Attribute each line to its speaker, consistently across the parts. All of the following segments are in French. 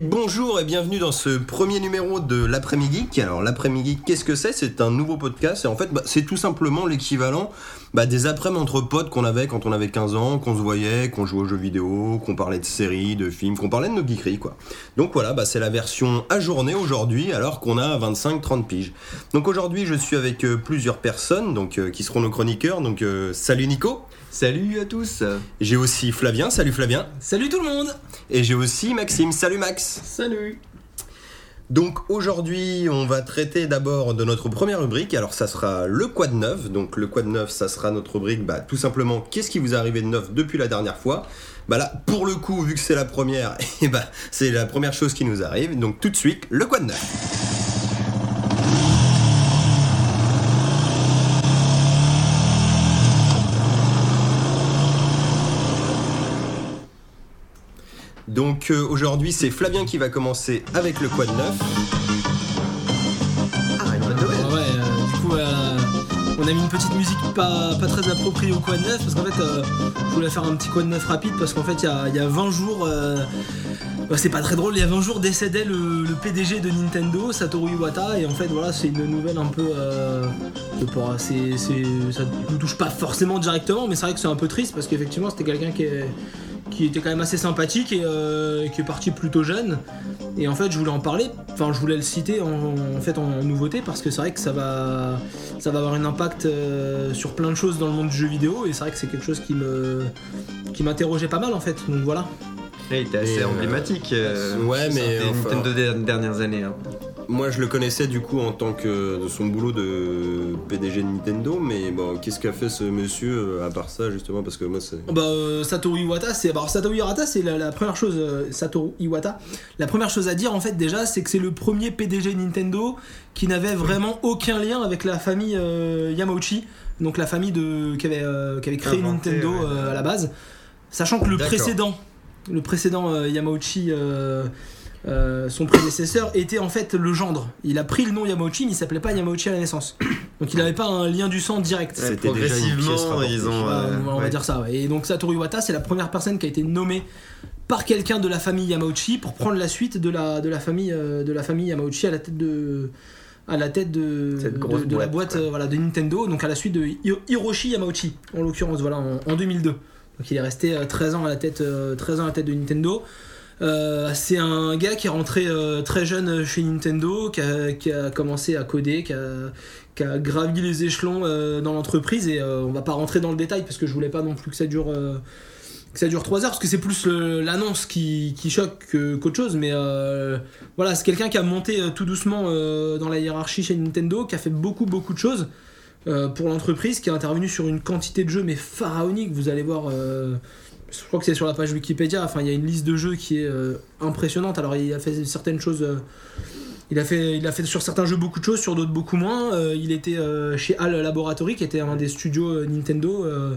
Speaker 1: Bonjour et bienvenue dans ce premier numéro de l'après-midi. geek. Alors l'après-midi, geek, qu'est-ce que c'est C'est un nouveau podcast et en fait bah, c'est tout simplement l'équivalent bah, des après-midi entre potes qu'on avait quand on avait 15 ans, qu'on se voyait, qu'on jouait aux jeux vidéo, qu'on parlait de séries, de films, qu'on parlait de nos geekeries quoi. Donc voilà, bah, c'est la version ajournée aujourd'hui alors qu'on a 25-30 piges. Donc aujourd'hui je suis avec euh, plusieurs personnes donc, euh, qui seront nos chroniqueurs. Donc euh, salut Nico
Speaker 2: Salut à tous
Speaker 1: J'ai aussi Flavien, salut Flavien
Speaker 3: Salut tout le monde
Speaker 1: Et j'ai aussi Maxime, salut Max
Speaker 4: Salut
Speaker 1: Donc aujourd'hui, on va traiter d'abord de notre première rubrique. Alors ça sera le quad neuf. Donc le quad neuf, ça sera notre rubrique bah, tout simplement qu'est-ce qui vous est arrivé de neuf depuis la dernière fois. Bah là, pour le coup, vu que c'est la première, et bah c'est la première chose qui nous arrive. Donc tout de suite, le quad neuf. Donc euh, aujourd'hui, c'est Flavien qui va commencer avec le quad neuf. Ah,
Speaker 3: Ouais, euh, du coup, euh, on a mis une petite musique pas, pas très appropriée au Quad 9 parce qu'en fait, euh, je voulais faire un petit Quad 9 rapide parce qu'en fait, il y a, il y a 20 jours, euh, bah, c'est pas très drôle, il y a 20 jours décédait le, le PDG de Nintendo, Satoru Iwata, et en fait, voilà, c'est une nouvelle un peu. euh, je sais pas, c'est- c'est- ça nous touche pas forcément directement, mais c'est vrai que c'est un peu triste parce qu'effectivement, c'était quelqu'un qui est- qui était quand même assez sympathique et euh, qui est parti plutôt jeune. Et en fait, je voulais en parler, enfin, je voulais le citer en, en fait en nouveauté parce que c'est vrai que ça va, ça va avoir un impact euh, sur plein de choses dans le monde du jeu vidéo et c'est vrai que c'est quelque chose qui me, qui m'interrogeait pas mal en fait. Donc voilà.
Speaker 2: Il était Eh, assez
Speaker 1: Et, euh,
Speaker 2: emblématique. euh,
Speaker 1: ouais,
Speaker 2: sur
Speaker 1: mais,
Speaker 2: des
Speaker 1: enfin-
Speaker 2: Nintendo des dernières années. hein.
Speaker 1: Moi, je le connaissais du coup en tant que de son boulot de PDG de Nintendo, mais bon, qu'est-ce qu'a fait ce monsieur euh, à part ça justement Parce que moi, c'est
Speaker 3: Bah, euh, Satoru Iwata, c'est alors, Satoru Iwata, c'est la, la première chose euh, Satoru Iwata. La première chose à dire en fait déjà, c'est que c'est le premier PDG Nintendo qui n'avait vraiment aucun lien avec la famille euh, Yamauchi, donc la famille de qui avait, euh, qui avait créé
Speaker 2: Inventé,
Speaker 3: Nintendo
Speaker 2: ouais.
Speaker 3: euh, à la base, sachant que le
Speaker 1: D'accord.
Speaker 3: précédent, le précédent euh, Yamauchi euh, euh, son prédécesseur était en fait le gendre. Il a pris le nom Yamauchi, mais il s'appelait pas Yamauchi à la naissance. Donc il n'avait pas un lien du sang direct.
Speaker 1: C'était déjà une pièce
Speaker 2: progressivement,
Speaker 1: rapportée.
Speaker 2: ils ont.
Speaker 3: Ouais,
Speaker 2: euh,
Speaker 3: on va
Speaker 2: ouais.
Speaker 3: dire ça. ouais. Et donc Satoru Iwata, c'est la première personne qui a été nommée par quelqu'un de la famille Yamauchi pour prendre la suite de la, de la, famille, euh, de la famille Yamauchi à la tête de à la tête de,
Speaker 2: Cette grosse
Speaker 3: de, de la
Speaker 2: boîte,
Speaker 3: boîte
Speaker 2: quoi.
Speaker 3: euh, voilà, de Nintendo, donc à la suite de Hi- Hiroshi Yamauchi, en l'occurrence, voilà, en, en 2002. Donc il est resté euh, 13 ans à la tête, euh, 13 ans à la tête de Nintendo. Euh, c'est un gars qui est rentré euh, très jeune chez Nintendo, qui a, qui a commencé à coder, qui a, qui a gravi les échelons euh, dans l'entreprise. Et euh, on va pas rentrer dans le détail parce que je voulais pas non plus que ça dure. euh, que ça dure 3 heures parce que c'est plus le- l'annonce qui, qui choque que- qu'autre chose mais euh, voilà c'est quelqu'un qui a monté euh, tout doucement euh, dans la hiérarchie chez Nintendo qui a fait beaucoup beaucoup de choses euh, pour l'entreprise qui est intervenu sur une quantité de jeux mais pharaonique vous allez voir euh, je crois que c'est sur la page Wikipédia enfin il y a une liste de jeux qui est euh, impressionnante alors il a fait certaines choses euh, il a, fait, il a fait sur certains jeux beaucoup de choses, sur d'autres beaucoup moins. Euh, il était euh, chez HAL Laboratory, qui était un des studios euh, Nintendo, euh,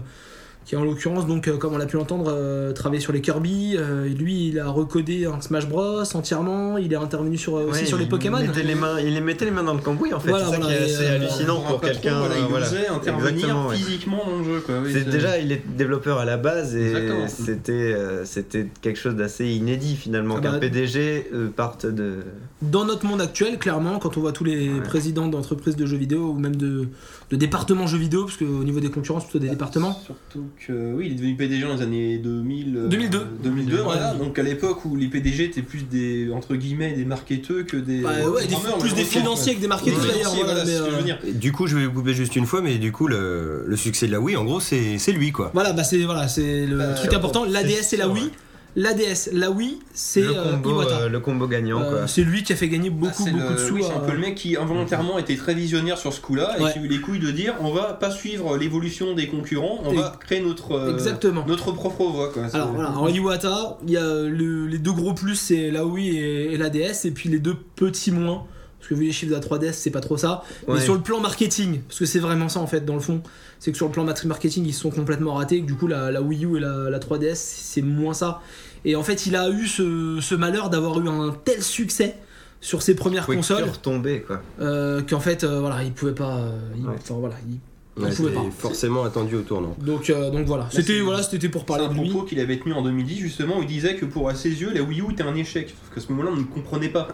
Speaker 3: qui en l'occurrence, donc, euh, comme on l'a pu l'entendre, euh, travaillait sur les Kirby. Euh, et lui, il a recodé un Smash Bros entièrement. Il est intervenu sur, euh, aussi
Speaker 2: Ouais,
Speaker 3: sur les
Speaker 2: il
Speaker 3: Pokémon.
Speaker 2: mettait les mains- il les mettait les mains dans le cambouis en fait.
Speaker 3: Voilà,
Speaker 2: c'est ça
Speaker 3: voilà,
Speaker 2: qui est
Speaker 3: et,
Speaker 2: assez
Speaker 3: euh,
Speaker 2: hallucinant pour quelqu'un.
Speaker 4: Voilà, il
Speaker 2: euh, voilà.
Speaker 4: osait intervenir
Speaker 2: Exactement, ouais.
Speaker 4: physiquement dans le jeu, quoi. oui,
Speaker 2: C'est-
Speaker 3: euh,
Speaker 4: c'est-
Speaker 2: Déjà, il est développeur à la base et
Speaker 4: Exactement.
Speaker 2: c'était euh, c'était quelque chose d'assez inédit finalement
Speaker 3: Ah
Speaker 2: qu'un
Speaker 3: bah-
Speaker 2: PDG euh, parte de.
Speaker 3: Dans notre monde actuel, clairement, quand on voit tous les
Speaker 2: Ouais.
Speaker 3: présidents d'entreprises de jeux vidéo ou même de, de départements jeux vidéo, parce qu'au niveau des concurrences, plutôt des départements.
Speaker 4: Surtout que, euh, oui, il est devenu PDG dans les années 2000. euh,
Speaker 3: 2002.
Speaker 4: 2002,
Speaker 3: Ouais.
Speaker 4: voilà. Donc à l'époque où les PDG étaient plus des, entre guillemets, des marketeux que des.
Speaker 3: Bah, ouais, des-
Speaker 4: programmeurs,
Speaker 3: plus des
Speaker 4: malheureusement,
Speaker 3: financiers que des
Speaker 4: quoi. Des
Speaker 3: marketeurs d'ailleurs.
Speaker 4: financiers,
Speaker 3: voilà,
Speaker 4: voilà, c'est
Speaker 3: mais,
Speaker 4: ce que je veux
Speaker 3: euh,
Speaker 4: dire.
Speaker 1: Et du coup, je vais vous couper juste une fois, mais du coup, le, le succès de la Wii, en gros, c'est c'est lui, quoi.
Speaker 3: Voilà, bah c'est voilà, c'est le
Speaker 4: Bah,
Speaker 3: truc
Speaker 2: c'est-
Speaker 3: important. L'ADS et la
Speaker 2: sûr,
Speaker 3: Wii.
Speaker 2: ouais.
Speaker 3: L'ADS, la Wii, c'est
Speaker 2: Le
Speaker 3: euh,
Speaker 2: combo,
Speaker 3: Iwata.
Speaker 2: euh, le combo gagnant
Speaker 3: Euh,
Speaker 2: quoi.
Speaker 3: c'est lui qui a fait gagner
Speaker 4: Ah,
Speaker 3: beaucoup,
Speaker 4: c'est
Speaker 3: beaucoup
Speaker 4: le-
Speaker 3: de sous.
Speaker 4: oui, c'est un
Speaker 3: à-
Speaker 4: peu le mec qui involontairement était très visionnaire sur ce coup-là et
Speaker 3: Ouais.
Speaker 4: qui a eu les couilles de dire on va pas suivre l'évolution des concurrents, on
Speaker 3: Et-
Speaker 4: va créer notre, euh,
Speaker 3: Exactement.
Speaker 4: notre propre voie. Quoi. C'est-
Speaker 3: Alors voilà, en Iwata, il y a le- les deux gros plus, c'est la Wii et, et la DS, et puis les deux petits moins. Parce que vu les chiffres de la 3DS, c'est pas trop ça.
Speaker 2: Ouais.
Speaker 3: Mais sur le plan marketing, parce que c'est vraiment ça en fait, dans le fond, c'est que sur le plan matri- marketing, ils se sont complètement ratés. que Du coup, la, la Wii U et la, la 3DS, c'est moins ça. Et en fait, il a eu ce, ce malheur d'avoir eu un tel succès sur ses premières
Speaker 2: Faut
Speaker 3: consoles.
Speaker 2: retomber quoi.
Speaker 3: euh, qu'en fait euh, voilà il pouvait pas euh, il-
Speaker 2: Ouais.
Speaker 3: enfin, voilà il- On
Speaker 1: Ouais,
Speaker 3: pouvait
Speaker 1: c'est
Speaker 3: pas.
Speaker 1: forcément attendu au tournant.
Speaker 3: Donc, euh, donc voilà,
Speaker 4: c'est-
Speaker 3: c'était voilà, c'était pour
Speaker 4: C'est
Speaker 3: parler
Speaker 4: un
Speaker 3: de lui.
Speaker 4: propos qu'il avait tenu en 2010 justement où il disait que pour à ses yeux la Wii U était un échec. Sauf qu'à ce moment-là on ne comprenait pas.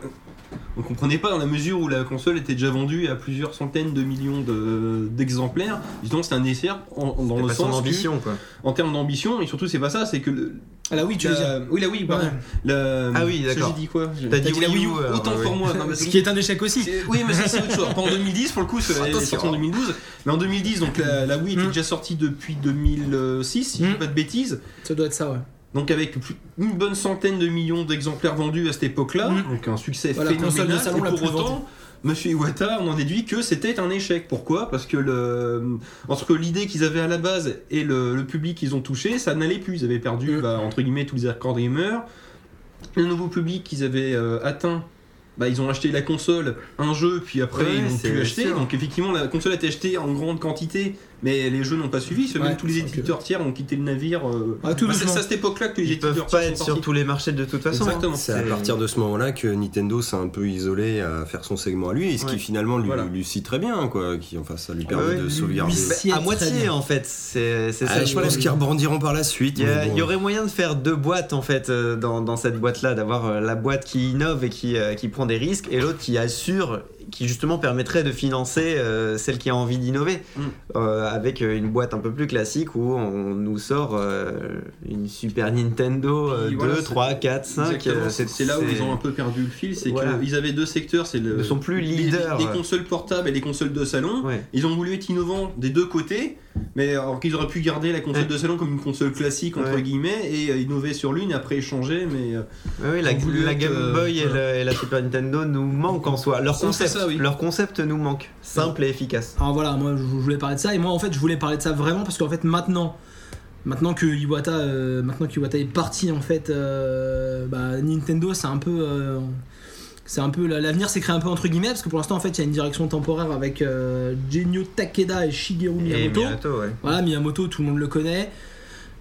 Speaker 4: On ne comprenait pas dans la mesure où la console était déjà vendue à plusieurs centaines de millions de- d'exemplaires. Disons c'est un échec en- dans
Speaker 2: C'était
Speaker 4: le
Speaker 2: pas son
Speaker 4: sens du-
Speaker 2: ambition, quoi.
Speaker 4: en termes d'ambition et surtout c'est pas ça c'est que le,
Speaker 3: Ah là oui, tu veux dire.
Speaker 4: la- oui la Wii pardon.
Speaker 3: Ouais.
Speaker 4: La-
Speaker 2: Ah oui, d'accord.
Speaker 4: J'ai dit quoi J'ai-
Speaker 2: T'as dit
Speaker 4: la
Speaker 2: Wii
Speaker 4: Wii
Speaker 2: U,
Speaker 4: U.
Speaker 2: alors,
Speaker 4: Autant
Speaker 2: ouais,
Speaker 4: pour
Speaker 2: ouais.
Speaker 4: moi. Non, mais
Speaker 3: Ce qui est un échec aussi.
Speaker 4: c'est- Oui, mais ça c'est autre chose. Pas en 2010 pour le coup, c'est elle est sortie en 2012. Mais en 2010, donc la, la Wii était
Speaker 3: Mm.
Speaker 4: déjà sortie depuis 2006, si je dis
Speaker 3: Mm.
Speaker 4: pas de bêtises.
Speaker 3: Ça doit être ça, ouais.
Speaker 4: Donc avec plus- une bonne centaine de millions d'exemplaires vendus à cette époque-là,
Speaker 3: Mm.
Speaker 4: donc un succès
Speaker 3: Voilà, console de
Speaker 4: phénoménal.
Speaker 3: salon la
Speaker 4: et pour
Speaker 3: plus vendue.
Speaker 4: autant, Monsieur Iwata, on en déduit que c'était un échec. Pourquoi Parce que le, entre l'idée qu'ils avaient à la base et le, le public qu'ils ont touché, ça n'allait plus. Ils avaient perdu
Speaker 3: Mm.
Speaker 4: bah, entre guillemets tous les accords gamers. Le nouveau public qu'ils avaient euh, atteint. Bah, ils ont acheté la console, un jeu, puis après
Speaker 2: Ouais,
Speaker 4: ils n'ont
Speaker 2: c'est
Speaker 4: plus acheté.
Speaker 2: sûr.
Speaker 4: Donc effectivement, la console a été achetée en grande quantité, mais les jeux n'ont pas suivi. Parce que
Speaker 3: Ouais,
Speaker 4: même tous les
Speaker 3: c'est vrai que-
Speaker 4: éditeurs tiers ont quitté le navire. euh,
Speaker 3: Ah, tout
Speaker 4: bah, c'est
Speaker 3: doucement.
Speaker 4: c'est à cette époque-là que les
Speaker 2: Ils
Speaker 4: éditeurs
Speaker 2: peuvent
Speaker 4: tiers
Speaker 2: pas
Speaker 4: sont
Speaker 2: être sur
Speaker 4: sortis.
Speaker 2: tous les marchés de toute façon. hein.
Speaker 4: Exactement.
Speaker 1: C'est à
Speaker 2: C'est-
Speaker 1: partir de ce moment-là que Nintendo s'est un peu isolé à faire son segment à lui, et ce
Speaker 2: Ouais.
Speaker 1: qui finalement lui,
Speaker 4: Voilà.
Speaker 1: lui scie très bien, quoi. Qui, enfin, ça lui
Speaker 2: Ah
Speaker 1: permet
Speaker 2: ouais,
Speaker 1: de
Speaker 2: lui
Speaker 1: sauvegarder.
Speaker 3: scie Si,
Speaker 2: à
Speaker 3: elle traîne.
Speaker 2: moitié en fait, c'est c'est ça.
Speaker 1: Ah, je
Speaker 3: oui,
Speaker 1: pense
Speaker 3: oui.
Speaker 1: qu'ils rebondiront par la suite.
Speaker 2: Il y, a-
Speaker 1: mais bon.
Speaker 2: il y aurait moyen de faire deux boîtes en fait euh, dans, dans cette boîte là, d'avoir euh, la boîte qui innove et qui, euh, qui prend des risques et l'autre qui assure, qui justement permettrait de financer euh, celle qui a envie d'innover
Speaker 4: Mm.
Speaker 2: Euh, avec euh, une boîte un peu plus classique où on nous sort euh, une Super Nintendo euh,
Speaker 4: Puis
Speaker 2: 2,
Speaker 4: voilà, c'est-
Speaker 2: 3, 4, 5.
Speaker 4: Exactement, c'est c'est là où ils ont un peu perdu le fil, c'est
Speaker 2: euh, Voilà.
Speaker 4: qu'ils avaient deux secteurs, c'est le,
Speaker 2: ne sont plus
Speaker 4: les-
Speaker 2: leaders. euh,
Speaker 4: les, consoles portables et les consoles de salon.
Speaker 2: Ouais.
Speaker 4: Ils ont voulu être innovants des deux côtés, mais alors qu'ils auraient pu garder la console
Speaker 2: Ouais.
Speaker 4: de salon comme une console classique entre
Speaker 2: Ouais.
Speaker 4: guillemets et euh, innover sur l'une et après échanger, mais euh,
Speaker 2: Oui, oui, la,
Speaker 4: Ils ont voulu
Speaker 2: la
Speaker 4: être,
Speaker 2: Game
Speaker 4: euh,
Speaker 2: Boy et,
Speaker 4: voilà.
Speaker 2: la, et la Super Nintendo nous manquent en soi. Leur
Speaker 4: C'est un peu
Speaker 2: concept,
Speaker 4: ça, oui.
Speaker 2: leur concept nous manque, simple et efficace.
Speaker 3: Alors Ah, voilà, moi je voulais parler de ça et moi en fait je voulais parler de ça vraiment parce qu'en fait maintenant, maintenant que Iwata, euh, maintenant que Iwata est parti en fait, euh, bah, Nintendo c'est un peu, euh, c'est un peu l'avenir s'est créé un peu entre guillemets parce que pour l'instant en fait il y a une direction temporaire avec euh, Genyo Takeda et Shigeru
Speaker 2: Et
Speaker 3: Miyamoto.
Speaker 2: Miyamoto, ouais.
Speaker 3: Voilà, Miyamoto, tout le monde le connaît.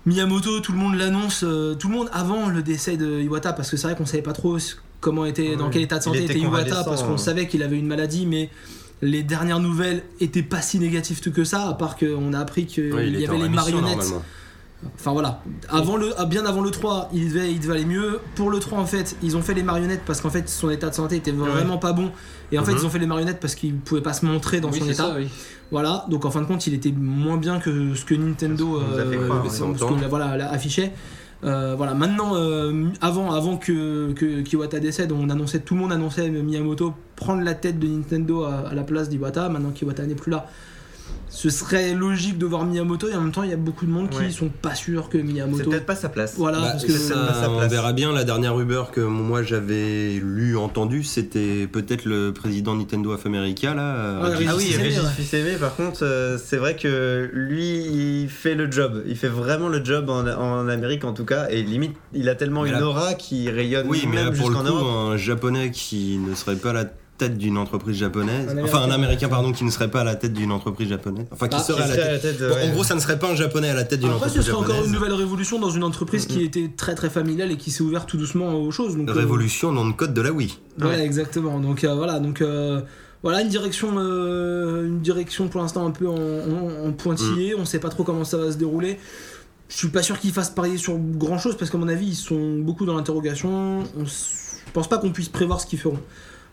Speaker 3: Miyamoto, tout le monde l'annonce, euh, tout le monde avant le décès de Iwata, parce que c'est vrai qu'on savait pas trop ce- comment était, dans
Speaker 2: Ouais.
Speaker 3: quel état de
Speaker 2: Il
Speaker 3: santé
Speaker 2: était
Speaker 3: était, Iwata,
Speaker 2: convalescent,
Speaker 3: parce qu'on
Speaker 2: hein.
Speaker 3: savait qu'il avait une maladie, mais les dernières nouvelles étaient pas si négatives que ça, à part qu'on a appris qu'il
Speaker 1: Ouais, il
Speaker 3: y
Speaker 1: était en
Speaker 3: avait les
Speaker 1: rémission,
Speaker 3: marionnettes.
Speaker 1: normalement.
Speaker 3: Enfin voilà, avant le, ah, bien avant le 3, il devait, il devait aller mieux. Pour le 3, en fait, ils ont fait les marionnettes parce qu'en fait, son état de santé était vraiment pas bon. Et en fait,
Speaker 1: Mhm.
Speaker 3: ils ont fait les marionnettes parce qu'il pouvait pas se montrer dans
Speaker 4: oui,
Speaker 3: son
Speaker 4: c'est
Speaker 3: état.
Speaker 4: ça, oui.
Speaker 3: Voilà, donc en fin de compte, il était moins bien que ce que Nintendo
Speaker 2: C'est ce qu'on nous a fait
Speaker 3: euh,
Speaker 2: croire,
Speaker 1: oui,
Speaker 3: ce
Speaker 1: c'est
Speaker 3: que,
Speaker 1: longtemps.
Speaker 3: la- voilà, la- affichait. Euh, voilà, maintenant, euh, avant, avant que, que qu'Iwata décède, on annonçait, tout le monde annonçait Miyamoto prendre la tête de Nintendo à, à la place d'Iwata. Maintenant qu'Iwata n'est plus là, ce serait logique de voir Miyamoto. Et en même temps, il y a beaucoup de monde qui
Speaker 2: Ouais.
Speaker 3: sont pas sûrs que
Speaker 2: C'est
Speaker 3: Miyamoto.
Speaker 2: peut-être pas sa place.
Speaker 3: Voilà,
Speaker 1: Bah,
Speaker 3: Ah, parce
Speaker 2: c'est
Speaker 3: que
Speaker 2: ça.
Speaker 1: ça,
Speaker 2: donne sa
Speaker 1: on
Speaker 2: place.
Speaker 1: verra bien. La dernière rumeur que moi j'avais lu, entendu, c'était peut-être le président Nintendo of America là. euh,
Speaker 3: Ouais,
Speaker 1: qui-
Speaker 2: Ah oui,
Speaker 3: Régis
Speaker 2: Régis
Speaker 3: Fils-Aimé, ouais.
Speaker 2: Fils-Aimé, par contre, euh, c'est vrai que lui, il fait le job. Il fait vraiment le job en, en Amérique, en tout cas. Et limite, il a tellement
Speaker 1: Mais
Speaker 2: une
Speaker 1: là-
Speaker 2: aura qui rayonne
Speaker 1: Oui, mais là,
Speaker 2: même
Speaker 1: pour le
Speaker 2: jusqu'en
Speaker 1: coup,
Speaker 2: Europe.
Speaker 1: un japonais qui ne serait pas à la tête d'une entreprise japonaise,
Speaker 3: Un
Speaker 1: enfin un
Speaker 3: Américain.
Speaker 1: américain pardon, qui ne serait pas à la tête d'une entreprise japonaise, enfin qui
Speaker 3: Ah,
Speaker 1: serait à la
Speaker 2: Qui serait
Speaker 1: tête.
Speaker 2: de-
Speaker 1: Bon,
Speaker 2: ouais.
Speaker 1: En gros, ça ne serait pas un japonais à la tête d'une
Speaker 3: Après, ce
Speaker 1: entreprise
Speaker 3: serait encore
Speaker 1: japonaise.
Speaker 3: une nouvelle révolution dans une
Speaker 2: Mm,
Speaker 3: entreprise qui était très très familiale et qui s'est ouverte tout doucement aux choses. Donc, euh,
Speaker 1: Révolution dans le code de la Wii.
Speaker 3: Voilà, exactement. Donc euh, voilà, donc euh, voilà une direction, euh, une direction pour l'instant un peu en, en- en
Speaker 4: Mm.
Speaker 3: pointillé. On sait pas trop comment ça va se dérouler. Je suis pas sûr qu'ils fassent parier sur grand chose parce qu'à mon avis ils sont beaucoup dans l'interrogation. On s- Je pense pas qu'on puisse prévoir ce qu'ils feront.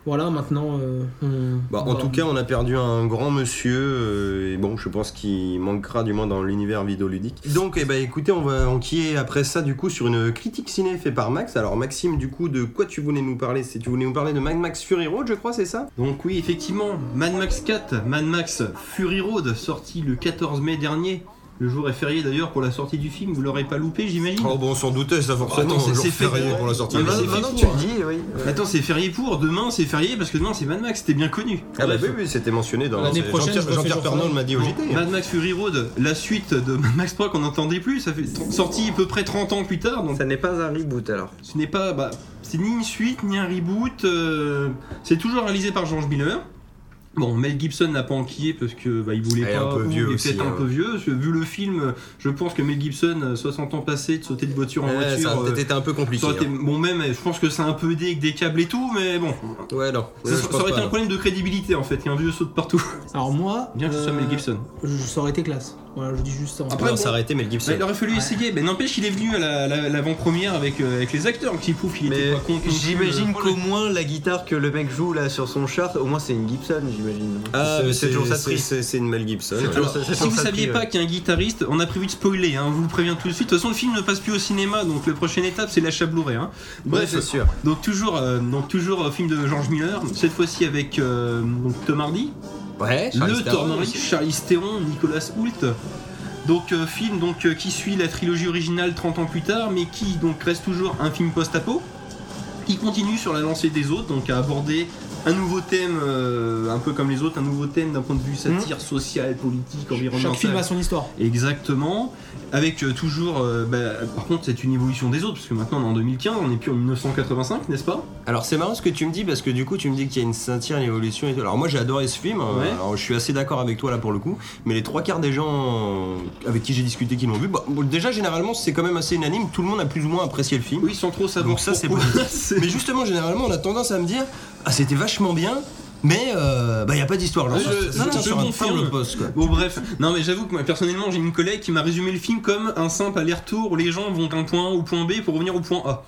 Speaker 3: Voilà, maintenant. euh, on-
Speaker 1: Bah, en
Speaker 3: voilà.
Speaker 1: tout cas, on a perdu un grand monsieur, euh, et bon, je pense qu'il manquera du moins dans l'univers vidéoludique. Donc, eh ben, écoutez, on va enquiller après ça, du coup, sur une critique ciné faite par Max. Alors, Maxime, du coup, de quoi tu voulais nous parler C'est tu voulais nous parler de Mad Max Fury Road, je crois, c'est ça
Speaker 4: Donc oui, effectivement, Mad Max 4, Mad Max Fury Road, sorti le 14 mai dernier. Le jour est férié d'ailleurs pour la sortie du film, vous l'aurez pas loupé, j'imagine.
Speaker 1: Oh, bon, on s'en doutait, ça, Attends,
Speaker 4: forcément, le
Speaker 1: c'est
Speaker 4: jour
Speaker 1: fait
Speaker 4: férié
Speaker 1: pour la sortie.
Speaker 4: Ah,
Speaker 2: Mais
Speaker 4: bah,
Speaker 2: c'est-
Speaker 4: bah,
Speaker 2: maintenant
Speaker 4: non,
Speaker 2: que tu
Speaker 4: hein.
Speaker 2: le dis, oui.
Speaker 1: Euh,
Speaker 4: Attends, c'est férié pour, demain c'est férié parce que demain c'est Mad Max, c'était bien connu.
Speaker 1: Ah bah
Speaker 4: Bref.
Speaker 1: oui, oui, c'était mentionné dans
Speaker 3: L'année
Speaker 1: c'est-
Speaker 3: prochaine,
Speaker 1: Jean-Pierre
Speaker 3: je refais
Speaker 1: Jean-Pierre
Speaker 3: Jean
Speaker 1: Pernaut
Speaker 3: Fran.
Speaker 1: m'a dit au hein. JT.
Speaker 4: Mad Max Fury Road, la suite de Mad Max 3 qu'on n'entendait plus, ça fait t- sorti à peu près 30 ans plus tard, donc
Speaker 2: Ça n'est pas un reboot alors.
Speaker 4: ce n'est pas, bah, c'est ni une suite ni un reboot, euh, c'est toujours réalisé par George Miller. Bon, Mel Gibson n'a pas enquillé parce que bah, il voulait
Speaker 1: Et
Speaker 4: pas.
Speaker 1: un peu
Speaker 4: ou
Speaker 1: vieux
Speaker 4: il est
Speaker 1: aussi,
Speaker 4: peut-être un
Speaker 1: hein.
Speaker 4: peu vieux. parce que vu le film, je pense que Mel Gibson, 60 ans passés, de sauter de voiture en
Speaker 1: Ouais,
Speaker 4: voiture.
Speaker 1: ça a
Speaker 4: euh,
Speaker 1: peut-être été un peu compliqué.
Speaker 4: ça aurait été-
Speaker 1: hein.
Speaker 4: bon, même, euh, je pense que c'est un peu aidé avec des câbles et tout, mais bon.
Speaker 1: Ouais, non.
Speaker 4: Ça,
Speaker 1: Ouais,
Speaker 4: ça
Speaker 1: je pense
Speaker 4: aurait
Speaker 1: pas,
Speaker 4: été un
Speaker 1: non.
Speaker 4: problème de crédibilité en fait. Il y a un vieux saut de partout.
Speaker 3: Alors moi,
Speaker 4: Bien que ce soit
Speaker 3: euh,
Speaker 4: Mel Gibson.
Speaker 3: je- ça aurait été classe. Voilà, je dis juste ça. en
Speaker 4: Après,
Speaker 3: fait.
Speaker 1: Non, ça aurait été Mel Gibson.
Speaker 4: Bah, il aurait fallu
Speaker 3: Ouais.
Speaker 4: essayer, mais n'empêche qu'il est venu à la- la- l'avant-première avec, euh, avec les acteurs, qui pouf, il était
Speaker 2: Mais
Speaker 4: pas content.
Speaker 2: j'imagine qu'au moins la guitare que le mec joue là sur son char, au moins c'est une Gibson, j'imagine.
Speaker 1: Ah, mais
Speaker 2: c'est toujours ça de
Speaker 1: c'est-
Speaker 2: triste.
Speaker 1: C'est c'est une Mel Gibson. ouais.
Speaker 2: toujours-
Speaker 4: Alors,
Speaker 2: ça- ça
Speaker 4: si
Speaker 2: sent
Speaker 4: vous
Speaker 2: ça le
Speaker 4: saviez
Speaker 2: prix,
Speaker 4: pas
Speaker 2: ouais.
Speaker 4: qu'il y a un guitariste, on a prévu de spoiler, hein, je vous préviens tout de suite. De toute façon, le film ne passe plus au cinéma, donc la prochaine étape c'est l'achat Blu-ray. hein.
Speaker 1: Ouais,
Speaker 4: Bref,
Speaker 1: c'est sûr.
Speaker 4: donc toujours, euh, donc, toujours euh, film de George Miller, cette fois-ci avec euh, donc, Tom Hardy,
Speaker 1: Ouais, Charlize
Speaker 4: le
Speaker 1: Theron
Speaker 4: Tornoric,
Speaker 1: aussi.
Speaker 4: Charlie Theron, Nicolas Hoult. Donc euh, film donc euh, qui suit la trilogie originale 30 ans plus tard, mais qui donc reste toujours un film post-apo, qui continue sur la lancée des autres, donc à aborder un nouveau thème, euh, un peu comme les autres, un nouveau thème d'un point de vue satire, social, politique, environnemental.
Speaker 3: Chaque film a son histoire.
Speaker 4: Exactement. Avec euh, toujours, euh, bah, par contre, c'est une évolution des autres, parce que maintenant on est en 2015, on n'est plus en 1985, n'est-ce pas
Speaker 1: Alors c'est marrant ce que tu me dis parce que du coup tu me dis qu'il y a une satire, une évolution et tout. Alors moi j'ai adoré ce film, hein.
Speaker 4: Ouais.
Speaker 1: alors je suis assez d'accord avec toi là pour le coup, mais les trois quarts des gens avec qui j'ai discuté qui l'ont vu, bah, bon, déjà généralement c'est quand même assez unanime, tout le monde a plus ou moins apprécié le film.
Speaker 4: Oui, sans trop savoir.
Speaker 1: Donc ça, c'est
Speaker 4: pourquoi.
Speaker 1: Mais justement généralement on a tendance à me dire ah c'était vachement bien, mais euh, bah y a pas d'histoire, genre
Speaker 4: Je-
Speaker 1: ça- ça
Speaker 4: non,
Speaker 1: tient
Speaker 4: je
Speaker 1: sur un
Speaker 4: confirme.
Speaker 1: faible poste quoi.
Speaker 4: Bon bref, non mais j'avoue que moi personnellement j'ai une collègue qui m'a résumé le film comme un simple aller-retour où les gens vont d'un point A au point B pour revenir au point A.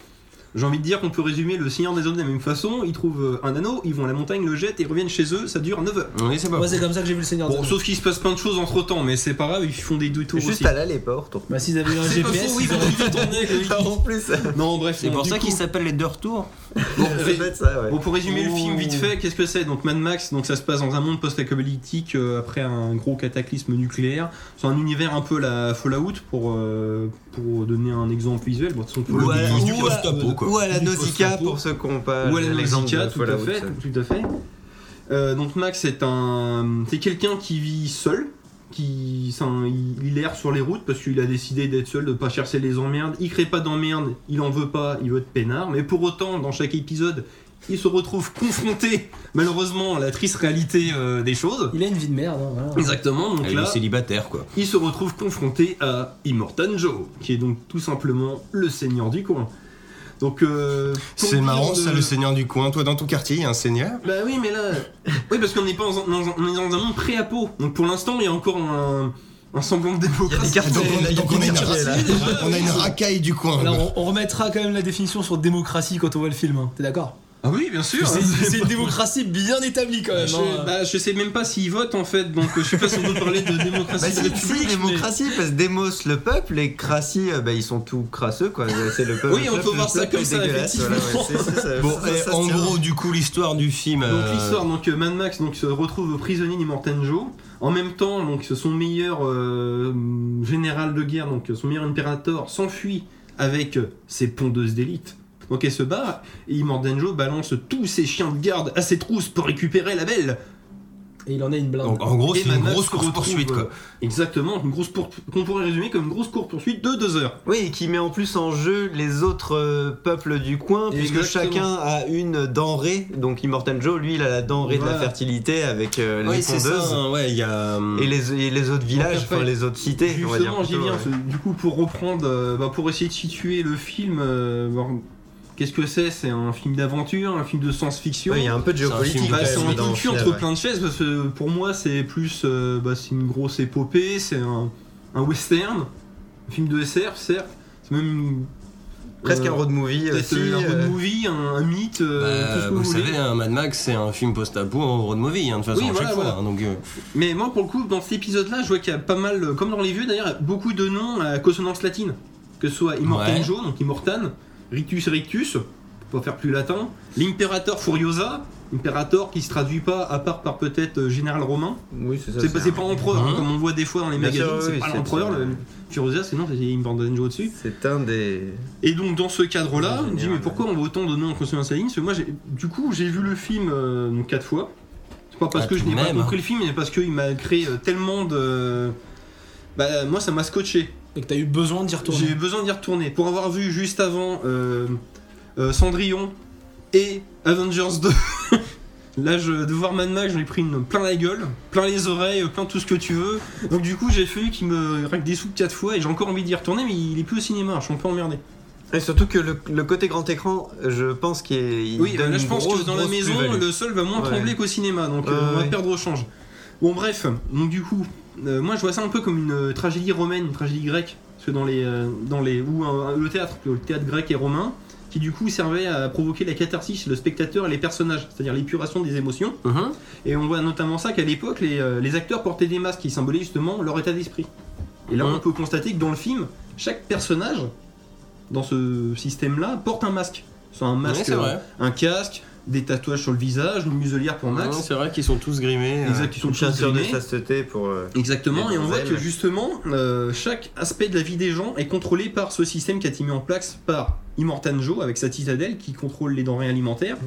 Speaker 4: J'ai envie de dire qu'on peut résumer le Seigneur des Anneaux de la même façon, ils trouvent euh, un anneau, ils vont à la montagne, le jettent et reviennent chez eux, ça dure 9 heures.
Speaker 1: Oui c'est pas
Speaker 3: Moi, c'est comme ça que j'ai vu le Seigneur. des
Speaker 4: Bon,
Speaker 3: Anneaux.
Speaker 4: sauf qu'il se passe plein de choses entre temps, mais c'est pas grave, ils font des deux tours
Speaker 2: Juste
Speaker 4: aussi.
Speaker 2: à l'aller, pas au retour.
Speaker 3: Bah, s'ils avaient eu un
Speaker 4: C'est pas
Speaker 3: GPS,
Speaker 4: faux, oui,
Speaker 3: ils
Speaker 4: ils ont
Speaker 3: auraient-
Speaker 4: dû tourner avec le-
Speaker 2: en plus,
Speaker 4: Non, bref,
Speaker 1: C'est
Speaker 4: bon,
Speaker 1: pour
Speaker 4: du
Speaker 1: ça
Speaker 4: coup- euh,
Speaker 1: qu'il s'appelle les deux retours.
Speaker 4: Bon,
Speaker 2: c'est bête ça, ouais.
Speaker 4: Bon, pour résumer le film
Speaker 1: Oh.
Speaker 4: vite fait, qu'est-ce que c'est Donc Mad Max, donc ça se passe dans un monde post-apocalyptique euh, après un gros cataclysme nucléaire. C'est un univers un peu la Fallout pour euh, pour donner un exemple visuel. Bon, de toute façon, pour le
Speaker 1: Ou à-
Speaker 4: dire,
Speaker 1: ou
Speaker 4: du
Speaker 1: à-
Speaker 4: post-apo, quoi.
Speaker 2: Ou à la
Speaker 4: Du
Speaker 2: Nausicaa
Speaker 4: post-apo.
Speaker 2: pour ceux qui n'ont pas
Speaker 4: Ou à la
Speaker 2: l'exemple
Speaker 4: Nausicaa,
Speaker 2: de
Speaker 4: tout à
Speaker 2: Fallout.
Speaker 4: fait. Bah, Tout à fait. Euh, donc Max est un, c'est quelqu'un qui vit seul, qui, c'est un- il, il erre sur les routes parce qu'il a décidé d'être seul, de pas chercher les emmerdes. Il crée pas d'emmerdes, il en veut pas, il veut être peinard. Mais pour autant, dans chaque épisode, il se retrouve confronté, malheureusement, à la triste réalité euh, des choses.
Speaker 3: Il a une vie de merde. hein, voilà.
Speaker 4: Exactement. Donc
Speaker 1: Elle
Speaker 4: là,
Speaker 1: est célibataire quoi.
Speaker 4: il se retrouve confronté à Immortanjo, qui est donc tout simplement le seigneur du coin. Donc euh, pour
Speaker 1: C'est
Speaker 4: dire
Speaker 1: marrant
Speaker 4: de-
Speaker 1: ça le seigneur du coin, toi dans ton quartier il y a un seigneur.
Speaker 4: bah oui, mais là. Oui, parce qu'on n'est pas dans, un- dans un- on est dans un monde pré-apo. Donc pour l'instant, il y a encore un, un semblant de
Speaker 2: Il
Speaker 4: démocratie.
Speaker 2: y a des cartes.
Speaker 1: Ah, Donc on a- donc on a une
Speaker 3: quartiers, là.
Speaker 1: on a une racaille du coin.
Speaker 3: Là,
Speaker 1: quoi.
Speaker 3: on, on remettra quand même la définition sur démocratie quand on voit le film. hein. T'es d'accord
Speaker 4: Ah oui, bien sûr.
Speaker 3: C'est c'est une démocratie bien établie quand même. hein.
Speaker 4: Je, bah, je sais même pas s'ils votent en fait, donc euh, je sais pas si on peut parler de démocratie.
Speaker 2: Bah,
Speaker 4: de
Speaker 2: si,
Speaker 4: république,
Speaker 2: si,
Speaker 4: mais-
Speaker 2: démocratie, parce que démos le peuple et crassi, euh, bah, ils sont tous crasseux quoi. C'est le peuple.
Speaker 4: Oui, on
Speaker 2: le
Speaker 4: peut
Speaker 2: peuple,
Speaker 4: voir
Speaker 2: le
Speaker 4: ça
Speaker 2: peuple
Speaker 4: comme
Speaker 2: est
Speaker 4: ça,
Speaker 2: dégueulasse,
Speaker 4: effectivement.
Speaker 2: voilà, ouais, c'est- c'est ça,
Speaker 1: Bon,
Speaker 2: ça,
Speaker 1: eh,
Speaker 2: ça, ça
Speaker 1: en
Speaker 2: se tient.
Speaker 1: gros, du coup, l'histoire du film.
Speaker 4: Donc
Speaker 1: euh,
Speaker 4: l'histoire, donc euh, Mad Max donc, se retrouve prisonnier d'Immortanjo. En même temps, donc son meilleur euh, général de guerre, donc son meilleur impérator, s'enfuit avec euh, ses pondeuses d'élite. Donc elle se barre et Immortanjo balance tous ses chiens de garde à ses trousses pour récupérer la belle.
Speaker 3: Et il euh. en a une blinde.
Speaker 1: en, en
Speaker 2: Oh,
Speaker 1: gros,
Speaker 4: Et
Speaker 1: c'est
Speaker 4: Mad
Speaker 1: une
Speaker 4: euh, Max
Speaker 1: grosse
Speaker 4: se
Speaker 1: course
Speaker 4: retrouve,
Speaker 1: poursuite.
Speaker 4: euh,
Speaker 1: Quoi.
Speaker 4: Exactement, une grosse pour- qu'on pourrait résumer comme une grosse course poursuite de deux heures.
Speaker 2: Oui, et qui met en plus en jeu les autres euh, peuples du coin, puisque
Speaker 4: Exactement.
Speaker 2: chacun a une denrée. Donc Immortan Joe, lui, il a la denrée de
Speaker 4: Voilà.
Speaker 2: la fertilité avec euh, les
Speaker 1: Oui, c'est ça.
Speaker 2: pondeuses.
Speaker 1: hein, Ouais, il y a. euh,
Speaker 2: Et les, et les autres villages,
Speaker 4: parfait.
Speaker 2: enfin les autres cités, on va dire.
Speaker 4: Justement, j'y
Speaker 2: plutôt,
Speaker 4: viens.
Speaker 2: ouais.
Speaker 4: ce- Du coup, pour reprendre, euh, bah, pour essayer de situer le film, euh, voir qu'est-ce que c'est C'est un film d'aventure, un film de science-fiction.
Speaker 2: Ouais, Il y a un peu de
Speaker 1: C'est un film
Speaker 2: géopolitique.
Speaker 1: de
Speaker 4: Bah,
Speaker 2: quand
Speaker 4: c'est
Speaker 2: même
Speaker 4: un
Speaker 2: dedans,
Speaker 4: coup
Speaker 2: au
Speaker 4: de cul
Speaker 2: final,
Speaker 4: entre
Speaker 2: ouais.
Speaker 4: plein de chaises parce que pour moi c'est plus euh, bah, c'est une grosse épopée, c'est un, un western, un film de SR certes, c'est même une-
Speaker 2: Presque
Speaker 4: euh,
Speaker 2: un road movie
Speaker 4: peut-être,
Speaker 2: aussi.
Speaker 4: euh, un road
Speaker 2: euh,
Speaker 4: movie, un, un mythe, euh, tout ce
Speaker 1: bah,
Speaker 4: que
Speaker 1: vous
Speaker 4: vous, voulez.
Speaker 1: savez, hein, Mad Max, c'est un film post-apo en road movie, hein, de toute façon,
Speaker 4: Oui,
Speaker 1: à
Speaker 4: voilà,
Speaker 1: chaque
Speaker 4: voilà.
Speaker 1: fois. hein, donc, euh,
Speaker 4: Mais moi pour le coup dans cet épisode là je vois qu'il y a pas mal, euh, comme dans les vieux d'ailleurs, beaucoup de noms à consonance latine, que ce soit Immortanjo, donc Immortan, Rictus Rictus, pour pas faire plus latin, l'Imperator Furiosa, Imperator qui se traduit pas à part par peut-être euh, Général Romain.
Speaker 2: Oui, c'est ça.
Speaker 4: C'est pas, c'est pas empereur, hein,
Speaker 1: Hein
Speaker 4: comme on voit des fois dans les
Speaker 2: Bien sûr,
Speaker 4: magazines, c'est
Speaker 2: oui,
Speaker 4: pas
Speaker 2: c'est-
Speaker 4: l'empereur,
Speaker 2: c'est-
Speaker 4: le Furosia, sinon c'est une bandanjo au-dessus.
Speaker 2: C'est un des.
Speaker 4: Et donc dans ce cadre-là,
Speaker 2: En
Speaker 4: on me dit
Speaker 2: général,
Speaker 4: mais pourquoi on voit autant de noms en consonance saline Parce que moi, j'ai- du coup, j'ai vu le film euh, donc, quatre fois. C'est pas parce
Speaker 1: Ah,
Speaker 4: que je
Speaker 1: tout
Speaker 4: n'ai
Speaker 1: de
Speaker 4: pas
Speaker 1: même,
Speaker 4: compris le film, mais parce qu'il m'a créé euh, tellement de... Bah moi ça m'a scotché.
Speaker 3: Et que t'as eu besoin d'y
Speaker 4: J'ai
Speaker 3: retourner.
Speaker 4: eu besoin d'y retourner. Pour avoir vu juste avant euh, euh, Cendrillon et Avengers 2, Là, je, de voir Mad Max, j'en ai pris une plein la gueule, plein les oreilles, plein tout ce que tu veux. Donc, du coup, j'ai fait qu'il me règle des sous 4 fois et j'ai encore envie d'y retourner, mais il est plus au cinéma, je suis un peu emmerdé.
Speaker 2: Et surtout que le, le côté grand écran, je pense qu'il il
Speaker 4: Oui, bah
Speaker 2: donne
Speaker 4: là, je
Speaker 2: une
Speaker 4: pense
Speaker 2: grosse,
Speaker 4: que dans la
Speaker 2: grosse
Speaker 4: maison,
Speaker 2: plus-value.
Speaker 4: le sol va moins
Speaker 2: Ouais.
Speaker 4: trembler qu'au cinéma, donc euh,
Speaker 2: Ouais,
Speaker 4: on va
Speaker 2: ouais.
Speaker 4: perdre au change. Bon, bref, donc du coup, euh, moi, je vois ça un peu comme une euh, tragédie romaine, une tragédie grecque, parce que dans les. euh, dans les ou un- un- le théâtre, le théâtre grec et romain, qui du coup servait à provoquer la catharsis chez le spectateur et les personnages, c'est-à-dire l'épuration des émotions. Et on voit notamment ça qu'à l'époque, les, euh, les acteurs portaient des masques qui symbolisaient justement leur état d'esprit. Et là,
Speaker 1: Mhm.
Speaker 4: on peut constater que dans le film, chaque personnage, dans ce système-là, porte un masque. Soit un
Speaker 1: Ouais,
Speaker 4: masque,
Speaker 1: c'est vrai.
Speaker 4: euh, un casque, des tatouages sur le visage, une muselière pour
Speaker 1: Ouais,
Speaker 4: euh, Max.
Speaker 1: c'est vrai qu'ils sont tous grimés. euh.
Speaker 4: Exact, qui
Speaker 2: Ah,
Speaker 4: sont
Speaker 2: Une
Speaker 4: tous
Speaker 2: chasseur de
Speaker 4: grimés.
Speaker 2: chasteté pour. euh,
Speaker 4: Exactement,
Speaker 2: Les
Speaker 4: et on voit que
Speaker 2: bordels.
Speaker 4: justement, euh, chaque aspect de la vie des gens est contrôlé par ce système qui a été mis en place par Immortanjo avec sa citadelle qui contrôle les denrées alimentaires.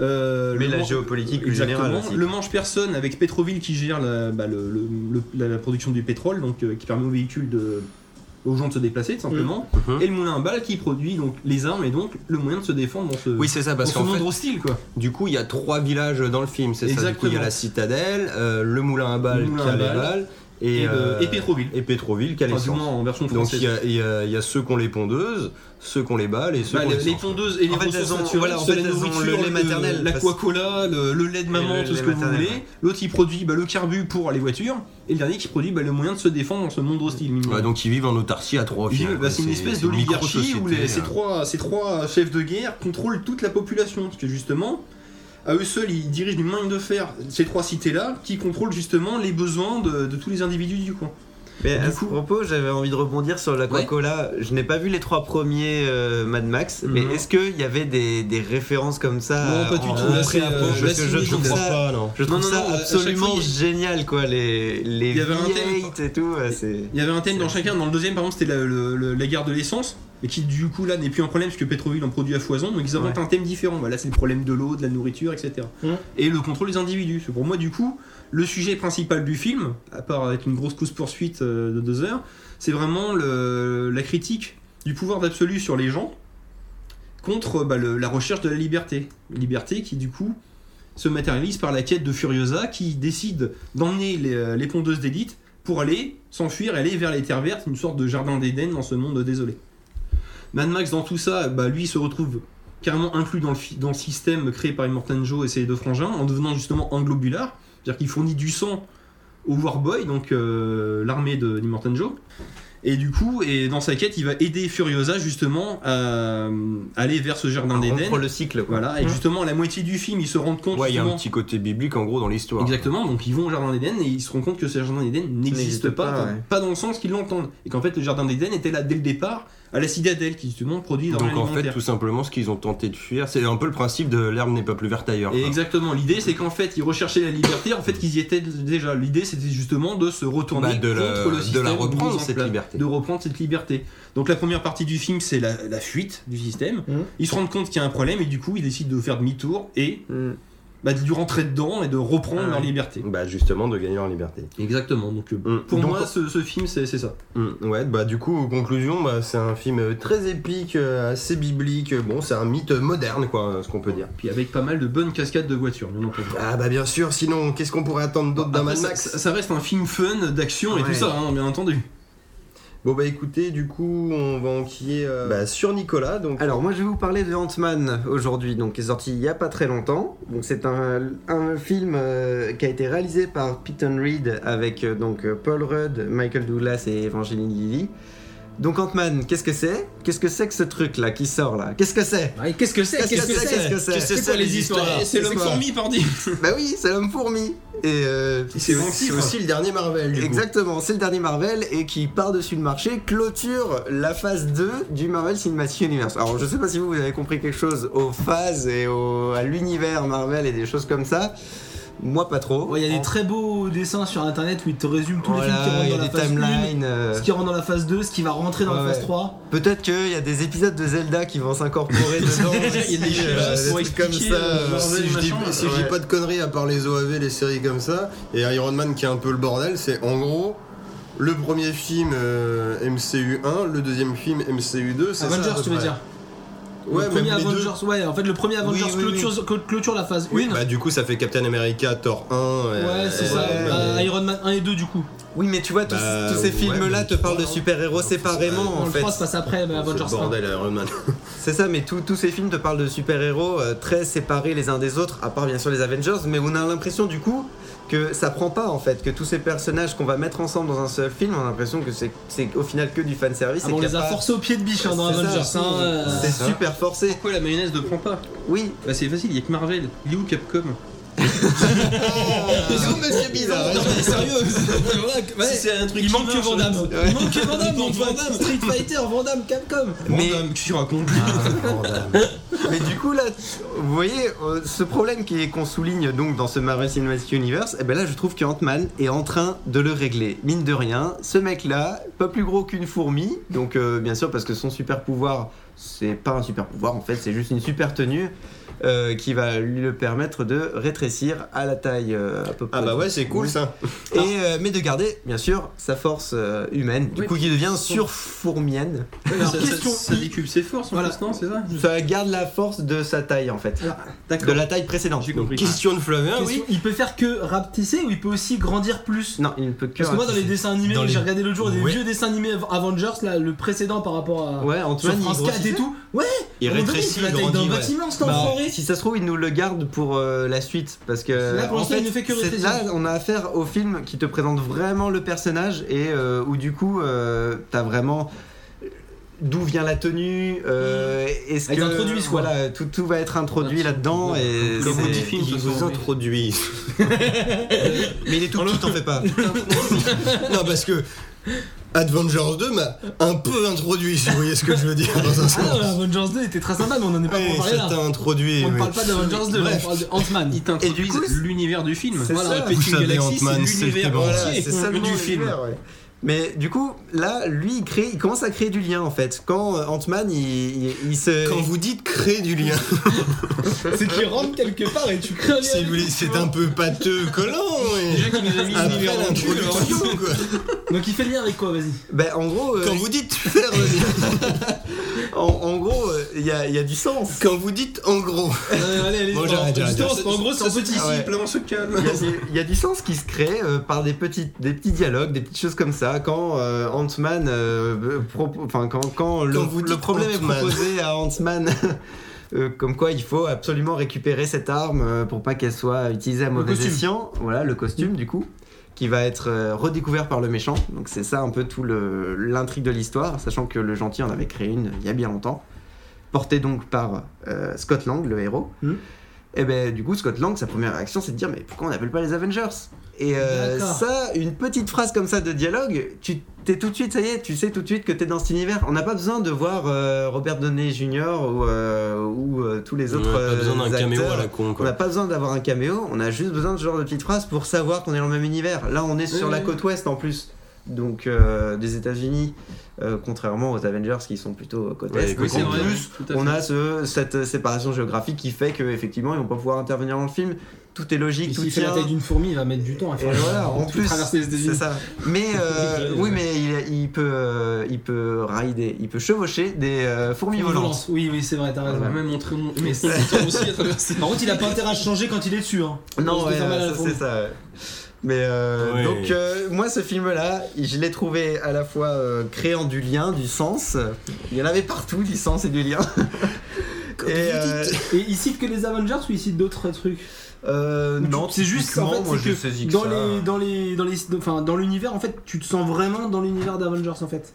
Speaker 4: Euh,
Speaker 2: Mm-hmm. mais
Speaker 4: le
Speaker 2: la
Speaker 4: man-
Speaker 2: géopolitique plus
Speaker 4: Exactement.
Speaker 2: générale aussi.
Speaker 4: Le manche personne avec Petroville qui gère la, bah, le- le- le- la production du pétrole, donc euh, qui permet aux véhicules de aux gens de se déplacer tout simplement,
Speaker 2: Mm.
Speaker 1: Mhm.
Speaker 2: Mm-hmm.
Speaker 4: et le moulin à balles qui produit donc les armes et donc le moyen de se défendre dans ce
Speaker 1: Oui, c'est ça, parce
Speaker 4: dans ce
Speaker 1: qu'en
Speaker 4: monde
Speaker 1: fait,
Speaker 4: hostile quoi.
Speaker 1: du coup, il y a trois villages dans le film, c'est ça. Du coup, il y a
Speaker 4: Exactement.
Speaker 1: la citadelle, euh, le moulin à
Speaker 4: Le
Speaker 1: balles
Speaker 4: moulin
Speaker 1: qui a
Speaker 4: à
Speaker 1: les
Speaker 4: balles.
Speaker 1: balles,
Speaker 4: Et,
Speaker 1: et,
Speaker 4: euh,
Speaker 1: euh,
Speaker 4: et Petroville.
Speaker 1: et Pétroville qui a
Speaker 4: Enfin, du
Speaker 1: l'essence.
Speaker 4: moins en version
Speaker 1: Donc, il
Speaker 4: française.
Speaker 1: y, a- il y a- il y a ceux qui ont les pondeuses, ceux qui ont les balles et ceux
Speaker 4: Bah,
Speaker 1: qui ont
Speaker 4: les,
Speaker 1: l'essence.
Speaker 4: les pondeuses et les
Speaker 2: En fait,
Speaker 4: ressources
Speaker 2: elles ont-
Speaker 4: naturelles,
Speaker 2: voilà, en
Speaker 4: c'est
Speaker 2: fait,
Speaker 4: la
Speaker 2: elles ont
Speaker 4: nourriture,
Speaker 2: le lait
Speaker 4: le-
Speaker 2: maternel,
Speaker 4: la
Speaker 2: parce-
Speaker 4: Coca-Cola, le, le lait de maman,
Speaker 2: Et le
Speaker 4: tout
Speaker 2: lait
Speaker 4: ce que vous
Speaker 2: maternel,
Speaker 4: voulez.
Speaker 2: ouais.
Speaker 4: L'autre il produit bah, le carbu pour les voitures, et le dernier qui produit bah, le moyen de se défendre dans ce monde hostile. mine de
Speaker 1: Ouais,
Speaker 4: rien.
Speaker 1: Bah, donc ils vivent en autarcie à trois. au final,
Speaker 4: Bah,
Speaker 1: quoi.
Speaker 4: c'est une espèce
Speaker 1: c'est une
Speaker 4: d'oligarchie où les-
Speaker 1: micro-société,
Speaker 4: ces,
Speaker 1: euh.
Speaker 4: trois, ces trois chefs de guerre contrôlent toute la population. Parce que justement, à eux seuls, ils dirigent d'une main de fer ces trois cités-là qui contrôlent justement les besoins de, de tous les individus du coin.
Speaker 2: Mais
Speaker 4: Du
Speaker 2: à ce
Speaker 4: coup-
Speaker 2: propos, j'avais envie de rebondir sur la
Speaker 4: Ouais.
Speaker 2: Coca-Cola. Je n'ai pas vu les trois premiers euh, Mad Max, mais
Speaker 4: Mhm.
Speaker 2: est-ce qu'il y avait des, des références comme ça
Speaker 4: Non, pas
Speaker 2: euh,
Speaker 4: du
Speaker 2: en-
Speaker 4: tout.
Speaker 2: en
Speaker 4: Là,
Speaker 2: pré-
Speaker 4: c'est, euh,
Speaker 2: parce
Speaker 4: là,
Speaker 2: que
Speaker 4: c'est
Speaker 2: je
Speaker 4: une
Speaker 2: trouve
Speaker 4: idée,
Speaker 1: Crois
Speaker 2: ça,
Speaker 1: pas, non.
Speaker 2: je trouve
Speaker 4: Non, non,
Speaker 2: ça
Speaker 4: non, à- à
Speaker 2: absolument
Speaker 4: chaque fois,
Speaker 2: génial, quoi. Les, les
Speaker 4: Il y avait un
Speaker 2: V8 et tout, ouais, c'est.
Speaker 4: Il y avait un thème dans chacun. Dans le deuxième, par exemple, c'était la, le- le- la guerre de l'essence, et qui du coup là n'est plus un problème parce que Petroville en produit à foison, donc ils inventent un thème différent. Bah, là, c'est le problème de l'eau, de la nourriture, etc.
Speaker 3: Mhm.
Speaker 4: Et le contrôle des individus. Parce que pour moi, du coup, le sujet principal du film, à part avec une grosse course poursuite de deux heures, c'est vraiment le- la critique du pouvoir d'absolu sur les gens contre bah, le- la recherche de la liberté. Liberté qui, du coup, se matérialise par la quête de Furiosa qui décide d'emmener les, les pondeuses d'élite pour aller s'enfuir et aller vers les terres vertes, une sorte de jardin d'Éden dans ce monde désolé. Mad Max, dans tout ça, bah, lui se retrouve carrément inclus dans le, fi- dans le système créé par Immortanjo et ses deux frangins en devenant justement anglobular, c'est-à-dire qu'il fournit du sang au Warboy, donc euh, l'armée de- d'Immortanjo. Et du coup, et dans sa quête, il va aider Furiosa justement à euh, aller vers ce jardin d'Éden.
Speaker 2: Rompre le cycle, quoi.
Speaker 4: Voilà, et justement, à la moitié du film, ils se rendent compte
Speaker 1: Ouais, il y a un
Speaker 4: justement-
Speaker 1: petit côté biblique en gros dans l'histoire.
Speaker 4: Exactement, donc ils vont au jardin d'Éden et ils se rendent compte que ce jardin d'Éden n'existe
Speaker 2: n'existe
Speaker 4: pas,
Speaker 2: pas,
Speaker 4: enfin,
Speaker 2: ouais.
Speaker 4: pas dans le sens qu'ils l'entendent. Et qu'en fait, le jardin d'Éden était là dès le départ, à la citadelle, qui justement produit dans
Speaker 1: Donc en fait,
Speaker 4: l'alimentaire.
Speaker 1: tout simplement, ce qu'ils ont tenté de fuir, c'est un peu le principe de l'herbe n'est pas plus verte ailleurs.
Speaker 4: Et
Speaker 1: quoi.
Speaker 4: exactement, l'idée c'est qu'en fait, ils recherchaient la liberté, en fait, qu'ils y étaient déjà. L'idée c'était justement de se retourner
Speaker 1: Bah, de
Speaker 4: contre
Speaker 1: la-
Speaker 4: le
Speaker 1: de
Speaker 4: système.
Speaker 1: la reprendre,
Speaker 4: mis en
Speaker 1: cette
Speaker 4: place,
Speaker 1: liberté.
Speaker 4: De reprendre cette liberté. Donc la première partie du film, c'est la, la fuite du système.
Speaker 2: Mmh.
Speaker 3: Mhm.
Speaker 4: Ils se rendent compte qu'il y a un problème et du coup, ils décident de faire demi-tour et
Speaker 2: Mm.
Speaker 4: bah, de lui rentrer dedans et de reprendre
Speaker 2: Ah ouais.
Speaker 4: leur liberté.
Speaker 1: Bah justement, de gagner en liberté.
Speaker 4: Exactement, donc euh,
Speaker 1: Mm.
Speaker 4: pour
Speaker 1: Donc-
Speaker 4: moi, ce, ce film, c'est c'est ça.
Speaker 1: Mm, ouais, bah du coup, conclusion, bah, c'est un film euh, très épique, euh, assez biblique. Bon, c'est un mythe moderne, quoi, euh, ce qu'on peut dire.
Speaker 4: Puis avec pas mal de bonnes cascades de voitures, bien entendu.
Speaker 1: Ah bah bien sûr, sinon, qu'est-ce qu'on pourrait attendre d'autre d'un
Speaker 4: Après,
Speaker 1: Mad
Speaker 4: ça-
Speaker 1: Max
Speaker 4: ça, ça reste un film fun, d'action et
Speaker 2: Ouais.
Speaker 4: tout ça, hein, bien entendu.
Speaker 1: Bon bah écoutez, du coup, on va enquiller euh, bah, sur Nicolas, donc...
Speaker 2: Alors moi je vais vous parler de Ant-Man aujourd'hui, donc qui est sorti il y a pas très longtemps. Donc c'est un, un film euh, qui a été réalisé par Peyton Reed avec euh, donc euh, Paul Rudd, Michael Douglas et Evangeline Lilly. Donc Ant-Man, qu'est-ce que c'est Qu'est-ce que c'est que ce truc là qui sort là Qu'est-ce que c'est
Speaker 3: Ouais, Qu'est-ce que c'est Qu'est-ce que c'est
Speaker 2: c'est
Speaker 3: C'est quoi les histoires
Speaker 2: C'est l'homme fourmi,
Speaker 4: pardi.
Speaker 2: Bah oui, c'est l'homme fourmi. Et euh,
Speaker 1: c'est
Speaker 4: bon
Speaker 1: aussi,
Speaker 4: chiffre.
Speaker 1: aussi le dernier Marvel, du coup.
Speaker 2: Exactement, c'est le dernier Marvel et qui par-dessus le marché clôture la phase 2 du Marvel Cinematic Universe. Alors je sais pas si vous, vous avez compris quelque chose aux phases et au- à l'univers Marvel et des choses comme ça. Moi pas trop.
Speaker 3: Ouais, Il y a des très beaux dessins sur internet où ils te résument tous
Speaker 2: Voilà,
Speaker 3: les
Speaker 2: il y
Speaker 3: films
Speaker 2: a
Speaker 3: qui rentrent
Speaker 2: des
Speaker 3: dans la phase 1,
Speaker 2: timelines. euh,
Speaker 3: ce qui rentre dans la phase 2, ce qui va rentrer dans la
Speaker 2: Ouais,
Speaker 3: phase
Speaker 2: ouais.
Speaker 3: 3.
Speaker 2: Peut-être qu'il y a des épisodes de Zelda qui vont s'incorporer dedans.
Speaker 4: Il y a des
Speaker 3: Euh,
Speaker 2: aussi,
Speaker 4: schémas
Speaker 2: des
Speaker 4: pour
Speaker 2: trucs comme
Speaker 4: expliquer
Speaker 2: ça.
Speaker 4: le
Speaker 2: euh,
Speaker 4: Marvel,
Speaker 1: si je, dis,
Speaker 4: machin,
Speaker 1: si je dis
Speaker 2: ouais.
Speaker 1: pas de conneries à part les OAV, les séries comme ça, et Iron Man qui est un peu le bordel, c'est en gros le premier film euh, MCU 1, le deuxième film MCU 2, c'est ça. à
Speaker 3: Avengers,
Speaker 1: peu
Speaker 3: tu veux
Speaker 1: près.
Speaker 3: dire
Speaker 1: Ouais, même
Speaker 3: le premier
Speaker 1: les deux.
Speaker 3: Avengers, ouais, en fait, le premier Avengers
Speaker 1: oui, oui.
Speaker 3: clôture, clôture la phase 1.
Speaker 1: Oui, bah du coup ça fait Captain America, Thor 1. euh,
Speaker 3: ouais, c'est
Speaker 1: et-
Speaker 3: ça.
Speaker 1: Ouais,
Speaker 3: Euh,
Speaker 1: mais-
Speaker 3: Iron Man 1 et 2, du coup.
Speaker 2: Oui, mais tu vois, tous,
Speaker 1: Bah,
Speaker 2: tous ces
Speaker 1: ouais,
Speaker 2: films-là
Speaker 1: mais
Speaker 2: te parlent de super-héros séparément,
Speaker 3: Dans
Speaker 2: en
Speaker 3: le
Speaker 2: fait.
Speaker 3: 3 se passe après
Speaker 1: ce
Speaker 3: mais bah, Avengers hein. 1.
Speaker 1: bordel Iron Man.
Speaker 2: C'est ça, mais tous tous ces films te parlent de super-héros euh, très séparés les uns des autres, à part bien sûr les Avengers, mais on a l'impression du coup que ça prend pas en fait, que tous ces personnages qu'on va mettre ensemble dans un seul film, on a l'impression que c'est- c'est au final que du fanservice.
Speaker 3: Ah,
Speaker 2: et
Speaker 3: bon, on
Speaker 2: qu'il y
Speaker 3: les
Speaker 2: a
Speaker 3: a
Speaker 2: pas-
Speaker 3: forcés au pied de biche hein, dans
Speaker 2: C'est ça,
Speaker 3: Avengers. hein, euh,
Speaker 2: C'est super forcé.
Speaker 4: Pourquoi la mayonnaise ne prend pas
Speaker 2: Oui,
Speaker 4: Bah c'est facile, il y a que Marvel. Il est où Capcom
Speaker 1: Monsieur Bizarre.
Speaker 3: Non mais sérieux, c'est vrai que- hein. ouais.
Speaker 4: Si c'est un truc
Speaker 3: il
Speaker 4: qui
Speaker 3: manque que
Speaker 4: marche,
Speaker 3: Van
Speaker 2: euh,
Speaker 3: Damme.
Speaker 4: ouais.
Speaker 3: Il manque que Van Damme,
Speaker 4: Il manque
Speaker 3: donc Van Damme, Street Fighter, Van Damme, Capcom.
Speaker 2: Mais-
Speaker 4: Mais Ah, tu racontes.
Speaker 2: Mais du coup là, vous voyez, euh, ce problème qui est- qu'on souligne donc dans ce Marvel Cinematic Universe, et ben là je trouve que Ant-Man est en train de le régler. Mine de rien, ce mec là, pas plus gros qu'une fourmi, donc euh, bien sûr parce que son super pouvoir, c'est pas un super pouvoir en fait, c'est juste une super tenue. euh, qui va lui le permettre de rétrécir à la taille euh, à peu près.
Speaker 1: Ah bah ouais, c'est cool ça.
Speaker 2: Et, euh, mais de garder, bien sûr, sa force euh, humaine. Du
Speaker 3: Oui.
Speaker 2: coup, qui devient surfourmienne.
Speaker 4: Alors, ça,
Speaker 3: question-
Speaker 4: ça, ça décuple ses forces en
Speaker 3: Voilà.
Speaker 4: plus, non C'est ça
Speaker 2: Ça garde la force de sa taille en fait.
Speaker 3: Ah,
Speaker 2: De
Speaker 4: D'accord.
Speaker 2: la taille précédente.
Speaker 4: J'ai compris.
Speaker 1: Question de Flavien, oui.
Speaker 3: Question, Ah Il peut faire que rapetisser ou il peut aussi grandir plus
Speaker 2: Non, il ne peut que.
Speaker 3: Ah. Parce que moi dans les
Speaker 2: rapetisser.
Speaker 3: dessins animés,
Speaker 1: Dans les-
Speaker 3: j'ai regardé l'autre jour des
Speaker 1: Ouais.
Speaker 3: vieux dessins animés Av- Avengers, là, le précédent par rapport à
Speaker 2: Ouais,
Speaker 3: sur
Speaker 2: Antoine, il
Speaker 3: France 4 et
Speaker 2: grossissait.
Speaker 3: tout. Ouais,
Speaker 1: Il
Speaker 3: à un moment donné,
Speaker 1: rétrécit,
Speaker 3: il fait
Speaker 1: il
Speaker 3: la taille d'un
Speaker 1: grandit. ouais.
Speaker 3: bâtiment, cet
Speaker 2: Bah,
Speaker 3: enfoiré.
Speaker 2: si ça se trouve, il nous le garde pour euh, la suite. Parce que.
Speaker 3: Là, pour
Speaker 2: en
Speaker 3: l'instant, il
Speaker 2: fait,
Speaker 3: ne fait que
Speaker 2: c'est-
Speaker 3: rétrécir.
Speaker 2: Là, on a affaire au film qui te présente vraiment le personnage et euh, où, du coup, euh, t'as vraiment. euh, D'où vient la tenue euh, Est-ce
Speaker 3: Elles
Speaker 2: que.
Speaker 3: introduisent, quoi.
Speaker 2: Voilà, tout, tout va être introduit là-dedans. Et
Speaker 4: Le
Speaker 2: c'est-
Speaker 4: petit film,
Speaker 1: Il
Speaker 4: ce
Speaker 1: vous
Speaker 4: soir, oui.
Speaker 1: introduit.
Speaker 2: Mais il est tout petit, t'en fais pas.
Speaker 1: Non, parce que Avengers 2 m'a un peu introduit, si vous voyez ce que je veux dire, dans un
Speaker 3: Ah non,
Speaker 1: sens.
Speaker 3: Avengers 2 était très sympa, mais on en est pas
Speaker 1: Oui,
Speaker 3: pour parler
Speaker 1: ça
Speaker 3: là.
Speaker 1: t'a introduit.
Speaker 3: On ne
Speaker 1: oui.
Speaker 3: parle pas d'Avengers 2, là, on parle de Ant-Man.
Speaker 4: Ils
Speaker 2: Et du coup,
Speaker 4: t'introduisent
Speaker 2: c'est-
Speaker 4: l'univers du film.
Speaker 2: c'est ça.
Speaker 4: Packing
Speaker 1: Vous savez,
Speaker 4: Galaxy, c'est
Speaker 1: Ant-Man, c'est
Speaker 4: l'univers
Speaker 1: le démon.
Speaker 4: entier.
Speaker 2: Voilà, c'est
Speaker 4: que
Speaker 2: seulement
Speaker 4: du film.
Speaker 2: l'univers, ouais. Mais du coup, là, lui, il, crée, il commence à créer du lien en fait. Quand euh, Ant-Man, il, il- il se.
Speaker 1: Quand vous dites créer du lien,
Speaker 3: C'est qu'il rentre quelque part et tu crées un lien
Speaker 1: si
Speaker 3: avec
Speaker 1: vous
Speaker 3: lui,
Speaker 1: voulez,
Speaker 3: tu
Speaker 1: c'est
Speaker 3: vois.
Speaker 1: un peu pâteux, collant. oui.
Speaker 4: Déjà qu'il nous a mis
Speaker 1: Après
Speaker 4: l'univers dans le cul, alors.
Speaker 1: l'introduction, quoi.
Speaker 3: Donc il fait le lien avec quoi, vas-y
Speaker 2: Ben, en gros, euh,
Speaker 1: Quand vous dites faire le lien,
Speaker 2: en, en gros, euh, il y, a, il y a du sens.
Speaker 1: quand vous dites en gros.
Speaker 3: Euh, Allez, allez,
Speaker 1: Bon,
Speaker 3: on-
Speaker 1: j'arrête, j'arrête,
Speaker 3: justement,
Speaker 1: j'arrête.
Speaker 3: en gros, c'est un petit
Speaker 2: Ah ouais.
Speaker 4: Disciple, on se calme.
Speaker 2: Il y a du- Il y, a du sens qui se crée euh, par des petits, des petits dialogues, des petites choses comme ça. Quand euh, Ant-Man, euh, pro- enfin quand, quand le,
Speaker 1: Quand vous
Speaker 2: le
Speaker 1: dites
Speaker 2: problème est
Speaker 1: Ant-Man.
Speaker 2: proposé à Ant-Man, euh, comme quoi il faut absolument récupérer cette arme euh, pour pas qu'elle soit utilisée à mauvais
Speaker 3: costume.
Speaker 2: escient. Voilà le
Speaker 1: Mm.
Speaker 2: costume du coup qui va être euh, redécouvert par le méchant. Donc c'est ça un peu tout le- l'intrigue de l'histoire, sachant que le gentil en avait créé une il y a bien longtemps, portée donc par euh, Scott Lang, le héros. Et ben du coup Scott Lang sa première réaction c'est de dire mais pourquoi on n'appelle pas les Avengers Et euh,
Speaker 3: D'accord.
Speaker 2: ça une petite phrase comme ça de dialogue tu t'es tout de suite ça y est tu sais tout de suite que t'es dans cet univers on n'a pas besoin de voir euh, Robert Downey Jr ou, euh, ou euh, tous les autres euh, acteurs.
Speaker 1: con,
Speaker 2: on n'a pas besoin d'avoir un caméo on a juste besoin de ce genre de petite phrase pour savoir qu'on est dans le même univers là on est sur
Speaker 4: Oui,
Speaker 2: la
Speaker 4: oui.
Speaker 2: côte ouest en plus donc euh, des États-Unis euh, contrairement aux Avengers qui sont plutôt euh, côte
Speaker 1: Ouais,
Speaker 2: est
Speaker 1: oui,
Speaker 2: Donc,
Speaker 1: c'est
Speaker 2: en
Speaker 1: vrai.
Speaker 2: plus,
Speaker 4: tout à
Speaker 2: on
Speaker 4: fait.
Speaker 2: a ce- cette euh, séparation géographique qui fait qu'effectivement ils vont pas pouvoir intervenir dans le film. Tout est logique,
Speaker 3: Et
Speaker 2: tout
Speaker 3: S'il fait la
Speaker 2: tient.
Speaker 3: taille d'une fourmi, il va mettre du temps à
Speaker 2: Et
Speaker 3: faire
Speaker 2: voilà, en
Speaker 3: tout
Speaker 2: plus,
Speaker 3: traverser les
Speaker 2: c'est
Speaker 3: États-Unis.
Speaker 2: ça. Mais euh, oui, mais il, il peut, euh, il peut rider, il peut chevaucher des euh, fourmis
Speaker 3: Fourmi
Speaker 2: volantes.
Speaker 3: volante. Oui, oui, c'est vrai, t'as
Speaker 4: On
Speaker 3: raison.
Speaker 4: va même montrer mon mais
Speaker 3: ça-
Speaker 4: on aussi à traverser.
Speaker 3: Par contre, il a pas intérêt à se changer quand il est dessus. Hein.
Speaker 2: Non,
Speaker 3: Il se
Speaker 2: ouais,
Speaker 3: fait mal à la
Speaker 2: ça,
Speaker 3: fourmi.
Speaker 2: c'est ça. ouais. Mais euh,
Speaker 1: Ouais.
Speaker 2: donc euh, moi ce film là, je l'ai trouvé à la fois euh, créant du lien, du sens. Il y en avait partout du sens et du lien. et euh,
Speaker 3: Et il cite que les Avengers ou il cite d'autres trucs
Speaker 2: euh,
Speaker 3: Ou tu-
Speaker 2: non,
Speaker 3: c'est juste en fait,
Speaker 2: typiquement, moi
Speaker 3: c'est
Speaker 2: j'ai
Speaker 3: que
Speaker 2: saisi que
Speaker 3: dans
Speaker 2: ça.
Speaker 3: les dans les dans les enfin dans l'univers en fait, tu te sens vraiment dans l'univers d'Avengers en fait.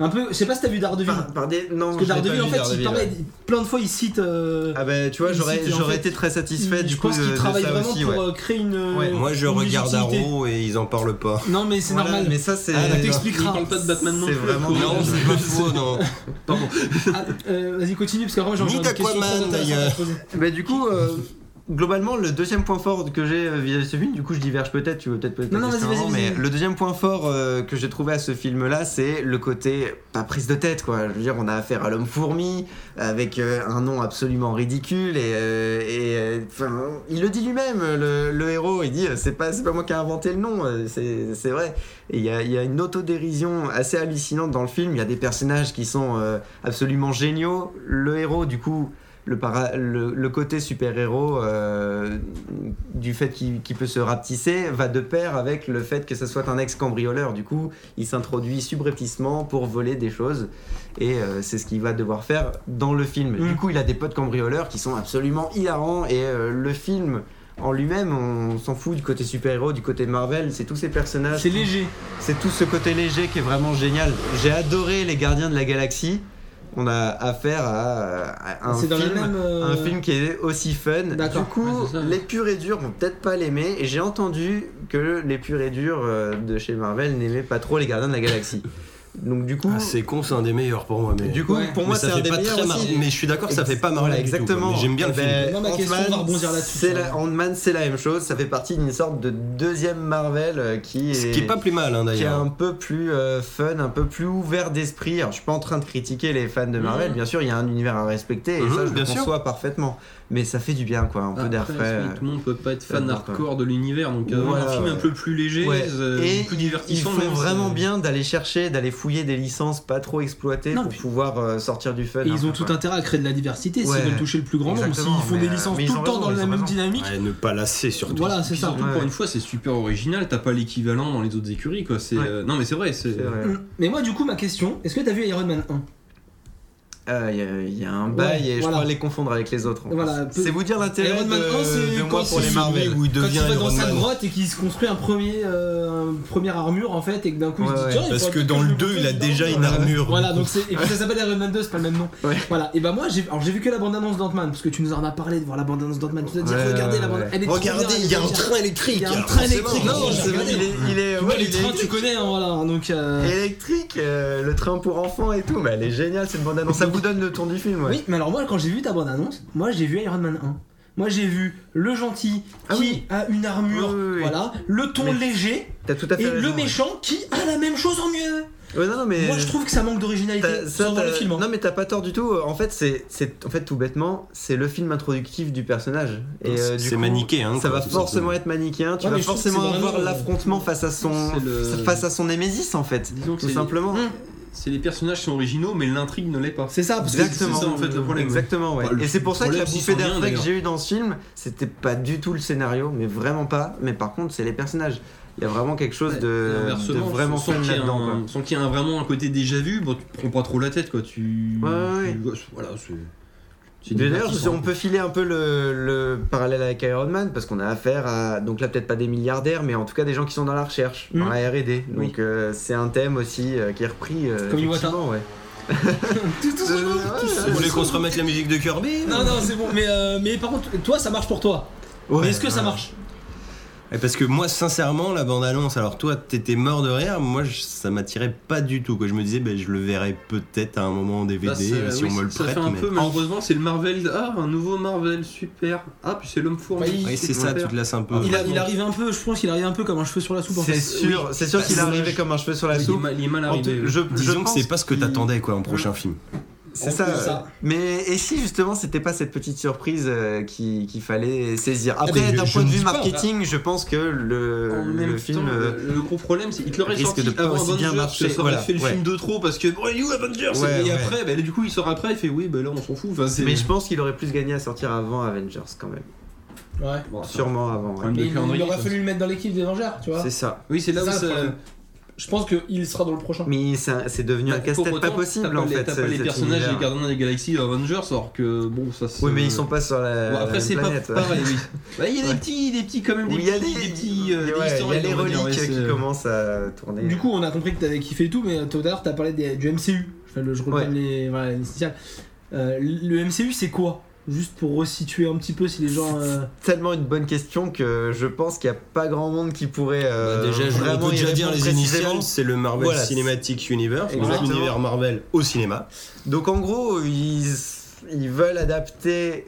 Speaker 3: Un peu, je sais pas si t'as vu Daredevil.
Speaker 2: Par, par des... Non,
Speaker 3: Parce que
Speaker 2: je l'ai pas
Speaker 3: Daredevil en
Speaker 2: vu,
Speaker 3: fait, il
Speaker 2: Daredevil,
Speaker 3: parlait
Speaker 2: ouais.
Speaker 3: plein de fois, il cite euh,
Speaker 2: Ah ben tu vois,
Speaker 3: Il
Speaker 2: j'aurais
Speaker 3: cite, en
Speaker 2: j'aurais
Speaker 3: fait,
Speaker 2: été très satisfait
Speaker 3: il-
Speaker 2: du
Speaker 3: je
Speaker 2: coup
Speaker 3: pense
Speaker 2: de,
Speaker 3: qu'il
Speaker 2: de
Speaker 3: travaille
Speaker 2: ça
Speaker 3: vraiment
Speaker 2: aussi.
Speaker 3: pour
Speaker 2: ouais.
Speaker 3: euh, créer une
Speaker 2: Ouais.
Speaker 1: Moi, je
Speaker 3: une
Speaker 1: regarde
Speaker 3: légitimité.
Speaker 1: Arrow et ils en parlent pas.
Speaker 3: Non mais c'est
Speaker 2: Voilà,
Speaker 3: normal.
Speaker 2: Mais ça c'est. euh,
Speaker 1: Ah,
Speaker 3: On
Speaker 1: d'accord.
Speaker 4: Il
Speaker 3: t'expliquera.
Speaker 4: parle pas de Batman non
Speaker 2: C'est
Speaker 4: plus.
Speaker 2: vraiment
Speaker 4: quoi.
Speaker 2: Non,
Speaker 1: c'est pas faux, non.
Speaker 3: Ah, euh, Vas-y, continue parce qu'avant j'ai
Speaker 1: Ni
Speaker 3: encore une question
Speaker 1: d'Aquaman,
Speaker 3: très intéressante à te
Speaker 1: d'ailleurs.
Speaker 3: poser.
Speaker 2: Bah du Eh ben, coup, euh, globalement, le deuxième point fort que j'ai euh, vis-à-vis de ce film, du coup, je diverge peut-être, tu veux peut-être poser ta
Speaker 3: Non, non,
Speaker 2: question
Speaker 3: vas-y,
Speaker 2: avant,
Speaker 3: vas-y,
Speaker 2: mais
Speaker 3: vas-y.
Speaker 2: le deuxième point fort euh, que j'ai trouvé à ce film-là, c'est le côté pas prise de tête, quoi. Je veux dire, on a affaire à l'homme fourmi, avec euh, un nom absolument ridicule, et, euh, et, euh, enfin, il le dit lui-même, le, le héros, il dit, euh, c'est pas, c'est pas moi qui ai inventé le nom, euh, c'est c'est vrai. Et il y a, il y a une autodérision assez hallucinante dans le film, il y a des personnages qui sont euh, absolument géniaux, le héros, du coup, le, para- le, le côté super-héros euh, du fait qu'il qu'il peut se rapetisser va de pair avec le fait que ce soit un ex-cambrioleur. Du coup, il s'introduit subrepticement pour voler des choses et euh, c'est ce qu'il va devoir faire dans le film.
Speaker 3: Mm.
Speaker 2: Du coup, il a des potes cambrioleurs qui sont absolument hilarants et euh, le film en lui-même, on s'en fout du côté super-héros, du côté Marvel, c'est tous ces personnages.
Speaker 3: C'est léger.
Speaker 2: C'est tout ce côté léger qui est vraiment génial. J'ai adoré les Gardiens de la Galaxie. On a affaire à, à un
Speaker 3: C'est dans la
Speaker 2: film
Speaker 3: même, euh,
Speaker 2: un film qui est aussi fun.
Speaker 3: D'accord.
Speaker 2: Du coup,
Speaker 3: Ouais, c'est ça.
Speaker 2: les purs et durs vont peut-être pas l'aimer. Et j'ai entendu que les purs et durs euh, de chez Marvel n'aimaient pas trop les Gardiens de la Galaxie. Donc du coup,
Speaker 1: Ah, c'est con, c'est un des meilleurs pour moi. Mais...
Speaker 2: du coup
Speaker 3: Ouais.
Speaker 2: pour
Speaker 1: Mais
Speaker 2: moi
Speaker 1: ça
Speaker 2: c'est un
Speaker 1: fait
Speaker 2: des
Speaker 1: pas
Speaker 2: meilleurs
Speaker 1: très Mar-
Speaker 2: aussi.
Speaker 1: Mais je suis d'accord que ça fait pas marrer
Speaker 2: Voilà,
Speaker 1: du tout, quoi.
Speaker 2: exactement.
Speaker 1: Mais J'aime bien
Speaker 2: Eh
Speaker 1: le film.
Speaker 2: ben,
Speaker 3: Non, ma question,
Speaker 2: Ant-Man,
Speaker 3: on va rebondir là-dessus,
Speaker 2: C'est
Speaker 3: ça.
Speaker 2: la, Ant-Man, c'est la même chose. Ça fait partie d'une sorte de deuxième Marvel euh, qui est
Speaker 1: Ce qui est pas plus mal, hein,
Speaker 2: qui est un
Speaker 1: d'ailleurs.
Speaker 2: peu plus euh, fun, un peu plus ouvert d'esprit. Alors, je suis pas en train de critiquer les fans de Marvel,
Speaker 3: Mhm.
Speaker 2: bien sûr, il y a un univers à respecter et
Speaker 3: Mm-hmm,
Speaker 1: Mhm,
Speaker 2: ça, je
Speaker 1: bien
Speaker 2: le
Speaker 1: sûr.
Speaker 2: conçois parfaitement. Mais ça fait du bien, quoi,
Speaker 3: Ah,
Speaker 2: un peu d'air
Speaker 4: Après,
Speaker 2: frais.
Speaker 4: Tout le monde peut pas être
Speaker 2: euh,
Speaker 4: fan
Speaker 2: d'accord.
Speaker 4: hardcore de l'univers, donc euh,
Speaker 2: Voilà,
Speaker 4: un film
Speaker 2: ouais.
Speaker 4: un peu plus léger,
Speaker 2: Ouais.
Speaker 4: euh,
Speaker 2: Et Ils
Speaker 4: plus divertissant.
Speaker 2: font
Speaker 4: même,
Speaker 2: vraiment
Speaker 4: c'est-
Speaker 2: bien d'aller chercher, d'aller fouiller des licences pas trop exploitées
Speaker 3: Non,
Speaker 2: pour
Speaker 3: puis-
Speaker 2: pouvoir euh, sortir du fun.
Speaker 3: Et
Speaker 2: hein,
Speaker 3: ils ont
Speaker 2: quoi.
Speaker 3: tout intérêt à créer de la diversité
Speaker 2: Ouais.
Speaker 3: s'ils veulent toucher le plus grand nombre. S'ils
Speaker 2: Exactement,
Speaker 3: font des
Speaker 2: mais,
Speaker 3: licences
Speaker 5: mais ils
Speaker 3: tout
Speaker 5: ont
Speaker 3: le temps dans
Speaker 5: raison,
Speaker 3: la
Speaker 5: ils ont
Speaker 3: même
Speaker 5: raison.
Speaker 3: dynamique.
Speaker 1: Ouais, ne pas lasser, surtout.
Speaker 3: Voilà, c'est
Speaker 4: Puis
Speaker 3: ça.
Speaker 4: surtout,
Speaker 2: Ouais.
Speaker 4: pour une fois, Ah, c'est super original, t'as pas l'équivalent dans les autres écuries, quoi. C'est,
Speaker 2: Ouais.
Speaker 4: euh, Non, mais c'est vrai, c'est.
Speaker 2: C'est vrai.
Speaker 3: Mm. Mais moi, du coup, ma question, est-ce que t'as vu Iron Man 1
Speaker 2: Euh, Il y, a- il y a un bail et je
Speaker 3: voilà.
Speaker 2: crois les confondre avec les autres. en
Speaker 3: Voilà,
Speaker 2: plus.
Speaker 3: peu-
Speaker 2: C'est vous dire l'intérêt
Speaker 3: Iron
Speaker 2: de,
Speaker 3: Man 1, c'est
Speaker 2: de
Speaker 3: quand
Speaker 2: moi
Speaker 3: il
Speaker 2: pour
Speaker 3: se
Speaker 2: les
Speaker 3: met
Speaker 2: Marvel.
Speaker 1: Où il
Speaker 3: Quand il
Speaker 1: devient
Speaker 3: va
Speaker 1: Iron
Speaker 3: dans sa
Speaker 1: Man.
Speaker 3: grotte et qu'il se construit un premier, euh, une première armure en fait, et que d'un coup il
Speaker 2: Ouais,
Speaker 3: se dit
Speaker 2: ouais.
Speaker 3: tiens, il
Speaker 1: Parce
Speaker 3: faudrait
Speaker 1: que
Speaker 3: peut-être
Speaker 1: dans
Speaker 3: je
Speaker 1: le
Speaker 3: me
Speaker 1: 2, il a
Speaker 3: construise
Speaker 1: déjà
Speaker 3: une
Speaker 1: une
Speaker 3: armure.
Speaker 1: armure.
Speaker 3: Voilà, donc c'est. Et puis ça s'appelle Iron Man 2, c'est pas le même nom.
Speaker 2: Ouais.
Speaker 3: Voilà, et bah moi j'ai alors, j'ai vu que la bande-annonce d'Ant-Man, parce que tu nous en as parlé de voir la bande-annonce d'Ant-Man, tu nous as dit
Speaker 2: Ouais,
Speaker 3: regardez la
Speaker 2: ouais,
Speaker 3: bande
Speaker 2: ouais.
Speaker 3: elle est trop bien,
Speaker 1: Regardez,
Speaker 3: elle est
Speaker 1: il y a un
Speaker 3: trop bien.
Speaker 1: train électrique. Ah,
Speaker 3: Il y a un
Speaker 1: alors
Speaker 3: train
Speaker 1: forcément.
Speaker 3: électrique,
Speaker 2: Non,
Speaker 3: j'ai
Speaker 2: c'est-
Speaker 3: regardé.
Speaker 2: il est, il est-
Speaker 3: Tu
Speaker 2: ouais,
Speaker 3: vois, les
Speaker 2: il est
Speaker 3: trains, tu connais, hein, voilà, donc. euh,
Speaker 2: électrique, euh, le train pour enfants et tout, mais elle est géniale cette bande annonce. Ça vous donne le ton du film, ouais.
Speaker 3: Oui, mais alors moi, quand j'ai vu ta bande annonce, moi j'ai vu Iron Man 1. Moi j'ai vu le gentil
Speaker 2: Ah
Speaker 3: qui
Speaker 2: oui.
Speaker 3: a une armure,
Speaker 2: Oui, oui, oui.
Speaker 3: voilà, le ton
Speaker 2: Mais-
Speaker 3: léger
Speaker 2: T'as tout à fait
Speaker 3: et
Speaker 2: raison,
Speaker 3: le
Speaker 2: ouais.
Speaker 3: méchant qui a la même chose en mieux.
Speaker 2: Ouais, non, non, mais
Speaker 3: Moi je trouve que ça manque
Speaker 2: t'as-
Speaker 3: d'originalité
Speaker 2: ça,
Speaker 3: sans voir le
Speaker 2: t'as-
Speaker 3: film. hein.
Speaker 2: Non, mais t'as pas tort du tout. En fait, c'est, c'est en fait tout bêtement, c'est le film introductif du personnage. Et euh, du
Speaker 1: C'est
Speaker 2: coup,
Speaker 1: maniqué, hein.
Speaker 2: Ça
Speaker 1: quoi,
Speaker 2: va
Speaker 1: tout
Speaker 2: forcément être manichéen. Tu
Speaker 3: Ouais,
Speaker 2: vas
Speaker 3: mais je trouve que
Speaker 2: forcément
Speaker 3: c'est vraiment- euh,
Speaker 2: avoir l'affrontement face à son
Speaker 4: C'est le-
Speaker 2: face à son némésis en fait,
Speaker 4: Disons que
Speaker 2: tout
Speaker 4: c'est-
Speaker 2: simplement.
Speaker 3: Hum,
Speaker 4: C'est les personnages qui sont originaux, mais l'intrigue ne l'est pas.
Speaker 3: C'est ça, parce que
Speaker 2: Exactement.
Speaker 4: C'est ça, en fait, le problème.
Speaker 2: Exactement, ouais.
Speaker 4: Bah, le-
Speaker 2: et c'est pour
Speaker 4: le
Speaker 2: ça que la
Speaker 4: problème,
Speaker 2: bouffée
Speaker 4: c'est sans
Speaker 2: d'air
Speaker 4: lien,
Speaker 2: frais que
Speaker 4: d'ailleurs.
Speaker 2: j'ai eu dans ce film, c'était pas du tout le scénario, mais vraiment pas. Mais par contre, c'est les personnages. Il y a vraiment quelque chose
Speaker 4: Ouais, et
Speaker 2: de, euh, de
Speaker 4: inversement,
Speaker 2: vraiment
Speaker 4: sans
Speaker 2: fun
Speaker 4: qu'il y ait
Speaker 2: là-dedans.
Speaker 4: un-
Speaker 2: quoi.
Speaker 4: Sans qu'il y ait un- vraiment un côté déjà vu, bon, tu te prends pas trop la tête, quoi. Tu.
Speaker 2: Ouais, ouais,
Speaker 4: tu- Voilà, c'est. c'est hein.
Speaker 2: Mais D'ailleurs,
Speaker 4: divertissant,
Speaker 2: on peut filer un peu le, le parallèle avec Iron Man parce qu'on a affaire à donc là peut-être pas des milliardaires, mais en tout cas des gens qui sont dans la recherche, dans
Speaker 3: Mhm.
Speaker 2: la R&D. Donc
Speaker 3: Oui.
Speaker 2: euh, c'est un thème aussi euh, qui est repris. euh,
Speaker 3: Comme Iwata.
Speaker 2: effectivement, ouais.
Speaker 1: ça.
Speaker 2: Euh, ouais,
Speaker 1: Vous
Speaker 2: ouais.
Speaker 1: voulez qu'on se remette la musique de Kirby
Speaker 3: Non, non, c'est bon, mais, euh, mais par contre, toi ça marche pour toi.
Speaker 2: Ouais,
Speaker 3: mais est-ce que ça
Speaker 2: ouais.
Speaker 3: marche
Speaker 1: Et Eh, Parce que moi, sincèrement, la bande-annonce, alors toi, t'étais mort de rire, moi, je- ça m'attirait pas du tout. Quoi. Je me disais, ben, je le verrais peut-être à un moment en
Speaker 4: Bah,
Speaker 1: DVD,
Speaker 4: ça-
Speaker 1: euh, si
Speaker 4: oui,
Speaker 1: on me le
Speaker 4: ça
Speaker 1: prête.
Speaker 4: fait un
Speaker 1: mais-
Speaker 4: peu, malheureusement, c'est le Marvel. Ah, un nouveau Marvel, super. Ah, puis c'est l'homme fourmi.
Speaker 3: Bah, il-
Speaker 1: Oui, c'est ça, tu te lasses un peu.
Speaker 3: il, a-
Speaker 4: vraiment.
Speaker 3: il arrive un peu, je pense qu'il arrive un peu comme un cheveu sur la soupe en
Speaker 2: C'est
Speaker 3: fait.
Speaker 2: sûr, c'est sûr
Speaker 4: Bah,
Speaker 2: qu'il est
Speaker 4: c'est-
Speaker 2: arrivé comme un cheveu sur la
Speaker 4: Ah, Il est
Speaker 2: soupe.
Speaker 4: mal, il est mal
Speaker 2: En tout-
Speaker 4: arrivé. oui.
Speaker 2: je, je
Speaker 1: Disons que
Speaker 2: pense
Speaker 1: c'est pas ce que
Speaker 4: qu'il-
Speaker 1: t'attendais quoi en prochain film.
Speaker 2: C'est
Speaker 3: En plus,
Speaker 2: ça.
Speaker 1: hein.
Speaker 3: ça.
Speaker 2: Mais et si justement c'était pas cette petite surprise euh, qui- qu'il fallait saisir Après,
Speaker 1: Ah, mais je-
Speaker 2: d'un
Speaker 1: je
Speaker 2: point de
Speaker 1: ne
Speaker 2: vue
Speaker 1: dis pas.
Speaker 2: marketing, je pense que le,
Speaker 4: En même
Speaker 2: le film.
Speaker 4: temps,
Speaker 2: euh,
Speaker 4: le, le gros problème, c'est qu'il aurait
Speaker 2: risque
Speaker 4: sorti
Speaker 2: de pas
Speaker 4: avant
Speaker 2: aussi bien
Speaker 4: Avengers,
Speaker 2: marcher,
Speaker 4: ça aurait
Speaker 2: voilà,
Speaker 4: fait le
Speaker 2: ouais.
Speaker 4: film de trop parce que bon, il est où Avengers
Speaker 2: Ouais,
Speaker 4: Et
Speaker 2: ouais.
Speaker 4: après, bah, du coup, il sort après, il fait oui, bah là, on s'en fout. Enfin, c'est-
Speaker 2: Mais je pense qu'il aurait plus gagné à sortir avant Avengers quand même.
Speaker 3: Ouais.
Speaker 4: Bon, ça-
Speaker 2: Sûrement avant. ouais.
Speaker 4: Quand même.
Speaker 3: Mais
Speaker 4: Le
Speaker 3: il,
Speaker 4: calendrier,
Speaker 3: il aurait
Speaker 4: ça.
Speaker 3: fallu le mettre dans l'équipe des Vengeurs, tu vois.
Speaker 2: C'est ça.
Speaker 4: Oui, c'est là
Speaker 3: C'est
Speaker 4: où
Speaker 3: ça,
Speaker 4: ça.
Speaker 3: le problème. Je pense qu'il sera dans le prochain.
Speaker 2: Mais ça- c'est devenu un
Speaker 4: Bah, pour
Speaker 2: casse-tête
Speaker 4: autant,
Speaker 2: pas possible
Speaker 4: t'as
Speaker 2: en
Speaker 4: les-
Speaker 2: fait.
Speaker 4: T'as pas
Speaker 2: ce-
Speaker 4: les
Speaker 2: cet
Speaker 4: personnages des
Speaker 2: univers.
Speaker 4: Gardiens des Galaxies dans Avengers, alors que bon, ça se.
Speaker 2: Oui, mais ils sont pas sur la.
Speaker 4: Bon,
Speaker 2: la
Speaker 4: après,
Speaker 2: même
Speaker 4: c'est pas
Speaker 2: planète, ouais.
Speaker 4: pareil, oui. Bah, Il y a des petits, des petits, quand même, des
Speaker 2: Oui, Il y a des,
Speaker 4: petits- des petits. euh, des
Speaker 2: ouais, il y a
Speaker 4: historiques,
Speaker 2: les
Speaker 4: on va dire,
Speaker 2: reliques
Speaker 4: ouais,
Speaker 2: qui
Speaker 4: c'est-
Speaker 2: commencent à tourner.
Speaker 3: Du coup, on a compris que t'avais kiffé et tout, mais euh, tout à l'heure, t'as parlé des- du MCU. Enfin, le- je reprends
Speaker 2: Ouais.
Speaker 3: les, voilà, les initiales. Euh, le MCU, c'est quoi Juste pour resituer un petit peu si les gens. euh,
Speaker 2: tellement une bonne question que je pense qu'il n'y a pas grand monde qui pourrait euh,
Speaker 4: Bah,
Speaker 1: Bah, déjà, je
Speaker 2: vraiment
Speaker 1: peux
Speaker 2: y
Speaker 1: déjà dire
Speaker 2: répondre
Speaker 1: les initiales,
Speaker 2: précisément.
Speaker 1: c'est le Marvel
Speaker 2: Voilà.
Speaker 1: Cinematic Universe, donc
Speaker 2: Exactement.
Speaker 1: l'univers Marvel au cinéma.
Speaker 2: Donc en gros, ils, ils veulent adapter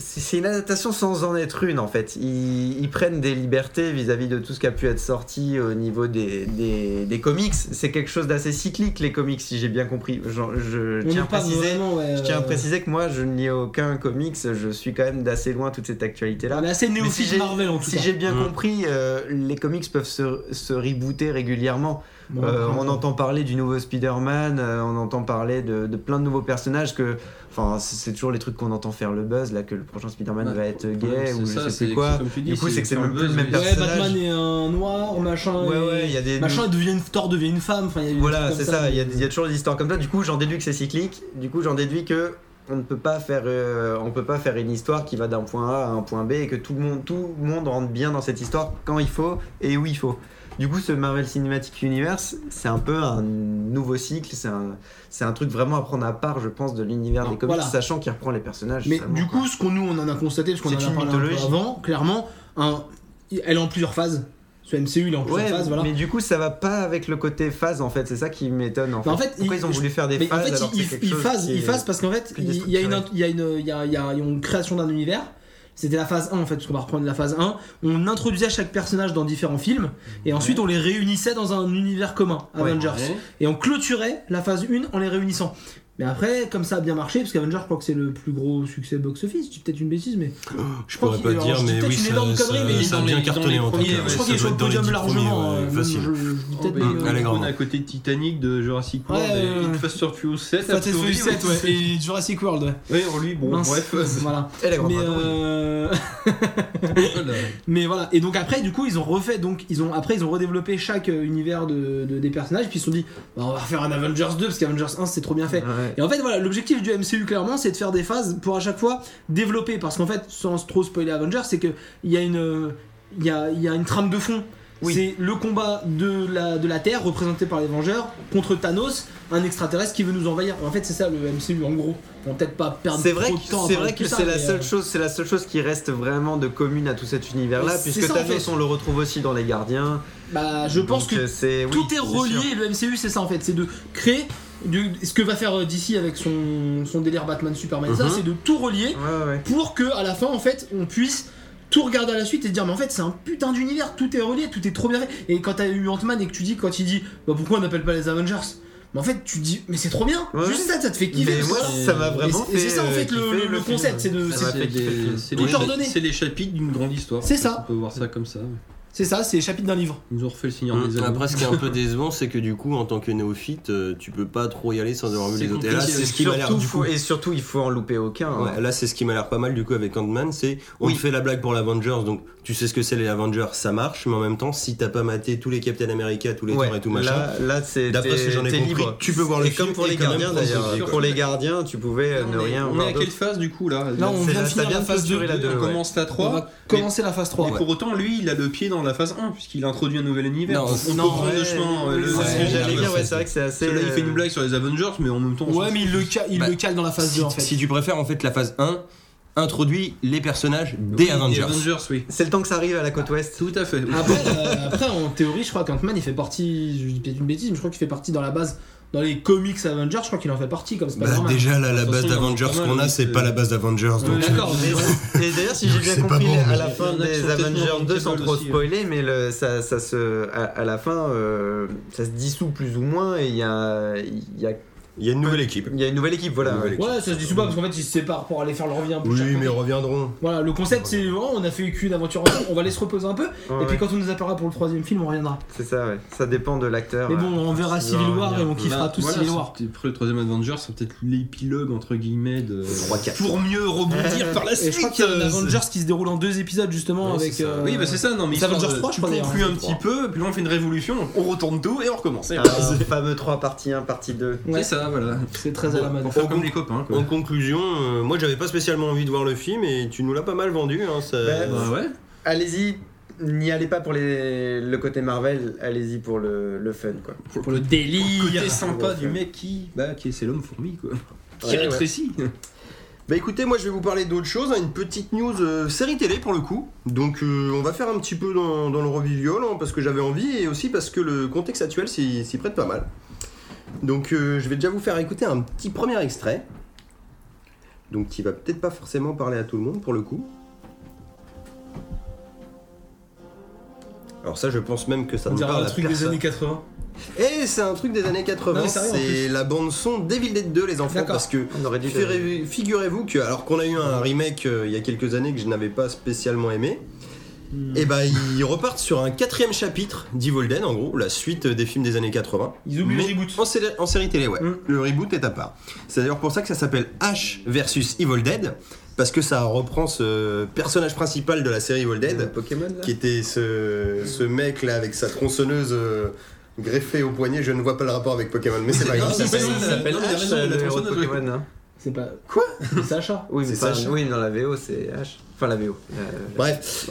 Speaker 2: c'est c'est une adaptation sans en être une en fait. Ils, ils prennent des libertés vis-à-vis de tout ce qui a pu être sorti au niveau des, des, des comics. C'est quelque chose d'assez cyclique les comics, si j'ai bien compris. Genre, je,
Speaker 3: On
Speaker 2: tiens à
Speaker 3: en parle
Speaker 2: préciser,
Speaker 3: vraiment, ouais,
Speaker 2: je tiens à
Speaker 3: euh,
Speaker 2: préciser que moi je ne lis aucun comics, je suis quand même d'assez loin toute cette actualité là.
Speaker 3: On est assez
Speaker 2: Mais si
Speaker 3: néophyte
Speaker 2: j'ai-
Speaker 3: Marvel en tout
Speaker 2: Si
Speaker 3: cas.
Speaker 2: j'ai bien
Speaker 1: Mm.
Speaker 2: compris, euh, les comics peuvent se, se rebooter régulièrement. Euh, on entend parler du nouveau Spider-Man, euh, on entend parler de, de plein de nouveaux personnages que. Enfin, c'est c'est toujours les trucs qu'on entend faire le buzz, là, que le prochain Spider-Man
Speaker 4: Ouais,
Speaker 2: va être
Speaker 4: Ouais,
Speaker 2: gay ou
Speaker 4: c'est ça,
Speaker 2: je sais
Speaker 4: c'est-
Speaker 2: plus quoi.
Speaker 4: comme tu dis,
Speaker 2: Du coup, c'est que c'est
Speaker 4: faire
Speaker 2: même plus le
Speaker 4: buzz,
Speaker 2: même
Speaker 4: oui.
Speaker 3: Ouais,
Speaker 2: personnage.
Speaker 3: Batman est un noir, machin.
Speaker 2: Ouais,
Speaker 3: et-
Speaker 2: ouais, il y a des.
Speaker 3: Machin devient une Thor devient une femme. Enfin, il y a des
Speaker 2: Voilà,
Speaker 3: trucs
Speaker 2: c'est
Speaker 3: comme
Speaker 2: ça, il y, a- il y a toujours des histoires comme ça. Du coup, j'en déduis que c'est cyclique. Du coup, j'en déduis que. On ne peut pas faire, euh, on peut pas faire une histoire qui va d'un point A à un point B et que tout le monde, tout le monde rentre bien dans cette histoire quand il faut et où il faut. Du coup, ce Marvel Cinematic Universe, c'est un peu un nouveau cycle. C'est un, c'est un truc vraiment à prendre à part, je pense, de l'univers des comics,
Speaker 3: Voilà.
Speaker 2: sachant qu'il reprend les personnages.
Speaker 3: Mais
Speaker 2: seulement,
Speaker 3: du
Speaker 2: quoi.
Speaker 3: coup, ce qu'on nous on en a constaté, parce qu'on en
Speaker 2: hein. C'est
Speaker 3: a
Speaker 2: une
Speaker 3: parlé un peu
Speaker 2: mythologie.
Speaker 3: avant, clairement, un- elle est en plusieurs phases. Ce MCU, il est en plusieurs
Speaker 2: ouais,
Speaker 3: phases, voilà.
Speaker 2: mais du coup, ça va pas avec le côté phase en fait. C'est ça qui m'étonne en
Speaker 3: Bah, en
Speaker 2: fait.
Speaker 3: fait,
Speaker 2: Pourquoi
Speaker 3: il-
Speaker 2: ils ont voulu faire des
Speaker 3: Mais en
Speaker 2: phases
Speaker 3: fait,
Speaker 2: alors que
Speaker 3: il,
Speaker 2: c'est quelque
Speaker 3: il
Speaker 2: chose
Speaker 3: phase,
Speaker 2: qui
Speaker 3: il
Speaker 2: est-
Speaker 3: phase parce qu'en fait,
Speaker 2: plus
Speaker 3: il il y a une,
Speaker 2: déstructuré.
Speaker 3: il y a une, il y a, il y a- il y a une création d'un univers. C'était la phase 1 en fait, parce qu'on va reprendre la phase 1. On introduisait chaque personnage dans différents films et ensuite on les réunissait dans un univers commun,
Speaker 2: Ouais,
Speaker 3: Avengers.
Speaker 4: Ouais.
Speaker 3: Et on clôturait la phase 1 en les réunissant. Mais après, comme ça a bien marché, parce qu'Avengers, je crois que c'est le plus gros succès box-office, je dis peut-être une bêtise, mais
Speaker 1: Je
Speaker 3: crois
Speaker 1: pourrais
Speaker 3: qu'il-
Speaker 1: pas te
Speaker 3: alors, je
Speaker 1: dire,
Speaker 3: dis
Speaker 1: mais
Speaker 3: peut-être
Speaker 1: oui,
Speaker 3: une
Speaker 1: ça,
Speaker 3: énorme
Speaker 1: ça-
Speaker 3: connerie, mais il est
Speaker 1: ça a
Speaker 4: dans
Speaker 1: bien
Speaker 4: les-
Speaker 1: cartonné
Speaker 4: dans
Speaker 1: en
Speaker 4: les
Speaker 1: tout
Speaker 4: premiers,
Speaker 1: cas.
Speaker 4: ouais,
Speaker 3: je
Speaker 1: Ça
Speaker 3: crois qu'il
Speaker 1: doit
Speaker 3: est sur le
Speaker 1: être dans les
Speaker 3: podium
Speaker 1: 10
Speaker 3: largement.
Speaker 1: premiers, ouais,
Speaker 3: euh,
Speaker 1: facile.
Speaker 3: je- je dis peut-être,
Speaker 1: Oh,
Speaker 3: mais,
Speaker 1: bah,
Speaker 3: euh,
Speaker 1: allez, grand.
Speaker 4: On est à côté de Titanic, de Jurassic World,
Speaker 3: Ouais,
Speaker 4: et
Speaker 3: ouais, ouais.
Speaker 4: Fast Furious 7.
Speaker 3: Fast and Furious 7, ouais, et Jurassic World, ouais.
Speaker 4: Oui, en lui, bon,
Speaker 3: Mince.
Speaker 4: bref.
Speaker 3: voilà.
Speaker 2: Et la grande
Speaker 3: Mais,
Speaker 2: vadrouille.
Speaker 3: euh,
Speaker 4: Voilà.
Speaker 3: mais voilà. Et donc après, du coup, ils ont refait. Donc, ils ont après, ils ont redéveloppé chaque euh, univers de, de- des personnages. Puis ils se sont dit, bah, on va refaire un Avengers 2 parce qu'Avengers 1 c'est trop bien fait.
Speaker 2: Ouais.
Speaker 3: Et en fait, voilà, l'objectif du MCU clairement, c'est de faire des phases pour à chaque fois développer. Parce qu'en fait, sans trop spoiler Avengers, c'est que il y a une, euh, il y a, il y a une trame de fond.
Speaker 2: Oui.
Speaker 3: C'est le combat de la, de la Terre représenté par les Vengeurs contre Thanos, un extraterrestre qui veut nous envahir. En fait, c'est ça le MCU en gros. On va peut-être pas perdre
Speaker 2: C'est vrai
Speaker 3: trop
Speaker 2: que
Speaker 3: de temps. à
Speaker 2: c'est
Speaker 3: parler
Speaker 2: vrai
Speaker 3: de tout
Speaker 2: que
Speaker 3: ça,
Speaker 2: c'est la
Speaker 3: mais,
Speaker 2: seule
Speaker 3: euh,
Speaker 2: chose, c'est la seule chose qui reste vraiment de commune à tout cet univers-là,
Speaker 3: Mais c'est
Speaker 2: puisque
Speaker 3: ça, en
Speaker 2: Thanos
Speaker 3: fait.
Speaker 2: on le retrouve aussi dans les Gardiens.
Speaker 3: Bah, je pense
Speaker 2: Donc,
Speaker 3: que
Speaker 2: euh, c'est oui,
Speaker 3: tout est
Speaker 2: c'est
Speaker 3: relié.
Speaker 2: sûr.
Speaker 3: et Le MCU, c'est ça en fait, c'est de créer. du- ce que va faire euh, DC avec son, son délire Batman Superman, ça,
Speaker 1: Mhm.
Speaker 3: c'est de tout relier
Speaker 2: Ouais, ouais.
Speaker 3: pour que à la fin, en fait, on puisse tout regarder à la suite et dire mais en fait c'est un putain d'univers, tout est relié, tout est trop bien fait. Et quand t'as eu Ant-Man et que tu dis quand il dit bah pourquoi on n'appelle pas les Avengers, mais en fait tu dis mais c'est trop bien,
Speaker 2: Ouais.
Speaker 3: juste ça, ça te fait kiffer.
Speaker 2: Mais
Speaker 3: parce
Speaker 2: moi,
Speaker 3: que-
Speaker 2: ça m'a vraiment
Speaker 3: et c'est- et c'est ça, en
Speaker 2: euh,
Speaker 3: fait, le-
Speaker 2: kiffer
Speaker 3: le- le
Speaker 2: film.
Speaker 3: concept, c'est de-
Speaker 2: Ça
Speaker 3: c'est-
Speaker 2: m'a
Speaker 4: C'est
Speaker 2: fait kiffer le
Speaker 4: des-
Speaker 2: film.
Speaker 4: c'est
Speaker 3: Tout
Speaker 4: les
Speaker 3: est
Speaker 4: cha-
Speaker 3: ordonné.
Speaker 4: c'est les chapitres d'une grande histoire.
Speaker 3: C'est ça.
Speaker 4: On peut voir ça comme ça.
Speaker 3: C'est ça, c'est les chapitres d'un livre.
Speaker 4: Ils nous ont refait le Seigneur
Speaker 1: Hum,
Speaker 4: des Anneaux.
Speaker 1: Après, ce qui est un peu décevant, c'est que du coup, en tant que néophyte, euh, tu peux pas trop y aller sans avoir vu
Speaker 4: C'est
Speaker 1: les autres. Et là,
Speaker 4: compliqué,
Speaker 1: c'est
Speaker 4: ouais.
Speaker 1: ce qui m'a l'air
Speaker 2: Surtout,
Speaker 1: du
Speaker 2: faut-
Speaker 1: coup.
Speaker 2: et surtout il faut en louper aucun. ouais.
Speaker 1: Ouais, Là, c'est ce qui m'a l'air pas mal du coup avec Ant-Man, c'est on
Speaker 2: Oui.
Speaker 1: te fait la blague pour l'Avengers, donc tu sais ce que c'est les Avengers, ça marche, mais en même temps, si t'as pas maté tous les Captain America, tous les
Speaker 2: Ouais,
Speaker 1: Thor et tout machin,
Speaker 2: Là, là c'est
Speaker 1: D'après ce que
Speaker 2: t'es-
Speaker 1: j'en ai
Speaker 2: t'es
Speaker 1: compris,
Speaker 2: libre.
Speaker 1: tu peux voir le
Speaker 2: et
Speaker 1: film
Speaker 2: comme pour
Speaker 1: et
Speaker 2: les
Speaker 1: quand même
Speaker 2: gardiens
Speaker 1: prendre
Speaker 2: d'ailleurs,
Speaker 1: son
Speaker 4: plaisir.
Speaker 2: pour les gardiens, tu pouvais euh, ne
Speaker 4: On est-
Speaker 2: rien
Speaker 4: On est
Speaker 2: voir
Speaker 4: à
Speaker 2: d'autre.
Speaker 4: quelle phase du coup là
Speaker 3: Là, on
Speaker 2: C'est-
Speaker 3: vient de
Speaker 2: ça
Speaker 3: finir
Speaker 2: vient
Speaker 3: la
Speaker 2: de
Speaker 3: phase 2.
Speaker 2: clôturer la deux,
Speaker 4: On
Speaker 2: ouais.
Speaker 4: commence la
Speaker 3: On
Speaker 4: 3.
Speaker 3: va commencer la phase 3.
Speaker 4: Et pour autant, lui, il a le pied dans la phase 1, puisqu'il introduit un nouvel univers.
Speaker 1: Non,
Speaker 4: on
Speaker 1: c'est-
Speaker 4: on
Speaker 3: non,
Speaker 4: peut prendre
Speaker 2: Ouais,
Speaker 4: le chemin. euh,
Speaker 2: oui,
Speaker 4: le-
Speaker 2: c'est ce que
Speaker 4: ouais,
Speaker 2: j'allais
Speaker 4: ouais,
Speaker 2: dire, ouais,
Speaker 4: ouais.
Speaker 2: c'est vrai que c'est assez.
Speaker 4: Parce que Là, il fait une
Speaker 2: euh,
Speaker 4: blague sur les Avengers, mais en même temps, on s'en
Speaker 3: Ouais,
Speaker 4: fout.
Speaker 3: mais il le, ca- il
Speaker 1: Bah,
Speaker 3: le cale dans la phase 2 en fait.
Speaker 1: si tu préfères en fait la phase 1, introduit les personnages des
Speaker 4: Oui,
Speaker 1: Avengers.
Speaker 4: oui.
Speaker 2: C'est le temps que ça arrive à la côte ouest.
Speaker 4: Tout à fait.
Speaker 3: Après, euh, après, en théorie, je crois qu'Ant-Man il fait partie, je dis peut-être une bêtise, mais je crois qu'il fait partie dans la base, dans les comics Avengers, je crois qu'il en fait partie comme c'est pas
Speaker 1: Bah,
Speaker 3: normal.
Speaker 1: déjà là, la
Speaker 4: De toute
Speaker 1: base
Speaker 4: façon,
Speaker 1: d'Avengers
Speaker 4: il y en a
Speaker 1: qu'on
Speaker 4: pas
Speaker 1: a,
Speaker 4: mal,
Speaker 1: c'est
Speaker 4: mais
Speaker 1: pas
Speaker 4: c'est-
Speaker 1: la base d'Avengers.
Speaker 3: Ouais,
Speaker 1: Donc,
Speaker 3: D'accord, mais
Speaker 2: Et d'ailleurs, si j'ai bien
Speaker 1: C'est pas
Speaker 2: compris,
Speaker 1: bon,
Speaker 2: à
Speaker 1: mais-
Speaker 2: la fin
Speaker 4: Il y en a qui
Speaker 2: des
Speaker 4: sont peut-être
Speaker 2: Avengers
Speaker 4: moins
Speaker 2: 2, sans
Speaker 4: capables
Speaker 2: trop
Speaker 4: aussi, ouais.
Speaker 2: spoiler, mais le, ça, ça se, à, à la fin, euh, ça se dissout plus ou moins et il y a, il y, a,
Speaker 1: il y a une nouvelle équipe.
Speaker 2: il y a une nouvelle équipe, voilà.
Speaker 1: Une nouvelle équipe.
Speaker 3: Ouais, ça se dit pas parce qu'en fait ils se séparent pour aller faire leur vie un peu.
Speaker 1: Oui,
Speaker 3: chacun.
Speaker 1: mais reviendront.
Speaker 3: Voilà, le concept c'est oh, on a fait qu'une aventure ensemble, on va aller se reposer un peu,
Speaker 2: Ouais,
Speaker 3: et puis
Speaker 2: ouais,
Speaker 3: quand on nous appellera pour le troisième film, on reviendra.
Speaker 2: C'est ça, ouais. Ça dépend de l'acteur. hein.
Speaker 3: mais
Speaker 2: ouais.
Speaker 3: bon, on verra
Speaker 2: c'est
Speaker 3: Civil
Speaker 2: bien,
Speaker 3: War et on
Speaker 2: bien.
Speaker 3: kiffera
Speaker 4: Bah,
Speaker 3: tous
Speaker 4: voilà,
Speaker 3: Civil War.
Speaker 4: c'est- Après le troisième Avenger, c'est peut-être l'épilogue entre guillemets de.
Speaker 1: Trois, quatre.
Speaker 4: Pour mieux rebondir par la
Speaker 3: Et
Speaker 4: suite.
Speaker 3: je crois qu'il y a un
Speaker 4: euh,
Speaker 3: Avengers qui se déroule en deux épisodes justement
Speaker 1: Ouais,
Speaker 3: avec.
Speaker 1: c'est ça.
Speaker 3: euh,
Speaker 4: Oui, bah c'est ça, non, mais
Speaker 3: C'est
Speaker 4: histoire
Speaker 3: Avengers
Speaker 4: de-
Speaker 3: 3, je
Speaker 4: tu
Speaker 3: crois,
Speaker 4: conclus
Speaker 3: d'ailleurs,
Speaker 4: un petit peu, puis là on fait une révolution, on retourne tout et on recommence. Et
Speaker 2: Un
Speaker 4: voilà.
Speaker 2: fameux 3, partie 1, partie 2.
Speaker 3: ouais,
Speaker 4: C'est ça, voilà.
Speaker 3: c'est très à la mode.
Speaker 4: Pour faire
Speaker 1: Au
Speaker 4: comme
Speaker 1: goût.
Speaker 4: les copains, quoi.
Speaker 1: En conclusion, euh, moi j'avais pas spécialement envie de voir le film et tu nous l'as pas mal vendu. Hein, ça...
Speaker 3: Ben,
Speaker 2: Bah,
Speaker 4: Bah ouais.
Speaker 2: Allez-y, n'y allez pas pour les, le côté Marvel, allez-y pour le, le fun, quoi.
Speaker 3: Pour le délire.
Speaker 4: Côté sympa du mec qui. Bah, qui est- c'est l'homme fourmi, quoi. Qui
Speaker 2: Ouais, ouais.
Speaker 4: rétrécit.
Speaker 1: Bah écoutez, moi je vais vous parler d'autre chose, hein, une petite news euh, série télé pour le coup. Donc euh, on va faire un petit peu dans, dans le reviviol hein, parce que j'avais envie et aussi parce que le contexte actuel s'y s'y prête pas mal. Donc euh, je vais déjà vous faire écouter un petit premier extrait. donc qui va peut-être pas forcément parler à tout le monde pour le coup. Alors ça, je pense même que ça
Speaker 3: On
Speaker 1: ne
Speaker 3: dirait
Speaker 1: parle
Speaker 3: un
Speaker 1: à
Speaker 3: truc des
Speaker 1: personne.
Speaker 3: années 80.
Speaker 1: Et c'est un truc des années 80,
Speaker 3: Non, mais sérieux, en
Speaker 1: c'est
Speaker 3: plus.
Speaker 1: la bande son Devil Dead 2 les enfants
Speaker 3: D'accord.
Speaker 1: parce que
Speaker 2: On aurait dû. le-
Speaker 1: Figurez- Figurez-vous que, alors qu'on a eu un remake euh, il y a quelques années que je n'avais pas spécialement aimé,
Speaker 3: Mm.
Speaker 1: et bah ils repartent sur un quatrième chapitre d'Evil Dead, en gros, la suite des films des années 80.
Speaker 4: Ils oublient
Speaker 1: Mais
Speaker 4: le reboot.
Speaker 1: En, série- en série télé, ouais.
Speaker 4: Mm.
Speaker 1: Le reboot est à part. C'est d'ailleurs pour ça que ça s'appelle H versus Evil Dead, parce que ça reprend ce personnage principal de la série Evil
Speaker 2: Euh,
Speaker 1: Dead,
Speaker 2: Pokémon là
Speaker 1: qui était ce, ce mec là avec sa tronçonneuse euh, greffée au poignet. Je ne vois pas le rapport avec Pokémon, mais c'est pas
Speaker 4: Non,
Speaker 1: grave.
Speaker 4: c'est
Speaker 1: ça
Speaker 4: pas
Speaker 1: s'appelle-
Speaker 4: ça. s'appelle
Speaker 2: Non, mais
Speaker 4: Ash,
Speaker 2: t'as raison,
Speaker 4: le
Speaker 2: le héros de
Speaker 4: personnage.
Speaker 2: Pokémon, hein.
Speaker 3: C'est pas.
Speaker 1: Quoi
Speaker 3: C'est Sacha.
Speaker 2: Oui, mais
Speaker 1: C'est
Speaker 2: pas-
Speaker 1: Sacha.
Speaker 2: oui, dans la VO, c'est H. Enfin, la VO. euh,
Speaker 1: Bref.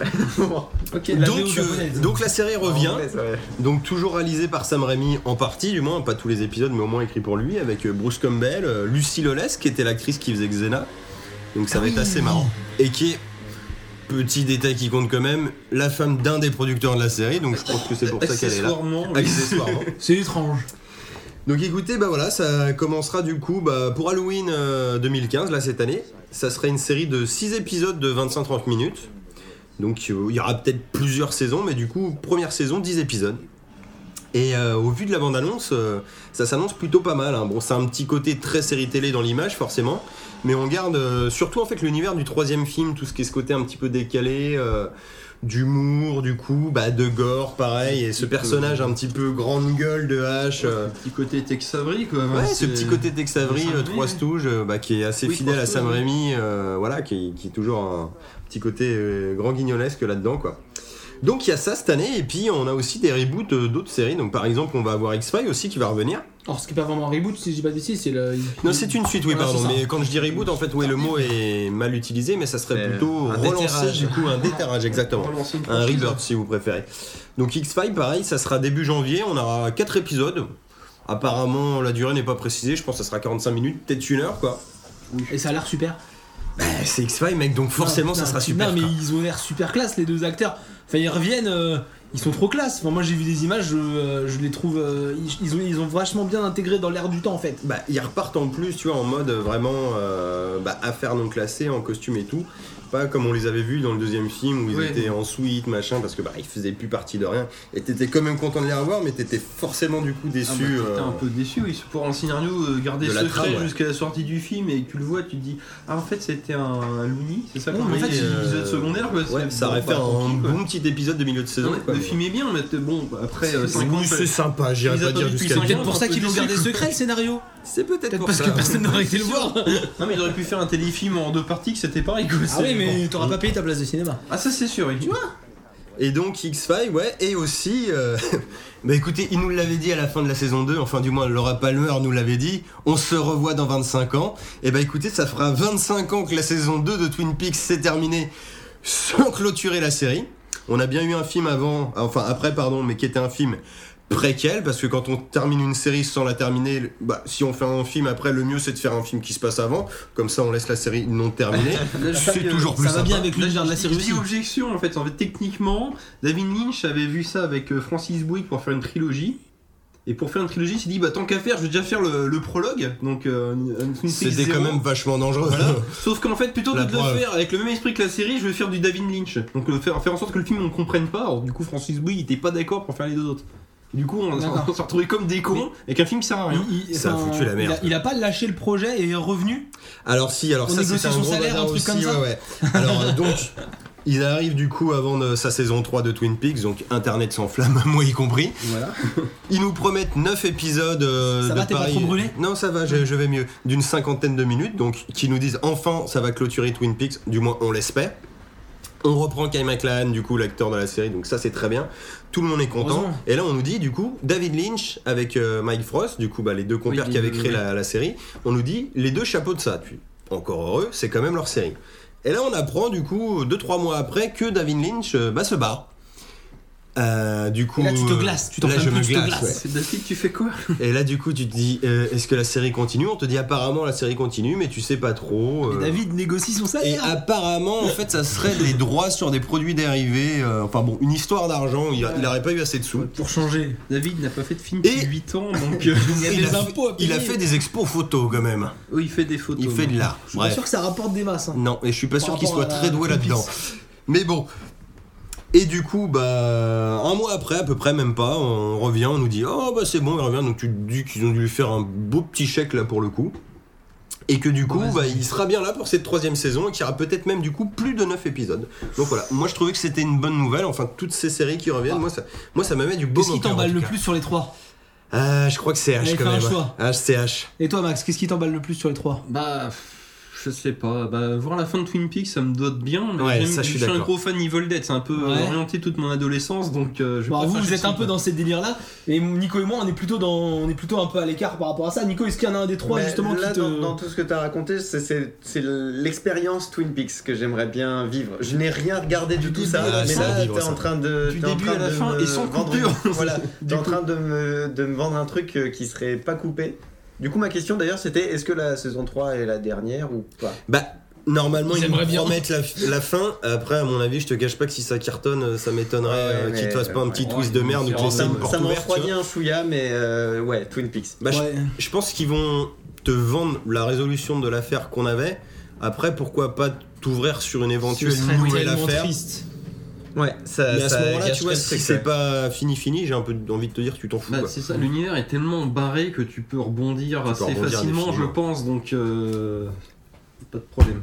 Speaker 3: Ok,
Speaker 1: donc, euh, donc la
Speaker 4: Ah,
Speaker 1: série revient,
Speaker 2: en anglais, ça, ouais.
Speaker 1: donc toujours réalisée par Sam Raimi en partie, du moins pas tous les épisodes, mais au moins écrit pour lui, avec euh, Bruce Campbell, euh, Lucy Lawless qui était l'actrice qui faisait Xena, donc
Speaker 4: Ah
Speaker 1: ça va être assez marrant. Et qui est, petit détail qui compte quand même, la femme d'un des producteurs de la série, donc je pense que c'est pour ça qu'elle est là.
Speaker 4: Accessoirement, oui.
Speaker 1: Accessoirement.
Speaker 3: C'est étrange.
Speaker 1: Donc écoutez, bah voilà, ça commencera du coup bah, pour Halloween euh, 2015, là cette année. Ça sera une série de 6 épisodes de 25-30 minutes. Donc euh, il y aura peut-être plusieurs saisons, mais du coup, première saison, 10 épisodes. Et euh, au vu de la bande-annonce, euh, ça s'annonce plutôt pas mal. hein. Bon, c'est un petit côté très série télé dans l'image, forcément. Mais on garde euh, surtout en fait l'univers du troisième film, tout ce qui est ce côté un petit peu décalé, euh, d'humour, du coup, bah, de gore, pareil, et ce personnage un petit peu grande gueule de hache. euh,
Speaker 4: Ce petit côté Tex Avery, quand même.
Speaker 1: Ouais,
Speaker 4: hein,
Speaker 1: ce
Speaker 4: c'est-
Speaker 1: petit côté Tex Avery,
Speaker 4: c'est un
Speaker 1: euh,
Speaker 4: vrai,
Speaker 1: trois
Speaker 4: ouais.
Speaker 1: stouges, euh, bah, qui est assez
Speaker 4: Oui,
Speaker 1: fidèle
Speaker 4: trois
Speaker 1: à Sam
Speaker 4: stouges,
Speaker 1: Raimi, euh, voilà, qui, qui est toujours un petit côté euh, grand guignolesque là-dedans, quoi. Donc il y a ça cette année, et puis on a aussi des reboots euh, d'autres séries. Donc par exemple, on va avoir X-Files aussi qui va revenir.
Speaker 3: Alors, ce qui est pas vraiment un reboot, si je dis pas de bêtises, c'est le.
Speaker 1: Non, c'est une suite, oui,
Speaker 3: Voilà,
Speaker 1: pardon.
Speaker 3: c'est ça.
Speaker 1: Mais quand je dis reboot, en fait, oui, le mot est mal utilisé, mais ça serait
Speaker 2: Euh,
Speaker 1: plutôt
Speaker 2: un
Speaker 1: relancer,
Speaker 2: déterrage.
Speaker 1: du coup, un déterrage, exactement.
Speaker 4: Relancer une
Speaker 1: Un
Speaker 4: franchise.
Speaker 1: rebirth si vous préférez. Donc X-Files, pareil, ça sera début janvier, on aura 4 épisodes. Apparemment, la durée n'est pas précisée, je pense que ça sera 45 minutes, peut-être une heure quoi.
Speaker 3: Et ça a l'air super.
Speaker 1: Eh, c'est X-Files, mec, donc forcément,
Speaker 3: Non,
Speaker 1: ça
Speaker 3: non,
Speaker 1: sera
Speaker 3: non,
Speaker 1: super.
Speaker 3: mais
Speaker 1: quoi.
Speaker 3: ils ont l'air super classe, les deux acteurs. Enfin, ils reviennent, euh, ils sont trop classe. Enfin, moi, j'ai vu des images, je, euh, je les trouve. euh, ils, ils ont, ils ont vachement bien intégré dans l'air du temps, en fait.
Speaker 1: Bah, ils repartent en plus, tu vois, en mode euh, vraiment euh, bah, affaires non classées, en costume et tout. Pas comme on les avait vus dans le deuxième film où ils
Speaker 4: Ouais.
Speaker 1: étaient en suite, machin, parce que bah, ils faisaient plus partie de rien. Et t'étais quand même content de les revoir, mais t'étais forcément du coup
Speaker 4: Ah bah,
Speaker 1: déçu.
Speaker 4: T'es
Speaker 1: euh,
Speaker 4: un peu déçu, oui. Pour un scénario euh, gardé
Speaker 1: de la
Speaker 4: secret
Speaker 1: trame, ouais.
Speaker 4: jusqu'à la sortie du film et que tu le vois, tu te dis Ah, en fait, c'était un Looney, c'est ça
Speaker 1: Ouais,
Speaker 4: qu'on
Speaker 1: mais
Speaker 4: En fait,
Speaker 1: oui,
Speaker 4: c'est
Speaker 1: euh,
Speaker 4: un épisode secondaire. Quoi,
Speaker 1: Ouais,
Speaker 4: c'est-
Speaker 1: ça
Speaker 4: bon,
Speaker 1: aurait
Speaker 4: bah,
Speaker 1: fait un
Speaker 4: tant pis, quoi.
Speaker 1: bon petit épisode de milieu de saison.
Speaker 4: Non,
Speaker 1: quoi,
Speaker 4: le
Speaker 1: mais-
Speaker 4: film est bien, mais t- bon, après euh, 50
Speaker 1: c'est sympa, j'irai pas
Speaker 4: Ils
Speaker 1: dire
Speaker 4: attendaient
Speaker 1: jusqu'à
Speaker 4: depuis
Speaker 1: quel
Speaker 4: cinq
Speaker 3: Peut-être
Speaker 4: ans.
Speaker 1: point.
Speaker 3: pour ça qu'ils l'ont
Speaker 4: Déçu,
Speaker 3: gardé
Speaker 4: quoi.
Speaker 3: secret, le scénario.
Speaker 1: C'est peut-être
Speaker 3: Peut-être
Speaker 1: pour
Speaker 3: parce
Speaker 1: ça.
Speaker 3: que personne n'aurait été le voir.
Speaker 4: Non, mais ils auraient pu faire un téléfilm en deux parties, que c'était pareil. Quoi,
Speaker 3: Ah
Speaker 4: c'est-
Speaker 3: oui, mais t'auras
Speaker 1: bon.
Speaker 3: pas payé ta place de cinéma.
Speaker 4: Ah, ça, c'est sûr. et Tu vois
Speaker 1: Et donc X-Files, ouais, et aussi, euh, bah écoutez, il nous l'avait dit à la fin de la saison 2, enfin du moins Laura Palmer nous l'avait dit, on se revoit dans 25 ans, et bah écoutez, ça fera 25 ans que la saison 2 de Twin Peaks s'est terminée sans clôturer la série. On a bien eu un film avant, enfin après pardon, mais qui était un film préquel, parce que quand on termine une série sans la terminer, le- bah, si on fait un film après, le mieux c'est de faire un film qui se passe avant, comme ça on laisse la série non terminée. C'est toujours plus
Speaker 3: euh, Ça va
Speaker 1: sympa.
Speaker 3: bien avec l'univers de la série
Speaker 4: Je dis
Speaker 3: aussi.
Speaker 4: objection en fait. En fait, techniquement, David Lynch avait vu ça avec euh, Francis Bouygues pour faire une trilogie. Et pour faire une trilogie, il s'est dit bah tant qu'à faire, je vais déjà faire le, le prologue. Donc euh, un- un- une
Speaker 1: C'était
Speaker 4: série
Speaker 1: quand
Speaker 4: zéro.
Speaker 1: même vachement dangereux.
Speaker 4: Voilà. Sauf qu'en fait, plutôt que
Speaker 1: La
Speaker 4: de le
Speaker 1: preuve.
Speaker 4: faire avec le même esprit que la série, je vais faire du David Lynch. Donc euh, faire, faire en sorte que le film on ne comprenne pas. Alors, du coup, Francis Bouygues il était pas d'accord pour faire les deux autres. Et du coup, on,
Speaker 3: D'accord.
Speaker 4: on s'est retrouvés comme des cons avec un film qui sert à rien.
Speaker 3: Il- il-
Speaker 1: hein. Ça a
Speaker 3: enfin,
Speaker 1: foutu la merde.
Speaker 3: il a- Il a pas lâché le projet et est revenu.
Speaker 1: Alors si, alors
Speaker 3: On
Speaker 1: ça
Speaker 3: négocie
Speaker 1: c'est un
Speaker 3: son
Speaker 1: gros
Speaker 3: salaire,
Speaker 1: bazar
Speaker 3: un truc
Speaker 1: aussi,
Speaker 3: comme ça
Speaker 1: ouais, ouais. Alors euh, donc, il arrive du coup avant de- sa saison 3 de Twin Peaks, donc Internet sans flamme, moi y compris.
Speaker 4: Voilà.
Speaker 1: Ils nous promettent 9 épisodes euh,
Speaker 3: Ça
Speaker 1: de
Speaker 3: va, t'es pas
Speaker 1: Paris-
Speaker 3: trop brûlé
Speaker 1: Non, ça va, je, je vais mieux. D'une cinquantaine de minutes, donc qui nous disent enfin ça va clôturer Twin Peaks, du moins on l'espère. On reprend Kyle MacLachlan, du coup l'acteur de la série, donc ça c'est très bien. Tout le monde est content.
Speaker 3: Heureusement.
Speaker 1: Et là on nous dit du coup David Lynch avec euh, Mike Frost, du coup bah, les deux compères
Speaker 4: Oui,
Speaker 1: qui avaient
Speaker 4: oui,
Speaker 1: créé
Speaker 4: oui.
Speaker 1: la, la série, on nous dit les deux chapeaux de ça. Tu- Encore heureux, c'est quand même leur série. Et là on apprend du coup 2-3 mois après que David Lynch euh, bah, se barre. Euh, du coup,
Speaker 3: Et là, tu te
Speaker 1: euh,
Speaker 3: glaces, tu t'en
Speaker 1: là,
Speaker 3: fais
Speaker 1: je
Speaker 3: plus,
Speaker 1: me
Speaker 3: tu te
Speaker 1: glace,
Speaker 3: glaces.
Speaker 1: ouais.
Speaker 4: C'est David, tu fais quoi
Speaker 1: Et là, du coup, tu te dis, euh, est-ce que la série continue On te dit apparemment la série continue, mais tu sais pas trop. euh.
Speaker 3: Et David négocie son
Speaker 1: Et
Speaker 3: salaire.
Speaker 1: apparemment, en fait, ça serait les droits sur des produits dérivés. euh, enfin bon, une histoire d'argent, il, a- il aurait pas eu assez de sous.
Speaker 3: Pour changer.
Speaker 4: David n'a pas fait de film
Speaker 1: Et-
Speaker 4: depuis 8 ans, donc euh,
Speaker 3: Il y a
Speaker 1: Il
Speaker 3: des
Speaker 1: a fait-
Speaker 3: impôts à payer.
Speaker 1: Il a fait des expos photos quand même.
Speaker 4: oui, Oh, il fait des photos.
Speaker 1: Il fait de l'art.
Speaker 3: Je suis pas
Speaker 1: Bref.
Speaker 3: sûr que ça rapporte des masses. hein.
Speaker 1: Non, et je suis pas
Speaker 3: Par
Speaker 1: sûr qu'il
Speaker 3: rapport
Speaker 1: soit
Speaker 3: à
Speaker 1: très doué
Speaker 3: Twin
Speaker 1: là-dedans.
Speaker 3: Peaks.
Speaker 1: Mais bon. Et du coup, bah, un mois après, à peu près, même pas, on revient, on nous dit Oh, bah c'est bon, il revient. Donc tu te dis qu'ils ont dû lui faire un beau petit chèque là pour le coup. Et que du coup,
Speaker 3: Ouais,
Speaker 1: bah, il sera bien là pour cette troisième saison et qu'il y aura peut-être même du coup plus de 9 épisodes. Donc voilà, moi je trouvais que c'était une bonne nouvelle. Enfin, toutes ces séries qui reviennent,
Speaker 3: Ah.
Speaker 1: moi ça, moi ça me met du beau
Speaker 3: Qu'est-ce
Speaker 1: moment.
Speaker 3: qui t'emballe le plus sur les trois
Speaker 1: Ah, je crois que c'est H
Speaker 3: Allez,
Speaker 1: quand
Speaker 3: fais un
Speaker 1: même.
Speaker 3: choix.
Speaker 1: HCH.
Speaker 3: Et toi, Max, qu'est-ce qui t'emballe le plus sur les trois
Speaker 4: Bah, je sais pas. Bah, voir la fin de Twin Peaks, ça me dote bien. Mais
Speaker 1: Ouais,
Speaker 4: j'aime-
Speaker 1: ça, je suis
Speaker 4: suis un
Speaker 1: d'accord.
Speaker 4: gros fan Evil Dead. C'est un peu euh,
Speaker 3: Ouais.
Speaker 4: orienté toute mon adolescence, donc euh, je.
Speaker 3: Bon,
Speaker 4: préfère
Speaker 3: vous, vous
Speaker 4: Jackson,
Speaker 3: êtes un peu
Speaker 4: quoi.
Speaker 3: dans ces délires-là, et Nico et moi, on est plutôt dans, on est plutôt un peu à l'écart par rapport à ça. Nico, est-ce qu'il y en a un des trois
Speaker 2: Mais
Speaker 3: justement
Speaker 2: là,
Speaker 3: qui te
Speaker 2: dans, dans tout ce que tu as raconté, c'est- c'est c'est l'expérience Twin Peaks que j'aimerais bien vivre. Je n'ai rien regardé du,
Speaker 3: Du
Speaker 2: tout
Speaker 3: début
Speaker 2: ça,
Speaker 1: à la
Speaker 2: mais
Speaker 1: fin.
Speaker 2: là,
Speaker 1: À
Speaker 2: tu
Speaker 1: vivre,
Speaker 2: es en
Speaker 1: ça.
Speaker 2: train de.
Speaker 4: Du
Speaker 2: t'es en
Speaker 4: début
Speaker 2: train
Speaker 4: à la
Speaker 2: de
Speaker 4: fin,
Speaker 2: me
Speaker 4: et sans
Speaker 2: vendre-
Speaker 4: coupure.
Speaker 2: Voilà, tu
Speaker 4: Du
Speaker 2: en
Speaker 4: coup.
Speaker 2: train de me, de me vendre un truc euh, qui serait pas coupé. Du coup, ma question d'ailleurs, c'était est-ce que la saison 3 est la dernière ou pas
Speaker 1: Bah, normalement,
Speaker 3: Ils
Speaker 1: ils vont
Speaker 3: aimeraient bien.
Speaker 1: promettent la, la fin. Après, à mon avis, je te cache pas que si ça cartonne, euh, ça m'étonnerait euh,
Speaker 2: Ouais, mais-
Speaker 1: qu'ils te fassent pas un petit
Speaker 4: ouais,
Speaker 1: twist de
Speaker 4: ouais,
Speaker 1: merde ou que
Speaker 4: ça
Speaker 1: les
Speaker 4: me-
Speaker 1: scènes
Speaker 4: ça
Speaker 1: portes
Speaker 2: Ça m'a
Speaker 1: ouvertes, tu
Speaker 2: refroidi
Speaker 1: vois.
Speaker 2: un chouïa, mais euh, ouais, Twin Peaks.
Speaker 1: Bah, je-
Speaker 3: Ouais.
Speaker 1: je, pense qu'ils vont te vendre la résolution de l'affaire qu'on avait. Après, pourquoi pas t'ouvrir sur une
Speaker 3: Ce
Speaker 1: éventuelle
Speaker 3: serait
Speaker 1: nouvelle
Speaker 3: tellement
Speaker 1: affaire Bah,
Speaker 3: triste.
Speaker 2: Ouais, ça.
Speaker 1: Mais à ce
Speaker 2: ça
Speaker 1: moment-là,
Speaker 2: gâche
Speaker 1: tu vois,
Speaker 2: le
Speaker 1: si
Speaker 2: truc,
Speaker 1: c'est
Speaker 2: ouais.
Speaker 1: pas fini, fini, j'ai un peu envie de te dire, tu t'en fous.
Speaker 4: Bah,
Speaker 1: quoi.
Speaker 4: c'est ça, l'univers est tellement barré que tu peux rebondir
Speaker 1: peux
Speaker 4: assez
Speaker 1: rebondir
Speaker 4: facilement, je
Speaker 1: indéfiniment.
Speaker 4: pense, donc euh, pas de problème.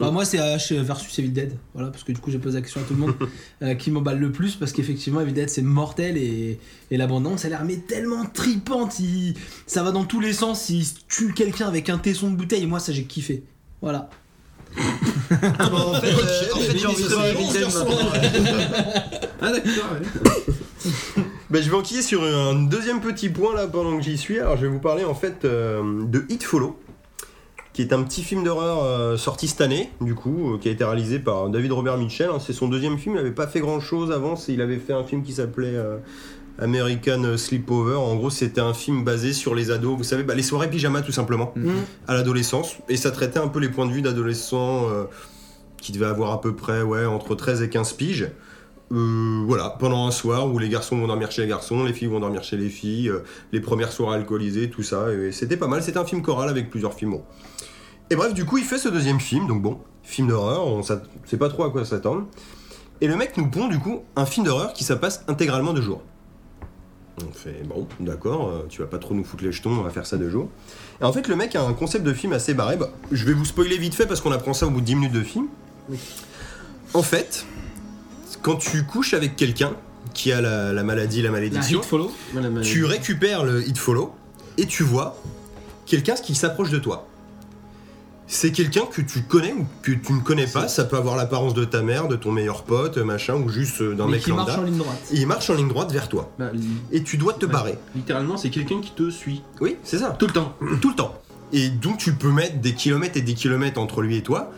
Speaker 3: Bah, moi, c'est H versus Evil Dead. Voilà, parce que du coup, j'ai posé la question à tout le monde euh, qui m'emballe le plus. Parce qu'effectivement, Evil Dead, c'est mortel et, et l'abondance, elle a l'air mais tellement tripante. il- ça va dans tous les sens. Il tue quelqu'un avec un tesson de bouteille. Et moi, ça, j'ai kiffé. Voilà.
Speaker 1: en fait, euh, en fait, j'ai envie de
Speaker 4: c'est
Speaker 1: voir
Speaker 4: bon,
Speaker 1: Evil Dead
Speaker 4: garçon.
Speaker 1: maintenant.
Speaker 4: Ah d'accord, ouais.
Speaker 1: Bah, je vais enquiller sur un deuxième petit point là pendant que j'y suis. Alors je vais vous parler en fait euh, de Hit Follow, qui est un petit film d'horreur euh, sorti cette année, du coup, euh, qui a été réalisé par David Robert Mitchell. hein. C'est son deuxième film. Il n'avait pas fait grand chose avant. C'est- Il avait fait un film qui s'appelait euh, American Sleepover. En gros, c'était un film basé sur les ados. Vous savez, bah, les soirées pyjama tout simplement à l'adolescence et ça traitait un peu les points de vue d'adolescents euh, qui devaient avoir à peu près ouais, entre 13 et 15 piges. Euh, voilà, pendant un soir où les garçons vont dormir chez les garçons, les filles vont dormir chez les filles, euh, les premières soirées alcoolisées, tout ça, et c'était pas mal, c'était un film choral avec plusieurs films. bon. Et bref, du coup, il fait ce deuxième film, donc bon, film d'horreur, on s'att- sait pas trop à quoi s'attendre. Et le mec nous pond du coup un film d'horreur qui ça passe intégralement de jour. On fait bon, d'accord, euh, tu vas pas trop nous foutre les jetons, on va faire ça de jour. Et en fait, le mec a un concept de film assez barré. Bah, je vais vous spoiler vite fait parce qu'on apprend ça au bout de 10 minutes de film. En fait, quand tu couches avec quelqu'un qui a la, la maladie, la
Speaker 3: La
Speaker 1: malédiction,
Speaker 3: hit follow.
Speaker 4: Voilà, ma-
Speaker 1: tu récupères le hit follow et tu vois quelqu'un qui s'approche de toi. C'est quelqu'un que tu connais ou que tu ne connais pas. Ça peut avoir l'apparence de ta mère, de ton meilleur pote, machin, ou juste euh, d'un
Speaker 3: mais
Speaker 1: mec
Speaker 3: qui marche en
Speaker 1: lambda.
Speaker 3: ligne droite.
Speaker 1: Et il marche en ligne droite vers toi.
Speaker 4: Bah, li-
Speaker 1: Et tu dois te
Speaker 4: Ouais.
Speaker 1: barrer.
Speaker 4: littéralement, c'est quelqu'un qui te suit
Speaker 1: Oui, c'est ça.
Speaker 4: tout le temps.
Speaker 1: Tout le temps. Et donc tu peux mettre des kilomètres et des kilomètres entre lui et toi.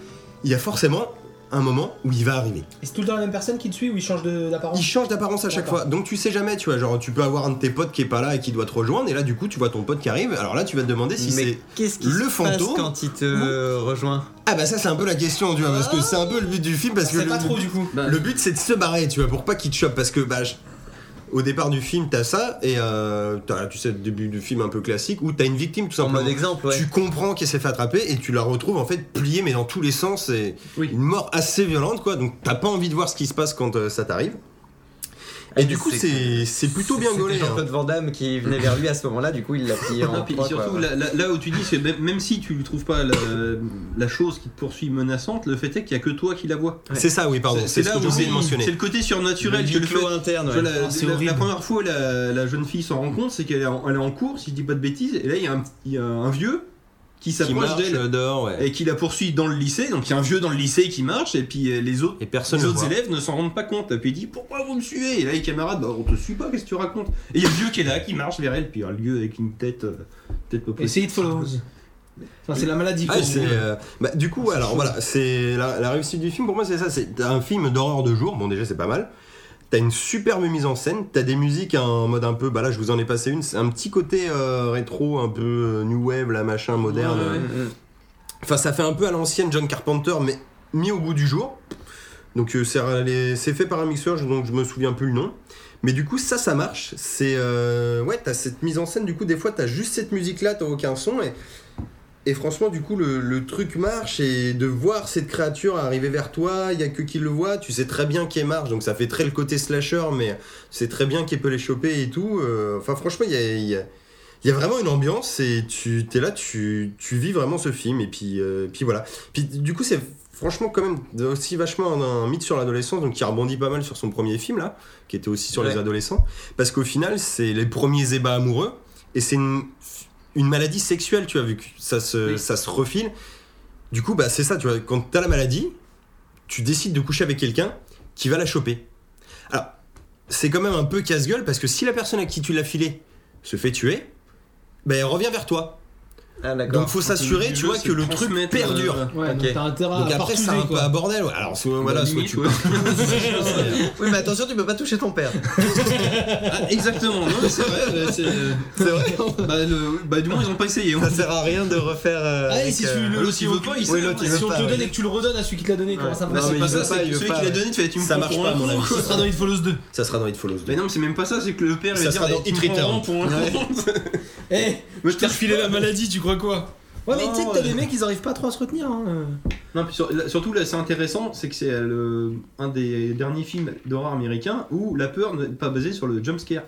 Speaker 1: Il y a forcément un moment où il va arriver.
Speaker 3: Et c'est tout le temps la même personne qui te suit ou il change de- d'apparence
Speaker 1: Il change d'apparence à chaque
Speaker 3: D'accord.
Speaker 1: fois. Donc tu sais jamais, tu vois. Genre, tu peux avoir un de tes potes qui est pas là et qui doit te rejoindre. Et là, du coup, tu vois ton pote qui arrive. Alors là, tu vas te demander si
Speaker 2: Mais
Speaker 1: c'est.
Speaker 2: qu'est-ce qui
Speaker 1: le
Speaker 2: se passe
Speaker 1: fantôme
Speaker 2: quand il te rejoint
Speaker 1: Ah bah ça, c'est un peu la question, tu vois. Parce que c'est un peu le but du film. Parce que
Speaker 3: C'est
Speaker 1: le,
Speaker 3: pas trop du coup.
Speaker 4: Bah,
Speaker 1: le but, c'est de se barrer, tu vois, pour pas qu'il te chope. Parce que, bah, je- au départ du film, t'as ça. Et euh, t'as, tu sais, le début du film un peu classique où t'as une victime, tout
Speaker 2: En
Speaker 1: simplement.
Speaker 2: mode exemple, ouais.
Speaker 1: Tu comprends qu'elle s'est fait attraper et tu la retrouves en fait pliée mais dans tous les sens et
Speaker 4: Oui.
Speaker 1: une mort assez violente quoi. Donc t'as pas envie de voir ce qui se passe quand euh, ça t'arrive.
Speaker 2: Ah,
Speaker 1: Et du coup c'est c'est plutôt bien
Speaker 2: C'était
Speaker 1: gaulé. hein.
Speaker 2: Jean-Claude Van Damme qui venait vers lui à ce moment-là, du coup il l'a pris en euh,
Speaker 4: Ah, puis
Speaker 2: trois, quoi,
Speaker 4: surtout,
Speaker 2: ouais.
Speaker 4: là, là- là où tu dis, c'est même, même si tu ne trouves pas la, la chose qui te poursuit menaçante, le fait est qu'il n'y a que toi qui la vois.
Speaker 1: C'est ça oui pardon. C'est ce
Speaker 4: là
Speaker 1: que j'ai
Speaker 4: où
Speaker 1: oublié
Speaker 4: c'est-
Speaker 1: de
Speaker 4: C'est
Speaker 1: mentionner.
Speaker 4: le côté
Speaker 2: Le
Speaker 4: surnaturel que
Speaker 2: huis
Speaker 4: le fait.
Speaker 2: clos interne,
Speaker 4: Tu
Speaker 2: ouais.
Speaker 4: vois, la,
Speaker 3: Ah, c'est
Speaker 4: la- la
Speaker 3: horrible.
Speaker 4: première fois, la, la jeune fille s'en rend compte, c'est qu'elle est, en- elle est en course, il dit pas de bêtises, et là il y a un, il y a un vieux qui
Speaker 1: Qui
Speaker 4: s'approche
Speaker 1: marche
Speaker 4: d'elle
Speaker 1: euh, dehors ouais.
Speaker 4: et qui la poursuit dans le lycée. Donc il y a un vieux dans le lycée qui marche, et puis euh, les autres,
Speaker 1: Et
Speaker 4: les
Speaker 1: personne ne
Speaker 4: autres
Speaker 1: voit.
Speaker 4: élèves ne s'en rendent pas compte. Et puis il dit Pourquoi vous me suivez Et là les camarades, bah, on te suit pas, qu'est-ce que tu racontes Et il y a le vieux qui est là, qui marche vers elle, puis un lieu avec une tête, euh, tête pas
Speaker 3: Et c'est
Speaker 4: possible.
Speaker 3: hit follow. Enfin, c'est la maladie.
Speaker 1: Ah,
Speaker 3: quoi.
Speaker 1: c'est, euh, bah, du coup, alors voilà, c'est la, la réussite du film pour moi, c'est ça. C'est un film d'horreur de jour. Bon, déjà, c'est pas mal. T'as une superbe mise en scène, t'as des musiques en mode un peu, bah là je vous en ai passé une, c'est un petit côté euh, rétro, un peu euh, new wave, là machin moderne.
Speaker 4: Ouais, ouais.
Speaker 2: Mm,
Speaker 1: Enfin, ça fait un peu à l'ancienne John Carpenter, mais mis au bout du jour. Donc, euh, c'est ralé- c'est fait par un mixeur, je- donc je me souviens plus le nom. Mais du coup, ça, ça marche. C'est. euh, ouais, t'as cette mise en scène, du coup, des fois, t'as juste cette musique-là, t'as aucun son. Et, et franchement, du coup, le, le truc marche. Et de voir cette créature arriver vers toi, il y a que qui le voit, tu sais très bien qu'elle marche. Donc, ça fait très le côté slasher, mais c'est très bien qu'elle peut les choper et tout. Euh, Enfin, franchement, il y a- il y a il y a vraiment une ambiance et tu t'es là, tu, tu vis vraiment ce film et puis, euh, puis voilà. Puis du coup, c'est franchement quand même aussi vachement un, un mythe sur l'adolescence, donc qui rebondit pas mal sur son premier film là, qui était aussi sur les
Speaker 4: Ouais.
Speaker 1: adolescents, parce qu'au final, c'est les premiers ébats amoureux et c'est une, une maladie sexuelle, tu as vu que ça se,
Speaker 4: Oui.
Speaker 1: ça se refile. Du coup, bah c'est ça, tu vois, quand t'as la maladie, tu décides de coucher avec quelqu'un qui va la choper. Alors, c'est quand même un peu casse-gueule parce que si la personne à qui tu l'as filé se fait tuer, ben elle revient vers toi.
Speaker 2: Ah, d'accord.
Speaker 1: Donc faut s'assurer, tu vois, que le truc
Speaker 4: euh,
Speaker 1: perdure.
Speaker 3: Ouais,
Speaker 2: Ok.
Speaker 3: donc t'as
Speaker 2: Ah,
Speaker 3: intérêt
Speaker 1: Donc
Speaker 3: à
Speaker 1: après, c'est
Speaker 3: partuser,
Speaker 1: un peu
Speaker 3: quoi.
Speaker 1: à bordel. ouais. Alors, soit, voilà, soit tu
Speaker 2: bah, Oui, mais attention, tu peux pas toucher ton père.
Speaker 4: Ah, exactement, non, mais c'est vrai. euh, c'est, euh,
Speaker 1: C'est vrai,
Speaker 4: bah, le- bah, du moins, ils ont pas essayé. hein.
Speaker 2: Ça sert à rien de refaire. euh,
Speaker 3: Ah, et
Speaker 2: avec,
Speaker 3: si
Speaker 2: euh,
Speaker 3: celui- le-
Speaker 4: l'autre,
Speaker 3: si
Speaker 4: il
Speaker 3: on-
Speaker 4: veut pas, il
Speaker 3: si
Speaker 4: sait
Speaker 2: Oui, l'autre,
Speaker 3: on
Speaker 2: il veut pas,
Speaker 3: te le donne
Speaker 2: ouais.
Speaker 3: et que tu le redonnes à celui qui te l'a donné, comment ça
Speaker 2: Ouais.
Speaker 4: Bah,
Speaker 3: marche
Speaker 2: Non, mais il
Speaker 4: c'est pas
Speaker 2: veut
Speaker 4: ça,
Speaker 2: pas,
Speaker 4: c'est
Speaker 2: il
Speaker 4: que
Speaker 2: veut
Speaker 4: celui
Speaker 2: pas,
Speaker 4: qui l'a
Speaker 2: ouais.
Speaker 4: donné, tu fais tu me
Speaker 1: Ça
Speaker 4: prends
Speaker 1: marche
Speaker 4: pour
Speaker 1: pas,
Speaker 4: un
Speaker 1: à mon
Speaker 4: con,
Speaker 1: avis.
Speaker 4: quoi.
Speaker 3: Ça sera dans It Follows 2.
Speaker 1: ça sera dans It Follows 2.
Speaker 4: Mais non, c'est même pas ça, c'est que le père il
Speaker 1: Ça
Speaker 4: va
Speaker 1: sera
Speaker 4: dire
Speaker 1: dans
Speaker 4: bah, tu
Speaker 1: Hit
Speaker 4: me prends
Speaker 1: Return.
Speaker 4: vraiment pour un con.
Speaker 3: Eh,
Speaker 4: Mais
Speaker 3: je t'ai refilé la maladie, tu crois quoi Ouais, mais tu sais que t'as des mecs, ils arrivent pas trop à se retenir. Hein.
Speaker 4: Non, puis sur- là, surtout là, c'est intéressant, c'est que c'est euh, le- un des derniers films d'horreur américain où la peur n'est pas basée sur le jumpscare,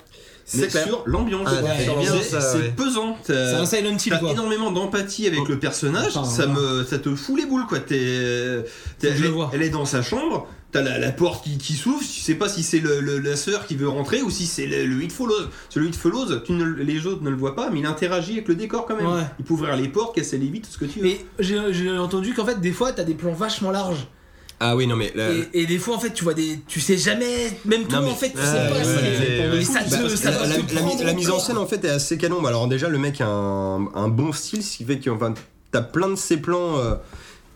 Speaker 4: mais
Speaker 1: C'est clair.
Speaker 4: sur l'ambiance.
Speaker 2: Ah,
Speaker 3: ouais,
Speaker 4: Sur
Speaker 3: bien
Speaker 4: l'ambiance,
Speaker 2: ça,
Speaker 4: c'est
Speaker 2: ouais.
Speaker 4: pesant.
Speaker 3: C'est
Speaker 4: t'as-
Speaker 3: un Silent Hill,
Speaker 4: T'as
Speaker 3: quoi.
Speaker 4: énormément d'empathie avec le personnage,
Speaker 3: Enfin,
Speaker 4: ça,
Speaker 3: voilà.
Speaker 4: me, ça te fout les boules quoi. T'es, t'es-
Speaker 3: que je
Speaker 4: elle,
Speaker 3: le vois.
Speaker 4: elle est dans sa chambre, t'as la, la porte qui, qui s'ouvre, tu sais pas si c'est le, le- la sœur qui veut rentrer ou si c'est le, le It Follows. Sur le It Follows, tu ne, les autres ne le voient pas, mais il interagit avec le décor quand même.
Speaker 3: Ouais.
Speaker 4: Il peut ouvrir les portes, casser les vitres, tout ce que tu veux.
Speaker 3: Mais j'ai j'ai entendu qu'en fait, des fois, t'as des plans vachement larges.
Speaker 1: Ah oui, non, mais là,
Speaker 3: Et, et des fois, en fait, tu vois des. Tu sais jamais, même toi,
Speaker 1: Non, mais-
Speaker 3: en fait, tu
Speaker 2: Ouais,
Speaker 3: sais pas.
Speaker 2: ouais,
Speaker 3: si-
Speaker 2: ouais,
Speaker 3: mais ça te-
Speaker 1: Bah,
Speaker 3: ça
Speaker 1: la,
Speaker 3: doit
Speaker 1: la-
Speaker 3: te
Speaker 1: la-
Speaker 3: prendre
Speaker 1: la mise en
Speaker 3: corps.
Speaker 1: scène en fait est assez canon. Bah, Alors déjà le mec a un, un bon style, ce qui fait que enfin, t'as plein de ses plans, euh,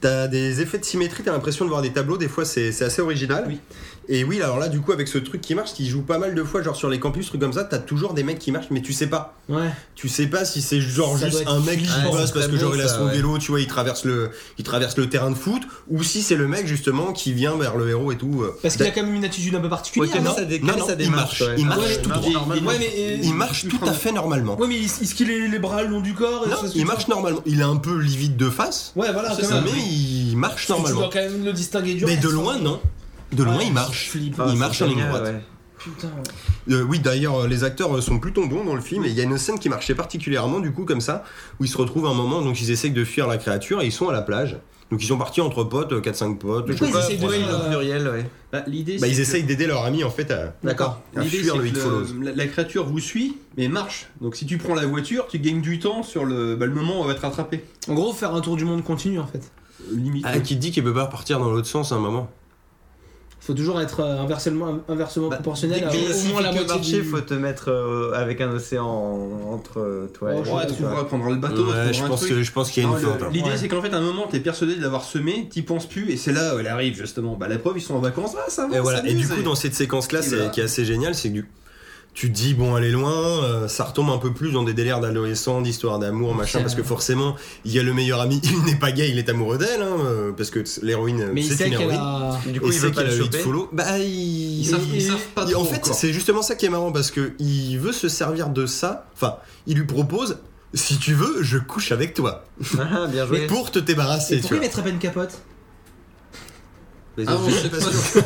Speaker 1: t'as des effets de symétrie, t'as l'impression de voir des tableaux. Des fois c'est c'est assez original.
Speaker 4: Oui.
Speaker 1: Et oui, alors là du coup avec ce truc qui marche, qui joue pas mal de fois, genre sur les campus, trucs comme ça, t'as toujours des mecs qui marchent, mais tu sais pas.
Speaker 3: Ouais.
Speaker 1: Tu sais pas si c'est genre
Speaker 3: Ça
Speaker 1: juste
Speaker 3: doit être
Speaker 1: un mec qui
Speaker 2: flippant.
Speaker 1: passe parce que
Speaker 2: Ouais,
Speaker 1: genre il a
Speaker 2: ça,
Speaker 1: son
Speaker 2: ouais.
Speaker 1: vélo, tu vois, il traverse le, il traverse le terrain de foot, ou si c'est le mec justement qui vient vers le héros et tout. euh.
Speaker 3: Parce qu'il a quand même une attitude un peu particulière.
Speaker 2: Ouais,
Speaker 3: non
Speaker 2: ça dé-
Speaker 1: non, non,
Speaker 2: ça
Speaker 1: il
Speaker 2: démarche,
Speaker 1: marche,
Speaker 2: ouais.
Speaker 1: il
Speaker 3: Ouais,
Speaker 1: marche tout
Speaker 4: Ah,
Speaker 2: il marche
Speaker 1: droit.
Speaker 2: normalement.
Speaker 3: Ouais, mais. euh,
Speaker 1: Il marche tout à fait normalement.
Speaker 3: Ouais, mais il- il se qu'il les les bras le long du corps. et
Speaker 1: Non,
Speaker 3: ça se-
Speaker 1: il marche normalement. Il est un peu livide de face,
Speaker 3: Ouais, voilà, Ah,
Speaker 4: C'est
Speaker 3: quand
Speaker 4: ça,
Speaker 3: même.
Speaker 1: mais il marche
Speaker 3: Parce que Tu dois
Speaker 1: normalement.
Speaker 3: quand même le distinguer du
Speaker 1: Mais
Speaker 3: reste.
Speaker 1: de loin, non. De loin,
Speaker 3: Ouais,
Speaker 1: il marche.
Speaker 3: c'est flippant.
Speaker 2: Ah,
Speaker 1: il
Speaker 2: ça,
Speaker 1: marche en
Speaker 2: c'est
Speaker 1: ligne
Speaker 2: génial,
Speaker 1: droite.
Speaker 2: ouais.
Speaker 3: Putain. ouais.
Speaker 1: Euh, oui, d'ailleurs, euh, les acteurs euh, sont plutôt bons dans le film. Et il y a une scène qui marchait particulièrement, du coup, comme ça, où ils se retrouvent à un moment, donc ils essayent de fuir la créature et ils sont à la plage. Donc ils sont partis entre potes, euh, 4-5 potes.
Speaker 3: Mais
Speaker 1: je
Speaker 3: pourquoi
Speaker 1: sais
Speaker 3: ils
Speaker 1: pas.
Speaker 3: essayent de
Speaker 2: Ouais,
Speaker 3: faire,
Speaker 2: le
Speaker 3: euh,
Speaker 2: pluriel, ouais.
Speaker 4: Bah, l'idée,
Speaker 1: Bah,
Speaker 4: c'est
Speaker 1: ils
Speaker 4: que-
Speaker 1: essayent d'aider leur ami en fait à,
Speaker 2: D'accord.
Speaker 1: à
Speaker 4: L'idée,
Speaker 1: fuir
Speaker 4: c'est
Speaker 1: le It
Speaker 4: que
Speaker 1: Follows.
Speaker 4: le- la, la créature vous suit, mais marche. Donc si tu prends la voiture, tu gagnes du temps sur le, bah, le moment où elle va te rattraper.
Speaker 3: En gros, faire un tour du monde continu en fait.
Speaker 4: Euh, Limite.
Speaker 1: Ah, qui dit qu'il peut pas repartir dans l'autre sens à un moment
Speaker 3: Faut toujours être euh, inversement, inversement
Speaker 2: Bah,
Speaker 3: proportionnel à
Speaker 2: Mais
Speaker 3: Ah, au
Speaker 2: si
Speaker 3: moins
Speaker 2: tu
Speaker 3: la
Speaker 2: veux
Speaker 3: moitié.
Speaker 2: marcher,
Speaker 3: du-
Speaker 2: faut te mettre euh, avec un océan en- entre toi et
Speaker 3: Oh,
Speaker 4: Ouais, elle
Speaker 3: tu
Speaker 4: trouvera, elle prendra le bateau. elle
Speaker 1: Ouais,
Speaker 4: trouvera
Speaker 1: je
Speaker 4: un
Speaker 1: pense,
Speaker 4: truc.
Speaker 1: que, je pense qu'il y a
Speaker 4: Non,
Speaker 1: une
Speaker 4: le-
Speaker 1: feinte. hein.
Speaker 4: L'idée,
Speaker 3: Ouais.
Speaker 4: c'est qu'en fait, à un moment, t'es persuadé de l'avoir semé, t'y penses plus, et c'est là où elle arrive justement. Bah, la preuve, ils sont en vacances. Ah, ça va,
Speaker 1: Et voilà. Et
Speaker 4: s'amuse,
Speaker 1: du coup, dans cette séquence-là,
Speaker 4: Et
Speaker 1: c'est
Speaker 4: voilà.
Speaker 1: qui est assez génial, c'est que du- tu te dis bon, elle est loin, euh, ça retombe un peu plus dans des délires d'adolescent, d'histoire d'amour, machin,
Speaker 3: C'est
Speaker 1: parce que
Speaker 3: vrai.
Speaker 1: forcément, il y a le meilleur ami, il n'est pas gay, il est amoureux d'elle, hein, euh, parce que t- l'héroïne, euh,
Speaker 3: Mais il
Speaker 1: c'est
Speaker 3: sait
Speaker 1: une
Speaker 3: qu'elle
Speaker 1: héroïne.
Speaker 3: a.
Speaker 2: Du
Speaker 1: et
Speaker 2: coup, il
Speaker 1: c'est
Speaker 2: veut pas
Speaker 1: qu'elle a
Speaker 2: le
Speaker 1: eu de
Speaker 2: choper.
Speaker 1: follow. Bah, il-
Speaker 4: Ils savent,
Speaker 1: il-
Speaker 4: ils savent pas
Speaker 1: et
Speaker 4: trop.
Speaker 1: en fait,
Speaker 4: encore.
Speaker 1: c'est justement ça qui est marrant parce que il veut se servir de ça. Enfin, il lui propose si tu veux, je couche avec toi
Speaker 2: Ah, bien joué.
Speaker 1: pour te
Speaker 3: Et
Speaker 1: débarrasser. tu
Speaker 3: pourquoi
Speaker 1: vois.
Speaker 3: il mettrait pas une capote
Speaker 4: Ah, on sait
Speaker 1: pas
Speaker 4: pas.
Speaker 1: sûr.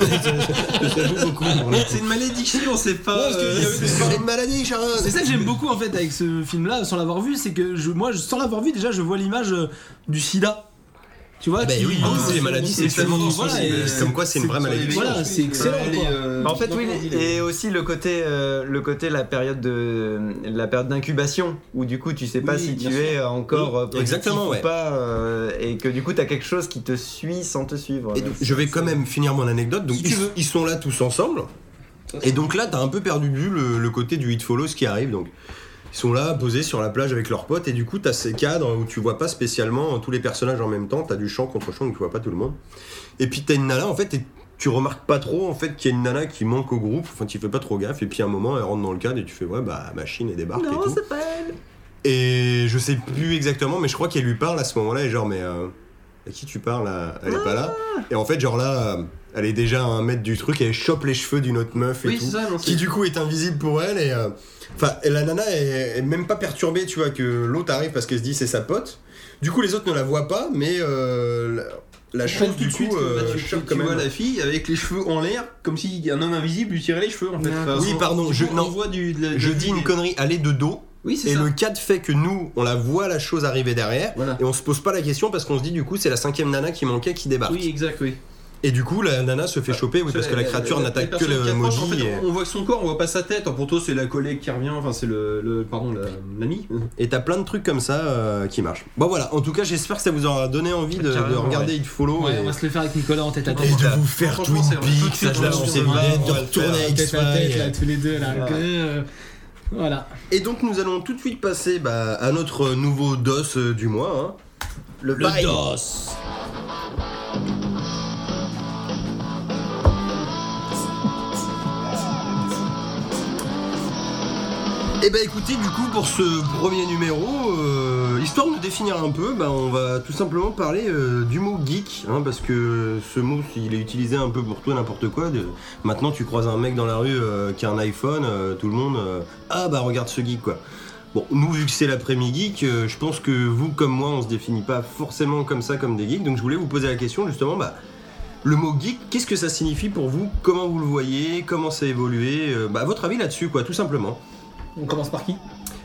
Speaker 1: J'avoue beaucoup. pour le coup.
Speaker 4: C'est une malédiction, on sait pas.
Speaker 3: Ouais, parce qu'il y a eu
Speaker 4: euh,
Speaker 1: C'est pas une maladie, Sharon.
Speaker 3: C'est ça que j'aime beaucoup en fait avec ce film là, sans l'avoir vu, c'est que je, moi, je- sans l'avoir vu, déjà, je vois l'image euh, du sida. Tu vois
Speaker 1: Bah
Speaker 3: qui-
Speaker 1: oui,
Speaker 4: oui,
Speaker 1: les
Speaker 4: c'est-
Speaker 1: maladies,
Speaker 4: c'est
Speaker 1: c'est
Speaker 4: tellement
Speaker 1: extrêmement
Speaker 3: voilà,
Speaker 1: sensible.
Speaker 3: et-
Speaker 1: Comme quoi, c'est une vraie maladie.
Speaker 3: Voilà, c'est excellent,
Speaker 4: Elle est,
Speaker 3: quoi.
Speaker 4: euh,
Speaker 2: Bah, En fait, oui,
Speaker 4: il est-
Speaker 2: et aussi le côté, euh, le côté la période de la période d'incubation où du coup tu sais pas
Speaker 4: Oui,
Speaker 2: si tu
Speaker 4: bien sûr.
Speaker 2: es encore
Speaker 1: Oui,
Speaker 2: euh, positif
Speaker 1: exactement,
Speaker 2: ou
Speaker 1: ouais.
Speaker 2: pas euh, et que du coup t'as quelque chose qui te suit sans te suivre.
Speaker 1: Et donc, je vais quand même finir mon anecdote. Donc,
Speaker 3: Si tu
Speaker 1: ils-
Speaker 3: veux.
Speaker 1: ils sont là tous ensemble. Et donc là, t'as un peu perdu de vue le, le côté du hit follows qui arrive. Donc, ils sont là, posés sur la plage avec leurs potes. Et du coup, t'as ces cadres où tu vois pas spécialement tous les personnages en même temps. T'as du champ contre champ, donc tu vois pas tout le monde. Et puis, t'as une nana, en fait, et tu remarques pas trop en fait qu'il y a une nana qui manque au groupe, enfin tu fais pas trop gaffe, et puis à un moment elle rentre dans le cadre et tu fais ouais bah machine et débarque et tout.
Speaker 2: pas elle.
Speaker 1: Et je sais plus exactement, mais je crois qu'elle lui parle à ce moment-là, et genre, mais euh, à qui tu parles là Elle est pas là.
Speaker 4: Ah.
Speaker 1: Et en fait, genre là, euh, elle est déjà à un mètre du truc, et elle chope les cheveux d'une autre meuf et
Speaker 4: Oui, c'est
Speaker 1: tout.
Speaker 4: ça, non,
Speaker 1: Qui
Speaker 4: c'est
Speaker 1: du coup est invisible pour elle, et. euh, Enfin, et la nana est, est même pas perturbée, tu vois, que l'autre arrive parce qu'elle se dit c'est sa pote. Du coup, les autres ne la voient pas, mais. euh, la, la
Speaker 4: Je pense
Speaker 1: chose du coup,
Speaker 4: là,
Speaker 1: euh,
Speaker 4: Bah, tu, tu-
Speaker 1: chope
Speaker 4: tu
Speaker 1: quand même.
Speaker 4: vois la fille avec les cheveux en l'air, comme si un homme invisible lui tirait les cheveux en fait.
Speaker 2: Ah,
Speaker 1: oui,
Speaker 4: on-
Speaker 1: pardon,
Speaker 4: on-
Speaker 1: je-
Speaker 4: on
Speaker 1: non.
Speaker 4: voit du, de la-
Speaker 1: Je
Speaker 4: de-
Speaker 1: dis
Speaker 4: des-
Speaker 1: une connerie, elle est de dos.
Speaker 4: Oui, c'est
Speaker 1: Et
Speaker 4: ça.
Speaker 1: le cas de fait que nous, on la voit la chose arriver derrière,
Speaker 4: Voilà.
Speaker 1: et on se pose pas la question parce qu'on se dit du coup c'est la cinquième nana qui manquait qui débarque.
Speaker 4: Oui, Bah, exact, oui.
Speaker 1: Et du coup la nana se fait choper, oui, parce que la euh. créature
Speaker 4: la-
Speaker 1: n'attaque
Speaker 4: la
Speaker 1: que le
Speaker 4: personne qui approche,
Speaker 1: emoji.
Speaker 4: en fait,
Speaker 1: et-
Speaker 4: On voit que son corps, on voit pas sa tête. Pour toi, c'est la collègue qui revient, enfin, c'est le, le- Pardon, la- l'ami.
Speaker 1: Et t'as plein de trucs comme ça euh, qui marchent. Bon voilà, en tout cas j'espère que ça vous aura donné envie de, de
Speaker 2: Carrément,
Speaker 1: regarder It Follow
Speaker 3: Ouais,
Speaker 1: et,
Speaker 3: on va se le faire avec Nicolas en tête à
Speaker 1: et
Speaker 3: tête.
Speaker 1: de vous faire
Speaker 4: Franchement,
Speaker 1: Twin
Speaker 4: c'est vrai.
Speaker 1: Peaks, ça je l'avoue,
Speaker 4: hein. Ouais,
Speaker 1: c'est
Speaker 4: on
Speaker 1: vrai,
Speaker 4: va le
Speaker 1: de
Speaker 4: faire.
Speaker 1: retourner à
Speaker 3: Tête à tête, là,
Speaker 1: X-Files.
Speaker 3: tous les deux, là.
Speaker 1: Voilà.
Speaker 3: que, euh, Voilà.
Speaker 1: Et donc nous allons tout de suite passer bah, à notre nouveau DOS euh, du mois. hein. Le, bail.
Speaker 3: DOS.
Speaker 1: Eh ben écoutez, du coup, pour ce premier numéro, euh, histoire de définir un peu, bah, on va tout simplement parler euh, du mot geek, hein, parce que ce mot, il est utilisé un peu pour tout et n'importe quoi. de- Maintenant, tu croises un mec dans la rue euh, qui a un iPhone, euh, tout le monde, euh, ah bah regarde ce geek quoi. Bon, nous, vu que c'est l'après-midi geek, euh, je pense que vous comme moi, on se définit pas forcément comme ça, comme des geeks, donc je voulais vous poser la question justement, bah. Le mot geek, qu'est-ce que ça signifie pour vous Comment vous le voyez Comment ça a évolué Euh, Bah, votre avis là-dessus, quoi, tout simplement.
Speaker 3: On commence par qui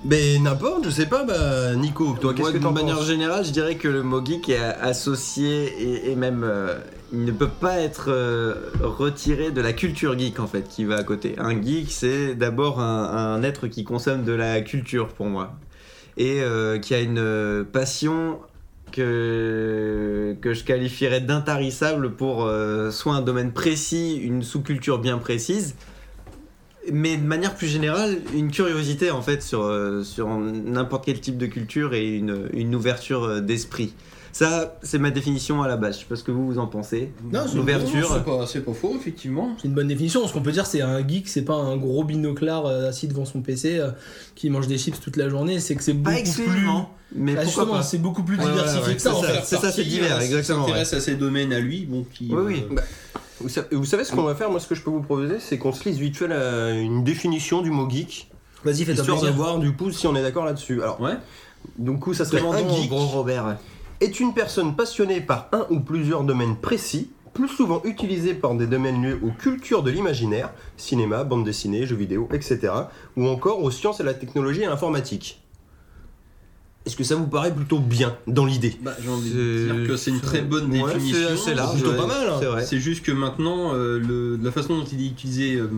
Speaker 1: Ben n'importe, je sais pas, bah Nico, toi qu'est-ce
Speaker 2: Moi,
Speaker 1: que
Speaker 2: de
Speaker 1: t'en
Speaker 2: manière
Speaker 1: penses
Speaker 2: générale, je dirais que le mot geek est associé et, et même euh, il ne peut pas être euh, retiré de la culture geek en fait qui va à côté. Un geek, c'est d'abord un, un être qui consomme de la culture pour moi et euh, qui a une euh, passion que, que je qualifierais d'intarissable pour euh, soit un domaine précis, une sous-culture bien précise, mais de manière plus générale, une curiosité en fait sur, euh, sur n'importe quel type de culture et une, une ouverture euh, d'esprit. Ça, c'est ma définition à la base. Je sais pas ce que vous, vous en pensez.
Speaker 3: Non, c'est-
Speaker 2: L'ouverture.
Speaker 4: C'est pas, c'est pas faux, effectivement.
Speaker 3: C'est une bonne définition. Ce qu'on peut dire, c'est un geek, c'est pas un gros binoclard euh, assis devant son PC euh, qui mange des chips toute la journée. C'est que c'est beaucoup plus.
Speaker 2: mais
Speaker 3: Ah,
Speaker 2: pourquoi
Speaker 3: justement,
Speaker 2: pas
Speaker 3: c'est beaucoup plus
Speaker 1: Ouais,
Speaker 3: diversifié
Speaker 1: ouais, ouais,
Speaker 3: que ça.
Speaker 1: c'est
Speaker 3: en
Speaker 1: ça,
Speaker 3: fait.
Speaker 1: c'est ça, c'est
Speaker 4: Parti,
Speaker 1: divers,
Speaker 4: euh,
Speaker 1: exactement,
Speaker 4: s'intéresse à ses domaines à lui, bon, qui.
Speaker 2: Oui, oui.
Speaker 1: Bah,
Speaker 4: euh,
Speaker 1: Vous sa- vous savez ce qu'on va faire Moi ce que je peux vous proposer c'est qu'on se lise vite fait la- une définition du mot geek,
Speaker 3: Vas-y, fais-toi
Speaker 1: histoire de
Speaker 3: plaisir.
Speaker 1: voir du coup si on est d'accord là-dessus. Alors,
Speaker 4: Ouais.
Speaker 1: du coup ça serait
Speaker 2: Vraiment,
Speaker 1: un geek
Speaker 2: gros Robert.
Speaker 1: est une personne passionnée par un ou plusieurs domaines précis, plus souvent utilisée par des domaines liés aux cultures de l'imaginaire, cinéma, bande dessinée, jeux vidéo, etc. ou encore aux sciences et la technologie et à l'informatique. Est-ce que ça vous paraît plutôt bien dans l'idée
Speaker 4: Bah, j'ai envie de dire que c'est une très bonne
Speaker 1: Ouais,
Speaker 4: définition.
Speaker 1: c'est assez large,
Speaker 4: plutôt
Speaker 1: ouais.
Speaker 4: pas mal.
Speaker 3: Ah,
Speaker 1: hein.
Speaker 2: C'est vrai.
Speaker 4: C'est juste que maintenant, euh, le- la façon dont il est utilisé euh,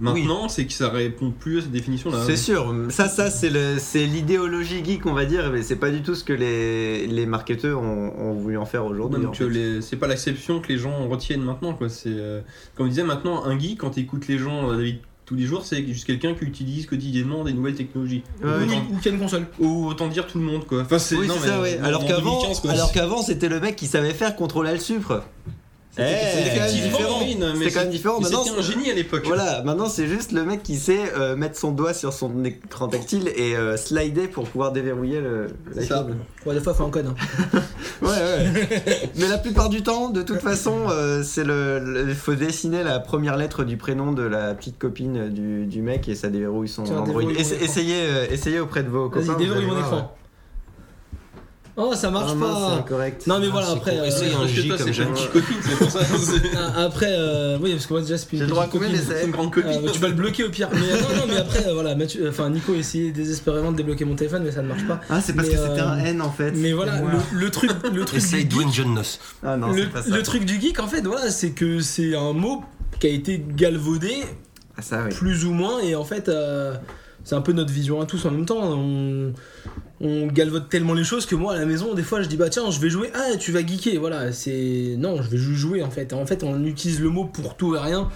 Speaker 4: maintenant, c'est que ça répond plus à cette définition-là.
Speaker 2: C'est sûr, ça, ça c'est le- c'est l'idéologie geek, on va dire, mais c'est pas du tout ce que les, les marketeurs ont, ont voulu en faire aujourd'hui.
Speaker 4: Même
Speaker 2: en
Speaker 4: que
Speaker 2: fait.
Speaker 4: euh, les- c'est pas l'acception que les gens retiennent maintenant. Quoi. C'est, euh, comme on disait maintenant, un geek, quand t'écoutes les gens euh, David, tous les jours, c'est juste quelqu'un qui utilise quotidiennement des nouvelles technologies.
Speaker 2: Ouais,
Speaker 4: autant,
Speaker 3: Ou, ou qu'il y a une console.
Speaker 4: ou autant dire tout le monde. Quoi. Enfin, c'est,
Speaker 2: Oui,
Speaker 4: non,
Speaker 2: c'est
Speaker 4: mais
Speaker 2: ça, ouais.
Speaker 4: en-
Speaker 2: Alors
Speaker 4: en
Speaker 2: qu'avant,
Speaker 4: 2015, quoi.
Speaker 2: alors qu'avant, c'était le mec qui savait faire contrôler le sucre.
Speaker 1: Eh,
Speaker 2: C'était quand même
Speaker 1: effectivement,
Speaker 2: différent.
Speaker 4: oui, non, mais
Speaker 2: C'était quand même différent.
Speaker 4: mais
Speaker 2: Maintenant,
Speaker 4: c'était un génie à l'époque.
Speaker 2: voilà, maintenant c'est juste le mec qui sait euh, mettre son doigt sur son écran tactile et euh, slider pour pouvoir déverrouiller le. la
Speaker 4: Ça.
Speaker 2: fibre.
Speaker 3: Ouais, des fois, faut un code. hein.
Speaker 2: Ouais, ouais. Mais la plupart du temps, de toute façon, euh, c'est le, le- il faut dessiner la première lettre du prénom de la petite copine du, du mec et ça déverrouille son
Speaker 3: Tiens,
Speaker 2: Android.
Speaker 3: déverrouille mon
Speaker 2: Essa-
Speaker 3: écran.
Speaker 2: essayez, euh, essayez auprès de vos copains.
Speaker 3: Vas-y,
Speaker 2: vous
Speaker 3: déverrouille
Speaker 2: allez
Speaker 3: mon
Speaker 2: voir.
Speaker 3: écran. Oh, ça marche
Speaker 2: Ah, mince, C'est
Speaker 3: pas.
Speaker 2: incorrect.
Speaker 3: Non, mais
Speaker 1: Ah,
Speaker 3: voilà,
Speaker 1: c'est
Speaker 3: après.
Speaker 1: con.
Speaker 3: euh,
Speaker 1: Essaye un
Speaker 4: Parce que
Speaker 1: J
Speaker 4: toi,
Speaker 1: comme
Speaker 4: c'est
Speaker 1: ça.
Speaker 4: pas une petite copine, c'est pour ça. c'est-
Speaker 3: Ah, Après, euh, oui, parce que moi déjà, c'est plus
Speaker 2: J'ai
Speaker 3: une
Speaker 2: le droit à
Speaker 3: petite
Speaker 2: combien
Speaker 3: copine.
Speaker 4: c'est
Speaker 2: d'essais
Speaker 4: une grande copine.
Speaker 3: Euh, tu vas le bloquer au pire. Mais, euh, non, non, mais après, euh, voilà, Mathieu- enfin, Nico essayait désespérément de débloquer mon téléphone, mais ça ne marche pas.
Speaker 2: Ah, c'est parce
Speaker 3: Mais,
Speaker 2: que c'était un
Speaker 3: euh,
Speaker 2: N en fait.
Speaker 3: Mais voilà,
Speaker 2: Moi.
Speaker 3: le, le truc, le truc,
Speaker 1: Essaye
Speaker 3: du geek,
Speaker 1: Dwayne Johnson.
Speaker 2: Ah non,
Speaker 3: le,
Speaker 2: c'est pas ça.
Speaker 3: le truc du geek, en fait, voilà, c'est que c'est un mot qui a été galvaudé,
Speaker 2: Ah, ça, oui.
Speaker 3: plus ou moins, et en fait, euh, c'est un peu notre vision à tous en même temps. hein. On, on galvaude tellement les choses que moi, à la maison, des fois, je dis, bah tiens, je vais jouer, ah, tu vas geeker, voilà, c'est. Non, je vais juste jouer, en fait. En fait, on utilise le mot pour tout et rien.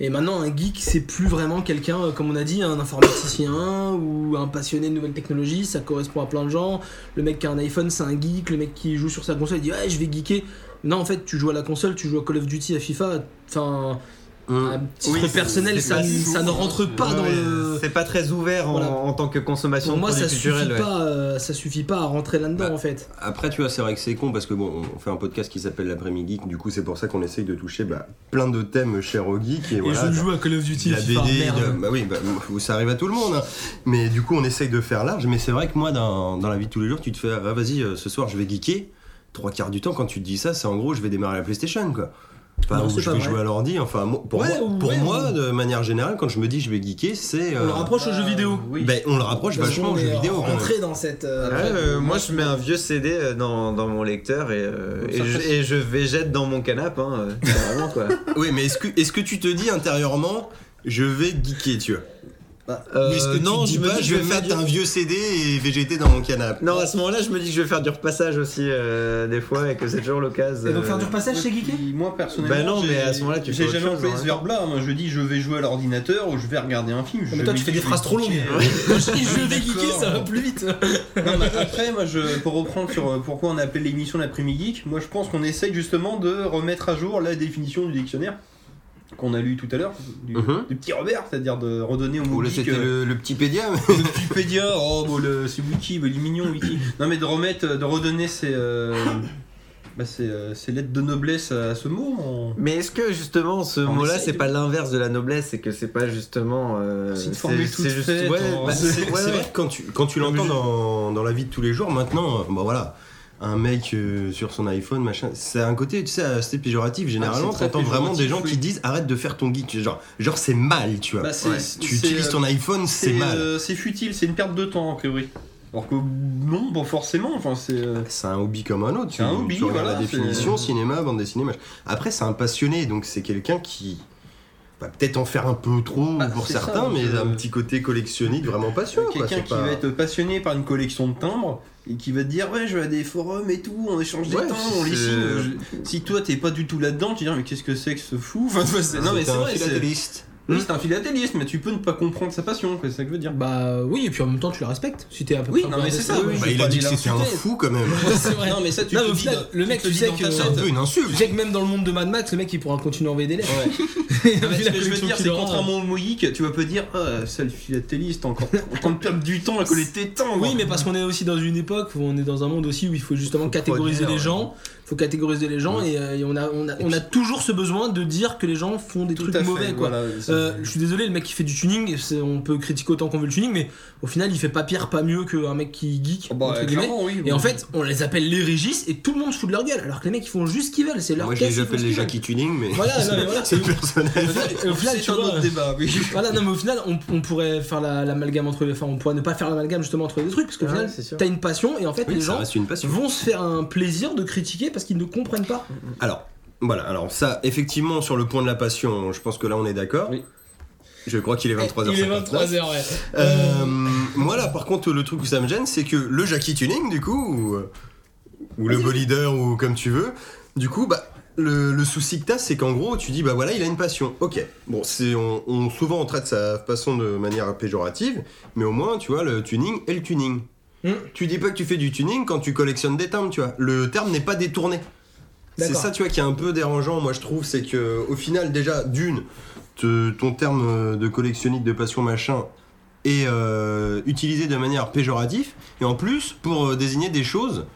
Speaker 3: Et maintenant, un geek, c'est plus vraiment quelqu'un, euh, comme on a dit, un informaticien ou un passionné de nouvelles technologies. Ça correspond à plein de gens. Le mec qui a un iPhone, c'est un geek. Le mec qui joue sur sa console, il dit ouais, je vais geeker. Non, en fait, tu joues à la console, tu joues à Call of Duty, à FIFA. Enfin,
Speaker 1: Hum.
Speaker 3: à titre
Speaker 4: Oui, c'est-
Speaker 3: personnel,
Speaker 4: c'est
Speaker 3: ça,
Speaker 4: pas
Speaker 3: ça ne
Speaker 4: souvent,
Speaker 3: rentre
Speaker 4: c'est-
Speaker 3: pas dans
Speaker 2: Ouais,
Speaker 3: le.
Speaker 2: Ah, C'est pas très ouvert en,
Speaker 3: Ah, euh, Voilà.
Speaker 2: en tant que consommation
Speaker 3: Pour moi,
Speaker 2: de
Speaker 3: ça
Speaker 2: produits
Speaker 3: suffit
Speaker 2: culturels. ouais.
Speaker 3: pas. euh, ça suffit pas à rentrer là-dedans,
Speaker 1: Bah,
Speaker 3: en fait.
Speaker 1: Après, tu vois, c'est vrai que c'est con parce que bon, on fait un podcast qui s'appelle l'après-midi, du coup, c'est pour ça qu'on essaye de toucher bah, plein de thèmes chers aux geeks. Et, voilà,
Speaker 3: joue à Call of Duty,
Speaker 1: la BD, de-
Speaker 4: euh,
Speaker 1: bah oui, bah, où ça arrive à tout le monde. hein. Mais du coup, on essaye de faire large. Mais c'est vrai que moi, dans, dans la vie de tous les jours, tu te fais, ah, vas-y, euh, ce soir, je vais geeker. Trois quarts du temps, quand tu te dis ça, c'est en gros, je vais démarrer la PlayStation, quoi. Enfin,
Speaker 3: Non,
Speaker 1: ou
Speaker 3: c'est
Speaker 1: je
Speaker 3: pas
Speaker 1: vais
Speaker 3: vrai.
Speaker 1: jouer à l'ordi. Enfin, moi- pour,
Speaker 3: Ouais,
Speaker 1: moi,
Speaker 3: ou-
Speaker 1: pour
Speaker 3: ouais,
Speaker 1: moi,
Speaker 3: ou-
Speaker 1: de manière générale, quand je me dis je vais geeker, c'est.
Speaker 3: On
Speaker 1: euh,
Speaker 3: le rapproche aux jeux vidéo.
Speaker 4: Oui.
Speaker 1: ben, on le rapproche
Speaker 3: Parce
Speaker 1: vachement
Speaker 3: qu'on
Speaker 1: aux jeux
Speaker 3: est
Speaker 1: vidéo. quand même.
Speaker 3: rentré dans cette. euh,
Speaker 2: Ouais, euh, moi, je mets un vieux CD euh, dans, dans mon lecteur et, euh,
Speaker 4: Ça
Speaker 2: et, je,
Speaker 4: passe.
Speaker 2: et je végète dans mon canapé. Hein, euh, vraiment, quoi.
Speaker 1: Oui, mais est-ce que, est-ce que tu te dis intérieurement, je vais geeker, tu vois
Speaker 2: Euh,
Speaker 1: Ou est-ce que tu
Speaker 2: non,
Speaker 1: te dis
Speaker 2: je me
Speaker 1: pas,
Speaker 2: dis que
Speaker 1: je vais mettre
Speaker 2: du-
Speaker 1: un vieux CD et végéter dans mon canapé
Speaker 2: Non, à ce moment-là, je me dis que je vais faire du repassage aussi euh, des fois et que c'est toujours l'occasion.
Speaker 3: Et donc faire
Speaker 2: euh,
Speaker 3: du repassage chez Geeké
Speaker 4: Puis Moi personnellement,
Speaker 2: Bah non,
Speaker 4: j'ai-
Speaker 2: mais à ce moment-là, tu fais
Speaker 4: j'ai
Speaker 2: autre
Speaker 4: jamais
Speaker 2: chose,
Speaker 4: employé
Speaker 2: hein.
Speaker 4: ce verbe-là. Moi, je dis, je vais jouer à l'ordinateur ou je vais regarder un film.
Speaker 3: Mais
Speaker 4: Je
Speaker 3: toi,
Speaker 4: me
Speaker 3: tu fais
Speaker 4: dis,
Speaker 3: des
Speaker 4: je
Speaker 3: phrases
Speaker 4: vais
Speaker 3: trop longues.
Speaker 4: geeker.
Speaker 3: Je vais
Speaker 4: D'accord.
Speaker 3: geeker, ça va plus vite.
Speaker 4: Non, mais après, moi, je, pour reprendre sur euh, pourquoi on appelait l'émission l'après-midi geek, moi je pense qu'on essaye justement de remettre à jour la définition du dictionnaire qu'on a lu tout à l'heure, du,
Speaker 1: Mhm.
Speaker 4: du petit Robert, c'est-à-dire de redonner au mot
Speaker 1: Ou là,
Speaker 4: geek,
Speaker 1: c'était le,
Speaker 4: euh,
Speaker 1: le petit pédia. mais-
Speaker 4: le Wikipédia, oh, bon, le- c'est Wiki, mais il est mignon Wiki. Non, mais de remettre, de redonner ces, euh, bah, ces, euh, ces lettres de noblesse à ce mot. en-
Speaker 2: Mais est-ce que justement ce
Speaker 4: On
Speaker 2: mot-là,
Speaker 4: essaye
Speaker 2: c'est
Speaker 4: de-
Speaker 2: pas l'inverse de la noblesse et que c'est pas justement. euh,
Speaker 4: C'est une formule toute
Speaker 2: juste-
Speaker 4: faite,
Speaker 2: ouais,
Speaker 4: en-
Speaker 2: bah,
Speaker 1: C'est c'est
Speaker 2: ouais, ouais.
Speaker 1: vrai que quand tu, quand tu l'entends dans, dans la vie de tous les jours, maintenant, euh, bah voilà, un mec euh, sur son iPhone, machin, c'est un côté, tu sais, assez péjoratif. Généralement,
Speaker 4: Ah, c'est très
Speaker 1: t'entends vraiment des gens
Speaker 4: péjoratif,
Speaker 1: qui
Speaker 4: oui.
Speaker 1: disent arrête de faire ton geek. Genre, genre c'est mal, tu vois.
Speaker 4: Bah, c'est-
Speaker 1: Ouais.
Speaker 4: c'est-
Speaker 1: Tu
Speaker 4: c'est,
Speaker 1: utilises
Speaker 4: euh,
Speaker 1: ton iPhone, c'est mal.
Speaker 4: euh, c'est futile, c'est une perte de temps a priori. Alors que non, pas forcément. Enfin, c'est. euh,
Speaker 1: C'est un hobby comme un autre.
Speaker 4: C'est un
Speaker 1: tu-
Speaker 4: hobby,
Speaker 1: tu regardes
Speaker 4: voilà,
Speaker 1: la
Speaker 4: c'est-
Speaker 1: définition, cinéma, bande dessinée, machin. Après, c'est un passionné, donc c'est quelqu'un qui va peut-être en faire un peu trop
Speaker 4: Ah,
Speaker 1: pour
Speaker 4: c'est ça,
Speaker 1: certains, mais
Speaker 4: je-
Speaker 1: a un petit côté collectionniste vraiment passionnant. quoi,
Speaker 4: quelqu'un
Speaker 1: c'est
Speaker 4: qui
Speaker 1: pas-
Speaker 4: va être passionné par une collection de timbres et qui va te dire ouais je vais à des forums et tout on échange des
Speaker 1: Ouais,
Speaker 4: timbres on les
Speaker 1: c'est-
Speaker 4: signe euh, Je- si toi t'es pas du tout là dedans tu dis mais qu'est-ce que c'est que ce fou enfin, tu vois, c'est- non mais
Speaker 1: T'es
Speaker 4: c'est
Speaker 1: un
Speaker 4: vrai c'est
Speaker 1: philatéliste.
Speaker 4: Oui, c'est un philatéliste mais tu peux ne pas comprendre sa passion quoi, c'est ça que je veux dire
Speaker 3: Bah oui, et puis en même temps, tu la respectes. Si t'es à peu
Speaker 4: Oui,
Speaker 3: près
Speaker 4: non,
Speaker 3: au
Speaker 4: mais
Speaker 3: courant
Speaker 4: c'est
Speaker 3: de
Speaker 4: ça, oui,
Speaker 1: Bah,
Speaker 4: Je vais
Speaker 1: il
Speaker 4: pas
Speaker 1: a dit
Speaker 4: aller
Speaker 1: que c'était un
Speaker 4: l'insulter.
Speaker 1: fou quand même.
Speaker 3: C'est vrai.
Speaker 4: non mais ça tu
Speaker 3: Non,
Speaker 4: te
Speaker 3: mais au
Speaker 4: dis
Speaker 3: final,
Speaker 4: dans-
Speaker 3: le
Speaker 4: tu
Speaker 3: mec,
Speaker 4: te
Speaker 3: tu
Speaker 4: dis
Speaker 3: sais
Speaker 4: dans
Speaker 3: que-
Speaker 4: ta
Speaker 1: C'est
Speaker 4: tête.
Speaker 1: un peu une insulte.
Speaker 3: Tu sais que même dans le monde de Mad Max, le mec il pourra continuer à envoyer des lettres.
Speaker 4: Ouais.
Speaker 3: Et
Speaker 4: Non, Ah, mais
Speaker 3: vu
Speaker 4: ce
Speaker 3: la
Speaker 4: que je veux
Speaker 3: collection
Speaker 4: dire, c'est
Speaker 3: qu'il aura,
Speaker 4: contrairement au Moïc, tu vas pas dire Ah, sale philatéliste, encore en train de perdre du temps à collecter tant.
Speaker 3: Oui, mais parce qu'on est aussi dans une époque où on est dans un monde aussi où il faut justement catégoriser
Speaker 2: produire,
Speaker 3: les
Speaker 2: ouais.
Speaker 3: gens. Il faut catégoriser les gens
Speaker 1: Ouais.
Speaker 3: et, euh, et on, a, on, a, on a toujours ce besoin de dire que les gens font des
Speaker 4: tout
Speaker 3: trucs
Speaker 4: à fait.
Speaker 3: mauvais. quoi.
Speaker 4: voilà, c'est-
Speaker 3: Euh, je suis désolé, le mec qui fait du tuning, c'est- on peut critiquer autant qu'on veut le tuning, mais au final, il fait pas pire, pas mieux qu'un mec qui geek.
Speaker 4: Oh, bah,
Speaker 3: entre guillemets.
Speaker 4: clairement, oui,
Speaker 3: Et en
Speaker 4: bon.
Speaker 3: fait, on les appelle les régis et tout le monde se fout de leur gueule. Alors que les mecs, ils font juste ce qu'ils veulent. C'est leur
Speaker 1: Moi, je
Speaker 3: caisse,
Speaker 1: les
Speaker 3: ils font
Speaker 1: appelle
Speaker 3: ce
Speaker 1: les
Speaker 3: qu'ils veulent.
Speaker 1: Jackie Tuning, mais
Speaker 3: Voilà, non, mais voilà.
Speaker 1: c'est personnel.
Speaker 3: Au final- au final,
Speaker 4: c'est
Speaker 3: tu
Speaker 4: un
Speaker 3: vois, euh,
Speaker 4: autre débat. Oui.
Speaker 3: voilà, non, mais au final, on, on pourrait faire la- l'amalgame entre les. Enfin, on pourrait ne pas faire l'amalgame justement entre les deux trucs, parce qu'au
Speaker 2: Ouais,
Speaker 3: final,
Speaker 2: Ah, c'est sûr.
Speaker 3: t'as une passion et en fait,
Speaker 1: Oui,
Speaker 3: les
Speaker 1: ça
Speaker 3: gens
Speaker 1: reste une passion.
Speaker 3: vont se faire un plaisir de critiquer parce qu'ils ne comprennent pas.
Speaker 1: Alors, voilà, alors ça, effectivement, sur le point de la passion, je pense que là, on est d'accord.
Speaker 4: Oui.
Speaker 1: Je crois qu'il est 23h53.
Speaker 3: Eh, Il est 23h, ouais.
Speaker 1: Euh, moi, là, par contre, le truc où ça me gêne, c'est que le Jackie Tuning, du coup, ou, ou le Bolider, ou comme tu veux, du coup, bah. Le, le souci que t'as, c'est qu'en gros, tu dis, bah voilà, il a une passion. Ok. Bon, c'est on, on- souvent on traite sa passion de manière péjorative, mais au moins, tu vois, le tuning est le tuning.
Speaker 3: Hmm.
Speaker 1: Tu dis pas que tu fais du tuning quand tu collectionnes des timbres, tu vois. Le terme n'est pas détourné. C'est
Speaker 3: D'accord.
Speaker 1: ça, tu vois, qui est un peu dérangeant, moi, je trouve, c'est que au final, déjà, d'une, te- ton terme euh, de collectionniste, de passion, machin, est euh, utilisé de manière péjorative, et en plus, pour euh, désigner des choses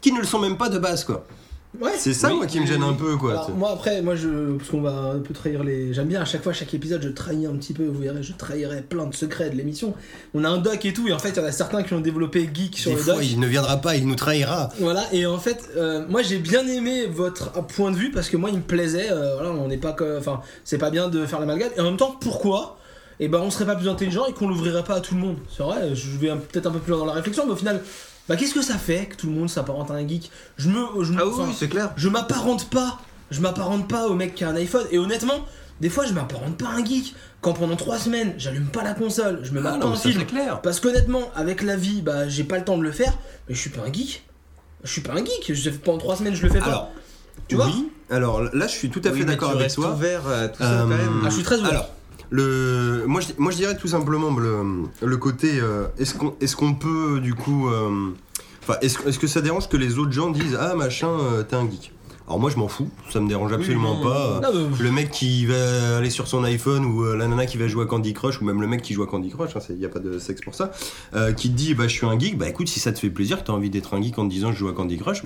Speaker 1: qui ne le sont même pas de base, quoi.
Speaker 3: Euh, Ouais,
Speaker 1: C'est ça,
Speaker 4: Oui,
Speaker 1: moi, qui me
Speaker 4: oui,
Speaker 1: gêne
Speaker 4: oui.
Speaker 1: un peu, quoi.
Speaker 3: Alors,
Speaker 1: tu-
Speaker 3: moi après, moi je, parce qu'on va un peu trahir les. J'aime bien à chaque fois, à chaque épisode, je trahis un petit peu. Vous verrez, je trahirai plein de secrets de l'émission. On a un doc et tout, et en fait, il y en a certains qui ont développé geek sur
Speaker 1: Des
Speaker 3: le
Speaker 1: fois,
Speaker 3: doc.
Speaker 1: il ne viendra pas, il nous trahira.
Speaker 3: Voilà, et en fait, euh, moi j'ai bien aimé votre point de vue parce que moi il me plaisait. euh, voilà, on n'est pas, que- enfin, c'est pas bien de faire l'amalgame. Et en même temps, pourquoi Et ben, on serait pas plus intelligent et qu'on l'ouvrirait pas à tout le monde. C'est vrai. Je vais un- peut-être un peu plus loin dans la réflexion, mais au final, bah qu'est-ce que ça fait que tout le monde s'apparente à un geek Je me, je me-
Speaker 2: Ah oui,
Speaker 3: enfin,
Speaker 2: oui, c'est clair.
Speaker 3: je m'apparente pas, je m'apparente pas au mec qui a un iPhone. Et honnêtement, des fois, je m'apparente pas à un geek. Quand pendant trois semaines, j'allume pas la console,
Speaker 2: Ah
Speaker 3: je me mets pas un film.
Speaker 1: clair.
Speaker 3: Parce qu'honnêtement, avec la vie, bah j'ai pas le temps de le faire. Mais je suis pas un geek. Je suis pas un geek. Je, pendant trois semaines, je le fais pas.
Speaker 1: Alors,
Speaker 3: Tu vois
Speaker 1: oui, alors là, je suis tout à
Speaker 2: Oui,
Speaker 1: fait
Speaker 2: mais
Speaker 1: d'accord
Speaker 2: tu
Speaker 1: avec
Speaker 2: restes
Speaker 1: toi.
Speaker 2: ouvert à tout ça quand
Speaker 1: Euh,
Speaker 2: même.
Speaker 3: Ah, je suis très ouvert.
Speaker 1: Alors, le, moi, je, moi, je dirais tout simplement le, le côté euh, est-ce qu'on est qu'on peut du coup. euh, Enfin, est-ce est-ce que ça dérange que les autres gens disent Ah machin, euh, t'es un geek Alors moi, je m'en fous, ça me dérange absolument
Speaker 4: non,
Speaker 1: pas. euh,
Speaker 3: Non, mais-
Speaker 1: Le mec qui va aller sur son iPhone ou euh, la nana qui va jouer à Candy Crush ou même le mec qui joue à Candy Crush, il n'y a pas de sexe pour ça, euh, qui te dit bah je suis un geek, bah écoute si ça te fait plaisir, que t'as envie d'être un geek en te disant je joue à Candy Crush,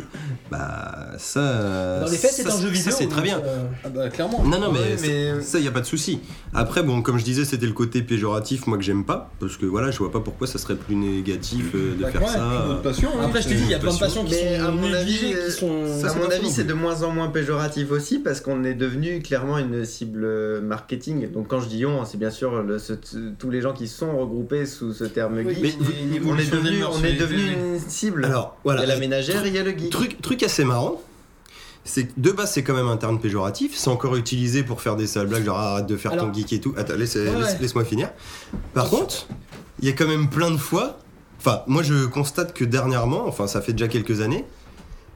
Speaker 1: bah ça. euh,
Speaker 3: Dans les faits, c'est
Speaker 1: ça,
Speaker 3: un jeu
Speaker 1: ça,
Speaker 3: vidéo.
Speaker 1: c'est très
Speaker 3: donc,
Speaker 1: bien.
Speaker 3: euh,
Speaker 4: Ah bah clairement.
Speaker 1: Non, non, mais,
Speaker 2: Ouais, mais-
Speaker 1: ça- ça, il n'y a pas de souci. Après, bon, comme je disais, c'était le côté péjoratif, moi, que j'aime pas. Parce que voilà, je vois pas pourquoi ça serait plus négatif euh, de
Speaker 4: Bah,
Speaker 1: faire
Speaker 4: ouais,
Speaker 1: ça.
Speaker 4: puis notre
Speaker 1: euh.
Speaker 4: passion. hein.
Speaker 3: Après, je t'ai dit, il y a plein de passions qui
Speaker 2: Mais à
Speaker 3: sont
Speaker 2: mon avis,
Speaker 3: négligées,
Speaker 2: euh,
Speaker 3: qui sont.
Speaker 2: à
Speaker 3: sont
Speaker 2: mon
Speaker 3: pas
Speaker 2: avis,
Speaker 3: faibles.
Speaker 2: c'est de moins en moins péjoratif aussi parce qu'on est devenu clairement une cible euh, marketing. Donc quand je dis on, c'est bien sûr le- ce- tous les gens qui sont regroupés sous ce terme
Speaker 4: Oui,
Speaker 2: geek.
Speaker 1: Mais
Speaker 4: il y a une
Speaker 2: on est
Speaker 4: évolution des
Speaker 2: devenu,
Speaker 4: mœurs,
Speaker 2: on est
Speaker 4: les-
Speaker 2: devenu
Speaker 4: les-
Speaker 2: une cible.
Speaker 1: Alors,
Speaker 2: il y a la
Speaker 1: voilà.
Speaker 2: ménagère, il y a le
Speaker 3: Bah
Speaker 2: geek.
Speaker 1: Truc, truc assez marrant. C'est que de base, c'est quand même un terme péjoratif. C'est encore utilisé pour faire des sales blagues, genre arrête de faire ton
Speaker 3: Alors-
Speaker 1: geek et tout. Attends, laisse,
Speaker 3: Ouais,
Speaker 1: laisse-
Speaker 3: ouais.
Speaker 1: laisse-moi finir. Par contre, il y a quand même plein de fois. Enfin, moi, je constate que dernièrement, enfin, ça fait déjà quelques années,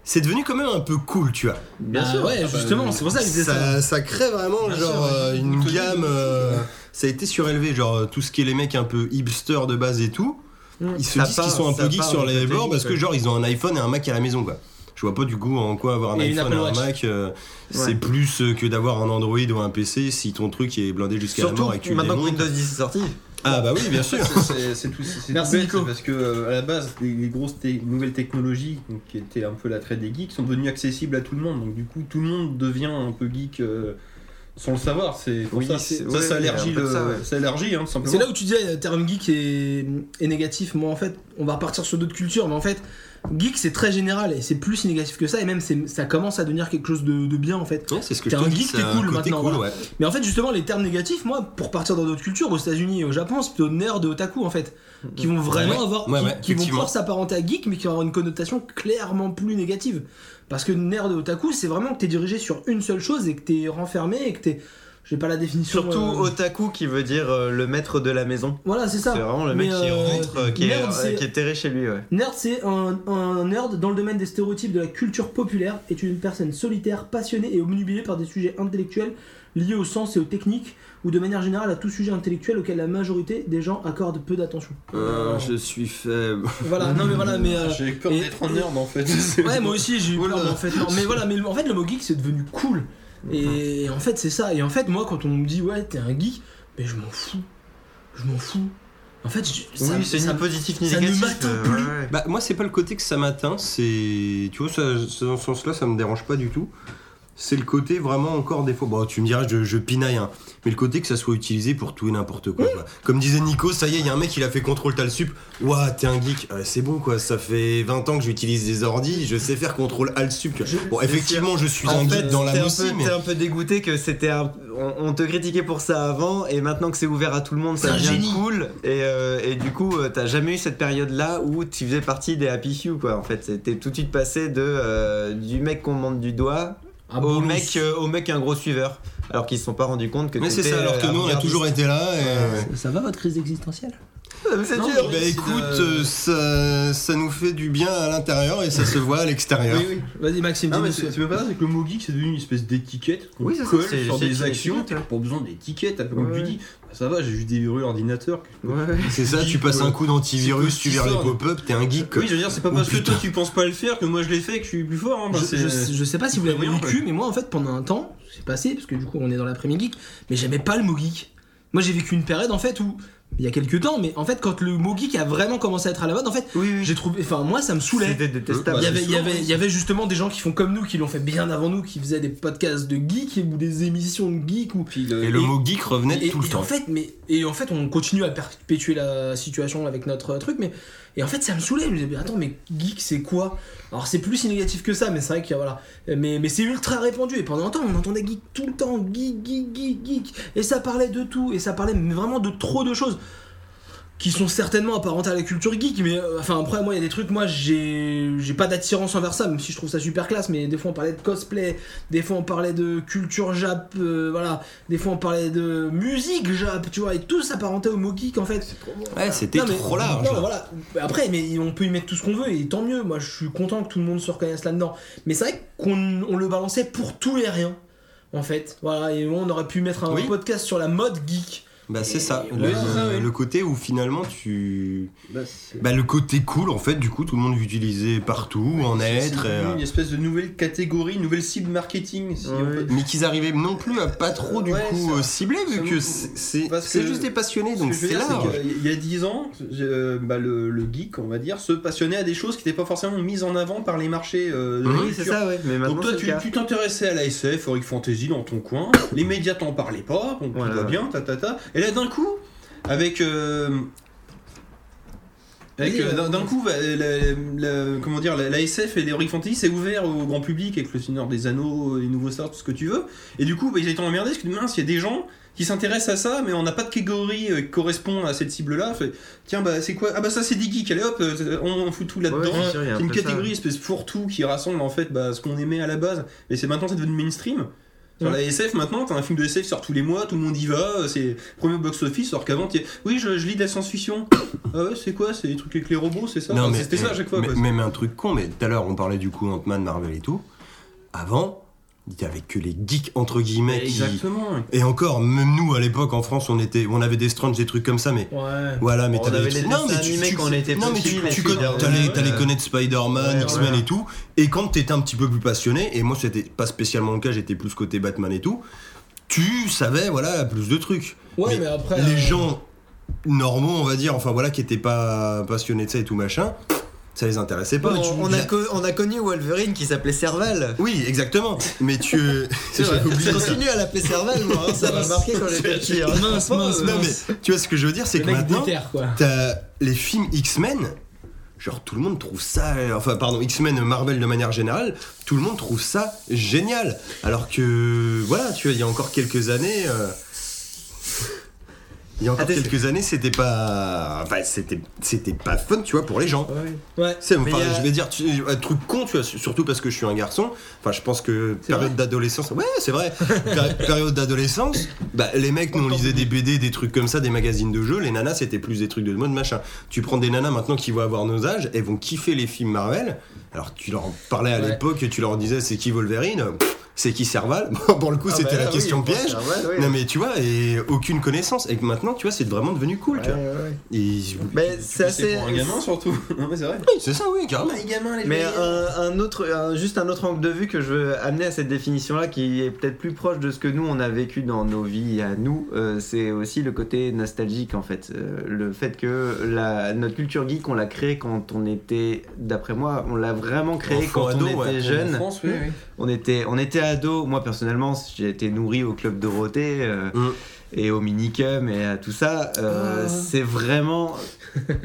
Speaker 1: c'est devenu quand même un peu cool, tu vois.
Speaker 2: Bien
Speaker 3: Ah
Speaker 2: sûr.
Speaker 3: Ouais,
Speaker 4: Ah bah,
Speaker 3: justement, c'est pour ça que je disais ça.
Speaker 1: ça, ça crée vraiment
Speaker 4: Bien sûr,
Speaker 1: genre
Speaker 4: ouais.
Speaker 1: euh, une
Speaker 4: Tout est
Speaker 1: gamme.
Speaker 4: bien.
Speaker 1: euh, ça a été surélevé, genre euh, tout ce qui est les mecs un peu hipsters de base et tout.
Speaker 3: Mm.
Speaker 1: Ils se
Speaker 2: Ça
Speaker 1: disent
Speaker 2: part-
Speaker 1: qu'ils sont un
Speaker 2: ça
Speaker 1: peu geeks
Speaker 2: part
Speaker 1: sur
Speaker 2: du
Speaker 1: les
Speaker 2: côté
Speaker 1: bords
Speaker 2: geek,
Speaker 1: parce que
Speaker 2: ouais.
Speaker 1: genre ils ont un iPhone et un Mac à la maison quoi. Je vois pas du goût en quoi avoir un
Speaker 3: Et une
Speaker 1: iPhone et un
Speaker 3: Apple Watch.
Speaker 1: Mac, euh, c'est
Speaker 2: Ouais.
Speaker 1: plus euh, que d'avoir un Android ou un PC si ton truc est blindé jusqu'à la
Speaker 2: Surtout
Speaker 1: mort et que tu le
Speaker 2: maintenant que
Speaker 1: démontes.
Speaker 2: Windows 10 est sorti.
Speaker 1: Ah bah oui, bien sûr.
Speaker 4: C'est- c'est- C'est tout. c'est- c'est
Speaker 3: Merci,
Speaker 4: tout bête,
Speaker 3: Nico.
Speaker 4: c'est Parce que euh, à la base, les, les grosses te- nouvelles technologies, donc, qui étaient un peu l'attrait des geeks, sont devenues accessibles à tout le monde. Donc du coup, tout le monde devient un peu geek euh, sans le savoir. C'est pour
Speaker 2: Oui,
Speaker 4: ça,
Speaker 2: c'est-
Speaker 4: ça,
Speaker 2: ouais,
Speaker 4: ça allergie
Speaker 2: un peu
Speaker 4: le,
Speaker 2: de ça, ouais.
Speaker 4: ça allergie, hein, tout
Speaker 3: C'est
Speaker 4: simplement.
Speaker 3: là où tu disais le terme geek est, est négatif. Moi, en fait, on va repartir sur d'autres cultures, mais en fait, geek c'est très général et c'est plus si négatif que ça. Et même, c'est- ça commence à devenir quelque chose de, de bien en fait.
Speaker 1: Ouais, c'est ce que
Speaker 3: T'es
Speaker 1: je te
Speaker 3: un
Speaker 1: dis,
Speaker 3: geek,
Speaker 1: c'est
Speaker 3: t'es
Speaker 1: un
Speaker 3: cool
Speaker 1: côté
Speaker 3: maintenant,
Speaker 1: cool, ouais.
Speaker 3: Mais en fait, justement, les termes négatifs, moi, pour partir dans d'autres cultures, aux États-Unis et au Japon, c'est plutôt nerd et otaku en fait, qui vont vraiment
Speaker 1: Ouais,
Speaker 3: avoir,
Speaker 1: ouais, ouais,
Speaker 3: qui, qui vont
Speaker 1: effectivement.
Speaker 3: pouvoir s'apparenter à geek, mais qui vont avoir une connotation clairement plus négative. Parce que nerd et otaku, c'est vraiment que t'es dirigé sur une seule chose et que t'es renfermé et que t'es, j'ai pas la définition.
Speaker 2: Surtout
Speaker 3: euh,
Speaker 2: otaku qui veut dire euh, le maître de la maison.
Speaker 3: Voilà, c'est
Speaker 2: C'est
Speaker 3: ça.
Speaker 2: vraiment le mec
Speaker 3: Mais,
Speaker 2: qui
Speaker 3: euh,
Speaker 2: rentre, euh, qui,
Speaker 3: nerd,
Speaker 2: est,
Speaker 3: c'est-
Speaker 2: qui est terré chez lui. Ouais.
Speaker 3: Nerd, c'est un, un nerd dans le domaine des stéréotypes de la culture populaire, est une personne solitaire, passionnée et obnubilée par des sujets intellectuels liés au sens et aux techniques, ou de manière générale à tout sujet intellectuel auquel la majorité des gens accordent peu d'attention.
Speaker 1: Euh, je suis faible.
Speaker 3: Voilà, non mais voilà, mais... euh,
Speaker 4: J'ai peur
Speaker 3: et-
Speaker 4: d'être un
Speaker 3: et-
Speaker 4: nerd en fait.
Speaker 3: Ouais, moi aussi j'ai eu peur,
Speaker 4: Oula.
Speaker 3: mais en fait, non. Mais voilà, mais le- en fait, le mot geek c'est devenu cool. Et en fait, c'est ça. Et en fait, moi, quand on me dit ouais, t'es un geek, mais je m'en fous. Je m'en fous. En fait, je- ça,
Speaker 2: oui, c'est
Speaker 3: ça-
Speaker 2: ni positif ni
Speaker 3: ça ne
Speaker 2: négatif.
Speaker 3: m'atteint
Speaker 2: euh,
Speaker 3: plus.
Speaker 2: ouais, ouais.
Speaker 1: Bah moi c'est pas le côté que ça m'atteint, c'est tu vois ça, ça- dans ce sens-là ça me dérange pas du tout. C'est le côté vraiment encore des fois. Bon tu me diras je, je pinaille hein. mais le côté que ça soit utilisé pour tout et n'importe quoi. quoi. Comme disait Nico, ça y est, il y a un mec il a fait contrôle tal sup. Ouah t'es un geek, Euh, c'est bon quoi, ça fait 20 ans que j'utilise des ordis, je sais faire contrôle alt sup. tu vois. Bon effectivement je suis un
Speaker 2: En fait,
Speaker 1: geek dans la
Speaker 2: t'es un
Speaker 1: moussie
Speaker 2: peu-
Speaker 1: mais
Speaker 2: t'es un peu dégoûté que c'était un- on, on te critiquait pour ça avant et maintenant que c'est ouvert à tout le monde, ça
Speaker 3: C'est un
Speaker 2: devient
Speaker 3: génie.
Speaker 2: cool et, euh, et du coup euh, t'as jamais eu cette période là où tu faisais partie des happy few quoi. En fait, t'es tout de suite passé de euh, du mec qu'on monte du doigt
Speaker 3: Ah, bon,
Speaker 2: au mec euh, au mec un gros suiveur alors qu'ils se sont pas rendu compte que
Speaker 1: mais c'est
Speaker 2: t'étais,
Speaker 1: ça alors que
Speaker 2: euh,
Speaker 1: nous on a
Speaker 2: avant-gardiste.
Speaker 1: toujours été là. et-
Speaker 3: ça- Ça va votre crise existentielle
Speaker 2: Ah, mais c'est
Speaker 3: Non,
Speaker 2: dur.
Speaker 1: Bah
Speaker 4: c'est
Speaker 1: écoute,
Speaker 4: de-
Speaker 1: euh, ça, ça nous fait du bien à l'intérieur et ça se voit à l'extérieur.
Speaker 4: Oui, oui.
Speaker 3: Vas-y, Maxime,
Speaker 4: Non, mais
Speaker 3: dis-nous
Speaker 4: c'est
Speaker 3: ce-
Speaker 4: c'est même pas ça, c'est que le mot geek c'est devenu une espèce d'étiquette qu'on
Speaker 2: Oui, c'est ça,
Speaker 4: colle
Speaker 2: c'est-
Speaker 4: sur
Speaker 2: c'est
Speaker 4: des
Speaker 2: une
Speaker 4: actions.
Speaker 2: étiquette,
Speaker 4: T'as pas besoin d'étiquette, t'as pas- comme
Speaker 2: Ouais,
Speaker 4: tu
Speaker 2: ouais.
Speaker 4: dis. bah, ça va, j'ai juste des verrus ordinateurs. que-
Speaker 2: Ouais, ouais.
Speaker 1: C'est ça, tu passes un coup d'antivirus, tu vires les pop-up, t'es un geek. quoi.
Speaker 4: Oui, je veux dire, c'est pas
Speaker 1: Oh,
Speaker 4: parce que
Speaker 1: putain.
Speaker 4: toi tu penses pas le faire que moi je l'ai fait que je suis plus fort. hein, bah,
Speaker 3: Je,
Speaker 4: c'est-
Speaker 3: je- je sais pas si vous
Speaker 4: c'est
Speaker 3: l'avez
Speaker 4: voyant,
Speaker 3: vécu, mais moi en fait pendant un temps, c'est passé, parce que du coup on est dans l'après-midi geek, mais j'aimais pas le mot geek. Moi j'ai vécu une période en fait où, il y a quelques temps, mais en fait quand le mot geek a vraiment commencé à être à la mode, en fait
Speaker 2: Oui, oui.
Speaker 3: j'ai trouvé, enfin moi ça me saoulait.
Speaker 2: C'était détestable.
Speaker 3: Il y,
Speaker 4: Bah,
Speaker 3: avait,
Speaker 4: c'est
Speaker 3: il, y
Speaker 4: souvent,
Speaker 3: avait,
Speaker 4: oui.
Speaker 3: il y avait justement des gens qui font comme nous, qui l'ont fait bien avant nous, qui faisaient des podcasts de geek ou des émissions de geek ou
Speaker 4: Puis le-
Speaker 1: Et le mot geek revenait
Speaker 3: et,
Speaker 1: tout le
Speaker 3: et
Speaker 1: temps.
Speaker 3: En fait, mais, et en fait, on continue à perpétuer la situation avec notre euh, truc, mais et en fait, ça me saoulait. Je me disais, mais attends, mais geek, c'est quoi Alors, c'est plus si négatif que ça, mais c'est vrai que voilà. Mais, mais c'est ultra répandu. Et pendant un temps, on entendait geek tout le temps, geek, geek, geek, geek. Et ça parlait de tout, et ça parlait mais vraiment de trop de choses. qui sont certainement apparentés à la culture geek, mais euh, enfin après moi il y a des trucs, moi j'ai j'ai pas d'attirance envers ça, même si je trouve ça super classe, mais des fois on parlait de cosplay, des fois on parlait de culture jap, euh, voilà, des fois on parlait de musique jap, tu vois, et tout s'apparentait au mot geek en fait.
Speaker 1: Ouais, c'était
Speaker 3: Non, mais-
Speaker 1: trop large.
Speaker 3: non, mais voilà. Après, mais on peut y mettre tout ce qu'on veut et tant mieux. Moi, je suis content que tout le monde se reconnaisse là-dedans. Mais c'est vrai qu'on on le balançait pour tout et rien, en fait. Voilà, et on aurait pu mettre un
Speaker 1: Oui.
Speaker 3: podcast sur la mode geek.
Speaker 1: Bah c'est ça,
Speaker 3: Et
Speaker 1: le,
Speaker 4: ouais, c'est ça, ouais.
Speaker 1: le côté où finalement tu...
Speaker 4: Bah, c'est-
Speaker 1: Bah le côté cool en fait, du coup tout le monde l'utilisait partout, en
Speaker 4: c'est
Speaker 1: être.
Speaker 4: devenu
Speaker 1: euh,
Speaker 4: une espèce de nouvelle catégorie, une nouvelle cible marketing. si
Speaker 2: Ouais.
Speaker 4: on peut-
Speaker 1: Mais qu'ils arrivaient non plus à pas trop du
Speaker 4: Ouais,
Speaker 1: coup
Speaker 4: ça-
Speaker 1: euh, cibler vu
Speaker 4: ça-
Speaker 1: que c'est- c'est
Speaker 4: parce
Speaker 1: c'est
Speaker 4: que-
Speaker 1: juste des passionnés
Speaker 4: Ce
Speaker 1: donc
Speaker 4: que je veux
Speaker 1: c'est hein.
Speaker 4: dire,
Speaker 1: large.
Speaker 4: c'est que, euh, Il y a 10 ans, euh, bah, le, le geek, on va dire, se passionnait à des choses qui n'étaient pas forcément mises en avant par les marchés euh, de la
Speaker 1: Mhm.
Speaker 2: Oui, c'est
Speaker 4: culture.
Speaker 2: ça, ouais. Mais maintenant,
Speaker 4: Donc toi,
Speaker 2: c'est
Speaker 4: tu
Speaker 2: le cas.
Speaker 4: tu t'intéressais à la SF, Heroic Fantasy dans ton coin, les médias t'en parlaient pas, donc
Speaker 2: Voilà.
Speaker 4: tout va bien, ta ta ta. Et là, d'un coup, avec... euh, avec,
Speaker 3: Oui,
Speaker 4: euh,
Speaker 3: euh,
Speaker 4: d'un- d'un coup, bah, la, la- comment dire, la, la SF et les Heroic Fantasy, c'est ouvert au grand public avec le Seigneur des Anneaux, les nouveaux stars, tout ce que tu veux. Et du coup, bah, ils étaient emmerdés parce que mince, il y a des gens qui s'intéressent à ça, mais on n'a pas de catégorie euh, qui correspond à cette cible-là. Fait, Tiens, bah c'est quoi Ah bah ça c'est des geeks, allez hop, euh, on, on fout tout là-dedans.
Speaker 2: Ouais, c'est sûr, il y a un
Speaker 4: C'est une
Speaker 2: peu ça.
Speaker 4: catégorie espèce fourre-tout qui rassemble en fait bah, ce qu'on aimait à la base, mais c'est maintenant c'est devenu mainstream. Sur
Speaker 3: Ouais.
Speaker 4: la SF maintenant, t'as un film de SF sort tous les mois, tout le monde y va, euh, c'est premier box-office, alors qu'avant t'y- oui je, je lis de la science-fiction. ah ouais c'est quoi C'est des trucs avec les robots, c'est ça
Speaker 1: Non,
Speaker 4: Enfin,
Speaker 1: mais-
Speaker 4: C'était ça à chaque fois.
Speaker 1: mais-
Speaker 4: quoi.
Speaker 1: Même un truc con, mais tout à l'heure on parlait du coup Ant-Man, Marvel et tout. Avant, il y avait que les geeks entre guillemets qui-
Speaker 4: Exactement.
Speaker 1: Et encore, même nous à l'époque en France on était, on avait des strange, des trucs comme ça, mais
Speaker 3: Ouais.
Speaker 1: Voilà, mais
Speaker 2: On
Speaker 1: t'avais
Speaker 2: avait
Speaker 1: des
Speaker 2: les
Speaker 1: trucs-
Speaker 2: dessins animés quand on était
Speaker 1: non, mais
Speaker 2: petits,
Speaker 1: tu,
Speaker 2: les
Speaker 1: tu connais-
Speaker 2: Spider-Man,
Speaker 1: t'allais,
Speaker 2: euh,
Speaker 1: t'allais connaître Spider-Man,
Speaker 2: ouais,
Speaker 1: X-Men
Speaker 2: ouais.
Speaker 1: et tout. Et quand t'étais un petit peu plus passionné, et moi c'était pas spécialement le cas, j'étais plus côté Batman et tout, tu savais, voilà, plus de trucs.
Speaker 3: Ouais,
Speaker 1: Mais
Speaker 3: mais, après.
Speaker 1: Les
Speaker 3: euh,
Speaker 1: gens normaux, on va dire, enfin voilà, qui étaient pas passionnés de ça et tout machin, ça les intéressait pas.
Speaker 2: Bon,
Speaker 1: Mais tu-
Speaker 2: on, a co- on a connu Wolverine qui s'appelait Serval.
Speaker 1: Oui, exactement. Mais tu.
Speaker 4: C'est vrai.
Speaker 1: J'avais
Speaker 2: Je
Speaker 1: oublié ça.
Speaker 2: continue à l'appeler Serval, moi. hein, ça m'a marqué quand j'étais petit. hein.
Speaker 3: Mince, mince,
Speaker 1: Non,
Speaker 3: mince.
Speaker 1: mais tu vois ce que je veux dire, c'est
Speaker 3: Le
Speaker 1: que
Speaker 3: mec
Speaker 1: maintenant.
Speaker 3: déterre, quoi.
Speaker 1: T'as les films X-Men, genre tout le monde trouve ça, enfin pardon, X-Men Marvel de manière générale, tout le monde trouve ça génial. Alors que voilà, tu vois, il y a encore quelques années, euh, il y a encore
Speaker 2: Ah, t'es-
Speaker 1: quelques années, c'était pas, enfin c'était, c'était pas fun, tu vois, pour les gens.
Speaker 2: Ah
Speaker 3: Ouais.
Speaker 1: C'est,
Speaker 2: Mais
Speaker 1: enfin,
Speaker 2: y a-
Speaker 1: Je vais dire tu- un truc con, tu vois, surtout parce que je suis un garçon. Enfin, je pense que période d'adolescence. Ouais, c'est vrai. Péri- période d'adolescence, bah, les mecs, nous, on lisait des BD, des trucs comme ça, des magazines de jeux. Les nanas, c'était plus des trucs de mode, machin. Tu prends des nanas maintenant qui vont avoir nos âges, elles vont kiffer les films Marvel. Alors, tu leur parlais à
Speaker 3: Ouais.
Speaker 1: l'époque, tu leur disais c'est qui Wolverine Pff, C'est qui Serval Bon, Pour le coup,
Speaker 2: Ah,
Speaker 1: c'était
Speaker 2: bah,
Speaker 1: la
Speaker 2: oui,
Speaker 1: question
Speaker 2: moi,
Speaker 1: piège.
Speaker 2: Serval, oui.
Speaker 1: Non, mais tu vois, et aucune connaissance. Et que maintenant, tu vois, c'est vraiment devenu cool, tu vois.
Speaker 2: Ouais, ouais, ouais.
Speaker 1: Et-
Speaker 2: hein. Mais c'est assez.
Speaker 4: pour un gamin surtout. non mais c'est vrai.
Speaker 1: Oui, c'est ça, oui, carrément.
Speaker 4: les gamins les
Speaker 2: Mais un, un autre, un- juste un autre angle de vue que je veux amener à cette définition-là, qui est peut-être plus proche de ce que nous on a vécu dans nos vies à nous, euh, c'est aussi le côté nostalgique en fait, Euh, le fait que la, notre culture geek on l'a créée quand on était, d'après moi, on l'a vraiment créée
Speaker 1: Enfant,
Speaker 2: quand
Speaker 1: ado,
Speaker 2: on était
Speaker 1: ouais.
Speaker 2: jeune.
Speaker 4: France, oui,
Speaker 3: Mm.
Speaker 4: oui.
Speaker 2: On était, on était ado. Moi personnellement, j'ai été nourri au club Dorothée euh,
Speaker 1: Mm.
Speaker 2: et au minicum et à tout ça. Euh,
Speaker 3: Ah.
Speaker 2: C'est vraiment.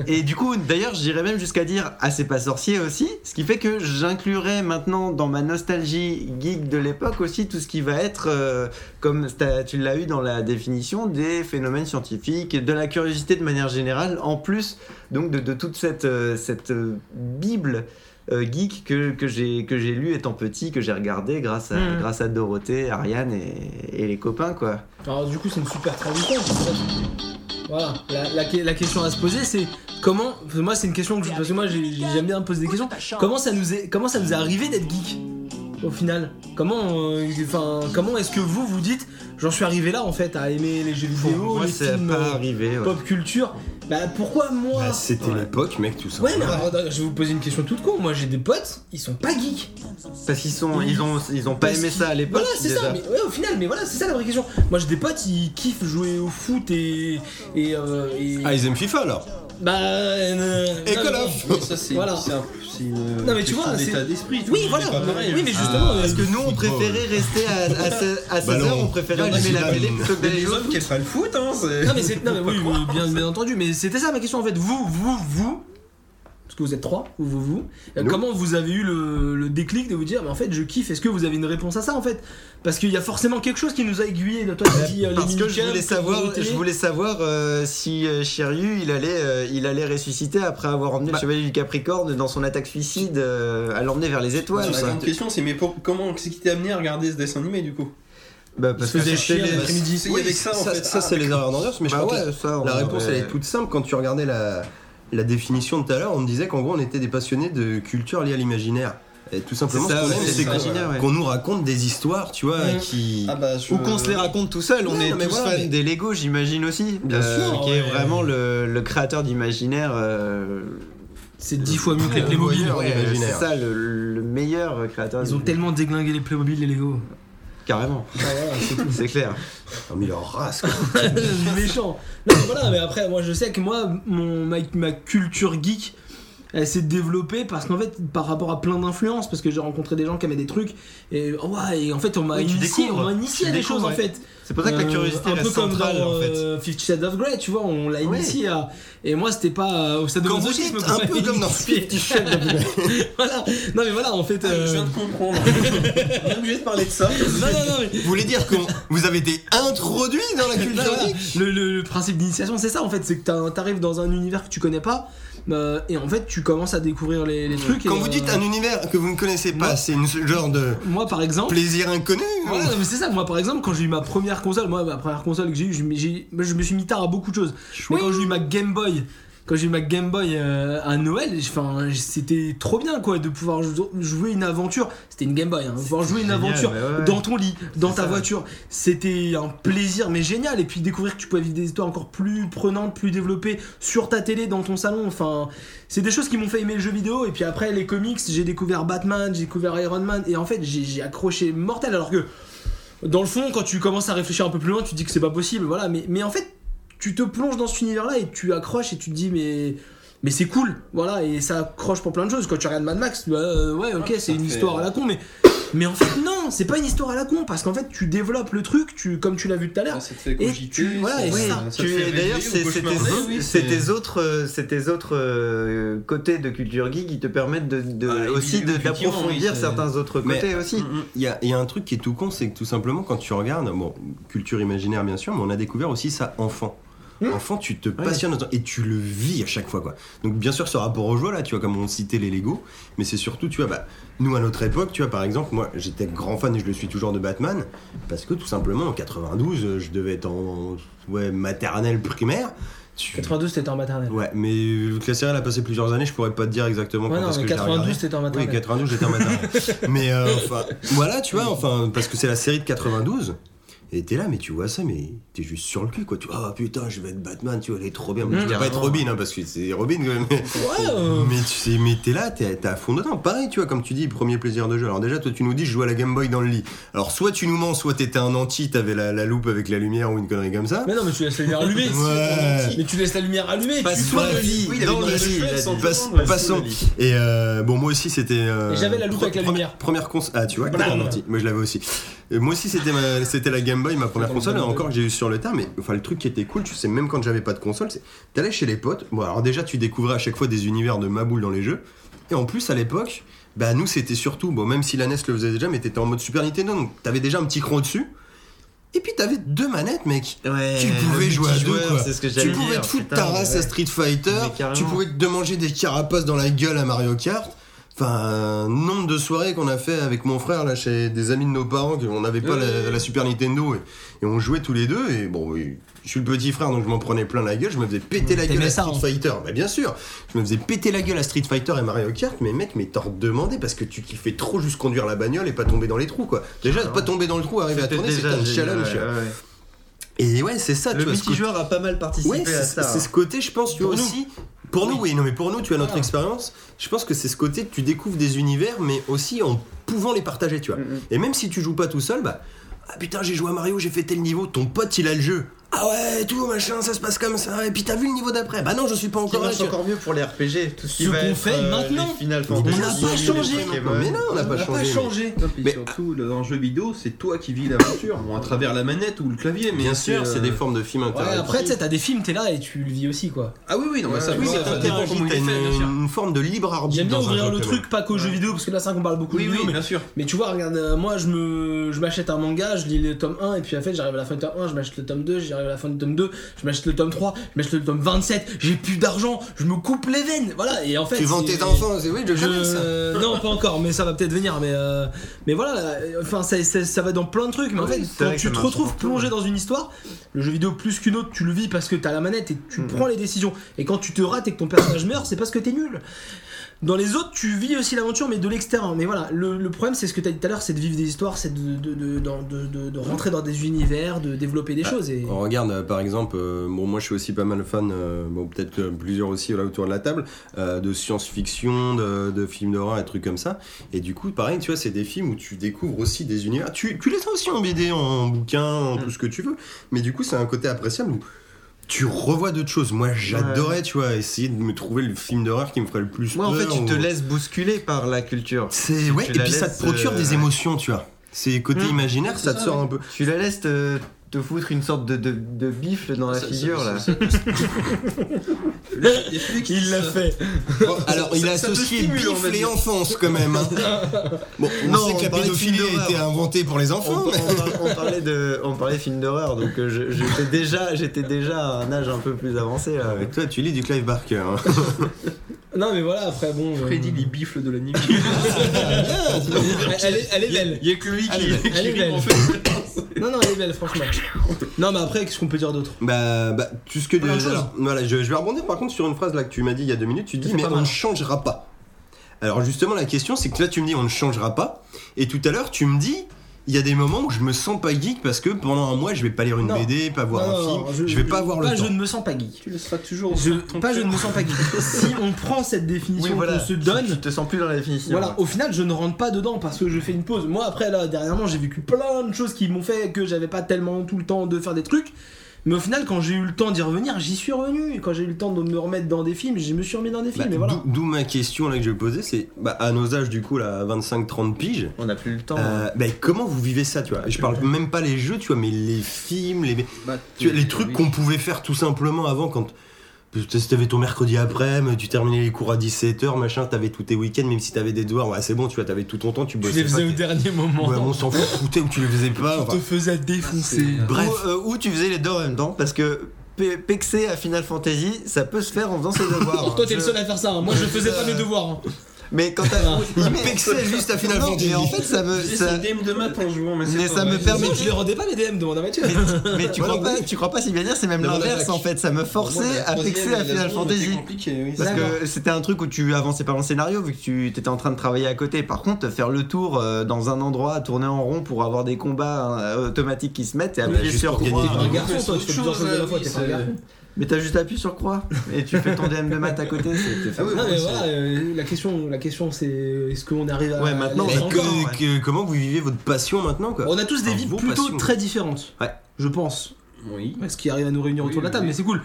Speaker 2: et du coup, d'ailleurs, j'irais même jusqu'à dire ah c'est pas sorcier aussi. Ce qui fait que j'inclurais maintenant dans ma nostalgie geek de l'époque aussi tout ce qui va être euh, comme t'as- tu l'as eu dans la définition des phénomènes scientifiques, de la curiosité de manière générale, en plus donc de, de toute cette euh, cette euh, bible euh, geek que, que j'ai que j'ai lu étant petit, que j'ai regardé grâce à,
Speaker 3: Mhm.
Speaker 2: grâce à Dorothée, Ariane et, et les copains quoi.
Speaker 3: Alors du coup c'est une super transition. parce que- Voilà, la, la que- la question à se poser c'est comment, parce que moi c'est une question que je, parce que moi j'ai- j'aime bien poser des questions, comment ça nous est, comment ça nous est arrivé d'être geek au final Comment, euh, enfin comment est-ce que vous vous dites j'en suis arrivé là en fait à aimer les jeux vidéo,
Speaker 2: moi
Speaker 3: les
Speaker 2: c'est
Speaker 3: films,
Speaker 2: pas
Speaker 3: euh,
Speaker 2: arrivé. ouais.
Speaker 3: pop culture Bah pourquoi moi
Speaker 1: Bah, c'était
Speaker 2: Ouais.
Speaker 1: l'époque, mec, tout ça.
Speaker 3: Ouais mais alors, attends, je vais vous poser une question toute con, moi j'ai des potes, ils sont pas geeks.
Speaker 2: Parce qu'ils sont ils ont ils ont pas
Speaker 3: Parce
Speaker 2: aimé
Speaker 3: qu'ils-
Speaker 2: ça à l'époque.
Speaker 3: Voilà, c'est ça,
Speaker 2: déjà.
Speaker 3: mais ouais, au final, mais voilà, c'est ça la vraie question. Moi j'ai des potes, ils kiffent jouer au foot et. et, euh, et-
Speaker 1: Ah, ils aiment FIFA alors
Speaker 3: Bah. euh,
Speaker 1: Et
Speaker 3: non,
Speaker 1: Call
Speaker 3: mais-
Speaker 1: of
Speaker 4: Mais ça c'est
Speaker 3: Voilà.
Speaker 4: c'est un- c'est une
Speaker 3: Non, mais tu
Speaker 4: question
Speaker 3: vois, c'est-
Speaker 4: d'état d'esprit. tout
Speaker 3: Oui,
Speaker 4: le monde
Speaker 3: voilà.
Speaker 4: est pas pareil.
Speaker 3: Oui, mais justement.
Speaker 1: Ah,
Speaker 3: euh,
Speaker 2: Parce que nous on
Speaker 1: Football.
Speaker 2: préférait rester à, à, ce- à 16
Speaker 1: Ballon.
Speaker 2: heures, on préférait
Speaker 1: Ballon,
Speaker 2: allumer la
Speaker 1: ballon.
Speaker 2: télé plutôt que
Speaker 4: Mais
Speaker 2: d'aller
Speaker 4: les
Speaker 2: jouer. au
Speaker 4: hommes
Speaker 2: foot.
Speaker 4: qui aiment pas le foot, hein, c'est-
Speaker 3: Non mais c'est non mais oui, oui, bien, bien entendu mais c'était ça ma question en fait vous vous vous parce que vous êtes trois, vous, vous, vous. Euh,
Speaker 1: Nous.
Speaker 3: Comment vous avez eu le, le déclic de vous dire, mais en fait, je kiffe Est-ce que vous avez une réponse à ça en fait Parce qu'il y a forcément quelque chose qui nous a aiguillé. Toi, tu dis, euh, les
Speaker 2: Parce que je
Speaker 3: minicams,
Speaker 2: voulais
Speaker 3: les
Speaker 2: savoir,
Speaker 3: Dorothées.
Speaker 2: je voulais savoir euh, si euh, Shiryu il allait, euh, il allait ressusciter après avoir emmené
Speaker 1: Bah.
Speaker 2: le chevalier du Capricorne dans son attaque suicide euh, à l'emmener vers les étoiles.
Speaker 4: la
Speaker 2: ça.
Speaker 4: grande question, c'est mais pour, comment qu'est-ce qui t'a amené à regarder ce dessin animé du coup
Speaker 2: Bah,
Speaker 3: Il se
Speaker 2: parce que
Speaker 3: faisait
Speaker 2: c'était
Speaker 3: chier
Speaker 2: les-
Speaker 3: l'après-midi.
Speaker 4: C'est- il y avait que ça, en fait.
Speaker 1: ça,
Speaker 4: Ah,
Speaker 1: c'est les erreurs d'Anders, mais je
Speaker 2: Bah
Speaker 1: crois que
Speaker 2: ouais, ça, on
Speaker 1: La réponse,
Speaker 2: avait-
Speaker 1: elle est toute simple. Quand tu regardais la, la définition de tout à l'heure, on me disait qu'en gros, on était des passionnés de culture liée à l'imaginaire. Et tout simplement,
Speaker 2: C'est ça,
Speaker 1: ce qu'on
Speaker 2: ouais,
Speaker 1: aime,
Speaker 2: c'est
Speaker 1: c'est qu'on
Speaker 2: l'imaginaire, ouais.
Speaker 1: qu'on nous raconte des histoires, tu vois,
Speaker 3: Mm.
Speaker 1: qui.
Speaker 4: Ah bah, je-
Speaker 2: Ou qu'on se les raconte tout seul, on
Speaker 1: Ouais,
Speaker 2: est
Speaker 1: Euh, mais
Speaker 2: tous
Speaker 1: voilà,
Speaker 2: fans
Speaker 1: mais-
Speaker 2: des Lego, j'imagine aussi. euh,
Speaker 1: Bien sûr,
Speaker 2: Qui est
Speaker 3: ouais.
Speaker 2: vraiment le, le créateur d'imaginaire. euh,
Speaker 3: C'est dix fois mieux que les
Speaker 1: Le
Speaker 3: Playmobil.
Speaker 1: voyeur.
Speaker 2: ouais, c'est
Speaker 1: d'imaginaire.
Speaker 2: ça, le, le meilleur créateur.
Speaker 3: Ils ont
Speaker 2: d'imaginaire.
Speaker 3: tellement déglingué les Playmobil, les Lego.
Speaker 2: Carrément, Ah c'est clair.
Speaker 1: Non, mais leur race, quoi.
Speaker 3: méchant. Non, mais voilà, mais après, moi je sais que moi, mon, ma, ma culture geek, elle s'est développée parce qu'en fait, par rapport à plein d'influences, parce que j'ai rencontré des gens qui avaient des trucs, et, oh, ouais, et en fait, on m'a
Speaker 2: Oui, tu
Speaker 3: initié, on
Speaker 2: découvres.
Speaker 3: m'a initié à
Speaker 2: Tu
Speaker 3: des
Speaker 2: découvres,
Speaker 3: choses en
Speaker 2: ouais.
Speaker 3: fait.
Speaker 2: C'est pour ça que la
Speaker 3: Euh,
Speaker 2: curiosité
Speaker 3: un peu
Speaker 2: reste
Speaker 3: comme
Speaker 2: centrale
Speaker 3: dans,
Speaker 2: en fait.
Speaker 3: euh, Fifty Shades of Grey, tu vois, on l'a
Speaker 2: Ouais.
Speaker 3: initié à. Et moi, c'était pas. Euh, ça
Speaker 1: Quand
Speaker 3: demande
Speaker 1: vous dites un peu comme dans Fifty Shades of Grey.
Speaker 3: Voilà, non mais voilà, en fait.
Speaker 4: Ah, Je
Speaker 3: euh,
Speaker 4: viens de comprendre. On est obligé de parler de ça.
Speaker 3: Non, non, non, mais
Speaker 1: Vous voulez dire que vous avez été introduit dans la
Speaker 3: Non,
Speaker 1: culture
Speaker 3: voilà.
Speaker 1: geek
Speaker 3: le, le- le principe d'initiation, c'est ça en fait, c'est que t'as- t'arrives dans un univers que tu connais pas, euh, et en fait tu commences à découvrir les, les trucs. et,
Speaker 1: Quand vous
Speaker 3: euh,
Speaker 1: dites un univers que vous ne connaissez
Speaker 3: moi-
Speaker 1: pas, c'est une ce genre de
Speaker 3: moi par exemple.
Speaker 1: plaisir inconnu.
Speaker 3: Ouais, non, mais c'est ça, moi par exemple, quand j'ai eu ma première console, moi ma première console que j'ai eu, je, j'ai- moi, je me suis mis tard à beaucoup de choses. Mais quand j'ai eu ma Game Boy, quand j'ai eu ma Game Boy euh, à Noël, j'ai- enfin, c'était trop bien quoi de pouvoir jou- jouer une aventure. C'était une Game Boy, hein, pouvoir jouer une
Speaker 2: génial,
Speaker 3: aventure
Speaker 2: mais ouais, ouais.
Speaker 3: dans ton lit, dans ta
Speaker 2: ça.
Speaker 3: voiture. C'était un plaisir mais génial. Et puis découvrir que tu pouvais vivre des histoires encore plus prenantes, plus développées sur ta télé, dans ton salon. Enfin, c'est des choses qui m'ont fait aimer le jeu vidéo. Et puis après les comics, j'ai découvert Batman, j'ai découvert Iron Man. Et en fait, j'ai j'ai accroché mortel alors que dans le fond, quand tu commences à réfléchir un peu plus loin, tu te dis que c'est pas possible, voilà. Mais, mais en fait, tu te plonges dans cet univers-là et tu accroches et tu te dis, mais, mais c'est cool, voilà. Et ça accroche pour plein de choses. Quand tu regardes Mad Max, bah, euh, ouais, ok,
Speaker 1: Ah,
Speaker 3: c'est une
Speaker 4: fait-
Speaker 3: histoire à la con, mais, mais en fait, non, c'est pas une histoire à la con parce qu'en fait, tu développes le truc, tu, comme tu l'as vu tout à
Speaker 1: Ah,
Speaker 3: l'heure.
Speaker 4: Ça te fait
Speaker 3: Et tu-
Speaker 4: cogiter.
Speaker 3: voilà, et ça,
Speaker 4: ça te
Speaker 2: Tu-
Speaker 4: fait rêver
Speaker 2: D'ailleurs,
Speaker 4: ou
Speaker 2: c'est c'est tes,
Speaker 4: cauchemarder, oui,
Speaker 2: Eh c'est
Speaker 4: c'est-
Speaker 2: tes autres, euh, c'est tes autres euh, côtés de culture geek qui te permettent de, de-
Speaker 4: Ah, et
Speaker 2: aussi
Speaker 4: puis,
Speaker 2: de-
Speaker 4: effectivement,
Speaker 2: d'approfondir
Speaker 4: oui, c'est-
Speaker 2: certains autres
Speaker 1: Mais-
Speaker 2: côtés aussi.
Speaker 4: Mm, mm.
Speaker 1: Il y, a, il y a un truc qui est tout con, c'est que tout simplement quand tu regardes, bon, culture imaginaire bien sûr, mais on a découvert aussi ça enfant.
Speaker 3: Mmh.
Speaker 1: Enfant, tu te passionnes autant- et tu le vis à chaque fois quoi. Donc bien sûr ce rapport au jeu là, tu vois comme on citait les Lego, mais c'est surtout tu vois bah nous à notre époque, tu vois par exemple moi j'étais grand fan et je le suis toujours de Batman parce que tout simplement en 92 euh, je devais être en ouais maternelle primaire. Tu...
Speaker 3: 92, c'était en maternelle.
Speaker 1: Ouais, mais vu que la série elle a passé plusieurs années, je pourrais pas te dire exactement
Speaker 3: Ouais,
Speaker 1: quand
Speaker 3: non,
Speaker 1: est-ce
Speaker 3: mais
Speaker 1: que je l'ai regardée.
Speaker 3: 92, c'était en
Speaker 1: Oui,
Speaker 3: maternelle.
Speaker 1: 92, j'étais un matin. mais euh, enfin, voilà, tu vois, enfin, parce que c'est la série de 92. Et t'es là, mais tu vois ça, mais t'es juste sur le cul, quoi. Tu vois, ah putain, je vais être Batman, tu vois, elle est trop bien. Mais
Speaker 3: Mm.
Speaker 1: je vais pas être Robin, hein, parce que c'est Robin, quand même.
Speaker 3: Ouais, euh,
Speaker 1: Mais tu sais, mais t'es là, t'es t'es à fond dedans. Pareil, tu vois, comme tu dis, premier plaisir de jeu. Alors déjà, toi, tu nous dis, je joue à la Game Boy dans le lit. Alors, soit tu nous mens, soit t'étais un anti, t'avais la, la loupe avec la lumière ou une connerie comme ça.
Speaker 3: Mais non, mais tu laisses la lumière allumée.
Speaker 1: Ouais.
Speaker 3: Mais tu laisses la lumière allumée.
Speaker 1: Pas
Speaker 3: tu
Speaker 1: sous la
Speaker 3: peux-
Speaker 1: lit,
Speaker 3: Oui, il avait
Speaker 1: dans
Speaker 3: dans
Speaker 1: le
Speaker 3: le
Speaker 1: lit,
Speaker 3: cheveu,
Speaker 1: il a
Speaker 3: sans
Speaker 1: dit,
Speaker 3: le
Speaker 1: passe-
Speaker 3: vendre,
Speaker 1: passons. Et euh, bon, moi aussi, c'était. euh,
Speaker 3: Et j'avais la loupe
Speaker 1: pre-
Speaker 3: avec la
Speaker 1: première-
Speaker 3: lumière.
Speaker 1: Première console. Ah, tu vois,
Speaker 3: Blam.
Speaker 1: t'as menti. Moi, je l'avais aussi. Et moi aussi, c'était ma- c'était la Game Boy, ma première
Speaker 4: Dans le
Speaker 1: console.
Speaker 4: Game Boy.
Speaker 1: encore, que j'ai eu sur le tas, mais enfin, le truc qui était cool, tu sais, même quand j'avais pas de console, c'est. T'allais chez les potes. Bon, alors déjà, tu découvrais à chaque fois des univers de maboule dans les jeux. Et en plus, à l'époque, bah, nous, c'était surtout. Bon, même si la NES le faisait déjà, mais t'étais en mode Super Nintendo, donc t'avais déjà un petit cran au-dessus. Et puis, t'avais deux manettes, mec.
Speaker 2: Ouais,
Speaker 1: Tu pouvais
Speaker 2: le
Speaker 1: jouer à deux,
Speaker 2: multijoueur,
Speaker 1: quoi.
Speaker 2: c'est ce que
Speaker 1: Tu
Speaker 2: j'allais
Speaker 1: pouvais
Speaker 2: dire,
Speaker 1: te foutre
Speaker 2: putain,
Speaker 1: ta race
Speaker 2: ouais.
Speaker 1: à Street Fighter,
Speaker 2: Mais carrément.
Speaker 1: tu pouvais te manger des carapaces dans la gueule à Mario Kart. Enfin, un nombre de soirées qu'on a fait avec mon frère, là, chez des amis de nos parents, qu'on n'avait pas la, la Super Nintendo, et, et on jouait tous les deux, et bon, oui, je suis le petit frère, donc je m'en prenais plein la gueule, je me faisais péter la gueule
Speaker 3: T'aimais
Speaker 1: à
Speaker 3: ça,
Speaker 1: Street
Speaker 3: hein.
Speaker 1: Fighter, bah bien sûr, je me faisais péter la gueule à Street Fighter et Mario Kart, mais mec, mais t'en redemandais, parce que tu kiffais trop juste conduire la bagnole et pas tomber dans les trous, quoi. Déjà,
Speaker 2: Carrément.
Speaker 1: pas tomber dans le trou, arriver à
Speaker 2: C'était
Speaker 1: tourner, c'était
Speaker 2: déjà
Speaker 1: un
Speaker 2: génial,
Speaker 1: challenge.
Speaker 2: ouais, ouais.
Speaker 1: Et ouais, c'est ça,
Speaker 2: Le
Speaker 1: tu vois, ce côté-
Speaker 2: multijoueur a pas mal participé
Speaker 1: Ouais,
Speaker 2: à
Speaker 1: c'est
Speaker 2: ça. hein.
Speaker 1: c'est ce côté, je pense, tu
Speaker 2: Pour
Speaker 1: vois
Speaker 2: nous. Ah.
Speaker 1: aussi. Pour nous, oui, non, mais pour nous, tu as notre
Speaker 3: Voilà.
Speaker 1: expérience. Je pense que c'est ce côté que tu découvres des univers, mais aussi en pouvant les partager, tu vois.
Speaker 2: Mm, mm.
Speaker 1: Et même si tu joues pas tout seul, bah, ah putain, j'ai joué à Mario, j'ai fait tel niveau, ton pote, il a le jeu. Ah Ah ouais, tout machin, ça se passe comme ça. Et puis t'as vu le niveau d'après Bah non, je suis pas
Speaker 2: Qui
Speaker 1: encore là.
Speaker 2: marche
Speaker 1: tu vois.
Speaker 2: encore mieux pour les RPG. Tout ce qui
Speaker 3: Ce
Speaker 2: va
Speaker 3: qu'on
Speaker 2: être,
Speaker 3: fait
Speaker 2: euh,
Speaker 3: maintenant.
Speaker 2: les Final
Speaker 1: On
Speaker 2: Fantasy,
Speaker 1: n'a pas
Speaker 2: les
Speaker 1: changé.
Speaker 2: Pokémon.
Speaker 1: Mais non, on n'a pas changé.
Speaker 4: Non, puis
Speaker 1: Mais-
Speaker 4: surtout, le- dans un jeu vidéo, c'est toi qui vis l'aventure, bon, à travers la manette ou le clavier, mais
Speaker 1: Bien sûr,
Speaker 4: euh,
Speaker 1: c'est des formes de films
Speaker 3: Ouais,
Speaker 1: interactifs.
Speaker 3: après, tu sais, t'as des films, t'es là et tu le vis aussi, quoi.
Speaker 4: Ah oui, oui, non, mais ça,
Speaker 3: Ouais,
Speaker 1: Oui,
Speaker 3: ouais,
Speaker 1: c'est
Speaker 3: ça
Speaker 4: dépend
Speaker 1: interagit,
Speaker 4: comment il
Speaker 1: t'as
Speaker 4: est fait, bien sûr.
Speaker 1: une, une forme de libre arbitre.
Speaker 3: J'aime bien
Speaker 1: dans un
Speaker 3: ouvrir
Speaker 1: jeu
Speaker 3: le
Speaker 1: comme
Speaker 3: truc, pas qu'aux jeux vidéo, parce que là, c'est vrai qu'on parle beaucoup
Speaker 4: Oui,
Speaker 3: de
Speaker 4: oui,
Speaker 3: vidéo, mais
Speaker 4: bien sûr.
Speaker 3: Mais tu vois, regarde, euh, moi je me, je m'achète un manga, je lis le tome 1, et puis en fait j'arrive à la fin du tome 1, je m'achète le tome 2, j'arrive à la fin du tome 2, je m'achète le tome 3, je m'achète le tome 27, j'ai plus d'argent, je me coupe les veines, voilà, et en fait.
Speaker 1: Tu vends
Speaker 3: c'est-
Speaker 1: tes enfants, c'est oui, je
Speaker 3: je-
Speaker 1: connais ça.
Speaker 3: Ah, euh, non, pas encore, mais ça va peut-être venir. Mais, euh, mais voilà, euh, enfin, ça, ça, ça va dans plein de trucs. Mais en
Speaker 2: Ah Oui,
Speaker 3: fait,
Speaker 2: c'est
Speaker 3: quand
Speaker 2: vrai que
Speaker 3: tu
Speaker 2: ça
Speaker 3: te
Speaker 2: marche
Speaker 3: retrouves
Speaker 2: partout,
Speaker 3: plongé
Speaker 2: ouais.
Speaker 3: dans une histoire, le jeu vidéo plus qu'une autre, tu le vis parce que t'as la manette et tu
Speaker 2: Mhm.
Speaker 3: prends les décisions. Et quand tu te rates et que ton personnage meurt, c'est parce que t'es nul. Dans les autres, tu vis aussi l'aventure, mais de l'extérieur. Mais voilà, le, le problème, c'est ce que t'as dit tout à l'heure, c'est de vivre des histoires, c'est de, de, de, dans- de- de- de rentrer dans des univers, de développer
Speaker 2: Bah,
Speaker 3: des choses. Et...
Speaker 1: On regarde euh, par exemple, euh, bon moi je suis aussi pas mal fan, euh, bon peut-être euh, plusieurs aussi là autour de la table, euh, de science-fiction, de, de films d'horreur et trucs comme ça. Et du coup pareil, tu vois, c'est des films où tu découvres aussi des univers. Tu, tu les as aussi en BD, en bouquin,
Speaker 2: Mm.
Speaker 1: en tout ce que tu veux. Mais du coup c'est un côté appréciable où tu revois d'autres choses. Moi j'adorais, tu vois, essayer de me trouver le film d'horreur qui me ferait le plus
Speaker 2: Moi, en fait,
Speaker 1: peur.
Speaker 2: tu te
Speaker 1: ou-
Speaker 2: laisses bousculer par la culture.
Speaker 1: C'est ouais,
Speaker 2: tu
Speaker 1: et
Speaker 2: la
Speaker 1: puis ça
Speaker 2: laisses,
Speaker 1: te procure
Speaker 2: euh,
Speaker 1: des émotions, tu vois. C'est côté
Speaker 2: Mmh.
Speaker 1: imaginaire, ça te
Speaker 4: ça,
Speaker 1: sort
Speaker 4: ouais.
Speaker 1: un peu.
Speaker 2: Tu la laisses te, te foutre une sorte de, de, de bifle dans la
Speaker 4: Ça, ça,
Speaker 2: figure,
Speaker 4: ça,
Speaker 2: là.
Speaker 4: ça, ça. Il y a plus qui
Speaker 3: Il l'a
Speaker 4: se-
Speaker 3: fait.
Speaker 1: Alors, il a
Speaker 4: ça te
Speaker 1: associé
Speaker 4: stimule, on
Speaker 1: bif
Speaker 4: va
Speaker 1: et
Speaker 4: dire.
Speaker 1: enfance quand même. hein. Bon, on
Speaker 2: Non,
Speaker 1: sait
Speaker 2: on
Speaker 1: que la
Speaker 2: parlait de films
Speaker 1: pédophilie a été
Speaker 2: d'horreur.
Speaker 1: inventée pour les
Speaker 2: On,
Speaker 1: enfants. mais-
Speaker 2: on par- on parlait de, on parlait film d'horreur, donc euh, je- j'étais déjà, j'étais déjà à un âge un peu plus avancé là.
Speaker 1: Avec toi, tu lis du Clive Barker. hein.
Speaker 3: Non, mais voilà, après, bon. euh, Ah,
Speaker 4: Freddy, les bifles de l'anime.
Speaker 3: elle, elle est- elle est belle.
Speaker 4: Il y a que lui qui,
Speaker 1: Allez,
Speaker 4: qui
Speaker 3: allez,
Speaker 4: rit,
Speaker 3: allez.
Speaker 4: en fait.
Speaker 3: Non, non, elle est belle, franchement. Non, mais après, qu'est-ce qu'on peut dire d'autre
Speaker 1: bah, bah, tout ce que
Speaker 3: Plein de choses.
Speaker 1: alors, voilà, je, je vais rebondir par contre sur une phrase là que tu m'as dit il y a deux minutes. Tu dis,
Speaker 3: C'est
Speaker 1: mais
Speaker 3: pas
Speaker 1: on
Speaker 3: mal.
Speaker 1: ne changera pas. Alors, justement, la question, c'est que là, tu me dis, on ne changera pas. Et tout à l'heure, tu me dis. Il y a des moments où je me sens pas geek parce que pendant un mois je vais pas lire une
Speaker 3: Non.
Speaker 1: BD, pas voir
Speaker 3: Non,
Speaker 1: un
Speaker 3: non,
Speaker 1: film,
Speaker 3: non,
Speaker 1: je, vais pas avoir le
Speaker 3: je
Speaker 1: temps.
Speaker 3: ne me sens pas geek.
Speaker 4: Tu le seras toujours.
Speaker 3: Je,
Speaker 4: Ton
Speaker 3: pas je
Speaker 4: cœur.
Speaker 3: ne me sens pas geek. si on prend cette définition qu'on se
Speaker 2: Tu,
Speaker 3: donne,
Speaker 2: te sens plus dans la définition.
Speaker 3: voilà, au final je ne rentre pas dedans parce que je fais une pause. Moi après là, dernièrement j'ai vécu plein de choses qui m'ont fait que j'avais pas tellement tout le temps de faire des trucs. Mais au final quand j'ai eu le temps d'y revenir, j'y suis revenu. Et quand j'ai eu le temps de me remettre dans des films, je me suis remis dans des
Speaker 1: Bah,
Speaker 3: films. et voilà.
Speaker 1: d'où- D'où ma question là que je vais poser, c'est bah, à nos âges du coup là, 25-30 piges,
Speaker 2: On n'a plus le temps.
Speaker 1: Euh, bah, comment vous vivez ça, tu vois Je parle même pas les jeux, tu vois, mais les films, les,
Speaker 4: Bah,
Speaker 1: tu vois, les
Speaker 4: oui.
Speaker 1: trucs qu'on pouvait faire tout simplement avant quand. Peut-être si t'avais ton mercredi après, mais tu terminais les cours à 17h, machin, t'avais tous tes week-ends, même si t'avais des devoirs, ouais, c'est bon, tu vois, t'avais tout ton temps, tu bossais. pas, t'es-
Speaker 3: dernier moment.
Speaker 1: Ouais, on s'en foutait ou tu le faisais pas. enfin,
Speaker 3: faisais
Speaker 4: défoncer.
Speaker 1: bref.
Speaker 2: Ou, euh, ou tu faisais les deux en même temps, parce que pe- pexer à Final Fantasy, ça peut se faire en faisant ses devoirs.
Speaker 3: Or, toi t'es
Speaker 2: Je-
Speaker 3: le seul à faire ça. hein. Moi je faisais pas mes devoirs. hein. Ah.
Speaker 2: Mais quand t'as.
Speaker 1: Il
Speaker 2: mais-
Speaker 1: pexait juste à Final
Speaker 2: Non,
Speaker 1: Fantasy.
Speaker 2: mais en fait, ça me.
Speaker 4: J'ai
Speaker 2: ça-
Speaker 4: ces DM de maths en jouant, mais c'est
Speaker 2: Mais
Speaker 4: pas
Speaker 2: ça
Speaker 4: vrai.
Speaker 2: me permet.
Speaker 3: Mais je les rendais pas les DM, demande à Mathieu.
Speaker 2: Mais tu
Speaker 1: Voilà,
Speaker 2: crois pas, tu crois pas si bien dire, c'est même
Speaker 1: Demande à
Speaker 2: l'inverse
Speaker 1: Jacques.
Speaker 2: en fait. Ça me forçait à pexer à Final
Speaker 4: C'est
Speaker 2: Fantasy.
Speaker 4: compliqué, oui.
Speaker 2: Parce que c'était un truc où tu avançais pas dans le scénario vu que tu étais en train de travailler à côté. Par contre, faire le tour euh, dans un endroit, tourner en rond pour avoir des combats euh, automatiques qui se mettent et
Speaker 1: Oui,
Speaker 2: appuyer
Speaker 1: juste
Speaker 2: sur
Speaker 1: pour gagner
Speaker 2: croix.
Speaker 1: du
Speaker 3: T'es un
Speaker 1: temps.
Speaker 3: garçon,
Speaker 4: mais
Speaker 3: toi,
Speaker 4: c'est
Speaker 3: tu fais
Speaker 4: autre
Speaker 3: plusieurs choses
Speaker 4: chose,
Speaker 3: à la
Speaker 4: oui,
Speaker 3: fois, t'es pas un
Speaker 4: c'est-
Speaker 3: garçon.
Speaker 2: Mais t'as juste appuyé sur croix et tu fais ton DM de maths à côté. C'était
Speaker 4: Ah oui,
Speaker 3: Non,
Speaker 2: formidable.
Speaker 3: mais voilà, euh, la question, la question c'est est-ce qu'on arrive à.
Speaker 2: Ouais, maintenant,
Speaker 3: à
Speaker 1: Mais
Speaker 3: les
Speaker 2: on a
Speaker 3: rendre
Speaker 1: que-
Speaker 3: encore
Speaker 1: que- comment vous vivez votre passion maintenant, quoi
Speaker 3: On a tous des
Speaker 1: Un
Speaker 3: vies
Speaker 1: beau
Speaker 3: plutôt
Speaker 1: passion.
Speaker 3: très différentes.
Speaker 1: Ouais.
Speaker 3: Je pense.
Speaker 4: Oui.
Speaker 3: Ce qui arrive à nous réunir
Speaker 4: Oui,
Speaker 3: autour de la table,
Speaker 4: oui.
Speaker 3: mais c'est cool.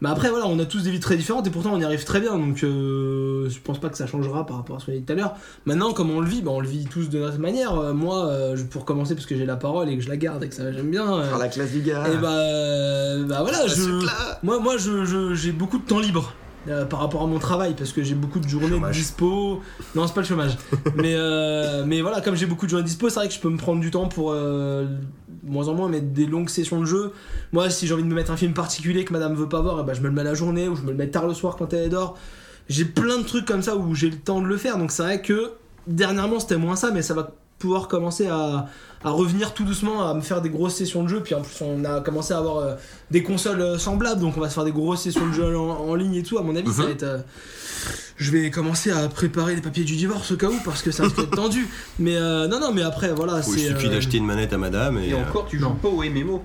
Speaker 3: Mais après, voilà, on a tous des vies très différentes et pourtant on y arrive très bien. Donc euh, je pense pas que ça changera par rapport à ce qu'on a dit tout à l'heure. Maintenant, comme on le vit, bah, on le vit tous de notre manière. Euh, moi, euh, je- pour commencer, parce que j'ai la parole et que je la garde et que ça j'aime bien. euh,
Speaker 2: Par la classe du gars.
Speaker 3: Et bah, euh, bah voilà, je. Moi, moi je, je- j'ai beaucoup de temps libre euh, par rapport à mon travail parce que j'ai beaucoup de journées de
Speaker 1: Chômage.
Speaker 3: dispo. Non, c'est pas le chômage. mais, euh, mais voilà, comme j'ai beaucoup de journées de dispo, c'est vrai que je peux me prendre du temps pour euh, de moins en moins mettre des longues sessions de jeu. Moi, si j'ai envie de me mettre un film particulier que madame veut pas voir, eh ben, je me le mets la journée ou je me le mets tard le soir quand elle dort. J'ai plein de trucs comme ça où j'ai le temps de le faire. Donc c'est vrai que dernièrement c'était moins ça, mais ça va pouvoir commencer à, à revenir tout doucement, à me faire des grosses sessions de jeu. Puis en plus on a commencé à avoir euh, des consoles euh, semblables, donc on va se faire des grosses sessions de jeu en, en ligne et tout. À mon avis, ça va
Speaker 1: Mhm.
Speaker 3: être... euh, Je vais commencer à préparer les papiers du divorce au cas où parce que ça risque d'être tendu. Mais euh, non, non, mais après, voilà,
Speaker 1: Ou il
Speaker 3: c'est...
Speaker 1: suffit
Speaker 3: euh,
Speaker 1: d'acheter une manette à madame et.
Speaker 4: Et
Speaker 1: euh,
Speaker 4: encore, tu
Speaker 3: non.
Speaker 4: joues pas au MMO.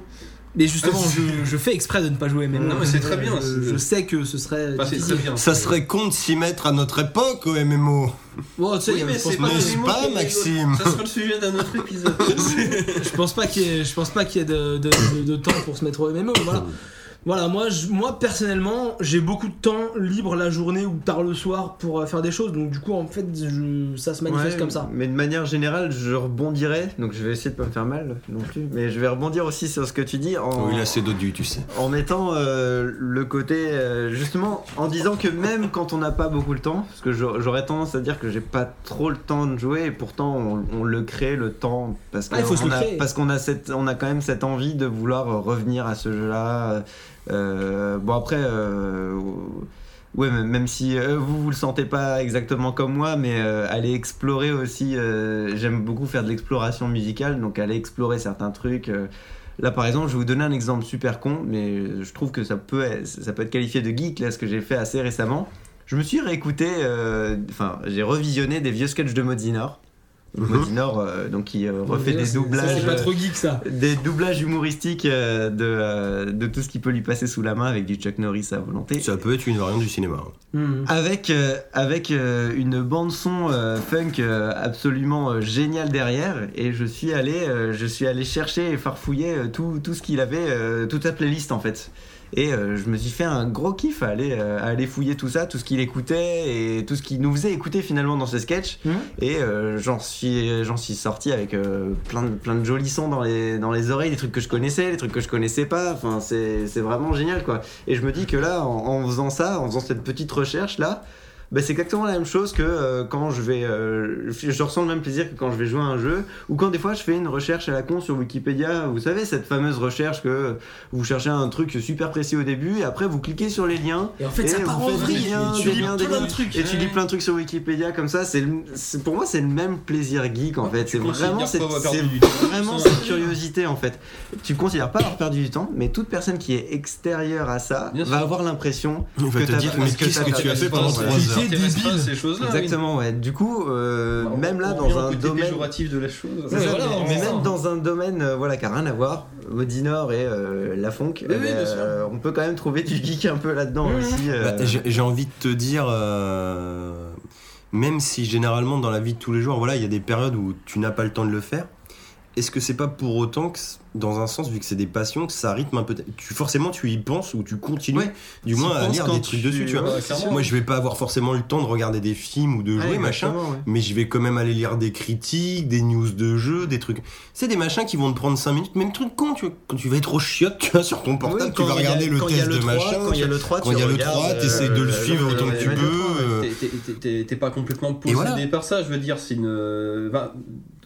Speaker 3: Mais justement, je, je fais exprès de ne pas jouer.
Speaker 4: Ah, Non, mais c'est très bien,
Speaker 3: Je,
Speaker 4: c'est-
Speaker 3: je sais que ce serait.
Speaker 4: Enfin, c'est très
Speaker 3: difficile.
Speaker 4: bien.
Speaker 1: Ça serait con de s'y mettre à notre époque au MMO.
Speaker 3: Bon, tu sais, euh,
Speaker 4: Oui,
Speaker 3: je
Speaker 4: mais
Speaker 3: pense
Speaker 4: c'est
Speaker 3: pas-
Speaker 4: pas,
Speaker 1: n'est-ce
Speaker 4: les mots
Speaker 1: pas,
Speaker 4: qui-
Speaker 1: Maxime
Speaker 4: Ça sera le sujet d'un autre épisode.
Speaker 3: Je pense pas qu'il y ait, je pense pas qu'il y ait de, de- de- de temps pour se mettre au MMO. Voilà, voilà moi, je- moi personnellement, j'ai beaucoup de temps libre la journée ou tard le soir pour euh, faire des choses. Donc du coup, en fait, je- ça se manifeste
Speaker 2: Ouais,
Speaker 3: comme ça.
Speaker 2: Mais de manière générale, je rebondirai, donc je vais essayer de pas me faire mal non plus, mais je vais rebondir aussi sur ce que tu dis
Speaker 1: Oh.
Speaker 2: en,
Speaker 1: dodu, tu sais.
Speaker 2: en mettant euh, le côté, euh, justement, en disant que même quand on n'a pas beaucoup le temps, parce que j'aurais j'aurais tendance à dire que j'ai pas trop le temps de jouer, et pourtant on, on le crée le temps, parce
Speaker 3: Ah, il faut se
Speaker 2: qu'on
Speaker 3: le
Speaker 2: a,
Speaker 3: créer.
Speaker 2: parce qu'on a, cette- on a quand même cette envie de vouloir revenir à ce jeu-là. Euh, bon après, euh, ouais, même- même si euh, vous vous le sentez pas exactement comme moi, mais euh, aller explorer aussi. euh, J'aime beaucoup faire de l'exploration musicale, donc aller explorer certains trucs. euh. là par exemple, je vais vous donner un exemple super con, mais je trouve que ça peut être, ça peut être qualifié de geek là ce que j'ai fait assez récemment. Je me suis réécouté, euh, enfin j'ai revisionné des vieux sketchs de Modinor. Donc, Modinor, euh, donc qui euh, refait
Speaker 3: Déjà,
Speaker 2: des
Speaker 3: c'est-
Speaker 2: doublages euh,
Speaker 3: C'est pas trop geek ça.
Speaker 2: des doublages humoristiques euh, de, euh, de tout ce qui peut lui passer sous la main avec du Chuck Norris à volonté.
Speaker 1: Ça peut être une variante du cinéma. hein.
Speaker 3: Mm.
Speaker 2: Avec, euh, avec euh, une bande-son euh, funk euh, absolument euh, géniale derrière. Et je suis allé, euh, je suis allé chercher et farfouiller euh, tout, tout ce qu'il avait, euh, toute la playlist en fait. Et euh, je me suis fait un gros kiff à aller, euh, à aller fouiller tout ça, tout ce qu'il écoutait et tout ce qu'il nous faisait écouter finalement dans ses sketchs.
Speaker 3: Mhm.
Speaker 2: Et euh, j'en suis, j'en suis sorti avec euh, plein, de, plein de jolis sons dans les, dans les oreilles, des trucs que je connaissais, des trucs que je connaissais pas. Enfin, c'est c'est vraiment génial quoi. Et je me dis que là, en, en faisant ça, en faisant cette petite recherche là, bah, c'est exactement la même chose que euh, quand je vais. euh, je je ressens le même plaisir que quand je vais jouer à un jeu, ou quand des fois je fais une recherche à la con sur Wikipédia. Vous savez, cette fameuse recherche que vous cherchez un truc super précis au début, et après vous cliquez sur les liens.
Speaker 3: Et en fait, ça
Speaker 2: et
Speaker 3: part
Speaker 2: vous
Speaker 3: en
Speaker 2: faites
Speaker 3: vrille. hein.
Speaker 2: des liens,
Speaker 3: Tu
Speaker 2: des
Speaker 3: lis
Speaker 2: liens, des
Speaker 3: plein de
Speaker 2: liens.
Speaker 3: trucs.
Speaker 2: Et tu lis plein de trucs sur Wikipédia comme ça, c'est le- c'est- pour moi c'est le même plaisir geek en fait. C'est vraiment cette, c'est vraiment cette curiosité en fait. Tu considères pas avoir perdu du temps, mais toute personne qui est extérieure à ça
Speaker 4: Bien sûr. Ah
Speaker 2: va avoir l'impression
Speaker 1: On va
Speaker 2: que
Speaker 1: te
Speaker 2: t'as-
Speaker 1: dire, mais
Speaker 2: que
Speaker 1: qu'est-ce
Speaker 2: t'as
Speaker 1: que tu as
Speaker 2: perdu
Speaker 1: fait
Speaker 2: du
Speaker 1: pendant
Speaker 2: temps,
Speaker 1: trois
Speaker 2: ouais.
Speaker 1: heures
Speaker 4: Ça t'intéresse
Speaker 3: débile.
Speaker 4: pas, ces choses-là.
Speaker 2: Exactement, ouais. Du coup, euh,
Speaker 4: Bah, on-
Speaker 2: même là,
Speaker 4: on
Speaker 2: dans
Speaker 4: revient au
Speaker 2: un
Speaker 4: côté
Speaker 2: domaine.
Speaker 4: péjoratif de la chose.
Speaker 2: C'est
Speaker 3: Ouais,
Speaker 2: ça,
Speaker 3: voilà,
Speaker 2: mais-
Speaker 3: on
Speaker 2: mais
Speaker 3: ressent.
Speaker 2: même dans un domaine euh, voilà, qui n'a rien à voir, Modinor et euh, la Funk,
Speaker 4: oui,
Speaker 2: eh ben,
Speaker 4: bien sûr.
Speaker 2: euh, on peut quand même trouver du geek un peu là-dedans aussi. euh,
Speaker 1: Bah, j'ai j'ai envie de te dire, euh, même si généralement dans la vie de tous les jours, voilà, il y a des périodes où tu n'as pas le temps de le faire. Est-ce que c'est pas pour autant que, c- dans un sens, vu que c'est des passions, que ça rythme un peu ta- Tu forcément tu y penses ou tu continues,
Speaker 2: Ouais,
Speaker 1: du
Speaker 2: tu
Speaker 1: moins à
Speaker 2: penses
Speaker 1: lire
Speaker 2: quand
Speaker 1: des trucs
Speaker 2: tu-
Speaker 1: dessus. Tu vois.
Speaker 2: ouais,
Speaker 4: clairement.
Speaker 1: Moi, je vais pas avoir forcément le temps de regarder des films ou de
Speaker 2: ouais,
Speaker 1: jouer machin.
Speaker 2: exactement, ouais.
Speaker 1: Mais je vais quand même aller lire des critiques, des news de jeux, des trucs. C'est des machins qui vont te prendre 5 minutes. Même truc con, tu vois, quand tu vas être au chiotte, tu vois, sur ton portable,
Speaker 2: Oui,
Speaker 1: tu vas
Speaker 2: quand il y a-
Speaker 1: regarder le
Speaker 2: quand il y a
Speaker 1: test de
Speaker 2: 3,
Speaker 1: machin. euh,
Speaker 2: Quand il y a le 3,
Speaker 1: Quand il y a le 3,
Speaker 2: euh,
Speaker 1: t'essayes de le suivre autant que tu
Speaker 2: manuel.
Speaker 1: peux. euh,
Speaker 4: T'es- t'es- t'es- t'es- T'es pas complètement possédé
Speaker 1: voilà.
Speaker 4: par ça, je veux dire, c'est une. euh, ben,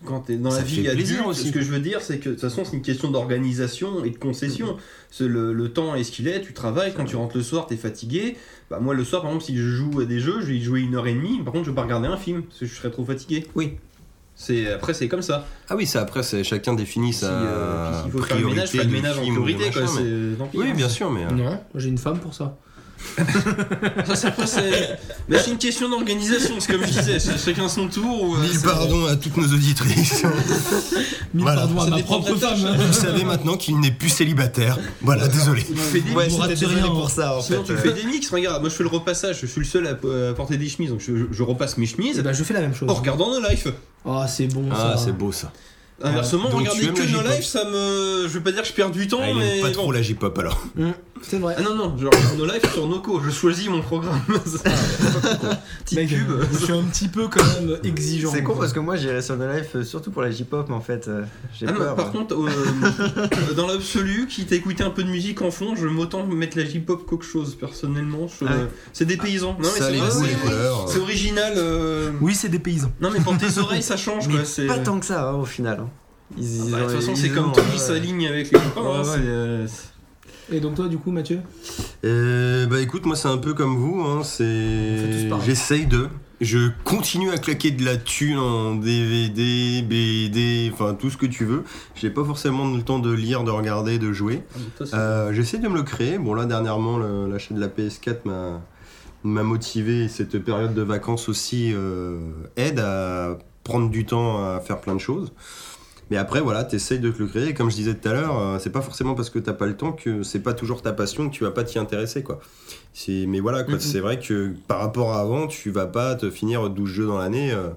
Speaker 4: quand t'es dans
Speaker 1: Ça
Speaker 4: la
Speaker 1: fait
Speaker 4: vie
Speaker 1: plaisir
Speaker 4: adulte,
Speaker 1: aussi.
Speaker 4: ce que je veux dire, c'est que de toute façon, c'est une question d'organisation et de concession.
Speaker 1: Mm-hmm.
Speaker 4: C'est Le, le temps est ce qu'il est, tu travailles, quand tu rentres le soir, t'es fatigué. Bah, moi, le soir, par exemple, si je joue à des jeux, je vais y jouer une heure et demie, par contre, je vais pas regarder un film, parce que je serais trop fatigué.
Speaker 2: Oui.
Speaker 4: C'est- Après, c'est comme ça.
Speaker 1: Ah oui, ça après, c'est- chacun définit
Speaker 4: Si,
Speaker 1: sa
Speaker 4: euh, puis s'il faut faire le ménage,
Speaker 1: priorité
Speaker 4: faire le
Speaker 1: de
Speaker 4: ménage en
Speaker 1: film ou
Speaker 4: priorité, quoi.
Speaker 1: machin, mais-
Speaker 4: c'est- tant pis,
Speaker 1: Oui,
Speaker 4: hein.
Speaker 1: bien sûr, mais. euh,
Speaker 3: Non, j'ai une femme pour ça.
Speaker 4: Ça, c'est après, c'est- mais c'est une question d'organisation, c'est comme je disais, c'est chacun son tour. ou, euh,
Speaker 1: Mille
Speaker 4: c'est-
Speaker 1: pardons à toutes nos auditrices.
Speaker 3: Mille
Speaker 1: Voilà.
Speaker 3: pardons à
Speaker 4: Ça
Speaker 3: ma
Speaker 4: dépend de
Speaker 3: propre
Speaker 4: la tâche,
Speaker 3: femme.
Speaker 1: Vous savez maintenant qu'il n'est plus célibataire. Voilà, désolé.
Speaker 4: Tu fais des
Speaker 2: Ouais,
Speaker 3: Vous
Speaker 2: c'était
Speaker 3: ratez
Speaker 2: désolé
Speaker 3: rien.
Speaker 2: pour ça en fait.
Speaker 4: Sinon, tu
Speaker 1: euh,
Speaker 4: fais des mix, regarde, moi je fais le repassage, je suis le seul à euh, à porter des chemises, donc je, je- je repasse mes
Speaker 3: Et
Speaker 4: chemises
Speaker 3: bah, je fais la même chose.
Speaker 4: en regardant No Life.
Speaker 3: Ah, c'est bon ça.
Speaker 1: Ah, c'est beau ça.
Speaker 4: Inversement,
Speaker 1: Ah, Donc, tu
Speaker 4: regarder
Speaker 1: aimes
Speaker 4: que
Speaker 1: la
Speaker 4: No
Speaker 1: J-pop
Speaker 4: Life, ça me. Je veux pas dire que je perds du temps,
Speaker 1: Ah, il
Speaker 4: mais.
Speaker 1: aime pas
Speaker 4: bon.
Speaker 1: trop la J-pop alors.
Speaker 3: C'est vrai.
Speaker 4: Ah non, non, je regarde No Life sur Noco, je choisis mon programme.
Speaker 1: Ah,
Speaker 4: Petit
Speaker 3: Mec,
Speaker 4: cube.
Speaker 1: euh,
Speaker 3: Je suis un petit peu quand même exigeant.
Speaker 2: C'est con parce que moi j'irai sur No Life euh, surtout pour la J-pop en fait. euh, J'ai
Speaker 4: Ah non,
Speaker 2: peur.
Speaker 4: par contre, euh, dans l'absolu, quitte à écouter un peu de musique en fond, je m'autant mettre la J-pop qu'autre chose, personnellement. je-
Speaker 2: Ah ouais.
Speaker 4: C'est des paysans. Non, mais
Speaker 1: ça,
Speaker 4: c'est
Speaker 1: les
Speaker 4: vrai,
Speaker 1: goûts,
Speaker 4: c'est-
Speaker 1: les couleurs.
Speaker 4: C'est original. euh,
Speaker 3: Oui, c'est des paysans.
Speaker 4: Non, mais pour tes oreilles, ça change
Speaker 2: Mais
Speaker 4: quoi. c'est- euh,
Speaker 2: pas tant que ça hein, au final. hein. Ils-
Speaker 4: Ah
Speaker 2: ils
Speaker 4: bah,
Speaker 2: ont-
Speaker 4: De toute façon,
Speaker 2: ils
Speaker 4: c'est
Speaker 2: ont,
Speaker 4: comme
Speaker 2: euh,
Speaker 4: Tommy s'aligne avec les copains.
Speaker 2: Ouais,
Speaker 4: hein,
Speaker 2: ouais.
Speaker 4: c'est, euh,
Speaker 3: Et donc toi, du coup, Mathieu
Speaker 1: Euh, bah écoute, moi c'est un peu comme vous, hein,
Speaker 3: fait tous
Speaker 1: c'est
Speaker 3: pareil.
Speaker 1: j'essaye de. Je continue à claquer de la thune en DVD, BD, enfin tout ce que tu veux. J'ai pas forcément le temps de lire, de regarder, de jouer.
Speaker 4: c'est-
Speaker 1: Euh, J'essaie de me le créer. Bon là dernièrement, le- l'achat de la PS4 m'a m'a motivé. et Cette période de vacances aussi euh, aide à prendre du temps à faire plein de choses. Mais après, voilà, t'essayes de te le créer. Et comme je disais tout à l'heure, euh, c'est pas forcément parce que t'as pas le temps que c'est pas toujours ta passion que tu vas pas t'y intéresser, quoi. C'est- Mais voilà, quoi.
Speaker 2: Mhm.
Speaker 1: C'est vrai que par rapport à avant, tu vas pas te finir 12 jeux dans l'année. euh,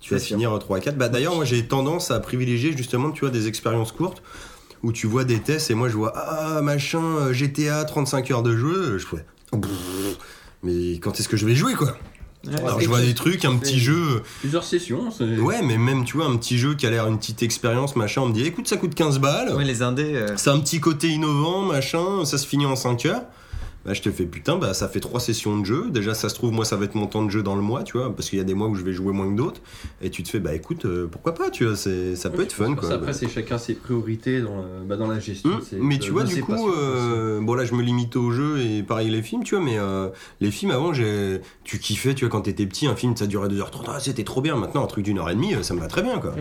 Speaker 1: tu vas
Speaker 2: C'est sûr.
Speaker 1: finir 3 à 4. Bah, D'ailleurs, moi, j'ai tendance à privilégier justement, tu vois, des expériences courtes où tu vois des tests et moi, je vois, ah, machin, euh, GTA, 35 heures de jeu. euh, Je fais, Pfff, mais quand est-ce que je vais jouer, quoi
Speaker 2: Euh,
Speaker 1: Alors, je vois des trucs, un petit jeu.
Speaker 4: Plusieurs sessions, c'est.
Speaker 1: Ouais, mais même, tu vois, un petit jeu qui a l'air une petite expérience, machin, on me dit, écoute, ça coûte 15 balles.
Speaker 2: Ouais, les indés. euh,
Speaker 1: C'est un petit côté innovant, machin, ça se finit en 5 heures. Bah, je te fais putain, bah, ça fait 3 sessions de jeu. Déjà, ça se trouve, moi, ça va être mon temps de jeu dans le mois, tu vois, parce qu'il y a des mois où je vais jouer moins que d'autres. Et tu te fais, bah écoute, euh, pourquoi pas, tu vois, c'est- ça peut être fun, quoi.
Speaker 4: Ça, après, c'est chacun ses priorités dans, la- bah, dans la gestion.
Speaker 1: Hum,
Speaker 4: c'est-
Speaker 1: mais
Speaker 4: de-
Speaker 1: tu vois,
Speaker 4: de
Speaker 1: du
Speaker 4: ses
Speaker 1: coup,
Speaker 4: passions.
Speaker 1: euh, bon là je me limite au jeu et pareil les films, tu vois, mais euh, les films avant, j'ai- tu kiffais, tu vois, quand t'étais petit, un film ça durait 2h30, ah, c'était trop bien, maintenant un truc d'une heure et demie, euh, ça me va très bien quoi.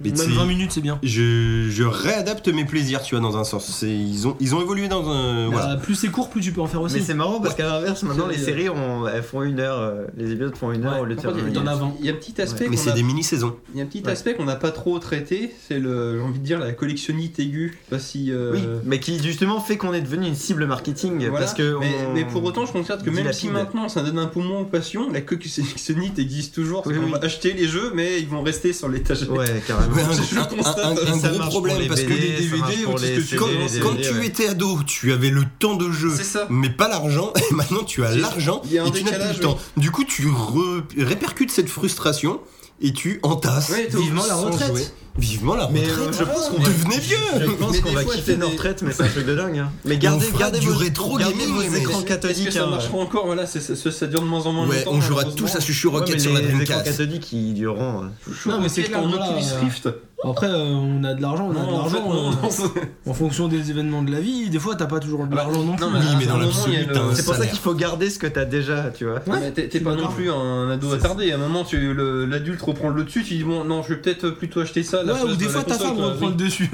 Speaker 1: Mais
Speaker 5: Même
Speaker 1: tu sais,
Speaker 5: 20 minutes, c'est bien.
Speaker 1: je, je réadapte mes plaisirs, tu vois, dans un sens. C'est- Ils ont, ils ont évolué dans un. Euh, Voilà.
Speaker 5: Bah, plus c'est court, plus tu peux en faire
Speaker 2: Mais
Speaker 5: aussi.
Speaker 2: c'est marrant parce qu'à l'inverse, maintenant
Speaker 4: C'est-
Speaker 2: les séries, on- elles font une heure, euh, les épisodes font une heure au lieu de
Speaker 4: Par
Speaker 2: faire
Speaker 4: contre,
Speaker 2: une
Speaker 4: il y a-
Speaker 5: en avant.
Speaker 4: Il y a un petit aspect
Speaker 1: Mais
Speaker 4: qu'on
Speaker 1: c'est
Speaker 4: a-
Speaker 1: des mini-saisons.
Speaker 4: il y a un petit
Speaker 2: Ouais.
Speaker 4: aspect qu'on n'a pas trop traité, c'est le, j'ai envie de dire, la collectionnite aiguë. Je sais Pas si, euh,
Speaker 2: Oui, mais qui justement fait qu'on est devenu une cible marketing
Speaker 4: Voilà.
Speaker 2: parce que.
Speaker 4: mais,
Speaker 2: on-
Speaker 4: mais pour autant, je considère que
Speaker 2: dit
Speaker 4: même
Speaker 2: la
Speaker 4: si
Speaker 2: pub.
Speaker 4: maintenant ça donne un peu moins aux passions, la collectionnite existe toujours.
Speaker 2: Oui,
Speaker 4: on
Speaker 2: oui.
Speaker 4: va acheter les jeux, mais ils vont rester sur l'étagère.
Speaker 2: Ouais, carrément.
Speaker 1: Ouais, un-
Speaker 4: Je le constate.
Speaker 1: un- un- un
Speaker 2: Ça
Speaker 1: gros
Speaker 2: marche pour
Speaker 1: problème,
Speaker 2: les
Speaker 1: parce que
Speaker 2: BD,
Speaker 1: les
Speaker 2: ça marche
Speaker 1: DVD,
Speaker 2: pour
Speaker 1: ou tout
Speaker 2: les
Speaker 1: ce que tu-
Speaker 2: CD,
Speaker 1: quand,
Speaker 2: les
Speaker 1: quand
Speaker 2: DVD,
Speaker 1: tu
Speaker 2: ouais.
Speaker 1: étais ado, tu avais le temps de jeu.
Speaker 4: C'est ça.
Speaker 1: mais pas l'argent, et maintenant tu as
Speaker 4: C'est-
Speaker 1: l'argent
Speaker 4: il y a un
Speaker 1: et tu n'as plus
Speaker 4: décalage,
Speaker 1: le temps. Du coup, tu re- répercutes cette frustration et tu entasses
Speaker 4: Ouais, t'es
Speaker 5: Vivement la
Speaker 1: sans
Speaker 5: retraite.
Speaker 1: jouer. Vivement la
Speaker 2: Mais,
Speaker 1: retraite.
Speaker 2: euh, je pense qu'on va-
Speaker 1: Devenez vieux
Speaker 2: Je pense
Speaker 4: Mais
Speaker 2: qu'on
Speaker 4: des
Speaker 2: va
Speaker 4: fois,
Speaker 2: kiffer
Speaker 4: c'est
Speaker 2: nos
Speaker 4: des-
Speaker 2: retraites, mais c'est un truc de dingue. hein. Mais
Speaker 1: Gardez,
Speaker 2: gardez,
Speaker 1: on fera
Speaker 2: gardez
Speaker 1: du
Speaker 2: vos,
Speaker 1: rétro
Speaker 2: gardez
Speaker 1: gaming,
Speaker 2: vos
Speaker 1: mais-
Speaker 2: écrans
Speaker 4: Est-ce
Speaker 2: cathodiques.
Speaker 4: que ça
Speaker 2: hein.
Speaker 4: marchera encore Voilà, c'est- c'est- ça, ça dure de moins en moins
Speaker 1: Ouais,
Speaker 4: longtemps.
Speaker 1: on jouera
Speaker 4: malheureusement.
Speaker 1: tous à Chuchu
Speaker 2: Ouais,
Speaker 1: Rocket
Speaker 2: mais
Speaker 1: sur la
Speaker 2: les écrans
Speaker 1: Dreamcast.
Speaker 2: cathodiques, ils dureront. euh,
Speaker 4: Chouchou,
Speaker 5: Non, mais c'est
Speaker 4: ok,
Speaker 5: clair,
Speaker 4: en
Speaker 5: voilà,
Speaker 4: Oculus
Speaker 5: euh,
Speaker 4: Rift.
Speaker 5: Après, euh, on a de l'argent, on a de
Speaker 4: en fait,
Speaker 5: l'argent.
Speaker 4: non,
Speaker 5: euh,
Speaker 4: non, c'est-
Speaker 5: En fonction des événements de la vie, des fois t'as pas toujours de
Speaker 4: Bah,
Speaker 5: l'argent non plus.
Speaker 4: non,
Speaker 1: Oui, mais
Speaker 4: à
Speaker 1: dans
Speaker 4: un moment,
Speaker 1: l'absolu,
Speaker 4: il y a le-
Speaker 1: t'as un
Speaker 2: C'est pour ça
Speaker 1: salaire.
Speaker 2: qu'il faut garder ce que t'as déjà, tu vois.
Speaker 4: Ouais, mais t'es t'es pas non
Speaker 5: d'accord.
Speaker 4: plus un ado attardé. À un moment, tu- le- l'adulte reprend le dessus, tu dis bon, non, je vais peut-être plutôt acheter ça. à la
Speaker 5: Ouais,
Speaker 4: place
Speaker 5: ou
Speaker 4: de
Speaker 5: des
Speaker 4: la
Speaker 5: fois ta
Speaker 4: console,
Speaker 5: femme
Speaker 4: quoi.
Speaker 5: reprend le dessus.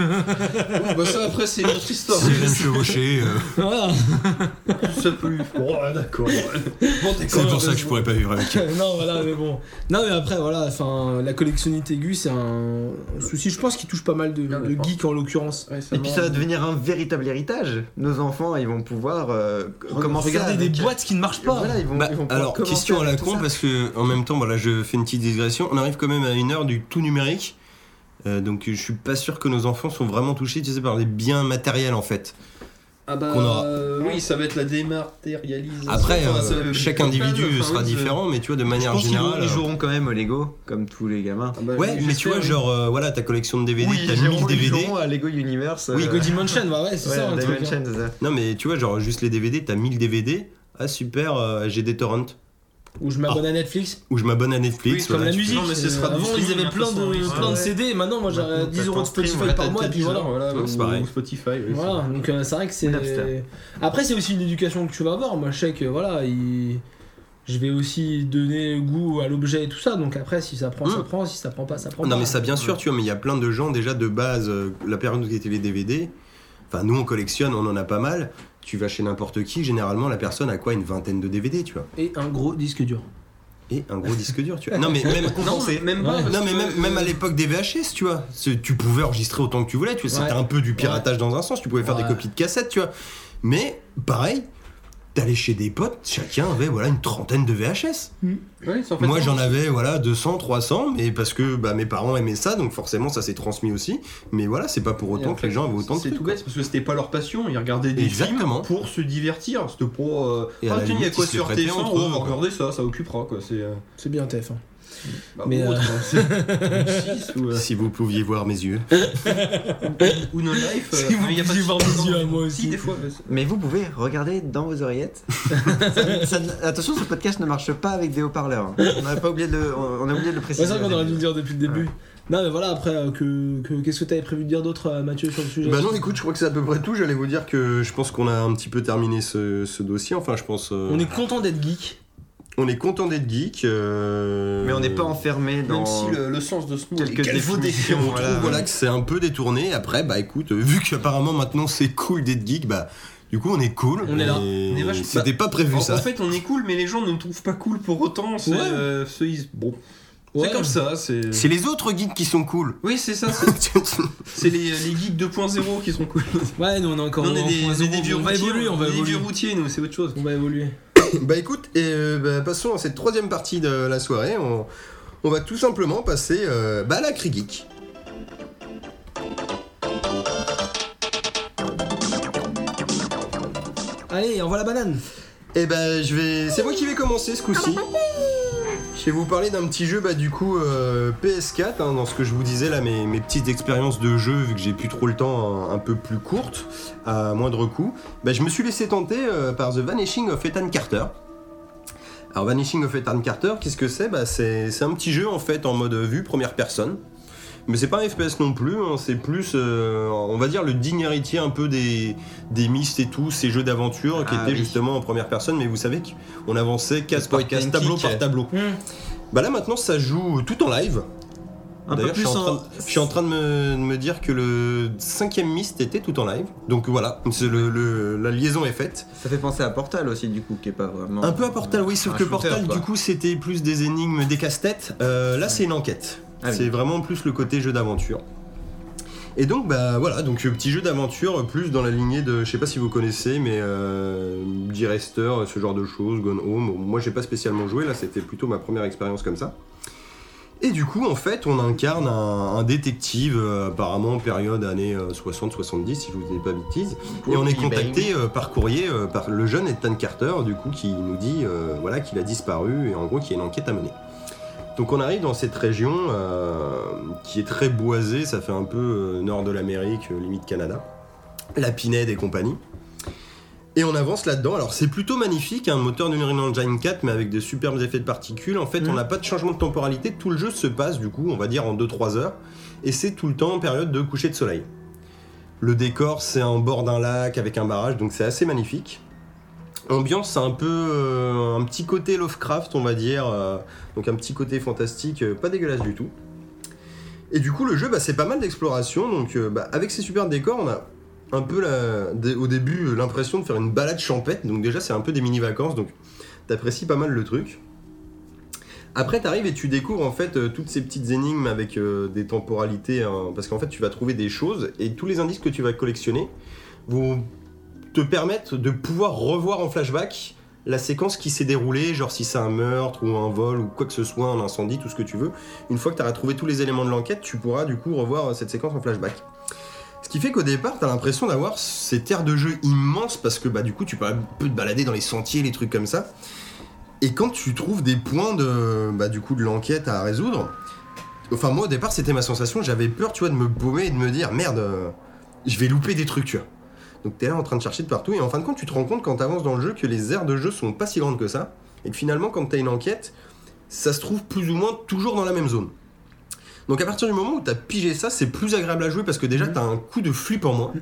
Speaker 4: Oui, bah ça, après, c'est une autre histoire.
Speaker 1: C'est jeune chevauché, euh,
Speaker 5: Voilà.
Speaker 4: ça plus. Oh, d'accord.
Speaker 1: c'est pour ça que je pourrais pas vivre avec.
Speaker 5: euh, non, voilà, mais bon. Non, mais après, voilà, enfin, la collectionnite aiguë, c'est un souci, je pense, qui touche pas mal de,
Speaker 4: Non, mais
Speaker 5: de
Speaker 4: pas.
Speaker 5: geeks en l'occurrence.
Speaker 2: Et puis ça va devenir un véritable héritage. Nos enfants, ils vont pouvoir euh, commencer
Speaker 5: Regarder
Speaker 2: avec-
Speaker 5: des boîtes qui ne marchent pas.
Speaker 2: Voilà, ils vont,
Speaker 1: Bah,
Speaker 2: ils vont pouvoir
Speaker 1: alors,
Speaker 2: commencer
Speaker 1: question à la
Speaker 2: avec tout
Speaker 1: con,
Speaker 2: ça.
Speaker 1: parce que en même temps, voilà, je fais une petite digression. On arrive quand même à une heure du tout numérique. Euh, donc, je suis pas sûr que nos enfants sont vraiment touchés, tu sais, par les biens matériels en fait.
Speaker 4: Ah bah,
Speaker 1: qu'on aura.
Speaker 4: euh, oui, ça va être la dématérialisation.
Speaker 1: Après,
Speaker 4: Enfin,
Speaker 1: euh,
Speaker 4: ça va-
Speaker 1: chaque
Speaker 4: Enfin,
Speaker 1: individu
Speaker 4: oui,
Speaker 1: sera
Speaker 4: c'est-
Speaker 1: différent, mais tu vois, de
Speaker 2: Je
Speaker 1: manière
Speaker 2: pense qu'ils vont-
Speaker 1: générale. euh,
Speaker 2: ils joueront quand même au Lego, comme tous les gamins.
Speaker 4: Ah bah,
Speaker 1: Ouais, mais tu
Speaker 4: j'espère,
Speaker 1: vois,
Speaker 4: oui.
Speaker 1: genre, euh, voilà, ta collection de DVD,
Speaker 2: ils
Speaker 1: t'as 1000
Speaker 2: joueront- ils
Speaker 1: DVD.
Speaker 2: joueront à Lego Universe.
Speaker 5: Oui,
Speaker 2: euh,
Speaker 5: Lego Dimension, bah ouais, c'est
Speaker 2: ouais,
Speaker 5: ça, un truc, hein.
Speaker 2: Dimension, c'est ça.
Speaker 1: Non, mais tu vois, genre, juste les DVD, t'as 1000 DVD. Ah, super, euh, j'ai des torrents.
Speaker 5: Où je m'abonne à Netflix,
Speaker 1: Ou je m'abonne à Netflix.
Speaker 4: Oui,
Speaker 5: comme
Speaker 1: voilà,
Speaker 5: la
Speaker 1: Bah, tu-
Speaker 5: musique.
Speaker 4: Non, mais ce sera du
Speaker 5: avant, ils
Speaker 4: streaming,
Speaker 5: avaient plein
Speaker 4: de toute
Speaker 5: de,
Speaker 4: façon,
Speaker 5: plein de
Speaker 2: ouais.
Speaker 5: CD, et maintenant, moi j'ai
Speaker 2: Maintenant,
Speaker 5: 10 euros
Speaker 2: t'as
Speaker 5: de
Speaker 2: ton stream,
Speaker 5: Spotify
Speaker 2: ouais,
Speaker 5: par
Speaker 2: t'as-
Speaker 5: mois,
Speaker 2: t'as
Speaker 5: et puis
Speaker 2: dix
Speaker 5: voilà.
Speaker 2: euros.
Speaker 4: Voilà,
Speaker 1: Ouais,
Speaker 4: ou-
Speaker 1: c'est pareil.
Speaker 4: ou Spotify. oui,
Speaker 5: Voilà,
Speaker 4: c'est-
Speaker 5: donc euh, c'est vrai que
Speaker 2: Napster.
Speaker 5: c'est. Après, c'est aussi une éducation que tu vas avoir. Moi, je sais que voilà, il- je vais aussi donner goût à l'objet et tout ça. Donc après, si ça prend, ça
Speaker 1: Mm.
Speaker 5: prend. Si ça prend pas, ça prend
Speaker 1: Non,
Speaker 5: pas.
Speaker 1: mais ça, bien sûr, tu vois, mais il y a plein de gens déjà de base, euh, la période où étaient les DVD. Enfin, nous, on collectionne, on en a pas mal. Tu vas chez n'importe qui, généralement, la personne a quoi Une vingtaine de DVD, tu vois.
Speaker 5: Et un gros disque dur.
Speaker 1: Et un gros disque dur, tu vois. Non, mais même.
Speaker 4: Non, mais même pas.
Speaker 5: Ouais.
Speaker 4: parce
Speaker 1: Non mais
Speaker 4: que,
Speaker 1: même, même à
Speaker 4: euh,
Speaker 1: l'époque des VHS, tu vois, c'est- tu pouvais enregistrer autant que tu voulais, tu vois, c'était
Speaker 5: Ouais.
Speaker 1: un peu du piratage dans un sens, tu pouvais faire des
Speaker 5: Ouais.
Speaker 1: copies de cassettes, tu vois. Mais pareil, t'allais chez des potes, chacun avait voilà une trentaine de VHS.
Speaker 4: ouais, c'est en fait
Speaker 1: Moi
Speaker 4: ça.
Speaker 1: j'en avais voilà 200, 300, mais parce que bah, mes parents aimaient ça, donc forcément ça s'est transmis aussi. Mais voilà, c'est pas pour
Speaker 4: Et
Speaker 1: autant que
Speaker 4: après,
Speaker 1: les gens avaient autant de
Speaker 4: C'est
Speaker 1: trucs.
Speaker 4: tout
Speaker 1: quoi.
Speaker 4: bête parce que c'était pas leur passion, ils regardaient des
Speaker 1: Exactement.
Speaker 4: films pour se divertir. C'était pour. euh,
Speaker 1: Hein Et à
Speaker 4: ah
Speaker 1: la
Speaker 4: tiens, il y a
Speaker 1: limite,
Speaker 4: quoi
Speaker 1: ils se
Speaker 4: sur
Speaker 1: traitaient
Speaker 4: TF1
Speaker 1: entre
Speaker 4: Oh,
Speaker 1: eux,
Speaker 4: On va
Speaker 1: quoi.
Speaker 4: regarder ça, ça occupera quoi. C'est. euh,
Speaker 5: C'est bien hein. TF1.
Speaker 4: bah,
Speaker 5: Mais, euh,
Speaker 4: ou autre, hein, c'est- ou six, ou, euh,
Speaker 1: Si vous pouviez voir mes yeux.
Speaker 4: ou No Life.
Speaker 5: Si
Speaker 4: euh,
Speaker 5: vous
Speaker 4: il y a pas
Speaker 5: pouviez
Speaker 4: de-
Speaker 5: voir mes yeux à moi
Speaker 4: Si,
Speaker 5: aussi.
Speaker 4: des fois.
Speaker 2: Mais vous pouvez regarder dans vos oreillettes. Ça- ça- attention, ce podcast ne marche pas avec des haut-parleurs. hein. On n'a pas oublié de, le- on, on a oublié de le
Speaker 5: Ouais,
Speaker 2: préciser.
Speaker 5: c'est vrai qu'on aurait dû le
Speaker 2: Ouais,
Speaker 5: dire depuis le début. Non, mais voilà, après, euh, que, que- qu'est-ce que t'avais prévu de dire d'autre, euh, Mathieu, sur le sujet
Speaker 1: Bah non, écoute, je crois que c'est à peu près tout. J'allais vous dire que je pense qu'on a un petit peu terminé ce, ce dossier. Enfin, je pense. euh,
Speaker 5: On est content d'être geek.
Speaker 1: on est content d'être geek. euh,
Speaker 2: Mais on n'est pas enfermé dans.
Speaker 4: Même si le, le sens de ce mot.
Speaker 2: Quelques
Speaker 4: est
Speaker 2: définitions,
Speaker 1: On
Speaker 2: voilà.
Speaker 1: trouve voilà, que c'est un peu détourné. Après, bah écoute, euh, vu qu'apparemment maintenant c'est cool d'être geek, bah du coup on est cool.
Speaker 5: On est là.
Speaker 1: Et
Speaker 4: On est vachement-
Speaker 1: C'était pas prévu
Speaker 4: En, en
Speaker 1: ça.
Speaker 4: fait, on est cool, mais les gens ne nous trouvent pas cool pour autant. c'est,
Speaker 5: Ouais.
Speaker 4: euh, ceux, ils- bon, C'est comme ça, c'est.
Speaker 1: C'est les autres geeks qui sont cool.
Speaker 4: Oui, c'est ça, c'est- c'est les, les geeks 2.0 qui sont cool.
Speaker 5: Ouais, nous on est encore
Speaker 4: Nous, on est
Speaker 5: en
Speaker 4: des,
Speaker 5: point
Speaker 4: on est
Speaker 5: zéro,
Speaker 4: des vieux
Speaker 5: on va
Speaker 4: routiers,
Speaker 5: évoluer, on
Speaker 4: on
Speaker 5: va
Speaker 4: est des vieux
Speaker 5: évoluer.
Speaker 4: routiers, nous, c'est autre chose.
Speaker 5: On va évoluer.
Speaker 1: bah écoute, et, euh, bah, passons à cette troisième partie de la soirée. On, on va tout simplement passer euh, bah, à la cri geek.
Speaker 5: Allez, envoie la banane.
Speaker 1: Et bah je vais. C'est moi qui vais commencer ce coup-ci. Je vais vous parler d'un petit jeu, bah du coup euh, PS4, hein, dans ce que je vous disais là, mes, mes petites expériences de jeu, vu que j'ai plus trop le temps, hein, un, un peu plus courte, à moindre coût. Bah je me suis laissé tenter euh, par The Vanishing of Ethan Carter. Alors Vanishing of Ethan Carter, qu'est-ce que c'est bah, c'est, c'est un petit jeu en fait en mode vue première personne. Mais c'est pas un FPS non plus, hein, c'est plus, euh, on va dire, le digne héritier un peu des, des Myst et tout, ces jeux d'aventure qui
Speaker 2: Ah
Speaker 1: étaient
Speaker 2: oui.
Speaker 1: justement en première personne, mais vous savez qu'on avançait case
Speaker 2: point
Speaker 1: par case,
Speaker 2: and
Speaker 1: tableau
Speaker 2: kick.
Speaker 1: par tableau. Bah là maintenant ça joue tout en live.
Speaker 2: Un peu
Speaker 1: D'ailleurs, je
Speaker 2: plus
Speaker 1: suis en train,
Speaker 2: en.
Speaker 1: de- je suis en train de, me, de me dire que le cinquième mist était tout en live. Donc voilà, c'est le- le- la liaison est faite.
Speaker 2: Ça fait penser à Portal aussi, du coup, qui est pas vraiment.
Speaker 1: Un peu à Portal, oui, sauf
Speaker 2: un
Speaker 1: que
Speaker 2: shooter,
Speaker 1: Portal,
Speaker 2: quoi.
Speaker 1: du coup, c'était plus des énigmes, des casse-têtes. Euh, là, c'est une enquête.
Speaker 2: Ah oui.
Speaker 1: c'est vraiment plus le côté jeu d'aventure. Et donc, bah voilà, donc euh, petit jeu d'aventure, plus dans la lignée de, je sais pas si vous connaissez, mais euh, D-Rester, ce genre de choses, Gone Home. Moi, j'ai pas spécialement joué, là, c'était plutôt ma première expérience comme ça. Et du coup, en fait, on incarne un, un détective, euh, apparemment période années 60-70, si je vous dis pas de bêtises. Et on est contacté euh, par courrier euh, par le jeune Ethan Carter, du coup, qui nous dit euh, voilà, qu'il a disparu et en gros qu'il y a une enquête à mener. Donc on arrive dans cette région euh, qui est très boisée, ça fait un peu euh, nord de l'Amérique, euh, limite Canada, la Pinède et compagnie. Et on avance là-dedans. Alors c'est plutôt magnifique, un moteur d'une Unreal Engine 4, mais avec des superbes effets de particules. En fait, on n'a pas de changement de temporalité. Tout le jeu se passe, du coup, on va dire en 2-3 heures. Et c'est tout le temps en période de coucher de soleil. Le décor, c'est en bord d'un lac avec un barrage, donc c'est assez magnifique. Ambiance, c'est un peu euh, un petit côté Lovecraft, on va dire. euh, donc un petit côté fantastique, euh, pas dégueulasse du tout. Et du coup, le jeu, bah, c'est pas mal d'exploration. Donc, euh, bah, avec ces super décors, on a un peu la- dé- au début euh, l'impression de faire une balade champêtre. Donc, déjà, c'est un peu des mini-vacances. Donc, t'apprécies pas mal le truc. Après, t'arrives et tu découvres en fait euh, toutes ces petites énigmes avec euh, des temporalités. hein, parce qu'en fait, tu vas trouver des choses et tous les indices que tu vas collectionner vont te permettre de pouvoir revoir en flashback la séquence qui s'est déroulée, genre si c'est un meurtre ou un vol ou quoi que ce soit, un incendie, tout ce que tu veux, une fois que tu auras trouvé tous les éléments de l'enquête, tu pourras du coup revoir euh, cette séquence en flashback. Ce qui fait qu'au départ, tu as l'impression d'avoir cette aire de jeu immense parce que bah, du coup, tu peux un peu te balader dans les sentiers, les trucs comme ça. Et quand tu trouves des points de, bah, du coup, de l'enquête à résoudre, enfin, moi au départ, c'était ma sensation, j'avais peur, tu vois, de me paumer et de me dire merde, euh, je vais louper des trucs, tu vois. Donc t'es là en train de chercher de partout et en fin de compte tu te rends compte quand t'avances dans le jeu que les aires de jeu sont pas si grandes que ça et que finalement quand t'as une enquête ça se trouve plus ou moins toujours dans la même zone. Donc à partir du moment où t'as pigé ça c'est plus agréable à jouer parce que déjà t'as un coup de flip en moins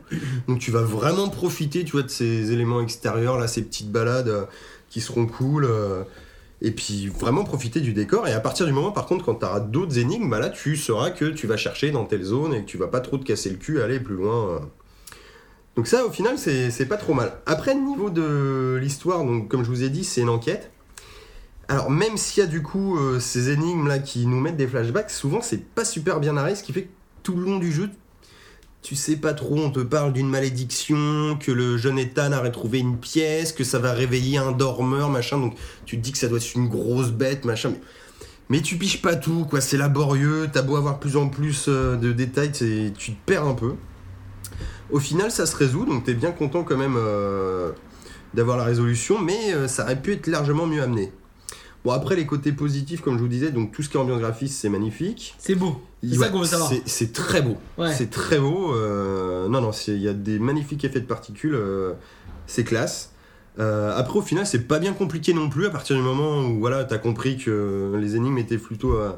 Speaker 1: donc tu vas vraiment profiter tu vois de ces éléments extérieurs là ces petites balades euh, qui seront cool euh, et puis vraiment profiter du décor et à partir du moment par contre quand t'auras d'autres énigmes bah là tu sauras que tu vas chercher dans telle zone et que tu vas pas trop te casser le cul à aller plus loin euh, donc ça, au final, c'est c'est pas trop mal. Après, niveau de l'histoire, donc comme je vous ai dit, c'est une enquête. Alors même s'il y a du coup euh, ces énigmes là qui nous mettent des flashbacks, souvent c'est pas super bien narré, ce qui fait que tout le long du jeu, tu sais pas trop, on te parle d'une malédiction, que le jeune Ethan a retrouvé une pièce, que ça va réveiller un dormeur, machin, donc tu te dis que ça doit être une grosse bête, machin, mais, mais tu piches pas tout, quoi, c'est laborieux, t'as beau avoir plus en plus euh, de détails, c'est- tu te perds un peu. Au final, ça se résout, donc t'es bien content quand même euh, d'avoir la résolution, mais euh, ça aurait pu être largement mieux amené. Bon, après, les côtés positifs, comme je vous disais, donc tout ce qui est ambiance graphiste, c'est magnifique.
Speaker 5: C'est beau. C'est ça qu'on veut savoir.
Speaker 1: c'est- C'est très beau.
Speaker 5: Ouais.
Speaker 1: C'est très beau. euh, non, non, c'est- il y a des magnifiques effets de particules. euh, c'est classe. Euh, après, au final, c'est pas bien compliqué non plus à partir du moment où voilà, t'as compris que les énigmes étaient plutôt euh,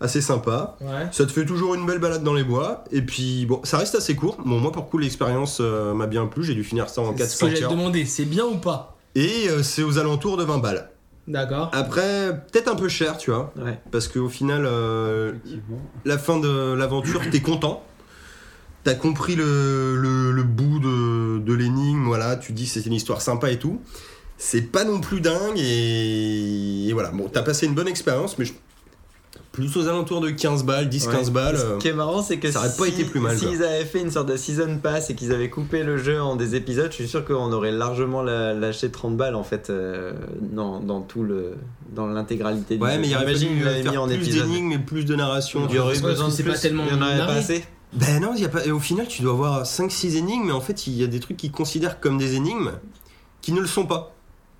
Speaker 1: assez sympas.
Speaker 5: Ouais.
Speaker 1: Ça te fait toujours une belle balade dans les bois. Et puis, bon, ça reste assez court. Bon, moi, pour le coup, l'expérience euh, m'a bien plu. J'ai dû finir ça en
Speaker 5: C'est ce que
Speaker 1: 4-5
Speaker 5: j'allais te
Speaker 1: heures.
Speaker 5: demander, c'est bien ou pas
Speaker 1: Et euh, c'est aux alentours de 20 balles.
Speaker 5: D'accord.
Speaker 1: Après, peut-être un peu cher, tu vois.
Speaker 2: Ouais.
Speaker 1: Parce qu'au final, euh, la fin de l'aventure, t'es content. T'as compris le, le- le bout de, de l'énigme, voilà, tu dis que c'est une histoire sympa et tout. C'est pas non plus dingue et, et voilà. Bon, t'as passé une bonne expérience, mais je- plus aux alentours de 15 balles, 10-15 balles.
Speaker 2: Ce
Speaker 1: euh,
Speaker 2: qui est marrant, c'est que
Speaker 1: ça aurait pas
Speaker 2: si-
Speaker 1: été plus mal,
Speaker 2: S'ils avaient fait une sorte de season pass et qu'ils avaient coupé le jeu en des épisodes, je suis sûr qu'on aurait largement la- lâché 30 balles en fait euh, dans, dans tout le dans l'intégralité du
Speaker 1: Ouais,
Speaker 2: jeu.
Speaker 1: mais il y aurait
Speaker 2: Imagine,
Speaker 1: fallu
Speaker 2: ils l'avaient
Speaker 1: faire
Speaker 2: mis en
Speaker 1: plus
Speaker 2: épisode.
Speaker 1: d'énigmes et plus de narration.
Speaker 2: Il y aurait
Speaker 3: Parce que
Speaker 2: besoin de
Speaker 3: c'est pas
Speaker 2: plus,
Speaker 3: tellement
Speaker 2: il y en aurait pas
Speaker 3: narré.
Speaker 2: assez.
Speaker 1: Ben non, y a pas... et au final, tu dois avoir 5-6 énigmes, mais en fait, il y a des trucs qu'ils considèrent comme des énigmes qui ne le sont pas.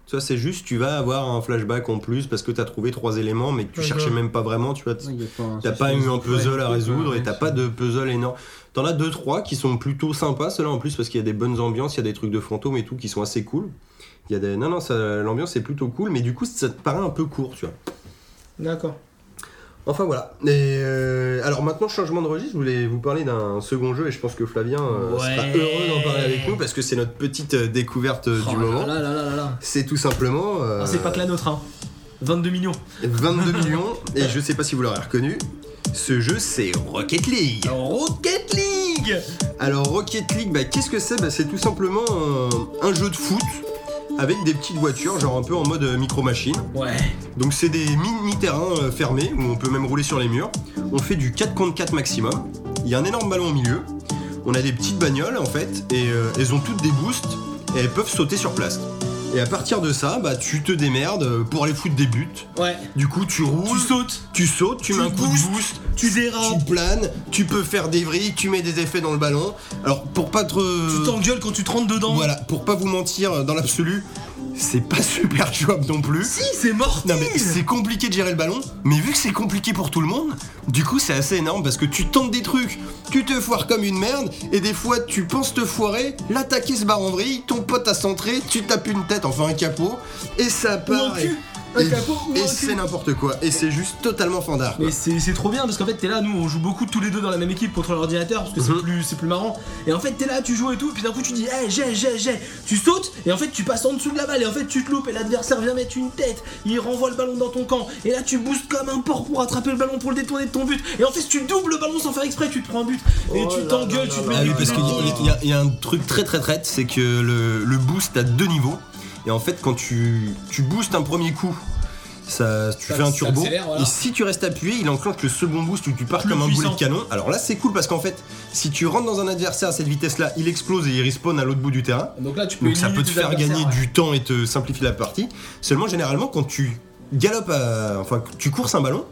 Speaker 1: Tu vois, c'est juste, tu vas avoir un flashback en plus parce que t'as trouvé trois éléments, mais que tu
Speaker 3: Ouais,
Speaker 1: cherchais
Speaker 3: ouais.
Speaker 1: même pas vraiment, tu vois. t- T'as
Speaker 4: T'as
Speaker 1: pas eu un puzzle à résoudre et t'as pas
Speaker 4: de
Speaker 1: de puzzle énorme. T'en as deux trois qui sont plutôt sympas, ceux-là en plus parce qu'il y a des bonnes ambiances, il y a des trucs de fantômes et tout qui sont assez cool. Il y a des... Non, non, ça- l'ambiance est plutôt cool, mais du coup ça te paraît un peu court, tu vois.
Speaker 3: D'accord.
Speaker 1: Enfin voilà. Et euh, alors maintenant, changement de registre, je voulais vous parler d'un second jeu et je pense que Flavien euh, sera
Speaker 3: Ouais.
Speaker 1: heureux d'en parler avec nous parce que c'est notre petite euh, découverte euh, du
Speaker 3: Oh
Speaker 1: moment.
Speaker 3: Là, là, là, là, là.
Speaker 1: C'est tout simplement euh,
Speaker 3: Ah, c'est pas que la nôtre, hein. 22 millions.
Speaker 1: 22 millions et je sais pas si vous l'aurez reconnu. Ce jeu c'est Rocket League.
Speaker 3: Rocket League
Speaker 1: Alors Rocket League, bah, qu'est-ce que c'est Bah, C'est tout simplement euh, un, un jeu de foot avec des petites voitures, genre un peu en mode euh, micro-machine.
Speaker 3: Ouais.
Speaker 1: Donc c'est des mini-terrains euh, fermés où on peut même rouler sur les murs. On fait du 4 contre 4 maximum. Il y a un énorme ballon au milieu. On a des petites bagnoles en fait et euh, elles ont toutes des boosts et elles peuvent sauter sur place. Et à partir de ça, bah, tu te démerdes euh, pour aller foutre des buts.
Speaker 3: Ouais.
Speaker 1: Du coup, tu roules,
Speaker 3: Tu sautes,
Speaker 1: tu sautes, tu,
Speaker 3: tu
Speaker 1: mets un coup
Speaker 3: boostes,
Speaker 1: de boost,
Speaker 3: tu dérapes,
Speaker 1: tu planes, tu peux faire des vrilles, tu mets des effets dans le ballon. Alors pour pas te...
Speaker 3: tu t'engueules quand tu te rentres dedans.
Speaker 1: Voilà, pour pas vous mentir, dans l'absolu, c'est pas super jouable non plus.
Speaker 3: Si, c'est
Speaker 1: Non
Speaker 3: mortel
Speaker 1: mais c'est compliqué de gérer le ballon, mais vu que c'est compliqué pour tout le monde, du coup c'est assez énorme parce que tu tentes des trucs, tu te foires comme une merde, et des fois tu penses te foirer, l'attaquer se barre en vrille, ton pote a centré, tu tapes une tête, enfin un capot, et ça
Speaker 3: Ou un
Speaker 1: part. et-
Speaker 3: cul Un
Speaker 1: et-
Speaker 3: capot ou
Speaker 1: et
Speaker 3: un
Speaker 1: c'est
Speaker 3: cul
Speaker 1: n'importe quoi, et c'est juste totalement fandard. quoi.
Speaker 3: mais c'est c'est trop bien parce qu'en fait t'es là, nous on joue beaucoup tous les deux dans la même équipe contre l'ordinateur parce que c'est
Speaker 1: Mhm.
Speaker 3: plus c'est plus marrant. Et en fait t'es là, tu joues et tout, puis d'un coup tu dis hey, j'ai j'ai j'ai, tu sautes et en fait tu passes en dessous de la balle et en fait tu te loupes et l'adversaire vient mettre une tête, il renvoie le ballon dans ton camp et là tu boostes comme un porc pour attraper le ballon pour le détourner de ton but et en fait tu doubles le ballon sans faire exprès, tu te prends un but et
Speaker 2: Oh
Speaker 3: tu
Speaker 2: là
Speaker 3: t'engueules,
Speaker 2: là
Speaker 3: tu te
Speaker 2: là
Speaker 3: mets
Speaker 1: Ah
Speaker 3: une
Speaker 1: oui,
Speaker 3: but
Speaker 1: parce qu'il
Speaker 3: dans le
Speaker 1: y, a- il y a un truc très très traite, c'est que le, le boost a deux niveaux. Et en fait, quand tu, tu boostes un premier coup, ça, tu
Speaker 3: Ça-
Speaker 1: fais un
Speaker 3: ça
Speaker 1: turbo.
Speaker 3: accélère, voilà.
Speaker 1: Et si tu restes appuyé, il enclenche le second boost où tu pars
Speaker 3: Plus
Speaker 1: comme un boulet
Speaker 3: puissant.
Speaker 1: de canon. Alors là, c'est cool parce qu'en fait, si tu rentres dans un adversaire à cette vitesse-là, il explose et il respawn à l'autre bout du terrain.
Speaker 3: Donc là tu peux
Speaker 1: Donc ça peut
Speaker 3: éliminer
Speaker 1: te
Speaker 3: tes
Speaker 1: faire
Speaker 3: adversaires,
Speaker 1: gagner
Speaker 3: ouais.
Speaker 1: du temps et te simplifier la partie. Seulement, généralement, quand tu galopes, à- enfin, que tu courses un ballon,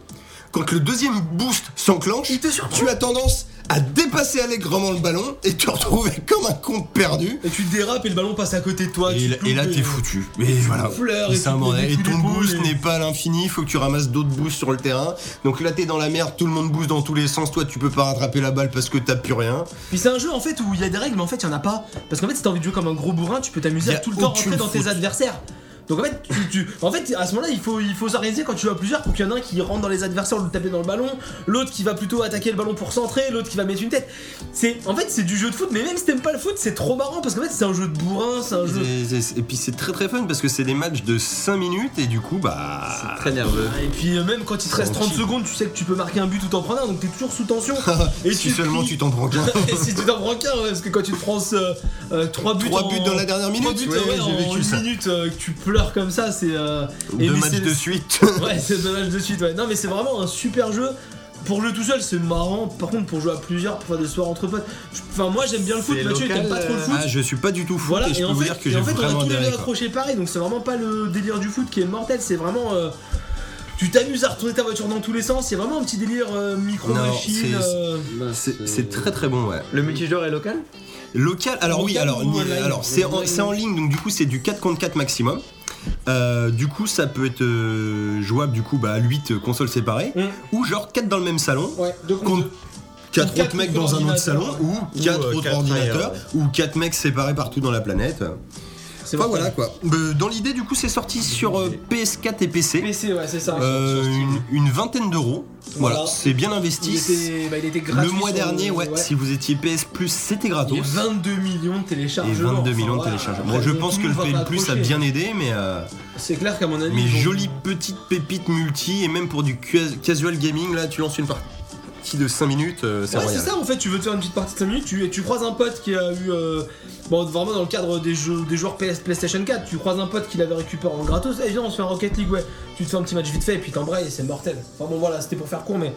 Speaker 1: quand le deuxième boost s'enclenche, tu as tendance à dépasser allègrement le ballon et te retrouver comme un con perdu.
Speaker 3: Et tu dérapes et le ballon passe à côté de toi.
Speaker 1: Et,
Speaker 3: tu
Speaker 1: là-
Speaker 3: te
Speaker 1: et là,
Speaker 3: loupes
Speaker 1: t'es foutu. Mais voilà.
Speaker 3: Fleurs et
Speaker 1: C'est un
Speaker 3: tu te
Speaker 1: bordel.
Speaker 3: mets
Speaker 1: Et
Speaker 3: des
Speaker 1: ton
Speaker 3: coups d'épaule
Speaker 1: boost
Speaker 3: et-
Speaker 1: n'est pas à l'infini, faut que tu ramasses d'autres boosts sur le terrain. Donc là, t'es dans la merde, tout le monde booste dans tous les sens. Toi, tu peux pas rattraper la balle parce que t'as plus rien.
Speaker 3: Puis c'est un jeu en fait où il y a des règles mais en fait il y en a pas parce qu'en fait si t'as envie de jouer comme un gros bourrin tu peux
Speaker 1: Y
Speaker 3: t'amuser
Speaker 1: a
Speaker 3: à tout le temps
Speaker 1: aucune
Speaker 3: rentrer dans tes
Speaker 1: faute.
Speaker 3: adversaires. Donc en fait, tu, tu- en fait à ce moment-là il faut il faut s'organiser quand tu joues à plusieurs pour qu'il y en a un qui rentre dans les adversaires le taper dans le ballon, l'autre qui va plutôt attaquer le ballon pour centrer, l'autre qui va mettre une tête. C'est en fait c'est du jeu de foot mais même si t'aimes pas le foot c'est trop marrant parce qu'en fait c'est un jeu de bourrin, c'est un jeu.
Speaker 1: Et, et- et puis c'est très très fun parce que c'est des matchs de 5 minutes et du coup, bah.
Speaker 2: Très nerveux.
Speaker 3: Et puis euh, même quand il te reste 30 secondes tu sais que tu peux marquer un but ou t'en prendre un donc t'es toujours sous tension. Et
Speaker 1: si
Speaker 3: tu
Speaker 1: seulement
Speaker 3: cries.
Speaker 1: tu t'en prends qu'un.
Speaker 3: Et si tu t'en prends qu'un, ouais, parce que quand tu te prends 3 buts,
Speaker 1: Trois
Speaker 3: en-
Speaker 1: buts dans la dernière minute,
Speaker 3: trois buts,
Speaker 1: ouais,
Speaker 3: ouais,
Speaker 1: j'ai
Speaker 3: en
Speaker 1: vécu
Speaker 3: une
Speaker 1: ça.
Speaker 3: minute, euh, que tu pleures comme ça, c'est. euh, et
Speaker 1: Deux
Speaker 3: mais
Speaker 1: matchs
Speaker 3: c'est-
Speaker 1: de suite.
Speaker 3: Ouais, c'est dommage de suite, ouais. Non, mais c'est vraiment un super jeu. Pour jouer tout seul, c'est marrant. Par contre, pour jouer à plusieurs, pour faire des soirs entre potes. je- Enfin, moi j'aime bien le foot,
Speaker 2: C'est
Speaker 3: Mathieu il
Speaker 2: local,
Speaker 3: aime pas trop le foot.
Speaker 1: Ah, je suis pas du tout fou
Speaker 3: Voilà,
Speaker 1: et je
Speaker 3: et
Speaker 1: peux
Speaker 3: en
Speaker 1: vous
Speaker 3: fait,
Speaker 1: dire que
Speaker 3: et
Speaker 1: j'ai
Speaker 3: en fait, on
Speaker 1: vraiment
Speaker 3: a tous les
Speaker 1: adhéré.
Speaker 3: deux
Speaker 1: quoi.
Speaker 3: accrochés pareil, donc c'est vraiment pas le délire du foot qui est mortel, c'est vraiment. euh, tu t'amuses à retourner ta voiture dans tous les sens, c'est vraiment un petit délire euh, micro-machine.
Speaker 1: Non, c'est-
Speaker 3: euh,
Speaker 1: C'est c'est très très bon, ouais.
Speaker 2: Le multijoueur est local
Speaker 1: Local, alors oui,
Speaker 3: Local
Speaker 1: alors,
Speaker 3: ou
Speaker 1: ni-
Speaker 3: online
Speaker 1: alors c'est en, c'est en ligne, donc du coup c'est du 4 contre 4 maximum. Euh, du coup, ça peut être euh, jouable du coup bah, à 8 consoles séparées
Speaker 3: Mm.
Speaker 1: ou genre 4 dans le même salon
Speaker 3: Ouais, deux
Speaker 1: contre 4
Speaker 3: Quatre
Speaker 1: autres mecs
Speaker 3: contre
Speaker 1: dans un autre salon
Speaker 3: ordinateur,
Speaker 1: ou 4
Speaker 2: euh,
Speaker 1: autres
Speaker 2: quatre
Speaker 1: ordinateurs
Speaker 2: ailleurs,
Speaker 1: ou 4 mecs séparés partout dans la planète.
Speaker 3: C'est
Speaker 1: Enfin
Speaker 3: mortel.
Speaker 1: voilà quoi. Euh, Dans l'idée, du coup, c'est sorti sur euh, PS4 et PC.
Speaker 3: PC, ouais, c'est ça.
Speaker 1: Euh,
Speaker 3: Sur Steam.
Speaker 1: une, une vingtaine d'euros. Voilà,
Speaker 3: Voilà.
Speaker 1: c'est bien
Speaker 3: il
Speaker 1: investi.
Speaker 3: était, bah, il était gratuit.
Speaker 1: Le mois
Speaker 3: sur- euh,
Speaker 1: dernier, ouais, si vous étiez PS Plus, c'était
Speaker 3: Il y a
Speaker 1: gratos.
Speaker 3: 22 millions de
Speaker 1: Et
Speaker 3: téléchargements.
Speaker 1: 22 millions de
Speaker 3: Enfin, voilà.
Speaker 1: téléchargements. Bon, je pense que le
Speaker 3: Tout le monde
Speaker 1: PL
Speaker 3: va
Speaker 1: Plus
Speaker 3: pas
Speaker 1: a
Speaker 3: accrocher.
Speaker 1: bien aidé, mais, euh,
Speaker 3: C'est clair qu'à mon avis.
Speaker 1: mais
Speaker 3: ils vont-
Speaker 1: jolie petite pépite multi, et même pour du cas- casual gaming, là, tu lances une, par- partie de 5 minutes, euh, c'est
Speaker 3: Ouais,
Speaker 1: royal.
Speaker 3: c'est ça en fait, tu veux te faire une petite partie de 5 minutes, tu, tu croises un pote qui a eu. euh, bon, vraiment dans le cadre des, jeux, des joueurs PS, PlayStation 4, tu croises un pote qui l'avait récupéré en gratos, et viens, on se fait un Rocket League, ouais. Tu te fais un petit match vite fait, et puis t'embrayes, et c'est mortel. Enfin bon, voilà, c'était pour faire court, mais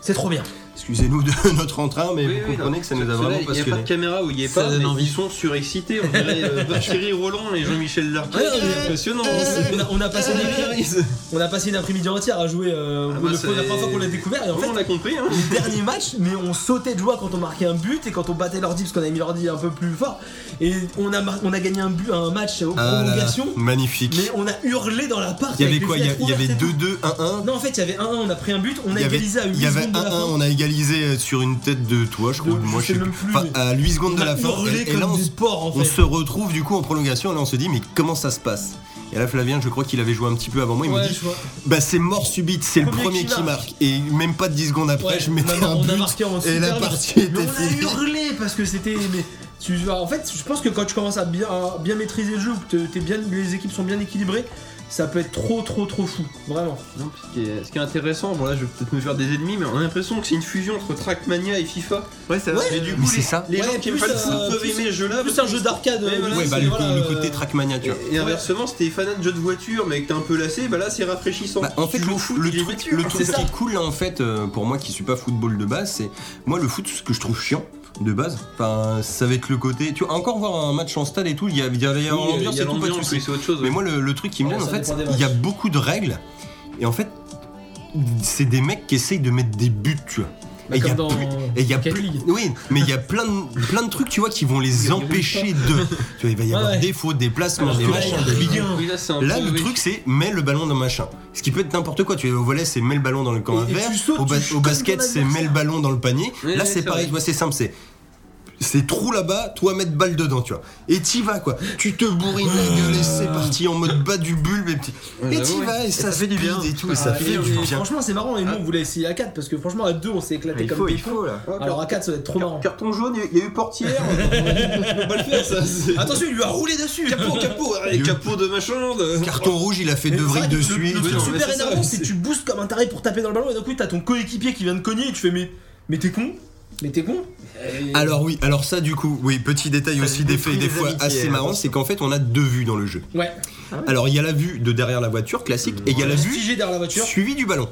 Speaker 3: c'est trop bien.
Speaker 1: Excusez-nous de notre entrain, mais vous comprenez que ça nous a vraiment
Speaker 4: Il n'y a pas
Speaker 1: passionné.
Speaker 4: de caméra où il n'y est
Speaker 2: Ça
Speaker 4: pas,
Speaker 2: donne
Speaker 4: mais
Speaker 2: envie.
Speaker 4: ils sont surexcités. On dirait euh, Thierry Roland et Jean-Michel Larquet.
Speaker 3: Ouais,
Speaker 4: c'est
Speaker 3: ouais.
Speaker 4: impressionnant. hein.
Speaker 3: On a, on a passé, une-
Speaker 4: Ils-
Speaker 3: on a passé une après-midi entière à jouer euh, au
Speaker 4: Ah
Speaker 3: Go
Speaker 4: bah,
Speaker 3: de Pro la
Speaker 4: c'est-
Speaker 3: première fois qu'on l'a découvert, et en fait,
Speaker 4: on l'a compris. Hein.
Speaker 3: les derniers matchs, mais on sautait de joie quand on marquait un but et quand on battait l'ordi parce qu'on avait mis l'ordi un peu plus fort. Et on a, mar- on a gagné un, but, un match aux
Speaker 1: Ah là là,
Speaker 3: prolongations,
Speaker 1: magnifique.
Speaker 3: mais on a hurlé dans la part.
Speaker 1: Il y avait quoi Il y a- il y avait 2-2, 1-1.
Speaker 3: Non, en fait, il y avait 1-1, on a pris un but, on a
Speaker 1: Il y avait-
Speaker 3: égalisé à 8
Speaker 1: Il y avait 1-1,
Speaker 3: secondes de la fin.
Speaker 1: on a égalisé euh, sur une tête de toi, je crois.
Speaker 3: De-
Speaker 1: Moi, je
Speaker 3: je sais
Speaker 1: sais
Speaker 3: même
Speaker 1: plus.
Speaker 3: plus,
Speaker 1: Enfin, à 8 secondes de
Speaker 3: On a
Speaker 1: la fin.
Speaker 3: hurlé
Speaker 1: Et, et
Speaker 3: comme
Speaker 1: là, on,
Speaker 3: des
Speaker 1: s-
Speaker 3: porcs, en
Speaker 1: on
Speaker 3: fait.
Speaker 1: se retrouve du coup en prolongation. Et là, on se dit, mais comment ça se passe Et là, Flavien, je crois qu'il avait joué un petit peu avant moi. Il me
Speaker 3: Ouais,
Speaker 1: dit,
Speaker 3: je vois.
Speaker 1: bah, c'est mort subite, c'est le premier qui marque. Et même pas 10 secondes après,
Speaker 3: Ouais,
Speaker 1: je mettais
Speaker 3: on a-
Speaker 1: un
Speaker 3: on a
Speaker 1: but.
Speaker 3: marqué en
Speaker 1: Et la
Speaker 3: super,
Speaker 1: partie
Speaker 3: Mais
Speaker 1: était
Speaker 3: on a
Speaker 1: finie.
Speaker 3: hurlé parce que c'était. Mais tu vois, en fait, je pense que quand tu commences à bien, à bien maîtriser le jeu, que t'es- t'es bien, les équipes sont bien équilibrées, ça peut être trop, trop, trop fou. Vraiment.
Speaker 4: Non, ce, qui est, ce qui est intéressant, bon là je vais peut-être me faire des ennemis, mais on a l'impression que c'est une fusion entre Trackmania et FIFA.
Speaker 2: Ouais, ça
Speaker 4: Et du
Speaker 1: Mais
Speaker 4: coup,
Speaker 1: c'est
Speaker 4: les,
Speaker 1: ça.
Speaker 4: les
Speaker 3: Ouais,
Speaker 4: gens qui aiment
Speaker 3: plus,
Speaker 4: pas le
Speaker 3: euh,
Speaker 4: foot peuvent
Speaker 3: plus-
Speaker 4: aimer ce jeu-là.
Speaker 3: Plus un jeu d'arcade.
Speaker 4: Ouais,
Speaker 3: euh,
Speaker 4: voilà,
Speaker 1: Ouais,
Speaker 3: c'est-
Speaker 1: bah, le,
Speaker 3: voilà,
Speaker 1: le
Speaker 3: euh,
Speaker 1: côté Trackmania, tu vois.
Speaker 4: Et, et inversement, si t'es fanat de jeux de voiture mais que t'es un peu lassé, bah là c'est rafraîchissant.
Speaker 1: Bah, en fait, le,
Speaker 4: Tu joues hein. au foot,
Speaker 1: le
Speaker 4: il est
Speaker 1: truc,
Speaker 4: voiture.
Speaker 1: le truc
Speaker 3: c'est
Speaker 1: qui
Speaker 3: ça.
Speaker 1: est cool là, en fait, euh, pour moi qui suis pas football de base, c'est moi le foot, ce que je trouve chiant de base, enfin, ça va être le côté. Tu vois, encore voir un match en stade et tout, il y a, il y a- il y a
Speaker 4: Oui,
Speaker 1: l'ambiance
Speaker 4: il y a
Speaker 1: et tout, pas de
Speaker 4: l'ambiance,
Speaker 1: soucis.
Speaker 4: oui, c'est autre chose.
Speaker 1: Mais moi, le, le truc qui me
Speaker 3: Ouais,
Speaker 1: gêne, en
Speaker 3: ça
Speaker 1: fait,
Speaker 3: dépend des
Speaker 1: il y a
Speaker 3: matchs.
Speaker 1: beaucoup de règles et en fait, c'est des mecs qui essayent de mettre des buts, tu vois.
Speaker 3: Bah,
Speaker 1: et il y
Speaker 3: comme
Speaker 1: a
Speaker 3: dans
Speaker 1: plus- et il y a
Speaker 3: Rocket
Speaker 1: plus-
Speaker 3: League.
Speaker 1: oui, mais il y a plein de, plein de trucs, tu vois, qui vont les empêcher de. Tu vois, il va y
Speaker 3: Ouais,
Speaker 1: avoir
Speaker 3: ouais.
Speaker 1: des fautes, des placements,
Speaker 3: Alors
Speaker 1: des
Speaker 3: que là,
Speaker 1: machins,
Speaker 3: il y a
Speaker 1: des
Speaker 3: rien.
Speaker 1: bidules.
Speaker 4: Oui, là, c'est un
Speaker 1: Là,
Speaker 4: peu-
Speaker 1: le
Speaker 4: oui.
Speaker 1: truc, c'est mets le ballon dans machin. Ce qui peut être n'importe quoi. Tu es au volet, c'est mets le ballon dans le camp
Speaker 3: Et- et
Speaker 1: vert.
Speaker 3: tu sautes,
Speaker 1: au, bas-
Speaker 3: tu chutes
Speaker 1: au basket,
Speaker 3: comme ton
Speaker 1: c'est mets le ballon dans le panier.
Speaker 4: Oui,
Speaker 1: là,
Speaker 4: oui,
Speaker 1: c'est
Speaker 4: c'est
Speaker 1: pareil,
Speaker 4: vrai.
Speaker 1: tu vois, c'est simple. C'est c'est trou là-bas, toi mettre balle dedans, tu vois. Et t'y vas quoi. Tu te bourrines la gueule et c'est parti en mode bas du bulle, mes petits.
Speaker 4: Ouais,
Speaker 1: Et
Speaker 4: j'avoue,
Speaker 1: t'y
Speaker 4: ouais.
Speaker 1: vas et ça, fait du bien. Et tout, et ça
Speaker 3: Ah,
Speaker 1: fait
Speaker 3: et-
Speaker 1: du
Speaker 3: et
Speaker 1: bien. Ah.
Speaker 3: Franchement, c'est marrant. Et nous, on voulait essayer à 4 parce que franchement, à 2, on s'est éclaté
Speaker 2: Il
Speaker 3: comme
Speaker 2: faut,
Speaker 3: des
Speaker 2: il
Speaker 3: cons.
Speaker 2: faut là.
Speaker 3: Alors à 4, ça doit être
Speaker 1: Ah,
Speaker 3: trop marrant.
Speaker 4: Carton jaune, il y a eu portière. on va le faire ça. c'est-
Speaker 3: Attention, il lui a roulé dessus.
Speaker 4: Capot, capot, arrête, capot de machin. de-
Speaker 1: Carton rouge, il a fait
Speaker 3: Mais
Speaker 1: deux
Speaker 3: c'est vrai
Speaker 1: vrilles
Speaker 3: que le-
Speaker 1: dessus.
Speaker 3: Le,
Speaker 4: Oui,
Speaker 3: truc
Speaker 4: non, mais
Speaker 3: super
Speaker 4: c'est ça,
Speaker 3: énervant, c'est que
Speaker 4: c'est-
Speaker 3: tu boostes comme un taré pour taper dans le ballon et d'un coup, t'as ton coéquipier qui vient de cogner et tu fais mais, mais t'es con Mais t'es con
Speaker 1: Alors oui, alors ça du coup, oui, petit détail
Speaker 2: Ça
Speaker 1: aussi
Speaker 2: dépend
Speaker 1: des faits et
Speaker 2: des
Speaker 1: des fois
Speaker 2: amitiés,
Speaker 1: assez
Speaker 2: hein,
Speaker 1: marrant, c'est qu'en fait on a deux vues dans le jeu.
Speaker 3: Ouais.
Speaker 1: Alors il y a la vue de derrière la voiture classique et il y a la vue
Speaker 3: Figé derrière la voiture.
Speaker 1: suivi du ballon.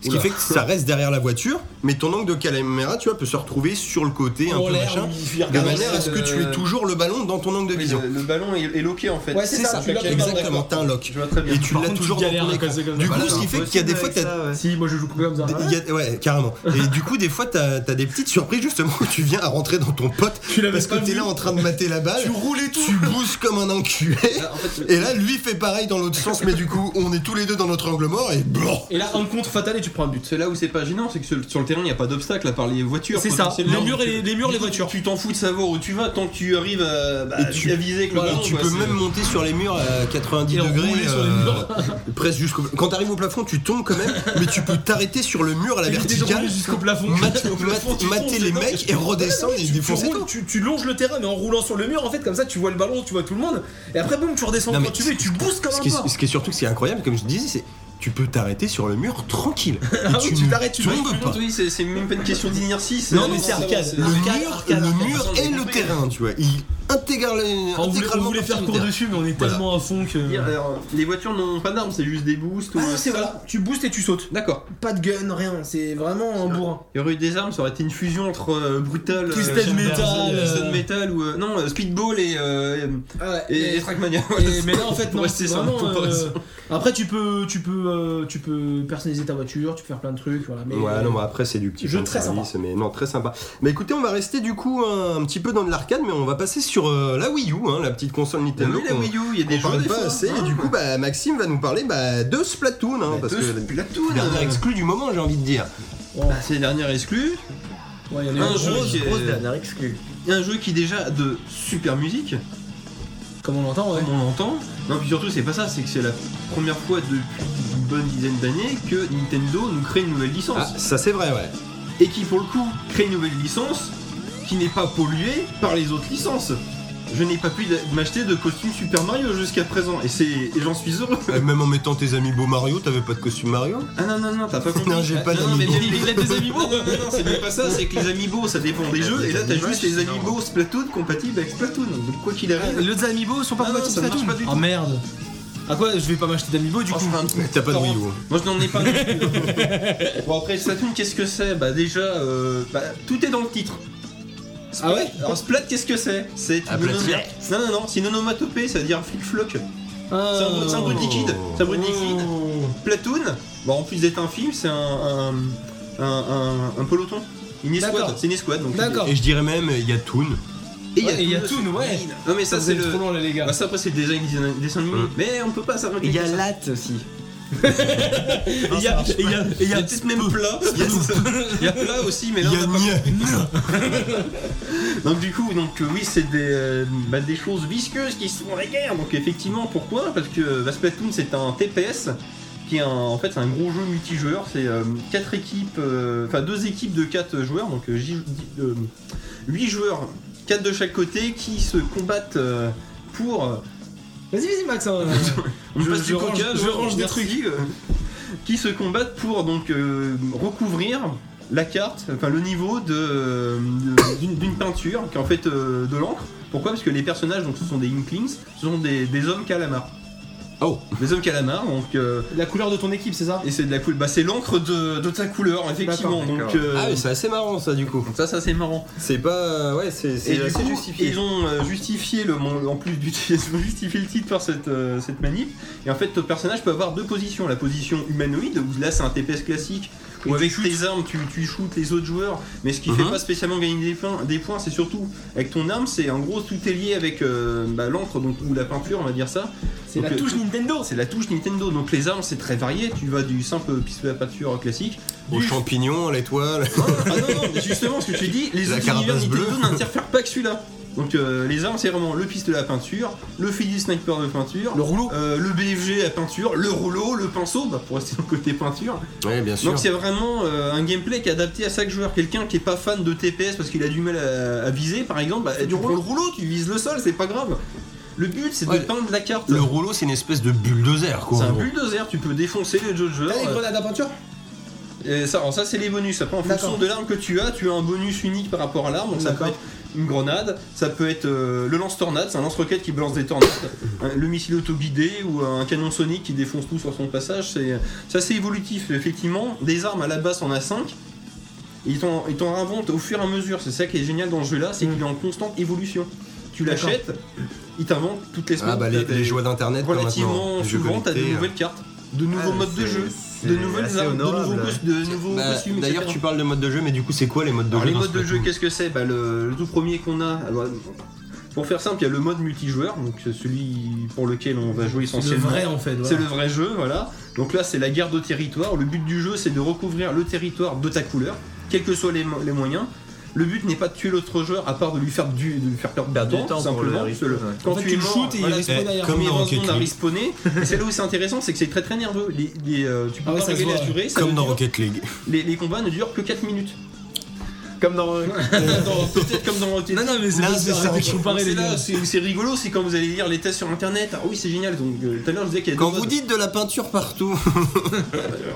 Speaker 1: Ce qui
Speaker 4: Oula.
Speaker 1: fait que ça reste derrière la voiture, mais ton angle de caméra, tu vois, peut se retrouver sur le côté, un
Speaker 3: en
Speaker 1: peu
Speaker 3: Oh, l'air,
Speaker 1: machin,
Speaker 3: il- il
Speaker 1: de
Speaker 3: regarde-
Speaker 4: Regardez,
Speaker 1: manière à ce que
Speaker 3: euh,
Speaker 4: c'est
Speaker 1: tu
Speaker 4: le-
Speaker 1: aies toujours le ballon dans ton angle de
Speaker 4: Oui,
Speaker 1: vision.
Speaker 4: Le le ballon est est loqué en fait.
Speaker 3: Ouais, euh, c'est
Speaker 1: C'est
Speaker 3: ça,
Speaker 1: ça,
Speaker 3: tu l'as comme un
Speaker 1: Exactement,
Speaker 3: d'accord.
Speaker 1: t'as un lock.
Speaker 4: Je vois très bien.
Speaker 1: Et tu
Speaker 3: Par
Speaker 1: l'as
Speaker 3: contre,
Speaker 1: toujours
Speaker 3: tu
Speaker 1: dans
Speaker 3: galères
Speaker 1: ton
Speaker 3: à
Speaker 1: écran.
Speaker 3: cause de-
Speaker 1: Du
Speaker 3: Voilà,
Speaker 1: coup, ce qui fait qu'il y a des fois, t'as
Speaker 3: Si, moi je joue comme ça.
Speaker 1: il y a- ouais, carrément. Et du coup, des fois, t'as as des petites surprises justement où tu viens à rentrer dans ton pote
Speaker 3: Tu l'avais
Speaker 1: parce que
Speaker 3: pas
Speaker 1: t'es
Speaker 3: vu.
Speaker 1: là en train de mater la balle. Tu roules et tout. Tu bousses comme un enculé.
Speaker 4: En fait,
Speaker 1: Et là, lui Bah, fait pareil dans l'autre sens, mais du coup, on est tous les deux dans notre angle mort et blanc.
Speaker 3: Et là, un contre fatal et tu prends un but.
Speaker 4: C'est là où c'est pas gênant, c'est que sur sur le terrain, il n'y a pas d'obstacle à part les voitures.
Speaker 3: C'est ça, les
Speaker 4: potentiellement.
Speaker 3: murs, et les, les murs, les
Speaker 4: Du coup,
Speaker 3: voitures.
Speaker 4: Tu t'en fous de savoir où tu vas tant que tu arrives à, bah,
Speaker 1: Et tu-
Speaker 4: à viser avec le
Speaker 1: Et
Speaker 4: ballon,
Speaker 1: tu
Speaker 3: bah,
Speaker 4: quoi,
Speaker 1: peux
Speaker 4: c'est-
Speaker 1: même monter sur les murs à 90
Speaker 3: Et
Speaker 1: degrés. euh,
Speaker 3: rouler sur les murs.
Speaker 1: presque jusqu'au. Quand t'arrives au plafond, tu tombes quand même, mais tu peux t'arrêter sur le mur à la
Speaker 3: Et t'es
Speaker 1: verticale,
Speaker 3: roulé jusqu'au plafond.
Speaker 1: mat-
Speaker 3: Au plafond,
Speaker 1: mat-
Speaker 3: tu
Speaker 1: mater
Speaker 3: tombes,
Speaker 1: les
Speaker 3: c'est
Speaker 1: mecs et redescendre et
Speaker 3: Tu, tu
Speaker 1: défoncer
Speaker 3: roules,
Speaker 1: tout.
Speaker 3: tu- tu longes le terrain mais en roulant sur le mur en fait comme ça tu vois le ballon, tu vois tout le monde et après boum tu redescends
Speaker 1: Non, mais
Speaker 3: quand tu veux et tu boostes comme
Speaker 1: Ce
Speaker 3: un
Speaker 1: qui,
Speaker 3: porc.
Speaker 1: est, ce qui est surtout, ce qui est incroyable, comme je te disais, c'est tu peux t'arrêter sur le mur tranquille. Et
Speaker 3: Ah oui, tu
Speaker 1: ne
Speaker 3: t'arrêtes, tu
Speaker 1: tombes pas.
Speaker 4: Oui, c'est c'est même pas une question d'inertie. c'est-
Speaker 3: Non, mais c'est arcade.
Speaker 1: Le
Speaker 3: Arcade,
Speaker 1: mur,
Speaker 3: arcade,
Speaker 1: le
Speaker 3: arcade.
Speaker 1: mur
Speaker 4: On a
Speaker 1: et le
Speaker 4: compris.
Speaker 1: terrain, tu vois. Il intègre les,
Speaker 3: On voulait, on
Speaker 1: intégralement
Speaker 3: voulait faire
Speaker 1: partie
Speaker 3: court
Speaker 1: du
Speaker 3: dessus, mais on est
Speaker 1: Voilà.
Speaker 3: tellement à fond que.
Speaker 4: Dire, alors, les voitures n'ont pas d'armes, c'est juste des boosts. ou-
Speaker 3: euh, Ah, c'est voilà, tu boostes et tu sautes.
Speaker 4: D'accord.
Speaker 3: Pas de gun, rien, c'est vraiment un bourrin.
Speaker 4: Il y aurait eu des armes, ça aurait été une fusion entre euh, Brutal, euh,
Speaker 3: Twisted
Speaker 4: Chamber,
Speaker 3: Metal,
Speaker 4: euh, Twisted
Speaker 3: euh,
Speaker 4: Metal ou. euh, non, euh, Speedball et, euh, et, et Trackmania.
Speaker 3: Ah Et- mais là en fait non,
Speaker 4: Ouais,
Speaker 3: c'est
Speaker 4: c'est ça,
Speaker 3: vraiment.
Speaker 4: la comparaison.
Speaker 3: euh, après tu peux, tu peux, euh, tu peux personnaliser ta voiture, tu peux faire plein de trucs, voilà. Mais,
Speaker 1: Ouais, non, bah après, c'est du petit
Speaker 3: Jeu
Speaker 1: fan
Speaker 3: très
Speaker 1: service, mais non, très sympa. Mais écoutez, on va rester du coup un, un petit peu dans de l'arcade, mais on va passer sur euh, la Wii U, hein, la petite console
Speaker 4: Ah
Speaker 1: Nintendo.
Speaker 4: oui, la
Speaker 1: qu'on-
Speaker 4: Wii U, il y a
Speaker 1: qu'on
Speaker 4: des jeux
Speaker 1: parle
Speaker 4: des
Speaker 1: pas
Speaker 4: fois,
Speaker 1: assez, et
Speaker 4: hein.
Speaker 1: du coup, bah, Maxime va nous parler bah, de Splatoon, hein,
Speaker 4: Bah,
Speaker 1: parce
Speaker 4: deux
Speaker 1: que
Speaker 4: Splatoon,
Speaker 1: dernière
Speaker 4: euh,
Speaker 1: exclue du moment, j'ai envie de dire.
Speaker 3: Ouais,
Speaker 4: bah, c'est dernière exclue.
Speaker 3: ouais, il y en a
Speaker 4: Un
Speaker 3: eu-
Speaker 4: jeu, qui est-
Speaker 2: Grosse dernière exclue.
Speaker 4: un jeu qui déjà a de super musique,
Speaker 3: comme on l'entend, ouais.
Speaker 4: comme on l'entend. Non, puis surtout, c'est pas ça, c'est que c'est la première fois depuis une bonne dizaine d'années que Nintendo nous crée une nouvelle licence.
Speaker 1: Ah, ça c'est vrai, ouais.
Speaker 4: et qui pour le coup crée une nouvelle licence qui n'est pas polluée par les autres licences. je n'ai pas pu m'acheter de costume Super Mario jusqu'à présent. Et, c'est- et j'en suis heureux.
Speaker 1: Et Même en mettant tes amis beau Mario, t'avais pas de costume Mario
Speaker 4: Ah non, non, non, t'as pas compris.
Speaker 1: Non, j'ai pas
Speaker 4: Ah, mais
Speaker 1: d'amiibo.
Speaker 4: il a des amiibo. Non, non, non, c'est même pas ça, c'est que les amiibo, ça dépend des
Speaker 2: Ah,
Speaker 4: jeux.
Speaker 2: des
Speaker 4: Et là, t'as
Speaker 2: amiibo,
Speaker 4: juste les
Speaker 2: sinon.
Speaker 4: amiibo Splatoon compatibles avec Splatoon. Donc, quoi qu'il arrive.
Speaker 5: Les autres amiibo sont pas
Speaker 4: Ah non,
Speaker 5: compatibles
Speaker 4: ça marche
Speaker 5: Splatoon.
Speaker 4: pas du
Speaker 5: Oh
Speaker 4: tout.
Speaker 5: merde. À quoi je vais pas m'acheter d'amiibo du
Speaker 4: Oh,
Speaker 5: coup
Speaker 4: je ferai un
Speaker 1: T'as pas de Wii U.
Speaker 4: Moi je n'en ai pas. bon après Splatoon qu'est-ce que c'est Bah déjà euh, bah, tout est dans le titre. Splat.
Speaker 5: Ah ouais
Speaker 4: Alors Splat qu'est-ce que c'est C'est une
Speaker 1: Ah, platir.
Speaker 4: onomatopée. Non non non, c'est une onomatopée, ça veut dire flic floc. C'est un bruit- c'est un bruit de liquide. C'est un bruit de liquide.
Speaker 5: Oh.
Speaker 4: Platoon, bah en plus d'être un film, c'est un, un, un, un- un peloton. Une escouade,
Speaker 5: D'accord.
Speaker 4: c'est une escouade donc.
Speaker 5: D'accord.
Speaker 1: Et je dirais même, il y a Toon.
Speaker 4: Et il
Speaker 5: Ouais, et
Speaker 4: y a
Speaker 5: Toon,
Speaker 4: aussi.
Speaker 5: ouais.
Speaker 4: Non mais ça, c'est le.
Speaker 5: trop long là les gars.
Speaker 4: Bah, ça après c'est le design des dessins animés.
Speaker 1: Mm.
Speaker 4: Mais on peut pas s'arrêter.
Speaker 2: Et il y a
Speaker 4: comme ça.
Speaker 2: Latte aussi.
Speaker 1: Ah,
Speaker 5: Et il y a et il y a- et il
Speaker 4: Il
Speaker 5: y
Speaker 4: y
Speaker 5: a
Speaker 4: a peut-être même plat. Il y a plat aussi, mais là.
Speaker 1: Il y
Speaker 4: on
Speaker 1: a
Speaker 4: a pas-
Speaker 1: Nia.
Speaker 4: Donc du coup, donc euh, oui, c'est des, euh, bah, des choses visqueuses qui se font la guerre. Donc effectivement, pourquoi Parce que euh, bah, Splatoon, c'est un TPS qui est un, en fait c'est un gros jeu multijoueur. C'est euh, quatre équipes, euh, enfin deux équipes de quatre joueurs, donc euh, 8 joueurs, quatre de chaque côté, qui se combattent euh, pour euh,
Speaker 5: Vas-y vas-y Max. hein.
Speaker 4: on
Speaker 5: Je-
Speaker 4: passe
Speaker 5: je
Speaker 4: du
Speaker 5: range-
Speaker 4: coca,
Speaker 5: je range des
Speaker 4: merci. qui se combattent pour donc euh, recouvrir la carte, enfin le niveau de euh, de- d'une d'une peinture qui est en fait euh, de l'encre. Pourquoi Parce que les personnages donc ce sont des Inklings, ce sont des, des hommes calamars.
Speaker 1: Oh.
Speaker 4: Des hommes calamars donc euh,
Speaker 5: La couleur de ton équipe c'est ça
Speaker 4: et c'est de la couleur. Bah c'est l'encre de, de ta couleur effectivement.
Speaker 2: D'accord,
Speaker 4: Donc
Speaker 2: d'accord.
Speaker 4: euh,
Speaker 1: Ah oui, c'est assez marrant ça du coup.
Speaker 4: donc ça ça c'est marrant.
Speaker 1: C'est pas. Ouais, c'est
Speaker 4: Et
Speaker 1: c'est
Speaker 5: euh,
Speaker 4: du
Speaker 1: assez
Speaker 4: coup,
Speaker 1: justifié.
Speaker 4: ils ont euh, justifié le mon- en plus d'utiliser ils ont justifié le titre par cette, euh, cette manip. Et en fait, ton personnage peut avoir deux positions. La position humanoïde, où là c'est un TPS classique, où
Speaker 5: Où
Speaker 4: avec
Speaker 5: tu
Speaker 4: tes armes tu, tu shootes les autres joueurs, mais ce qui
Speaker 1: Mhm.
Speaker 4: fait pas spécialement gagner des points, des points c'est surtout avec ton arme, c'est en gros tout est lié avec euh, bah, l'encre donc, ou la peinture, on va dire ça.
Speaker 5: C'est la
Speaker 4: Donc, euh,
Speaker 5: touche Nintendo.
Speaker 4: C'est la touche Nintendo. Donc les armes c'est très varié, tu vas du simple pistolet à peinture classique.
Speaker 1: Aux
Speaker 4: du-
Speaker 1: champignons, à l'étoile.
Speaker 4: ah non, non, mais justement, ce que tu dis, les
Speaker 1: La
Speaker 4: autres univers
Speaker 1: carapace
Speaker 4: Nintendo
Speaker 1: bleue.
Speaker 4: n'interfèrent pas que celui-là. Donc euh, les armes, c'est vraiment le pistolet à peinture, le fusil sniper de peinture,
Speaker 5: Le rouleau.
Speaker 4: euh, le BFG à peinture, le rouleau, le pinceau, bah, pour rester dans le côté peinture.
Speaker 1: Ouais, bien sûr.
Speaker 4: Donc c'est vraiment euh, un gameplay qui est adapté à chaque joueur. Quelqu'un qui est pas fan de TPS parce qu'il a du mal à, à viser, par exemple, bah, tu prends le rouleau, tu vises le sol, c'est pas grave. Le but, c'est
Speaker 1: Ouais.
Speaker 4: de peindre la carte.
Speaker 1: Le rouleau, c'est une espèce de bulldozer quoi.
Speaker 4: C'est
Speaker 1: en
Speaker 4: un
Speaker 1: gros.
Speaker 4: bulldozer, tu peux défoncer les autres joueurs. euh,
Speaker 5: T'as les grenades à peinture
Speaker 4: Et ça, alors ça c'est les bonus. Après en fonction
Speaker 5: D'accord.
Speaker 4: de l'arme que tu as, tu as un bonus unique par rapport à l'arme. Donc ça peut
Speaker 5: D'accord.
Speaker 4: être une grenade, ça peut être euh, le lance-tornade, c'est un lance-roquette qui balance des tornades, un- le missile autoguidé ou un canon sonique qui défonce tout sur son passage. C'est c'est assez évolutif. Effectivement, des armes à la base on a 5. Ils t'en ils t'en inventent au fur et à mesure. C'est ça qui est génial dans ce jeu là, c'est qu'il est en constante évolution. Tu
Speaker 5: D'accord.
Speaker 4: l'achètes, ils t'inventent toutes les semaines.
Speaker 1: Ah bah les,
Speaker 4: T'as
Speaker 1: les
Speaker 4: des-
Speaker 1: joies d'internet quoi, maintenant.
Speaker 4: Relativement
Speaker 1: Les jeux
Speaker 4: souvent, t'as
Speaker 1: connectés,
Speaker 4: des
Speaker 1: euh.
Speaker 4: nouvelles cartes, de nouveaux
Speaker 2: Ah,
Speaker 4: modes de
Speaker 2: c'est-
Speaker 4: jeu
Speaker 2: c'est
Speaker 4: de nouvelles
Speaker 2: assez
Speaker 4: armes, de nouveaux,
Speaker 2: honorable.
Speaker 4: cos- de nouveaux
Speaker 1: Bah,
Speaker 4: costumes.
Speaker 1: D'ailleurs,
Speaker 4: etc.
Speaker 1: tu parles de modes de jeu, mais du coup, c'est quoi les modes de
Speaker 4: Alors,
Speaker 1: jeu
Speaker 4: les
Speaker 1: dans
Speaker 4: modes de jeu,
Speaker 1: Splatoon
Speaker 4: qu'est-ce que c'est bah, le, le tout premier qu'on a. alors, pour faire simple, il y a le mode multijoueur, donc c'est celui pour lequel on va jouer
Speaker 5: C'est le
Speaker 4: essentiellement.
Speaker 5: vrai en fait. voilà.
Speaker 4: C'est le vrai jeu, voilà. Donc là, c'est la guerre de territoire. Le but du jeu, c'est de recouvrir le territoire de ta couleur, quels que soient les, mo- les moyens. Le but n'est pas de tuer l'autre joueur, à part de lui faire, du, de lui faire perdre
Speaker 2: Perdre du
Speaker 4: du temps,
Speaker 2: temps pour
Speaker 4: simplement.
Speaker 2: le
Speaker 4: parce que le-
Speaker 2: respawn, ouais.
Speaker 4: Quand
Speaker 5: En fait,
Speaker 4: tu,
Speaker 5: tu
Speaker 4: es
Speaker 5: le
Speaker 4: mort,
Speaker 5: shootes et il
Speaker 4: voilà,
Speaker 5: respawn
Speaker 4: eh,
Speaker 5: derrière.
Speaker 4: Comme
Speaker 1: Comme
Speaker 4: il
Speaker 1: dans
Speaker 4: reste, on a
Speaker 1: Rocket League.
Speaker 4: respawné. Et c'est là où c'est intéressant, c'est que c'est très très nerveux. Les, les, euh, tu peux
Speaker 5: Ah ouais,
Speaker 4: pas
Speaker 5: ça se
Speaker 4: régler la
Speaker 5: voit,
Speaker 4: durée. ça
Speaker 1: Comme
Speaker 4: ne
Speaker 1: dans
Speaker 4: dure-
Speaker 1: Rocket League.
Speaker 4: les, les combats ne durent que 4 minutes.
Speaker 2: Comme dans.
Speaker 4: Dans- Peut-être comme dans Rocket
Speaker 5: Non non mais c'est
Speaker 1: Non,
Speaker 5: pas
Speaker 1: c'est ça,
Speaker 5: ça.
Speaker 1: ok.
Speaker 5: Comparer
Speaker 4: c'est
Speaker 5: les gars.
Speaker 4: là, c'est c'est rigolo, c'est quand vous allez lire les tests sur internet. Ah oui, c'est génial. Donc, euh, tout à l'heure, je disais qu'il y a
Speaker 1: Quand
Speaker 4: deux
Speaker 1: vous
Speaker 4: modes.
Speaker 1: dites de la peinture partout,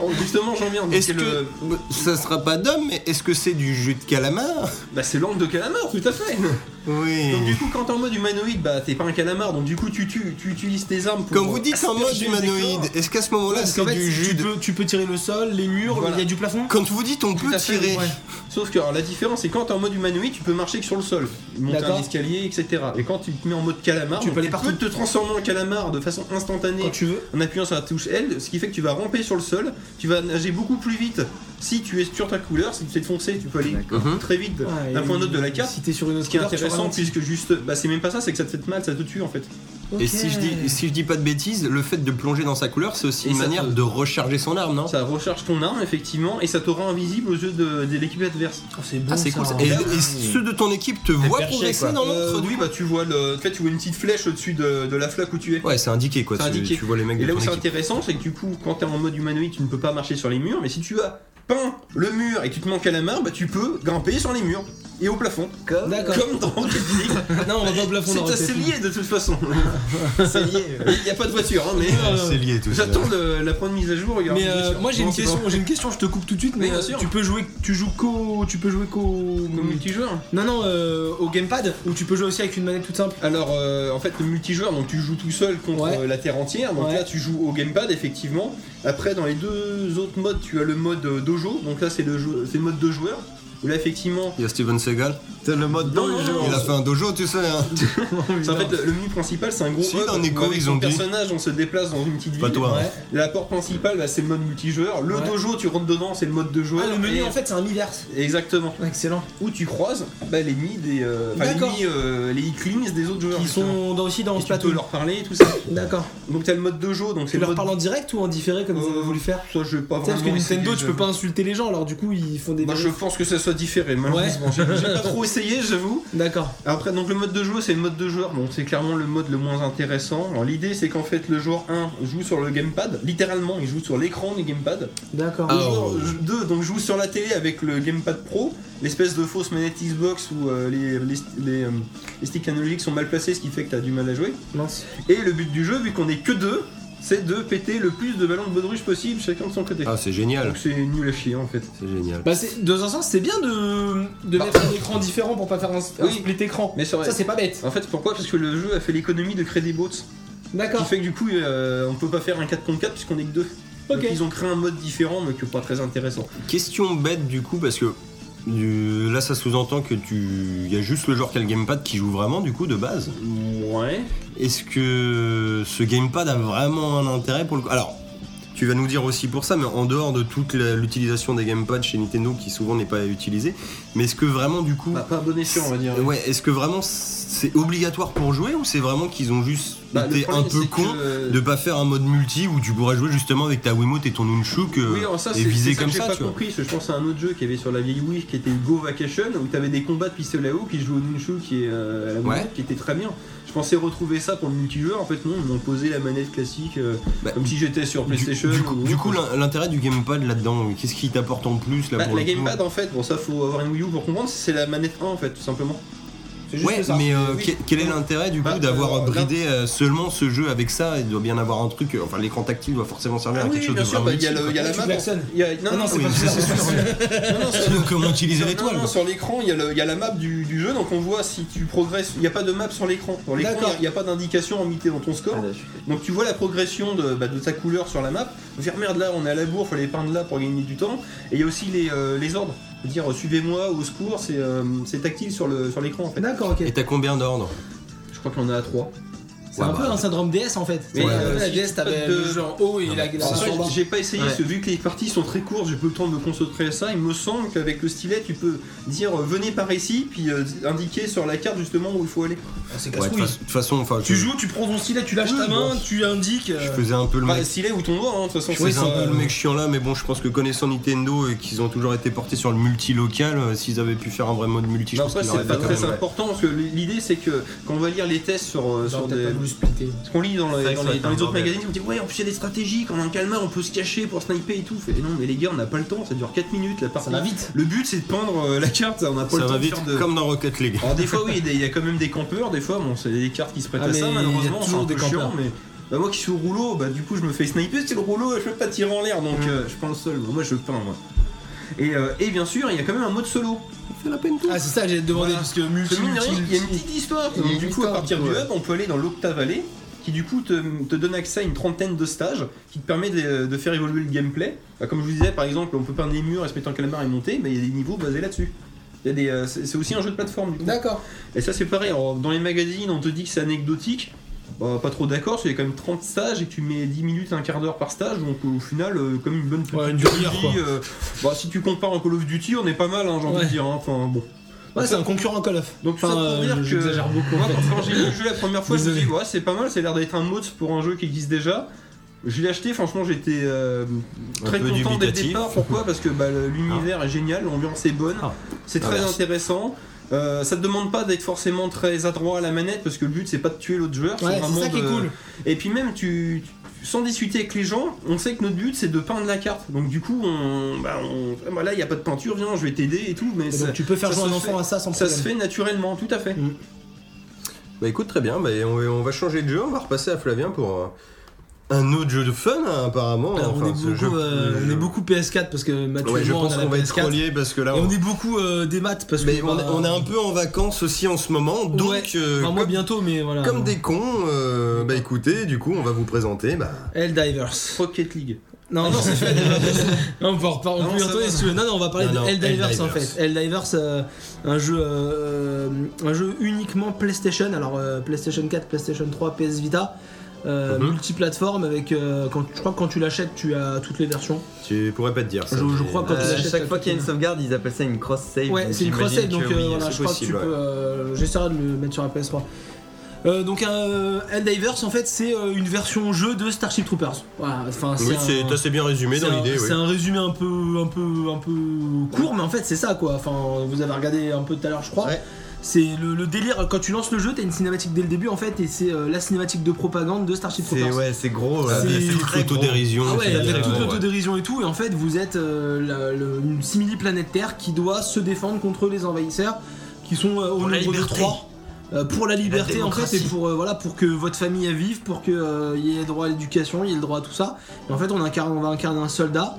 Speaker 4: Oh, Justement, j'en viens. donc
Speaker 1: est-ce
Speaker 4: c'est
Speaker 1: que
Speaker 4: le-
Speaker 1: ça sera pas d'homme, mais est-ce que c'est du jus de calamar
Speaker 4: Bah, c'est l'angle de calamar, tout à fait. Donc,
Speaker 1: Oui.
Speaker 4: du coup, quand t'es en mode humanoïde, bah, t'es pas un calamar. Donc, du coup, tu, tues- tu utilises tes armes pour. Ah,
Speaker 1: Quand vous dites en mode
Speaker 4: asperger le décor.
Speaker 1: humanoïde, est-ce qu'à ce moment-là,
Speaker 5: Parce
Speaker 1: c'est
Speaker 5: qu'en fait,
Speaker 1: du jus
Speaker 5: tu
Speaker 1: de...
Speaker 5: peux, tu peux tirer le sol, les murs, il
Speaker 4: Voilà.
Speaker 5: y a du plafond.
Speaker 1: Quand vous dites on
Speaker 4: Tout
Speaker 1: peut
Speaker 4: à fait,
Speaker 1: tirer,
Speaker 4: ouais. Sauf que alors, la différence, c'est quand t'es en mode humanoïde, tu peux marcher que sur le sol, monter
Speaker 5: D'accord.
Speaker 4: un escalier, etc. Et quand tu te mets en mode calamar,
Speaker 5: Tu
Speaker 4: donc,
Speaker 5: peux aller
Speaker 4: tu
Speaker 5: partout.
Speaker 4: te transformer en calamar de façon instantanée.
Speaker 5: Quand tu veux.
Speaker 4: en appuyant sur la touche L, ce qui fait que tu vas ramper sur le sol, tu vas nager beaucoup plus vite si tu es sur ta couleur, si tu sais te foncer, tu peux aller
Speaker 2: D'accord.
Speaker 1: Mhm.
Speaker 4: très vite
Speaker 3: Ah,
Speaker 5: Ouais,
Speaker 4: d'un
Speaker 5: et-
Speaker 4: point à l'autre de la carte.
Speaker 5: Si t'es sur une autre
Speaker 4: Ce qui est
Speaker 5: couleur, tu
Speaker 4: intéressant
Speaker 5: ralentis.
Speaker 4: puisque juste, bah c'est même pas ça, c'est que ça te fait mal, ça te tue en fait.
Speaker 1: et si je, dis, si je dis pas de bêtises, le fait de plonger dans sa couleur, c'est aussi
Speaker 4: Et
Speaker 1: une
Speaker 4: ça
Speaker 1: manière
Speaker 4: te-
Speaker 1: de recharger son arme, non
Speaker 4: Ça recharge ton arme effectivement et ça te rend invisible aux yeux de, de l'équipe adverse.
Speaker 5: Oh, c'est bon,
Speaker 1: Ah, c'est
Speaker 5: ça.
Speaker 1: cool. ça.
Speaker 5: hein.
Speaker 1: Et,
Speaker 4: Ah,
Speaker 1: et
Speaker 4: oui.
Speaker 1: ceux de ton équipe te voient
Speaker 2: perché,
Speaker 1: progresser
Speaker 2: quoi.
Speaker 1: dans
Speaker 4: Euh,
Speaker 1: l'autre
Speaker 4: oui, bah tu vois le, en fait, tu vois une petite flèche au-dessus de, de la flaque où tu es.
Speaker 1: Ouais, c'est indiqué quoi.
Speaker 4: C'est
Speaker 1: tu-
Speaker 4: indiqué.
Speaker 1: Tu vois les mecs
Speaker 4: Et
Speaker 1: de
Speaker 4: là où
Speaker 1: ton
Speaker 4: c'est
Speaker 1: équipe.
Speaker 4: intéressant, c'est que du coup, quand t'es en mode humanoïde, tu ne peux pas marcher sur les murs, mais si tu as peint le mur et que tu te manques à la main, bah tu peux grimper sur les murs. et au plafond. Comme,
Speaker 3: D'accord.
Speaker 4: dans Rocket League.
Speaker 3: Non, on va pas au plafond. dans
Speaker 4: C'est
Speaker 3: Rocket
Speaker 4: assez
Speaker 3: League.
Speaker 4: lié de toute façon.
Speaker 2: Ça y est.
Speaker 4: Il n'y a pas de voiture, hein, mais.
Speaker 1: C'est lié tout ça.
Speaker 4: J'attends le- la première mise à jour, regarde.
Speaker 3: Mais euh, moi j'ai une
Speaker 4: Non, c'est
Speaker 3: question, j'ai une question, je te coupe tout de suite, mais
Speaker 4: Oui, bien
Speaker 3: euh,
Speaker 4: sûr.
Speaker 3: tu peux jouer, tu joues qu'au, tu peux jouer qu'au,
Speaker 4: pas- Au multijoueur
Speaker 3: non non, euh, au gamepad ou tu peux jouer aussi avec une manette toute simple.
Speaker 4: Alors, euh, en fait, le multijoueur, donc tu joues tout seul contre
Speaker 3: Ouais.
Speaker 4: euh, la Terre entière. Donc
Speaker 3: Ouais.
Speaker 4: là, tu joues au gamepad, effectivement. Après, dans les deux autres modes, tu as le mode euh, dojo. Donc là, c'est le, jeu- c'est le mode deux joueurs. Où là, effectivement,
Speaker 1: Il y a Steven Seagal.
Speaker 2: C'est le mode
Speaker 4: Non,
Speaker 2: dans le
Speaker 4: non,
Speaker 2: jeu.
Speaker 4: non,
Speaker 1: Il a fait un dojo, tu sais. Hein.
Speaker 3: Ah,
Speaker 4: c'est en fait, le, le menu principal, c'est un gros
Speaker 1: Si,
Speaker 4: hub
Speaker 1: dans
Speaker 4: où
Speaker 1: Neko,
Speaker 4: avec
Speaker 1: ils
Speaker 4: son
Speaker 1: ont dit.
Speaker 4: personnage, on se déplace dans une petite ville.
Speaker 1: Pas toi. hein.
Speaker 4: La porte principale, bah, c'est le mode multijoueur. Le
Speaker 3: Ouais.
Speaker 4: dojo, tu rentres dedans, c'est le mode deux joueurs.
Speaker 3: Ah, le menu
Speaker 4: Et-
Speaker 3: en fait c'est un miverse.
Speaker 4: Exactement.
Speaker 3: Excellent.
Speaker 4: Où tu croises bah, l'ennemi des. euh, enfin,
Speaker 3: D'accord.
Speaker 4: l'ennemi, euh, les Eaklings des autres joueurs.
Speaker 3: Ils
Speaker 4: justement.
Speaker 3: sont dans- aussi dans
Speaker 4: Et
Speaker 3: ce
Speaker 4: tu peux
Speaker 3: plateau.
Speaker 4: leur parler et tout ça.
Speaker 3: D'accord.
Speaker 4: Donc t'as le mode dojo, donc c'est
Speaker 3: Tu
Speaker 4: le
Speaker 3: leur
Speaker 4: mode.
Speaker 3: parles en direct ou en différé comme ils
Speaker 4: Euh,
Speaker 3: avaient voulu faire
Speaker 4: Ça, je vais pas
Speaker 3: Tu sais, parce que
Speaker 4: vraiment essayer,
Speaker 3: Nintendo, tu
Speaker 4: je-
Speaker 3: peux pas insulter les gens, alors du coup ils font des.
Speaker 4: Bah, je pense que ça soit différé, malheureusement.
Speaker 3: Ouais.
Speaker 4: J'ai j'ai pas trop essayé, j'avoue.
Speaker 3: D'accord.
Speaker 4: Après, donc le mode de jeu, c'est le mode de joueur. Bon, c'est clairement le mode le moins intéressant. Alors, L'idée, c'est qu'en fait, le joueur 1 joue sur le gamepad. Littéralement, il joue sur l'écran du gamepad.
Speaker 3: D'accord.
Speaker 1: Ah,
Speaker 4: Le joueur
Speaker 1: ouais.
Speaker 4: 2, donc, joue sur la télé avec le gamepad pro. L'espèce de fausse manette Xbox où euh, les, les, les, euh, les sticks analogiques sont mal placés, ce qui fait que t'as du mal à jouer.
Speaker 3: Mince.
Speaker 4: Et le but du jeu, vu qu'on est que deux, c'est de péter le plus de ballons de baudruche possible, chacun de son côté.
Speaker 1: Ah, c'est génial.
Speaker 4: Donc c'est nul à chier en fait.
Speaker 1: C'est génial.
Speaker 3: Bah c'est dans un sens c'est bien de de
Speaker 4: Bah.
Speaker 3: mettre un écran différent pour pas faire un, un
Speaker 4: Oui.
Speaker 3: split écran.
Speaker 4: Mais c'est vrai.
Speaker 3: Ça c'est pas bête.
Speaker 4: En fait, pourquoi Parce que le jeu a fait l'économie de créer des bots. Ce qui
Speaker 3: D'accord.
Speaker 4: fait que du coup, euh, on peut pas faire un 4 contre 4 puisqu'on est que deux.
Speaker 3: Ok.
Speaker 4: Donc, ils ont créé un mode différent, mais que pas très intéressant.
Speaker 1: Question bête du coup, parce que du- là ça sous-entend que tu. Il y a juste le joueur qui a le gamepad qui joue vraiment du coup de base.
Speaker 4: Ouais.
Speaker 1: Est-ce que ce gamepad a vraiment un intérêt pour le coup Alors, tu vas nous dire aussi pour ça, mais en dehors de toute la- l'utilisation des gamepads chez Nintendo qui souvent n'est pas utilisée, mais est-ce que vraiment du coup.
Speaker 4: Bah, pas bon escient, on va dire.
Speaker 1: Ouais, est-ce que vraiment c'est obligatoire pour jouer ou c'est vraiment qu'ils ont juste
Speaker 4: Bah, le
Speaker 1: été un
Speaker 4: problème,
Speaker 1: peu
Speaker 4: c'est
Speaker 1: con
Speaker 4: que-
Speaker 1: de pas faire un mode multi où tu pourras jouer justement avec ta Wiimote et ton Nunchuk euh,
Speaker 4: Oui, alors ça,
Speaker 1: et
Speaker 4: c'est
Speaker 1: viser
Speaker 4: c'est ça
Speaker 1: comme
Speaker 4: que j'ai
Speaker 1: ça,
Speaker 4: pas
Speaker 1: tu vois.
Speaker 4: compris. parce que Je pense à un autre jeu qui avait sur la vieille Wii qui était Go Vacation où t'avais des combats de pistolet à eau qui se jouaient au Nunchu qui est euh, à la manette
Speaker 1: Ouais.
Speaker 4: qui était très bien. Je pensais retrouver ça pour le multijoueur. En fait, non, ils m'ont posé la manette classique euh,
Speaker 1: Bah,
Speaker 4: comme si j'étais sur
Speaker 1: Du-
Speaker 4: PlayStation.
Speaker 1: Du,
Speaker 4: ou
Speaker 1: coup,
Speaker 4: autre.
Speaker 1: du coup, l'in- l'intérêt du gamepad là-dedans, qu'est-ce qui t'apporte en plus là
Speaker 4: Bah,
Speaker 1: pour
Speaker 4: la
Speaker 1: le coup
Speaker 4: gamepad en fait, bon ça faut avoir une Wii U pour comprendre, c'est la manette 1 en fait tout simplement. C'est juste
Speaker 1: Ouais,
Speaker 4: ça.
Speaker 1: mais euh,
Speaker 4: Oui.
Speaker 1: quel, quel est l'intérêt du coup
Speaker 4: Bah,
Speaker 1: d'avoir
Speaker 4: euh,
Speaker 1: bridé euh, seulement ce jeu avec ça Il doit bien avoir un truc. euh, Enfin, l'écran tactile doit forcément servir
Speaker 4: Ah
Speaker 1: à
Speaker 4: oui,
Speaker 1: quelque chose
Speaker 4: bien
Speaker 1: de
Speaker 4: sûr, bah,
Speaker 1: vraiment
Speaker 4: il y a,
Speaker 1: utile,
Speaker 4: le- il y a la
Speaker 3: Tu
Speaker 4: map.
Speaker 3: klaxonnes.
Speaker 4: il y a-
Speaker 3: Ah non, c'est
Speaker 1: oui,
Speaker 3: pas
Speaker 1: c'est-
Speaker 3: ça, c'est
Speaker 1: c'est-
Speaker 3: sûr.
Speaker 4: non, non,
Speaker 1: quoi.
Speaker 4: sur-
Speaker 1: Comment utiliser
Speaker 4: non,
Speaker 1: l'étoile
Speaker 4: non,
Speaker 1: quoi.
Speaker 4: sur l'écran, il y, a le- il y a la map du, du jeu, donc on voit si tu progresses. Il n'y a pas de map sur l'écran. Sur l'écran,
Speaker 3: D'accord.
Speaker 4: il n'y a, pas d'indication en mité dans ton score.
Speaker 2: Ah, là, je-
Speaker 4: Donc tu vois la progression de, bah, de ta couleur sur la map. Faut Faire merde là, on est à la bourre, fallait peindre là pour gagner du temps. Et il y a aussi les, euh, les ordres. Dire euh, suivez-moi au secours, c'est euh, c'est tactile sur le- sur l'écran en fait.
Speaker 3: D'accord, ok.
Speaker 1: Et t'as combien d'ordres
Speaker 4: Je crois qu'on en a à 3.
Speaker 3: C'est
Speaker 1: Ouais,
Speaker 3: un peu
Speaker 1: bah.
Speaker 3: un syndrome DS en fait.
Speaker 4: Mais,
Speaker 3: C'est-
Speaker 1: euh,
Speaker 3: la
Speaker 4: si
Speaker 3: DS,
Speaker 4: pas
Speaker 3: t'avais
Speaker 4: de-
Speaker 3: le jeu en haut et la, la
Speaker 4: Après,
Speaker 3: sur le bas.
Speaker 4: j'ai pas essayé,
Speaker 2: Ouais.
Speaker 4: parce que vu que les parties sont très courtes, j'ai peu le temps de me concentrer à ça. Il me semble qu'avec le stylet, tu peux dire euh, venez par ici, puis euh, indiquer sur la carte justement où il faut aller.
Speaker 3: C'est
Speaker 1: Ouais, De
Speaker 3: casse-couille.
Speaker 1: fa- de toute façon, enfin,
Speaker 3: Tu
Speaker 1: je-
Speaker 3: joues, tu prends ton stylet, tu lâches
Speaker 4: Oui,
Speaker 3: ta main,
Speaker 4: bon.
Speaker 3: tu indiques. euh,
Speaker 1: je faisais un peu le
Speaker 4: Pas
Speaker 1: mec.
Speaker 4: stylet ou ton doigt, hein, de toute façon.
Speaker 1: Je faisais
Speaker 4: c'est
Speaker 1: un
Speaker 4: pas-
Speaker 1: peu le mec chiant là, mais bon, je pense que connaissant Nintendo et qu'ils ont toujours été portés sur le multi-local, euh, s'ils avaient pu faire un vrai mode multi, je
Speaker 4: Non,
Speaker 1: pense
Speaker 4: après,
Speaker 1: qu'ils
Speaker 4: c'est
Speaker 1: l'auraient
Speaker 4: pas
Speaker 1: fait quand
Speaker 4: très
Speaker 1: même.
Speaker 4: important parce que l'idée c'est que quand on va lire les tests sur, euh, sur
Speaker 3: J'aurais
Speaker 4: des.
Speaker 3: peut-être pas voulu splitter.
Speaker 4: Ce qu'on lit dans, les-
Speaker 1: C'est vrai que
Speaker 4: dans
Speaker 1: ça va
Speaker 4: les,
Speaker 1: être
Speaker 4: dans
Speaker 1: un
Speaker 4: les autres
Speaker 1: bordel.
Speaker 4: magazines, on dit ouais, on fait des stratégies, quand on a un calmar, on peut se cacher pour sniper et tout. Fait, non, mais les gars, on n'a pas le temps, ça dure 4 minutes la partie.
Speaker 3: Ça va vite.
Speaker 4: Le but c'est de peindre euh, la carte, ça, on n'a pas
Speaker 1: Ça
Speaker 4: le temps
Speaker 1: va
Speaker 4: de
Speaker 1: vite,
Speaker 4: faire de.
Speaker 1: comme dans Rocket League.
Speaker 4: Alors des fois oui, il y a quand même des campeurs, des fois bon c'est des cartes qui se prêtent
Speaker 3: Ah,
Speaker 4: à ça
Speaker 3: mais il y
Speaker 4: malheureusement,
Speaker 3: a
Speaker 4: c'est
Speaker 3: toujours
Speaker 4: un peu
Speaker 3: des
Speaker 4: chiant
Speaker 3: campeurs.
Speaker 4: mais bah moi qui suis au rouleau, bah du coup je me fais sniper, c'est le rouleau, je peux pas tirer en l'air
Speaker 3: Mm.
Speaker 4: donc euh, je peins le sol, moi je peins moi. Et, euh, et bien sûr, il y a quand même un mode solo.
Speaker 1: Fais la peine tout.
Speaker 3: Ah, c'est ça que j'ai demandé,
Speaker 4: Voilà.
Speaker 3: parce que
Speaker 4: Parce
Speaker 3: multi,
Speaker 4: que mine de
Speaker 3: multi,
Speaker 4: rien, il y a une
Speaker 3: multi.
Speaker 4: petite histoire.
Speaker 2: Il y a
Speaker 4: Donc,
Speaker 2: une
Speaker 4: du coup,
Speaker 2: histoire,
Speaker 4: à partir du
Speaker 2: ouais.
Speaker 4: hub, on peut aller dans l'Octa Valley, qui du coup te, te donne accès à une trentaine de stages, qui te permet de, de faire évoluer le gameplay. Bah, comme je vous disais, par exemple, on peut peindre les murs et se mettre en calamar et monter, mais il y a des niveaux basés là-dessus. Il y a des, euh, c'est c'est aussi un jeu de plateforme. Du coup.
Speaker 3: D'accord.
Speaker 4: Et ça c'est pareil, Alors, dans les magazines on te dit que c'est anecdotique, Bah, pas trop d'accord, parce qu'il y a quand même 30 stages et que tu mets 10 minutes, un quart d'heure par stage, donc au final euh, comme une bonne petite
Speaker 3: Ouais, une
Speaker 4: durée,
Speaker 3: demi-heure, quoi.
Speaker 4: euh, bah, si tu compares en Call of Duty on est pas mal hein, j'ai envie
Speaker 3: Ouais.
Speaker 4: de dire, hein. enfin bon.
Speaker 3: Ouais, c'est un concurrent Call of.
Speaker 4: Donc tout ça
Speaker 3: Enfin,
Speaker 4: pour dire
Speaker 3: euh,
Speaker 4: que
Speaker 3: j'exagère beaucoup.
Speaker 4: moi,
Speaker 3: en fait.
Speaker 4: quand quand j'ai vu le jeu la première fois je me
Speaker 3: Désolé.
Speaker 4: suis dit ouais c'est pas mal, ça a l'air d'être un mode pour un jeu qui existe déjà. Je l'ai acheté, franchement j'étais euh,
Speaker 1: Un
Speaker 4: très
Speaker 1: peu
Speaker 4: content dès le
Speaker 1: dubitatif.
Speaker 4: départ. Pourquoi Parce que bah, le-
Speaker 3: Ah.
Speaker 4: l'univers est génial, l'ambiance est bonne,
Speaker 1: Ah.
Speaker 4: c'est
Speaker 1: Ah,
Speaker 4: très
Speaker 1: merci.
Speaker 4: intéressant. Euh, ça te demande pas d'être forcément très adroit à la manette parce que le but c'est pas de tuer l'autre joueur,
Speaker 3: Ouais,
Speaker 4: vraiment
Speaker 3: c'est ça qui est
Speaker 4: de-
Speaker 3: cool.
Speaker 4: Et puis même tu, sans discuter avec les gens, on sait que notre but c'est de peindre la carte. Donc du coup, on, bah, on- ah, bah, là, il n'y a pas de peinture, viens, je vais t'aider et tout. Mais
Speaker 3: Et
Speaker 4: ça,
Speaker 3: donc tu peux faire
Speaker 4: ça
Speaker 3: jouer
Speaker 4: se
Speaker 3: un enfant
Speaker 4: fait-
Speaker 3: à ça sans
Speaker 4: ça
Speaker 3: problème.
Speaker 4: se fait naturellement, tout à fait.
Speaker 1: Bah écoute, très bien, bah, on, on va changer de jeu, on va repasser à Flavien pour euh, un autre jeu de fun, hein, apparemment.
Speaker 3: Alors, on,
Speaker 1: Enfin,
Speaker 3: est
Speaker 1: ce
Speaker 3: beaucoup,
Speaker 1: jeu-
Speaker 3: euh, on
Speaker 1: jeu-
Speaker 3: est beaucoup PS4 parce que Mathieu
Speaker 1: Ouais,
Speaker 3: et
Speaker 1: je
Speaker 3: moi,
Speaker 1: pense
Speaker 3: on a
Speaker 1: qu'on
Speaker 3: la
Speaker 1: va être
Speaker 3: PS4.
Speaker 1: reliés parce que là,
Speaker 3: Et
Speaker 1: on,
Speaker 3: on est beaucoup euh, des maths parce
Speaker 1: mais
Speaker 3: que
Speaker 1: on, est,
Speaker 3: bah,
Speaker 1: on est un peu en vacances aussi en ce moment, donc
Speaker 3: Ouais.
Speaker 1: euh,
Speaker 3: enfin, moi
Speaker 1: comme,
Speaker 3: bientôt mais voilà.
Speaker 1: comme des cons, euh, bah écoutez, du coup, on va vous présenter. Bah,
Speaker 3: Helldivers. Ah
Speaker 4: Rocket League.
Speaker 3: Non, non, c'est fait déjà. Non, on peut en reparler, on
Speaker 4: Non,
Speaker 3: peut y
Speaker 4: ça
Speaker 3: retourner
Speaker 4: va.
Speaker 3: si tu veux. Non, non, on va parler
Speaker 1: Non, non,
Speaker 3: de Helldivers,
Speaker 1: Helldivers.
Speaker 3: en fait. Helldivers, euh, un, jeu, euh, un jeu uniquement PlayStation. Alors, euh, PlayStation 4, PlayStation 3, PS Vita. euh,
Speaker 1: Mhm.
Speaker 3: Multiplateforme avec. euh, quand, je crois que quand tu l'achètes, tu as toutes les versions.
Speaker 1: tu pourrais pas te dire ça.
Speaker 3: Je- je
Speaker 1: mais-
Speaker 3: crois qu'on-
Speaker 2: Euh,
Speaker 3: Achète
Speaker 2: chaque
Speaker 3: la
Speaker 2: fois qu'il y a une
Speaker 3: copine.
Speaker 2: sauvegarde, ils appellent ça une cross save.
Speaker 3: Ouais, c'est une cross
Speaker 2: j'imagine
Speaker 3: donc
Speaker 2: que
Speaker 3: euh,
Speaker 2: oui,
Speaker 3: voilà,
Speaker 1: c'est
Speaker 3: je crois que tu
Speaker 1: possible,
Speaker 3: peux. euh, J'essaierai de le mettre sur la PS3. Euh, donc, euh, Helldivers, en fait, c'est euh, une version jeu de Starship Troopers. Voilà, enfin,
Speaker 1: Oui,
Speaker 3: un-
Speaker 1: c'est assez bien résumé dans
Speaker 3: C'est un-
Speaker 1: l'idée. oui.
Speaker 3: C'est un résumé un peu, un peu, un peu court, mais en fait c'est ça quoi. Enfin, vous avez regardé un peu tout à l'heure, je crois.
Speaker 1: Ouais.
Speaker 3: C'est le, le délire quand tu lances le jeu, t'as une cinématique dès le début en fait, et c'est euh, la cinématique de propagande de Starship
Speaker 2: C'est
Speaker 3: Troopers.
Speaker 2: ouais, c'est gros.
Speaker 1: Ah,
Speaker 2: ouais.
Speaker 3: c'est-
Speaker 1: des-
Speaker 3: c'est
Speaker 1: toute
Speaker 2: très gros.
Speaker 1: l'autodérision,
Speaker 3: Ah
Speaker 1: c'est
Speaker 3: ouais, avec
Speaker 1: directement,
Speaker 3: toute
Speaker 1: ouais.
Speaker 3: l'autodérision et tout, et en fait vous êtes euh, la- le- une simili-planète Terre qui doit se défendre contre les envahisseurs qui sont euh, au
Speaker 2: Pour la
Speaker 3: nombre de
Speaker 2: liberté.
Speaker 3: trois. Euh, pour la liberté en fait et
Speaker 2: démocratie.
Speaker 3: pour euh, voilà pour que votre famille elle vive pour que euh, il y ait droit à l'éducation il y ait le droit à tout ça et en fait on incarne on va incarner un soldat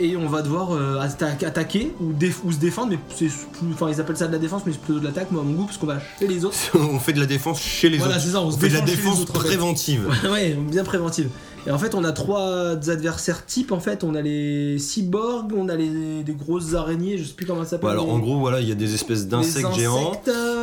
Speaker 3: et on va devoir euh, atta- attaquer ou, déf- ou se défendre mais c'est plus- enfin ils appellent ça de la défense mais c'est plutôt de l'attaque moi à mon goût parce qu'on va chez les autres
Speaker 1: on fait de la défense chez les
Speaker 3: voilà
Speaker 1: autres.
Speaker 3: c'est ça on
Speaker 1: On
Speaker 3: se
Speaker 1: fait de la
Speaker 3: défend chez les
Speaker 1: défense
Speaker 3: autres, en fait.
Speaker 1: préventive.
Speaker 3: Ouais, ouais, bien préventive. Et en fait, on a trois adversaires types. En fait, on a les cyborgs, on a les des grosses araignées, je sais plus comment ça s'appelle. euh,
Speaker 1: Bon, Bah, alors, en gros, voilà, il y a des espèces d'insectes géants.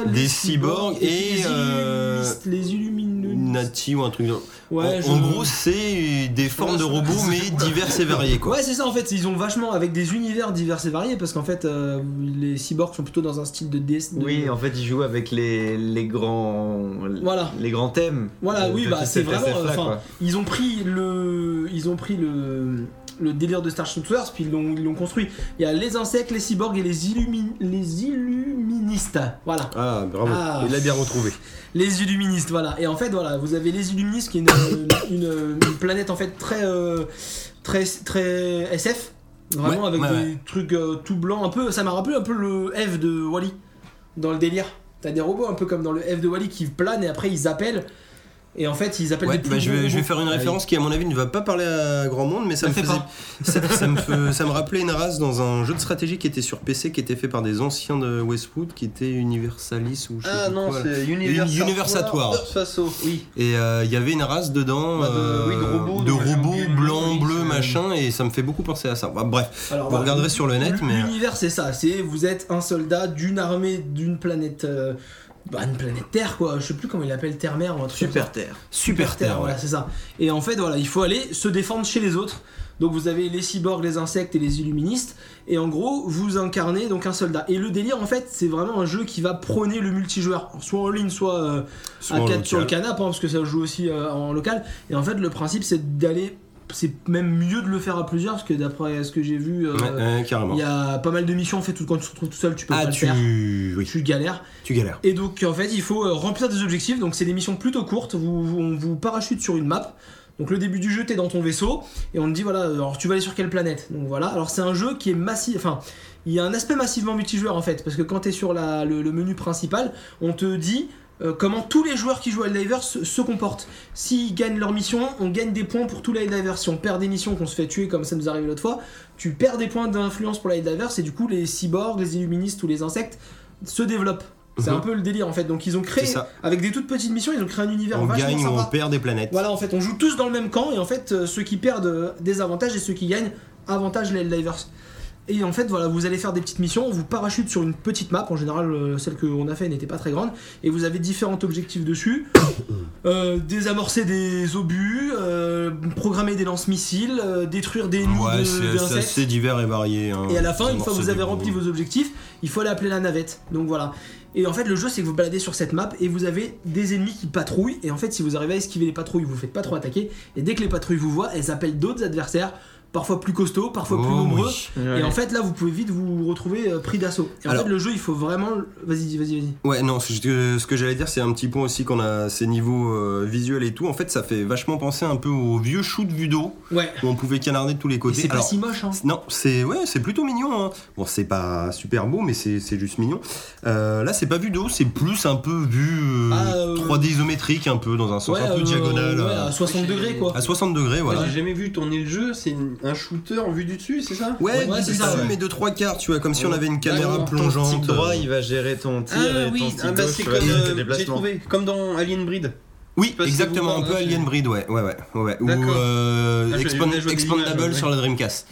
Speaker 1: des cyborgs et,
Speaker 3: les,
Speaker 1: euh,
Speaker 3: illuministes, les illuministes.
Speaker 1: Nati ou un truc. dans-
Speaker 3: Ouais,
Speaker 1: en,
Speaker 3: je-
Speaker 1: en gros, c'est des formes de robots, mais diverses et variées, quoi.
Speaker 3: Ouais, c'est ça en fait, ils ont vachement avec des univers divers et variés parce qu'en fait euh, les cyborgs sont plutôt dans un style de DS. de-
Speaker 2: Oui, en fait, ils jouent avec les, les grands
Speaker 3: Voilà.
Speaker 2: les grands thèmes.
Speaker 3: Voilà,
Speaker 2: de-
Speaker 3: oui,
Speaker 2: de
Speaker 3: bah
Speaker 2: tout
Speaker 3: c'est
Speaker 2: cet
Speaker 3: vraiment.
Speaker 2: SF -là,
Speaker 3: enfin,
Speaker 2: quoi.
Speaker 3: ils ont pris le, ils ont pris le, le délire de Starship Troopers puis ils l'ont, ils l'ont construit. Il y a les insectes, les cyborgs et les illumi- les illuministes. Voilà,
Speaker 1: Ah, bravo.
Speaker 3: Ah.
Speaker 1: Il l'a bien retrouvé.
Speaker 3: les illuministes. Voilà. Et en fait, voilà, vous avez les illuministes qui est une, une- une- une planète en fait très, euh, très, très SF. Vraiment
Speaker 1: Ouais,
Speaker 3: avec
Speaker 1: ouais,
Speaker 3: des
Speaker 1: ouais.
Speaker 3: trucs euh, tout blancs, un peu. Ça m'a rappelé un peu le F de Wally dans le délire. T'as des robots un peu comme dans le F de Wally qui planent et après ils appellent. Et en fait, ils appellent
Speaker 1: Ouais,
Speaker 3: des plus
Speaker 1: bah, je,
Speaker 3: gros
Speaker 1: vais, je vais
Speaker 3: robots.
Speaker 1: faire une
Speaker 3: Ah,
Speaker 1: référence qui, à mon avis, ne va pas parler à grand monde, mais ça,
Speaker 3: Ça
Speaker 1: me
Speaker 3: fait
Speaker 1: faisait. Ça, ça me fe- ça me rappelait une race dans un jeu de stratégie qui était sur PC, qui était fait par des anciens de Westwood, qui était Universalis ou je sais
Speaker 4: Ah
Speaker 1: plus
Speaker 4: non,
Speaker 1: quoi, là.
Speaker 4: c'est
Speaker 1: Universatoire. Universatoire. Hors
Speaker 4: oui.
Speaker 1: Et euh, il y avait une race dedans
Speaker 4: Bah, de-
Speaker 1: euh,
Speaker 4: oui, de robots,
Speaker 1: de
Speaker 4: donc, j'ai
Speaker 1: robots
Speaker 4: oublié le nom,
Speaker 1: blancs,
Speaker 4: oui,
Speaker 1: bleus,
Speaker 4: c'est-
Speaker 1: machin, et ça me fait beaucoup penser à ça. Bah, bref,
Speaker 3: Alors,
Speaker 1: vous
Speaker 3: voilà.
Speaker 1: regarderez sur le net, mais. euh,
Speaker 3: L'univers, c'est ça. C'est vous êtes un soldat d'une armée, d'une planète. euh, bah, une planète Terre, quoi. Je sais plus comment il appelle Terre-Mer ou un truc comme ça.
Speaker 2: Super Terre.
Speaker 3: Super Terre, voilà, c'est ça. Et en fait, voilà, il faut aller se défendre chez les autres. Donc vous avez les cyborgs, les insectes et les illuministes. Et en gros, vous incarnez donc un soldat. Et le délire, en fait, c'est vraiment un jeu qui va prôner le multijoueur, soit en ligne, soit euh,
Speaker 1: Souvent
Speaker 3: à 4
Speaker 1: local.
Speaker 3: sur le canapé, hein, parce que ça joue aussi euh, en local. Et en fait, le principe, c'est d'aller. C'est même mieux de le faire à plusieurs, parce que d'après ce que j'ai vu, euh,
Speaker 1: Ouais, ouais, carrément.
Speaker 3: il y a pas mal de missions en fait où quand tu te retrouves tout seul, tu peux
Speaker 1: Ah,
Speaker 3: pas le faire.
Speaker 1: tu. Oui,
Speaker 3: Tu galères.
Speaker 1: tu galères.
Speaker 3: Et donc en fait, il faut euh, remplir des objectifs. Donc c'est des missions plutôt courtes. Vous, vous- on vous parachute sur une map. Donc le début du jeu, t'es dans ton vaisseau et on te dit voilà, euh, alors tu vas aller sur quelle planète. Donc voilà. Alors c'est un jeu qui est massif. Enfin, il y a un aspect massivement multijoueur en fait, parce que quand t'es sur la- le, le menu principal, on te dit euh, comment tous les joueurs qui jouent à Helldivers se, se comportent. S'ils gagnent leur mission, on gagne des points pour tous les Helldivers. Si on perd des missions, qu'on se fait tuer comme ça nous arrive l'autre fois, tu perds des points d'influence pour les Helldivers et du coup les cyborgs, les illuministes ou les insectes se développent. C'est
Speaker 1: Mhm.
Speaker 3: un peu le délire en fait. Donc ils ont créé,
Speaker 1: C'est ça.
Speaker 3: avec des toutes petites missions, ils ont créé un univers
Speaker 1: On
Speaker 3: vachement
Speaker 1: gagne ou
Speaker 3: sympa.
Speaker 1: on perd des planètes.
Speaker 3: Voilà, en fait, on joue tous dans le même camp et en fait, euh, ceux qui perdent euh, des avantages et ceux qui gagnent avantage les Helldivers. Et en fait, voilà, vous allez faire des petites missions, on vous parachute sur une petite map, en général, euh, celle qu'on a fait n'était pas très grande, et vous avez différents objectifs dessus. Euh, désamorcer des obus, euh, programmer des lance-missiles, euh, détruire des nids
Speaker 1: Ouais,
Speaker 3: de-
Speaker 1: c'est c'est
Speaker 3: d'insectes.
Speaker 1: assez divers et varié. hein.
Speaker 3: Et à la fin, une
Speaker 1: Amorcer
Speaker 3: fois que vous
Speaker 1: des
Speaker 3: avez rempli
Speaker 1: gros-
Speaker 3: vos objectifs, il faut aller appeler la navette. Donc voilà. Et en fait, le jeu, c'est que vous baladez sur cette map et vous avez des ennemis qui patrouillent. Et en fait, si vous arrivez à esquiver les patrouilles, vous vous faites pas trop attaquer. Et dès que les patrouilles vous voient, elles appellent d'autres adversaires parfois plus costauds, parfois plus
Speaker 1: Oh,
Speaker 3: nombreux.
Speaker 1: oui.
Speaker 3: Et en fait, là, vous pouvez vite vous retrouver euh, pris d'assaut. Et en
Speaker 1: Alors-
Speaker 3: fait, le jeu, il faut vraiment. Vas-y, vas-y, vas-y.
Speaker 1: Ouais, non, ce que, ce que j'allais dire, c'est un petit point aussi qu'on a ces niveaux euh, visuels et tout. En fait, ça fait vachement penser un peu au vieux shoot vue d'eau
Speaker 3: Ouais.
Speaker 1: où on pouvait canarder de tous les
Speaker 3: Et
Speaker 1: côtés.
Speaker 3: c'est pas
Speaker 1: Alors,
Speaker 3: si moche, hein.
Speaker 1: Non, c'est ouais, c'est plutôt mignon. hein. Bon, c'est pas super beau, mais c'est c'est juste mignon. Euh, là, c'est pas vu d'eau, c'est plus un peu vu euh,
Speaker 3: Ah, euh,
Speaker 1: 3D isométrique, un peu dans un sens un peu
Speaker 3: euh,
Speaker 1: diagonal,
Speaker 3: ouais,
Speaker 1: euh,
Speaker 3: à 60 degrés, quoi.
Speaker 1: à 60 degrés, voilà.
Speaker 4: J'ai jamais vu tourner le jeu, c'est une- un shooter en vue du dessus, c'est ça
Speaker 1: Ouais,
Speaker 3: ouais,
Speaker 1: du
Speaker 3: c'est ça,
Speaker 1: dessus,
Speaker 3: ouais.
Speaker 1: mais de trois quarts, tu vois, comme si on avait une
Speaker 3: non,
Speaker 1: caméra
Speaker 3: non,
Speaker 1: plongeante.
Speaker 2: Ton stick droit,
Speaker 1: euh,
Speaker 2: il va gérer ton tir et ton stick
Speaker 4: ah bah,
Speaker 2: gauche
Speaker 4: c'est
Speaker 2: va
Speaker 4: comme,
Speaker 2: gérer
Speaker 4: euh,
Speaker 2: tes
Speaker 4: j'ai
Speaker 2: déplacements.
Speaker 4: trouvé, comme dans Alien Breed.
Speaker 1: Oui,
Speaker 4: sais pas si
Speaker 1: exactement,
Speaker 4: vous
Speaker 1: un
Speaker 4: parlez,
Speaker 1: peu
Speaker 4: hein,
Speaker 1: Alien
Speaker 4: c'est-
Speaker 1: Breed, ouais, ouais, ouais, ouais. Ou
Speaker 4: D'accord.
Speaker 1: euh,
Speaker 4: Ah, je-
Speaker 1: Expand-
Speaker 4: je vois des
Speaker 1: Expandable
Speaker 4: images, ouais.
Speaker 1: sur la Dreamcast.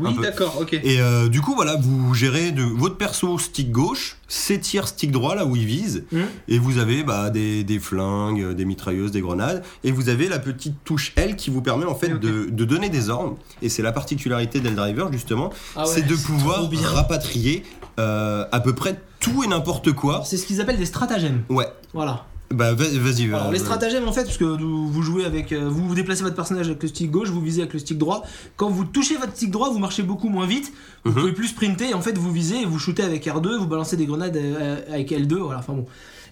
Speaker 1: Un
Speaker 4: Oui,
Speaker 1: peu.
Speaker 4: d'accord, ok.
Speaker 1: Et euh, du coup, voilà, vous gérez de votre perso stick gauche, ses tirs stick droit, là où il vise,
Speaker 3: Mhm.
Speaker 1: et vous avez bah, des, des flingues, euh, des mitrailleuses, des grenades, et vous avez la petite touche L qui vous permet en fait
Speaker 4: Ok.
Speaker 1: de, de donner des ordres. Et c'est la particularité d'El Driver justement,
Speaker 3: Ah ouais,
Speaker 1: c'est de
Speaker 3: trop
Speaker 1: pouvoir
Speaker 3: bien.
Speaker 1: rapatrier euh, à peu près tout et n'importe quoi.
Speaker 3: C'est ce qu'ils appellent des stratagèmes.
Speaker 1: Ouais,
Speaker 3: Voilà.
Speaker 1: bah vas- vas-y.
Speaker 3: Alors,
Speaker 1: euh,
Speaker 3: les stratagèmes, en fait, parce que vous vous jouez avec. euh, Vous, vous déplacez votre personnage avec le stick gauche, vous visez avec le stick droit. Quand vous touchez votre stick droit, vous marchez beaucoup moins vite. Vous
Speaker 1: Mhm.
Speaker 3: pouvez plus sprinter. Et en fait, vous visez et vous shootez avec R2, vous balancez des grenades euh, avec L2. Voilà, enfin bon.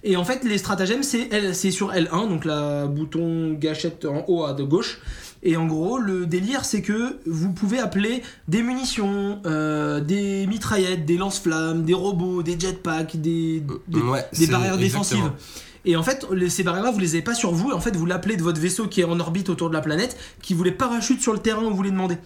Speaker 3: Et en fait, les stratagèmes, c'est L- c'est sur L1, donc la bouton gâchette en haut à de gauche. Et en gros, le délire, c'est que vous pouvez appeler des munitions, euh, des mitraillettes, des lance-flammes, des robots, des jetpacks, des, des,
Speaker 1: Euh, ouais,
Speaker 3: des
Speaker 1: c'est-
Speaker 3: barrières défensives.
Speaker 1: exactement.
Speaker 3: Et en fait, les- ces barrières-là, vous les avez pas sur vous. Et en fait, vous l'appelez de votre vaisseau qui est en orbite autour de la planète, qui vous les parachute sur le terrain où vous les demandez.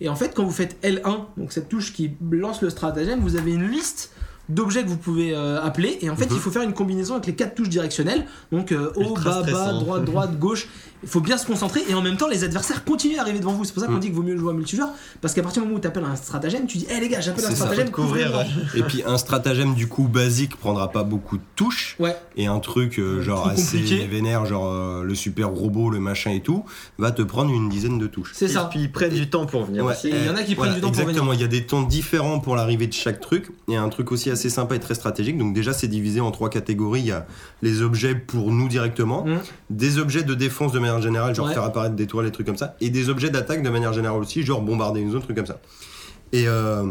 Speaker 3: Et en fait, quand vous faites L1, donc cette touche qui lance le stratagème, vous avez une liste d'objets que vous pouvez euh, appeler. Et en fait,
Speaker 1: Mhm.
Speaker 3: il faut faire une combinaison avec les quatre touches directionnelles. Donc euh, haut, bas,
Speaker 2: Ultra
Speaker 3: bas,
Speaker 2: stressant.
Speaker 3: droite, droite, gauche. Il faut bien se concentrer. Et en même temps, les adversaires continuent à arriver devant vous. C'est pour ça qu'on
Speaker 1: Mhm.
Speaker 3: dit qu'il vaut mieux jouer à multijoueur. Parce qu'à partir du moment où tu appelles un stratagème, tu dis Hé les gars, j'appelle un
Speaker 1: C'est ça.
Speaker 3: stratagème,
Speaker 2: Découvrir.
Speaker 3: couvrez-moi.
Speaker 1: Et puis un stratagème du coup basique prendra pas beaucoup de touches.
Speaker 3: Ouais.
Speaker 1: Et un truc euh, genre
Speaker 3: Trop
Speaker 1: assez
Speaker 3: compliqué.
Speaker 1: vénère, genre euh, le super robot, le machin et tout, va te prendre une dizaine de touches.
Speaker 3: C'est ça.
Speaker 2: Et puis ils prennent du temps pour venir.
Speaker 1: Ouais.
Speaker 2: aussi.
Speaker 3: Et il y en a qui prennent
Speaker 1: Voilà,
Speaker 3: du temps pour venir.
Speaker 1: exactement, il y a des temps différents pour l'arrivée de chaque truc. Et un truc aussi assez sympa et très stratégique. Donc déjà c'est divisé en trois catégories. Il y a les objets pour nous directement,
Speaker 3: Mhm.
Speaker 1: des objets de défense de manière générale, genre
Speaker 3: Ouais.
Speaker 1: faire apparaître des toiles, des trucs comme ça, et des objets d'attaque de manière générale aussi, genre bombarder une zone, trucs comme ça. Et euh,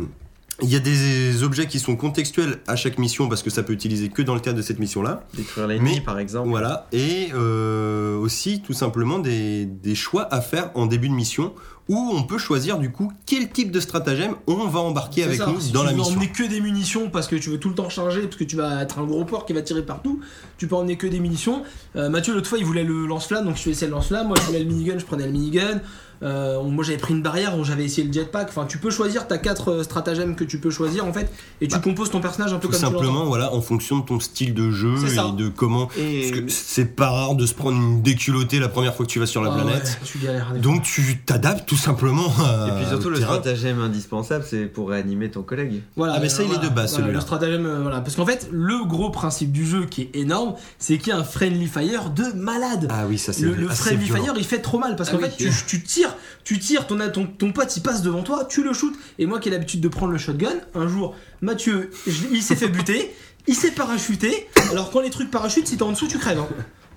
Speaker 1: il y a des objets qui sont contextuels à chaque mission parce que ça peut utiliser que dans le cadre de cette mission-là.
Speaker 2: Détruire l'ennemi,
Speaker 1: Mais-
Speaker 2: par exemple.
Speaker 1: Voilà, et euh, aussi tout simplement des, des choix à faire en début de mission où on peut choisir du coup quel type de stratagème on va embarquer
Speaker 3: C'est
Speaker 1: avec
Speaker 3: ça.
Speaker 1: nous
Speaker 3: Si
Speaker 1: dans
Speaker 3: tu
Speaker 1: la
Speaker 3: veux
Speaker 1: mission.
Speaker 3: emmener que des munitions parce que tu veux tout le temps recharger, parce que tu vas être un gros porc qui va tirer partout, tu peux emmener que des munitions. Euh, Mathieu, l'autre fois, il voulait le lance-flamme, donc je faisais le lance-flamme. Moi, je voulais le minigun, je prenais le minigun. Euh, on- moi, j'avais pris une barrière, donc j'avais essayé le jetpack. Enfin, tu peux choisir, t'as quatre euh, stratagèmes que tu peux choisir en fait, et tu composes ton personnage un peu
Speaker 1: Bah, Tout
Speaker 3: comme tu l'entends.
Speaker 1: simplement, voilà, en fonction de ton style de jeu
Speaker 3: C'est ça.
Speaker 1: et de comment.
Speaker 2: Et
Speaker 1: Parce que c'est pas rare de se prendre une déculottée la première fois que tu vas sur la
Speaker 3: Ah
Speaker 1: planète.
Speaker 3: ouais, tu galères.
Speaker 1: Donc tu t'adaptes tout simplement. à-
Speaker 2: Et puis surtout,
Speaker 1: au
Speaker 2: le
Speaker 1: terrain.
Speaker 2: stratagème indispensable, c'est pour réanimer ton collègue.
Speaker 3: Voilà,
Speaker 1: Ah, mais ça, il est
Speaker 3: voilà,
Speaker 1: de base,
Speaker 3: voilà,
Speaker 1: celui-là.
Speaker 3: Le stratagème, euh, voilà. Parce qu'en fait, le gros principe du jeu qui est énorme, c'est qu'il y a un friendly fire de malade.
Speaker 1: Ah oui, ça c'est
Speaker 3: le, le
Speaker 1: assez
Speaker 3: friendly
Speaker 1: violent.
Speaker 3: fire il fait trop mal parce qu'en
Speaker 4: Ah oui.
Speaker 3: fait tu, tu tires tu tires ton, ton, ton pote il passe devant toi tu le shootes et moi qui ai l'habitude de prendre le shotgun un jour Mathieu je- il s'est fait buter il s'est parachuté alors quand les trucs parachutent si t'es en dessous tu crèves hein.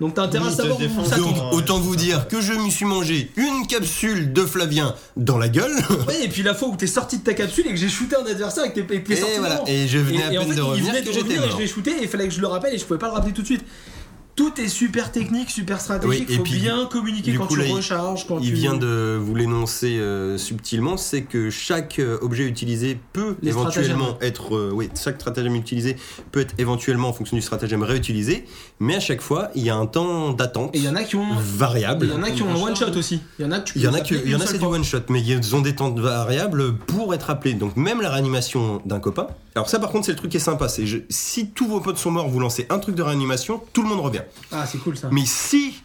Speaker 3: donc t'as intérêt
Speaker 2: Oui,
Speaker 3: à
Speaker 2: il te
Speaker 3: savoir où
Speaker 2: défonce.
Speaker 3: ça tombe
Speaker 1: Donc autant vous dire que je me suis mangé une capsule de Flavien dans la gueule.
Speaker 3: Ouais, et puis la fois où t'es sorti de ta capsule et que j'ai shooté un adversaire et que t'es- et que t'es
Speaker 1: Et,
Speaker 3: sorti
Speaker 1: voilà,
Speaker 3: devant.
Speaker 1: et je venais à
Speaker 3: et, et
Speaker 1: peine
Speaker 3: en fait,
Speaker 1: de
Speaker 3: il
Speaker 1: revenir
Speaker 3: venait
Speaker 1: que
Speaker 3: de
Speaker 1: j'étais
Speaker 3: revenir et je
Speaker 1: mort.
Speaker 3: l'ai shooté et il fallait que je le rappelle et je pouvais pas le rappeler tout de suite. Tout est super technique, super
Speaker 1: Ah
Speaker 3: stratégique,
Speaker 1: Oui, et
Speaker 3: faut
Speaker 1: puis,
Speaker 3: bien communiquer
Speaker 1: du
Speaker 3: quand
Speaker 1: coup,
Speaker 3: tu
Speaker 1: là, il-
Speaker 3: recharges, quand
Speaker 1: Il
Speaker 3: tu...
Speaker 1: vient de vous l'énoncer euh, subtilement, c'est que chaque euh, objet utilisé peut
Speaker 3: Les
Speaker 1: éventuellement être, euh, oui, chaque stratagème utilisé peut être éventuellement en fonction du stratagème réutilisé, mais à chaque fois il y a un temps d'attente
Speaker 3: Et il y en a qui ont
Speaker 1: variable.
Speaker 3: Il y en a qui ont un one shot aussi. Il y en a que tu peux
Speaker 1: Il y en a
Speaker 3: les
Speaker 1: que,
Speaker 3: appeler
Speaker 1: il y en
Speaker 3: une
Speaker 1: a
Speaker 3: seule
Speaker 1: c'est du
Speaker 3: fois.
Speaker 1: one shot, mais ils ont des temps variables pour être appelés. Donc même la réanimation d'un copain. Alors ça par contre c'est le truc qui est sympa, c'est je- si tous vos potes sont morts, vous lancez un truc de réanimation, tout le monde revient.
Speaker 3: Ah, c'est cool ça.
Speaker 1: Mais si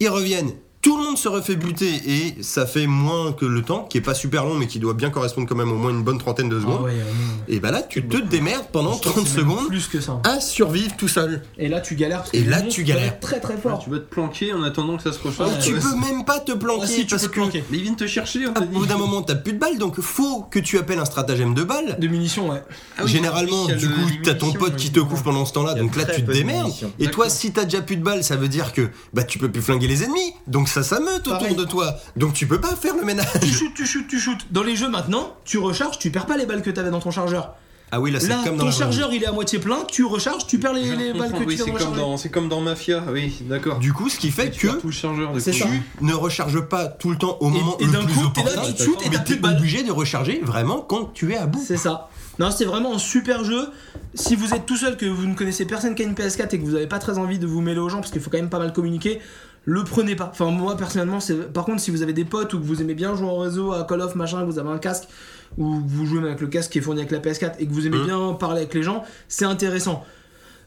Speaker 1: ils reviennent, tout le monde se refait buter et ça fait moins que le temps, qui est pas super long mais qui doit bien correspondre quand même au moins une bonne trentaine de
Speaker 3: Ah
Speaker 1: secondes.
Speaker 3: ouais, euh, non.
Speaker 1: Et bah là, tu te démerdes pendant
Speaker 3: Je crois
Speaker 1: 30
Speaker 3: que c'est même
Speaker 1: secondes
Speaker 3: Plus que ça.
Speaker 1: à survivre tout seul.
Speaker 3: Et là, tu galères. Parce
Speaker 1: Et
Speaker 3: que
Speaker 1: là,
Speaker 3: le monstre
Speaker 1: tu galères.
Speaker 3: peut être Très très
Speaker 4: Ah,
Speaker 3: fort.
Speaker 4: tu vas te planquer en attendant que ça se recharge.
Speaker 1: et tu
Speaker 4: Ouais.
Speaker 1: peux même pas te planquer
Speaker 3: Ah, si, tu
Speaker 1: parce
Speaker 3: peux te
Speaker 1: que
Speaker 3: planquer.
Speaker 4: Ah, Mais ils viennent te chercher, on
Speaker 1: à-
Speaker 4: t'a
Speaker 1: Ah, au bout d'un moment t'as plus de balles donc faut que tu appelles un stratagème de balles.
Speaker 3: De munitions, ouais.
Speaker 4: Ah oui,
Speaker 1: Généralement,
Speaker 4: il y a
Speaker 1: du
Speaker 4: le-
Speaker 1: coup,
Speaker 4: les
Speaker 1: t'as ton
Speaker 4: munitions,
Speaker 1: pote
Speaker 4: oui.
Speaker 1: qui te couvre pendant ce temps-là,
Speaker 2: Il y a
Speaker 1: donc là
Speaker 2: très
Speaker 1: tu te
Speaker 2: peu de
Speaker 1: démerdes.
Speaker 2: munitions.
Speaker 1: Et toi,
Speaker 4: D'accord.
Speaker 1: si t'as déjà plus de balles, ça veut dire que bah tu peux plus flinguer les ennemis, donc donc ça s'ameute autour
Speaker 3: Pareil.
Speaker 1: de toi. Donc tu peux pas faire le ménage.
Speaker 3: Tu shoots, tu shoots, tu shoots. Dans les jeux maintenant, tu recharges, tu perds pas les balles que t'avais dans ton chargeur.
Speaker 1: Ah oui, là c'est
Speaker 3: Là,
Speaker 1: comme dans
Speaker 3: ton
Speaker 1: la vraie
Speaker 3: chargeur il est à moitié plein, tu recharges, tu perds les,
Speaker 4: Je
Speaker 3: les balles
Speaker 4: comprends,
Speaker 3: que
Speaker 4: oui,
Speaker 3: tu
Speaker 4: c'est
Speaker 3: avais
Speaker 4: comme, dans, c'est comme dans Mafia, oui,
Speaker 1: vie.
Speaker 4: d'accord.
Speaker 1: Du coup, ce qui fait
Speaker 4: Tu
Speaker 1: que
Speaker 4: perds tout le chargeur de
Speaker 3: C'est
Speaker 4: coup.
Speaker 3: ça.
Speaker 1: tu ne recharges pas tout le temps au moment
Speaker 3: et
Speaker 1: le
Speaker 3: d'un
Speaker 1: plus
Speaker 3: coup, t'es
Speaker 1: opportun.
Speaker 3: là, tu te shootes et
Speaker 1: mais
Speaker 3: t'as plus de
Speaker 1: t'es
Speaker 3: balles.
Speaker 1: obligé de recharger vraiment quand tu es à bout.
Speaker 3: C'est ça. Non, c'était vraiment un super jeu. Si vous êtes tout seul, que vous ne connaissez personne qui a une PS4 et que vous n'avez pas très envie de vous mêler aux gens, parce qu'il faut quand même pas mal communiquer, le prenez pas. Enfin, moi personnellement, c'est. Par contre, si vous avez des potes ou que vous aimez bien jouer en réseau à Call of machin, que vous avez un casque ou que vous jouez même avec le casque qui est fourni avec la PS4 et que vous aimez
Speaker 1: Mm.
Speaker 3: bien parler avec les gens, c'est intéressant.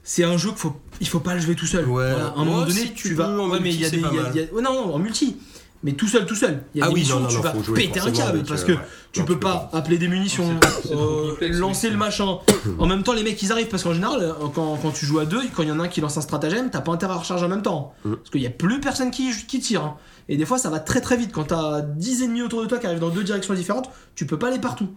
Speaker 3: C'est un jeu qu'il faut, il faut pas le jouer tout seul.
Speaker 1: Ouais.
Speaker 3: Voilà, à un moment
Speaker 1: Ouais,
Speaker 3: donné,
Speaker 1: si tu
Speaker 3: tu vas.
Speaker 1: peux, en
Speaker 3: Ouais, mais il y a
Speaker 1: multi,
Speaker 3: des.
Speaker 1: c'est pas
Speaker 3: il y a-
Speaker 1: mal.
Speaker 3: il y a- ouais, non, non, en multi. Mais tout seul, tout seul. Il y a
Speaker 1: Ah
Speaker 3: des
Speaker 1: oui,
Speaker 3: missions
Speaker 1: non, non,
Speaker 3: où
Speaker 1: non,
Speaker 3: tu vas
Speaker 1: faut jouer
Speaker 3: péter un
Speaker 1: forcément
Speaker 3: câble
Speaker 1: avec,
Speaker 3: parce
Speaker 1: euh,
Speaker 3: que
Speaker 1: ouais.
Speaker 3: tu
Speaker 1: Non,
Speaker 3: peux
Speaker 1: tu peux
Speaker 3: pas appeler des munitions,
Speaker 4: Non, c'est- c'est trop
Speaker 3: euh,
Speaker 4: complexe,
Speaker 3: lancer
Speaker 4: oui,
Speaker 3: le machin. En même temps, les mecs ils arrivent parce qu'en général, euh, quand, quand tu joues à deux, quand il y en a un qui lance un stratagème, t'as pas intérêt à recharger en même temps.
Speaker 1: Mm.
Speaker 3: Parce qu'il y a plus personne qui, qui tire. hein. Et des fois, ça va très très vite. Quand t'as 10 ennemis autour de toi qui arrivent dans deux directions différentes, tu peux pas aller partout.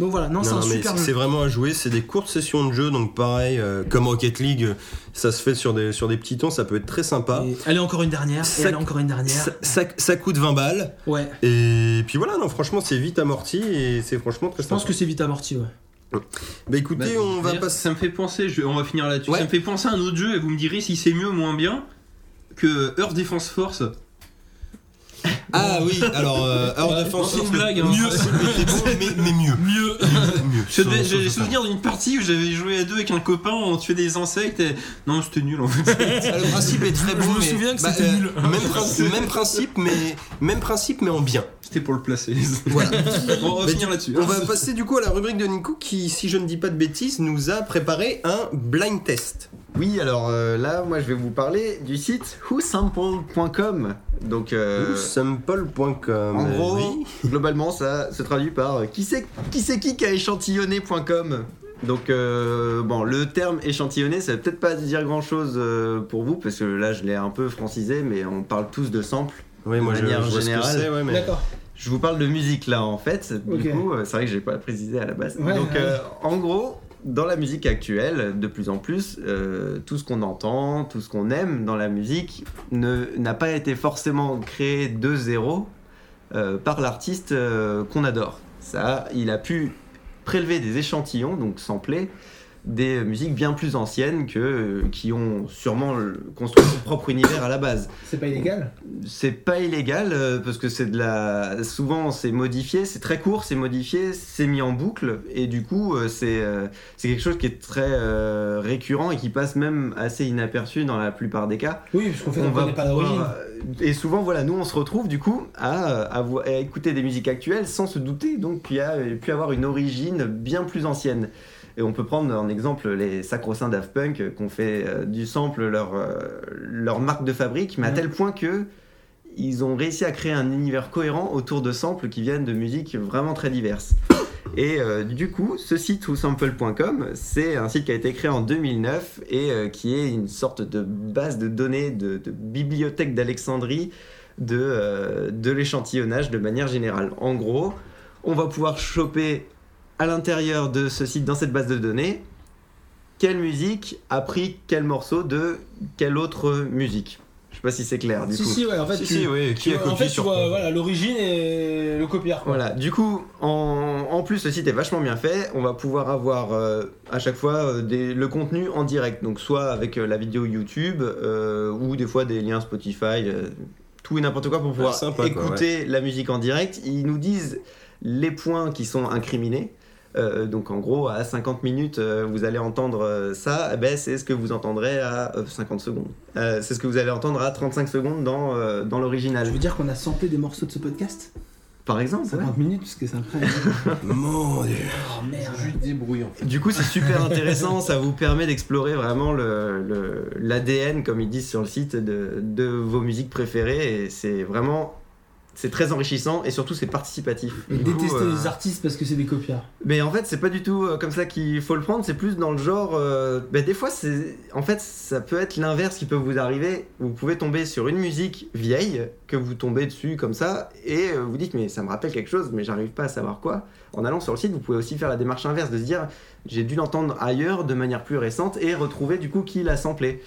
Speaker 3: Donc voilà, non, c'est
Speaker 1: Non,
Speaker 3: un
Speaker 1: non, mais
Speaker 3: super
Speaker 1: c'est
Speaker 3: jeu.
Speaker 1: vraiment à jouer, c'est des courtes sessions de jeu, donc pareil, euh, comme Rocket League, euh, ça se fait sur des, sur des petits temps, ça peut être très sympa.
Speaker 3: Et allez, encore une dernière. Et
Speaker 1: Ça-
Speaker 3: allez, encore une dernière.
Speaker 1: Ça, ça, ça coûte 20 balles,
Speaker 3: Ouais,
Speaker 1: et puis voilà, non, franchement, c'est vite amorti, et c'est franchement très
Speaker 3: je pense
Speaker 1: sympa.
Speaker 3: que c'est vite amorti, ouais.
Speaker 1: Bah écoutez,
Speaker 4: Bah,
Speaker 1: on va
Speaker 4: d'ailleurs,
Speaker 1: passer...
Speaker 4: Ça me fait penser, je- on va finir là-dessus.
Speaker 1: Ouais.
Speaker 4: Ça me fait penser à un autre jeu et vous me direz si c'est mieux ou moins bien que Earth Defense Force.
Speaker 1: Ah oui, alors, euh, Earth Defense
Speaker 4: c'est une
Speaker 1: Force,
Speaker 4: blague, hein.
Speaker 1: mieux, c'est bon, mais, mais mieux.
Speaker 4: Mieux.
Speaker 1: mieux.
Speaker 4: J'ai
Speaker 1: Sans-
Speaker 4: des-
Speaker 1: sans-
Speaker 4: j'ai des
Speaker 1: sans-
Speaker 4: souvenirs d'une partie où j'avais joué à deux avec un copain, on tuait des insectes et. Non, c'était nul en fait.
Speaker 1: Ah, Le principe est très
Speaker 5: Je
Speaker 1: bon.
Speaker 5: me
Speaker 1: mais-
Speaker 5: souviens que
Speaker 1: bah,
Speaker 5: c'était
Speaker 1: euh,
Speaker 5: nul.
Speaker 1: Même, principe, même principe, mais même principe, mais en bien.
Speaker 4: c'était pour le placer.
Speaker 1: Voilà.
Speaker 4: on va
Speaker 1: Mais
Speaker 4: finir
Speaker 1: tu-
Speaker 4: là-dessus. hein.
Speaker 1: On va passer du coup à la rubrique de Nico qui, si je ne dis pas de bêtises, nous a préparé un blind test.
Speaker 2: Oui, alors euh, là, moi, je vais vous parler du site whosample.com. Donc, euh,
Speaker 1: Sample.com.
Speaker 2: en gros,
Speaker 1: oui.
Speaker 2: globalement, ça se traduit par euh, qui c'est qui, c'est qui qui a échantillonné.com. Donc, euh, bon, le terme échantillonné, ça veut peut-être pas dire grand-chose euh, pour vous, parce que là, je l'ai un peu francisé, mais on parle tous de samples.
Speaker 1: Oui, moi
Speaker 2: de
Speaker 1: je,
Speaker 2: manière
Speaker 1: je vois ce que
Speaker 2: générale.
Speaker 1: c'est, ouais, mais-
Speaker 3: D'accord.
Speaker 2: Je vous parle de musique là en fait, du
Speaker 3: Ok.
Speaker 2: coup euh, c'est vrai que j'ai pas précisé à la base.
Speaker 3: Ouais,
Speaker 2: Donc
Speaker 3: ouais.
Speaker 2: euh, en gros, dans la musique actuelle, de plus en plus, euh, tout ce qu'on entend, tout ce qu'on aime dans la musique ne- n'a pas été forcément créé de zéro euh, par l'artiste euh, qu'on adore. Ça, il a pu prélever des échantillons, donc sampler, des musiques bien plus anciennes que, euh, qui ont sûrement euh, construit leur propre univers à la base
Speaker 3: C'est pas illégal
Speaker 2: c'est pas illégal euh, parce que c'est de la souvent c'est modifié c'est très court c'est modifié c'est mis en boucle et du coup euh, c'est euh, c'est quelque chose qui est très euh, récurrent et qui passe même assez inaperçu dans la plupart des cas
Speaker 3: Oui, parce qu'en fait, on,
Speaker 2: va
Speaker 3: connaît pas l'origine.
Speaker 1: euh,
Speaker 2: pouvoir- et souvent voilà nous on se retrouve du coup à, euh, à vo- à écouter des musiques actuelles sans se douter donc qu'il y a euh, pu avoir une origine bien plus ancienne et on peut prendre en exemple les sacro-saints Daft Punk euh, qu'on fait euh, du sample leur, euh, leur marque de fabrique mais à
Speaker 3: Mhm.
Speaker 2: tel point que ils ont réussi à créer un univers cohérent autour de samples qui viennent de musiques vraiment très diverses. Et euh, du coup, ce site whosample.com, c'est un site qui a été créé en 2009 et euh, qui est une sorte de base de données, de, de bibliothèque d'Alexandrie de, euh, de l'échantillonnage de manière générale. En gros, on va pouvoir choper à l'intérieur de ce site, dans cette base de données, quelle musique a pris quel morceau de quelle autre musique. Je sais pas si c'est clair du
Speaker 3: Si,
Speaker 2: coup.
Speaker 3: si, ouais, en fait,
Speaker 1: Si,
Speaker 3: tu-
Speaker 1: si, oui, qui
Speaker 3: tu
Speaker 1: a
Speaker 3: vois- en
Speaker 1: copié
Speaker 3: fait, tu
Speaker 1: sur
Speaker 3: vois voilà, l'origine et le copieur. quoi.
Speaker 2: Voilà, du coup, en, en plus, le site est vachement bien fait. On va pouvoir avoir euh, à chaque fois euh, des- le contenu en direct, donc soit avec euh, la vidéo YouTube euh, ou des fois des liens Spotify, euh, tout et n'importe quoi pour pouvoir
Speaker 1: Ah, sympa, quoi,
Speaker 2: écouter la musique en direct. Ils nous disent les points qui sont incriminés. Euh, donc en gros, à 50 minutes, euh, vous allez entendre euh, ça, eh ben, c'est ce que vous entendrez à euh, 50 secondes. Euh, c'est ce que vous allez entendre à 35 secondes dans, euh, dans
Speaker 3: Ah,
Speaker 2: l'original.
Speaker 5: Je veux dire qu'on a samplé des morceaux de ce podcast
Speaker 2: Par exemple, ouais.
Speaker 5: 50 minutes, parce que c'est incroyable.
Speaker 1: Mon Dieu.
Speaker 5: Oh merde.
Speaker 4: Juste débrouillant.
Speaker 2: Du coup, c'est super intéressant. ça vous permet d'explorer vraiment le- le- l'ADN, comme ils disent sur le site, de, de vos musiques préférées. Et c'est vraiment. C'est très enrichissant et surtout c'est participatif.
Speaker 5: Et
Speaker 2: Du coup,
Speaker 5: détester
Speaker 2: euh,
Speaker 5: les artistes parce que c'est des copiards.
Speaker 2: Mais en fait, c'est pas du tout euh, comme ça qu'il faut le prendre. C'est plus dans le genre. euh, bah, des fois, c'est. En fait, ça peut être l'inverse qui peut vous arriver. Vous pouvez tomber sur une musique vieille que vous tombez dessus comme ça et euh, vous dites mais ça me rappelle quelque chose, mais j'arrive pas à savoir quoi. En allant sur le site, vous pouvez aussi faire la démarche inverse de se dire j'ai dû l'entendre ailleurs de manière plus récente et retrouver du coup qui l'a samplé.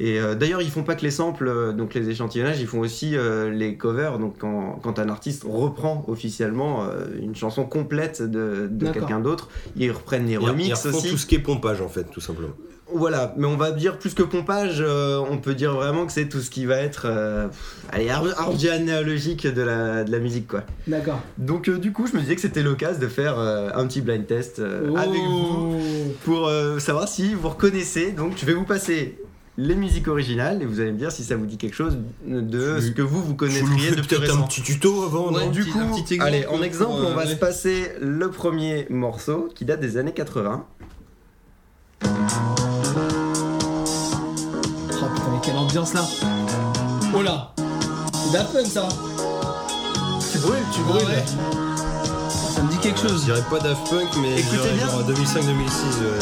Speaker 2: Et euh, d'ailleurs, ils font pas que les samples, euh, donc les échantillonnages, ils font aussi euh, les covers. Donc quand, quand un artiste reprend officiellement euh, une chanson complète de, de
Speaker 3: D'accord.
Speaker 2: quelqu'un d'autre, ils reprennent les
Speaker 1: Ils- ils
Speaker 2: remixes
Speaker 1: refont
Speaker 2: aussi.
Speaker 1: tout ce qui est pompage en fait, tout simplement.
Speaker 2: Voilà, mais on va dire plus que pompage, euh, on peut dire vraiment que c'est tout ce qui va être, euh, pff, allez, ar- arbre généalogique de la, de la musique quoi.
Speaker 3: D'accord.
Speaker 2: Donc euh, du coup, je me disais que c'était l'occasion de faire euh, un petit blind test euh,
Speaker 3: Oh.
Speaker 2: avec
Speaker 1: Oh.
Speaker 2: vous pour euh, savoir si vous reconnaissez. Donc, je vais vous passer les musiques originales et vous allez me dire si ça vous dit quelque chose de
Speaker 1: Tu-
Speaker 2: ce que vous vous
Speaker 1: Je vous
Speaker 2: connaîtriez
Speaker 1: fais
Speaker 2: de plus
Speaker 1: peut-être un
Speaker 2: récent.
Speaker 1: petit tuto avant,
Speaker 4: Ouais.
Speaker 1: non
Speaker 2: du
Speaker 4: petit-
Speaker 2: coup,
Speaker 4: un petit exemple
Speaker 2: allez, en
Speaker 4: pour,
Speaker 2: exemple,
Speaker 4: euh,
Speaker 2: on va
Speaker 4: ouais.
Speaker 2: se passer le premier morceau qui date des années 80.
Speaker 3: Oh putain, mais quelle ambiance là Oh là C'est Daft Punk ça
Speaker 2: Tu brûles, tu
Speaker 3: brûles. Ça me dit quelque
Speaker 1: Je
Speaker 3: chose.
Speaker 1: dirais pas Daft Punk, mais
Speaker 2: Écoutez
Speaker 1: je dirais
Speaker 2: bien.
Speaker 1: genre 2005-2006. euh,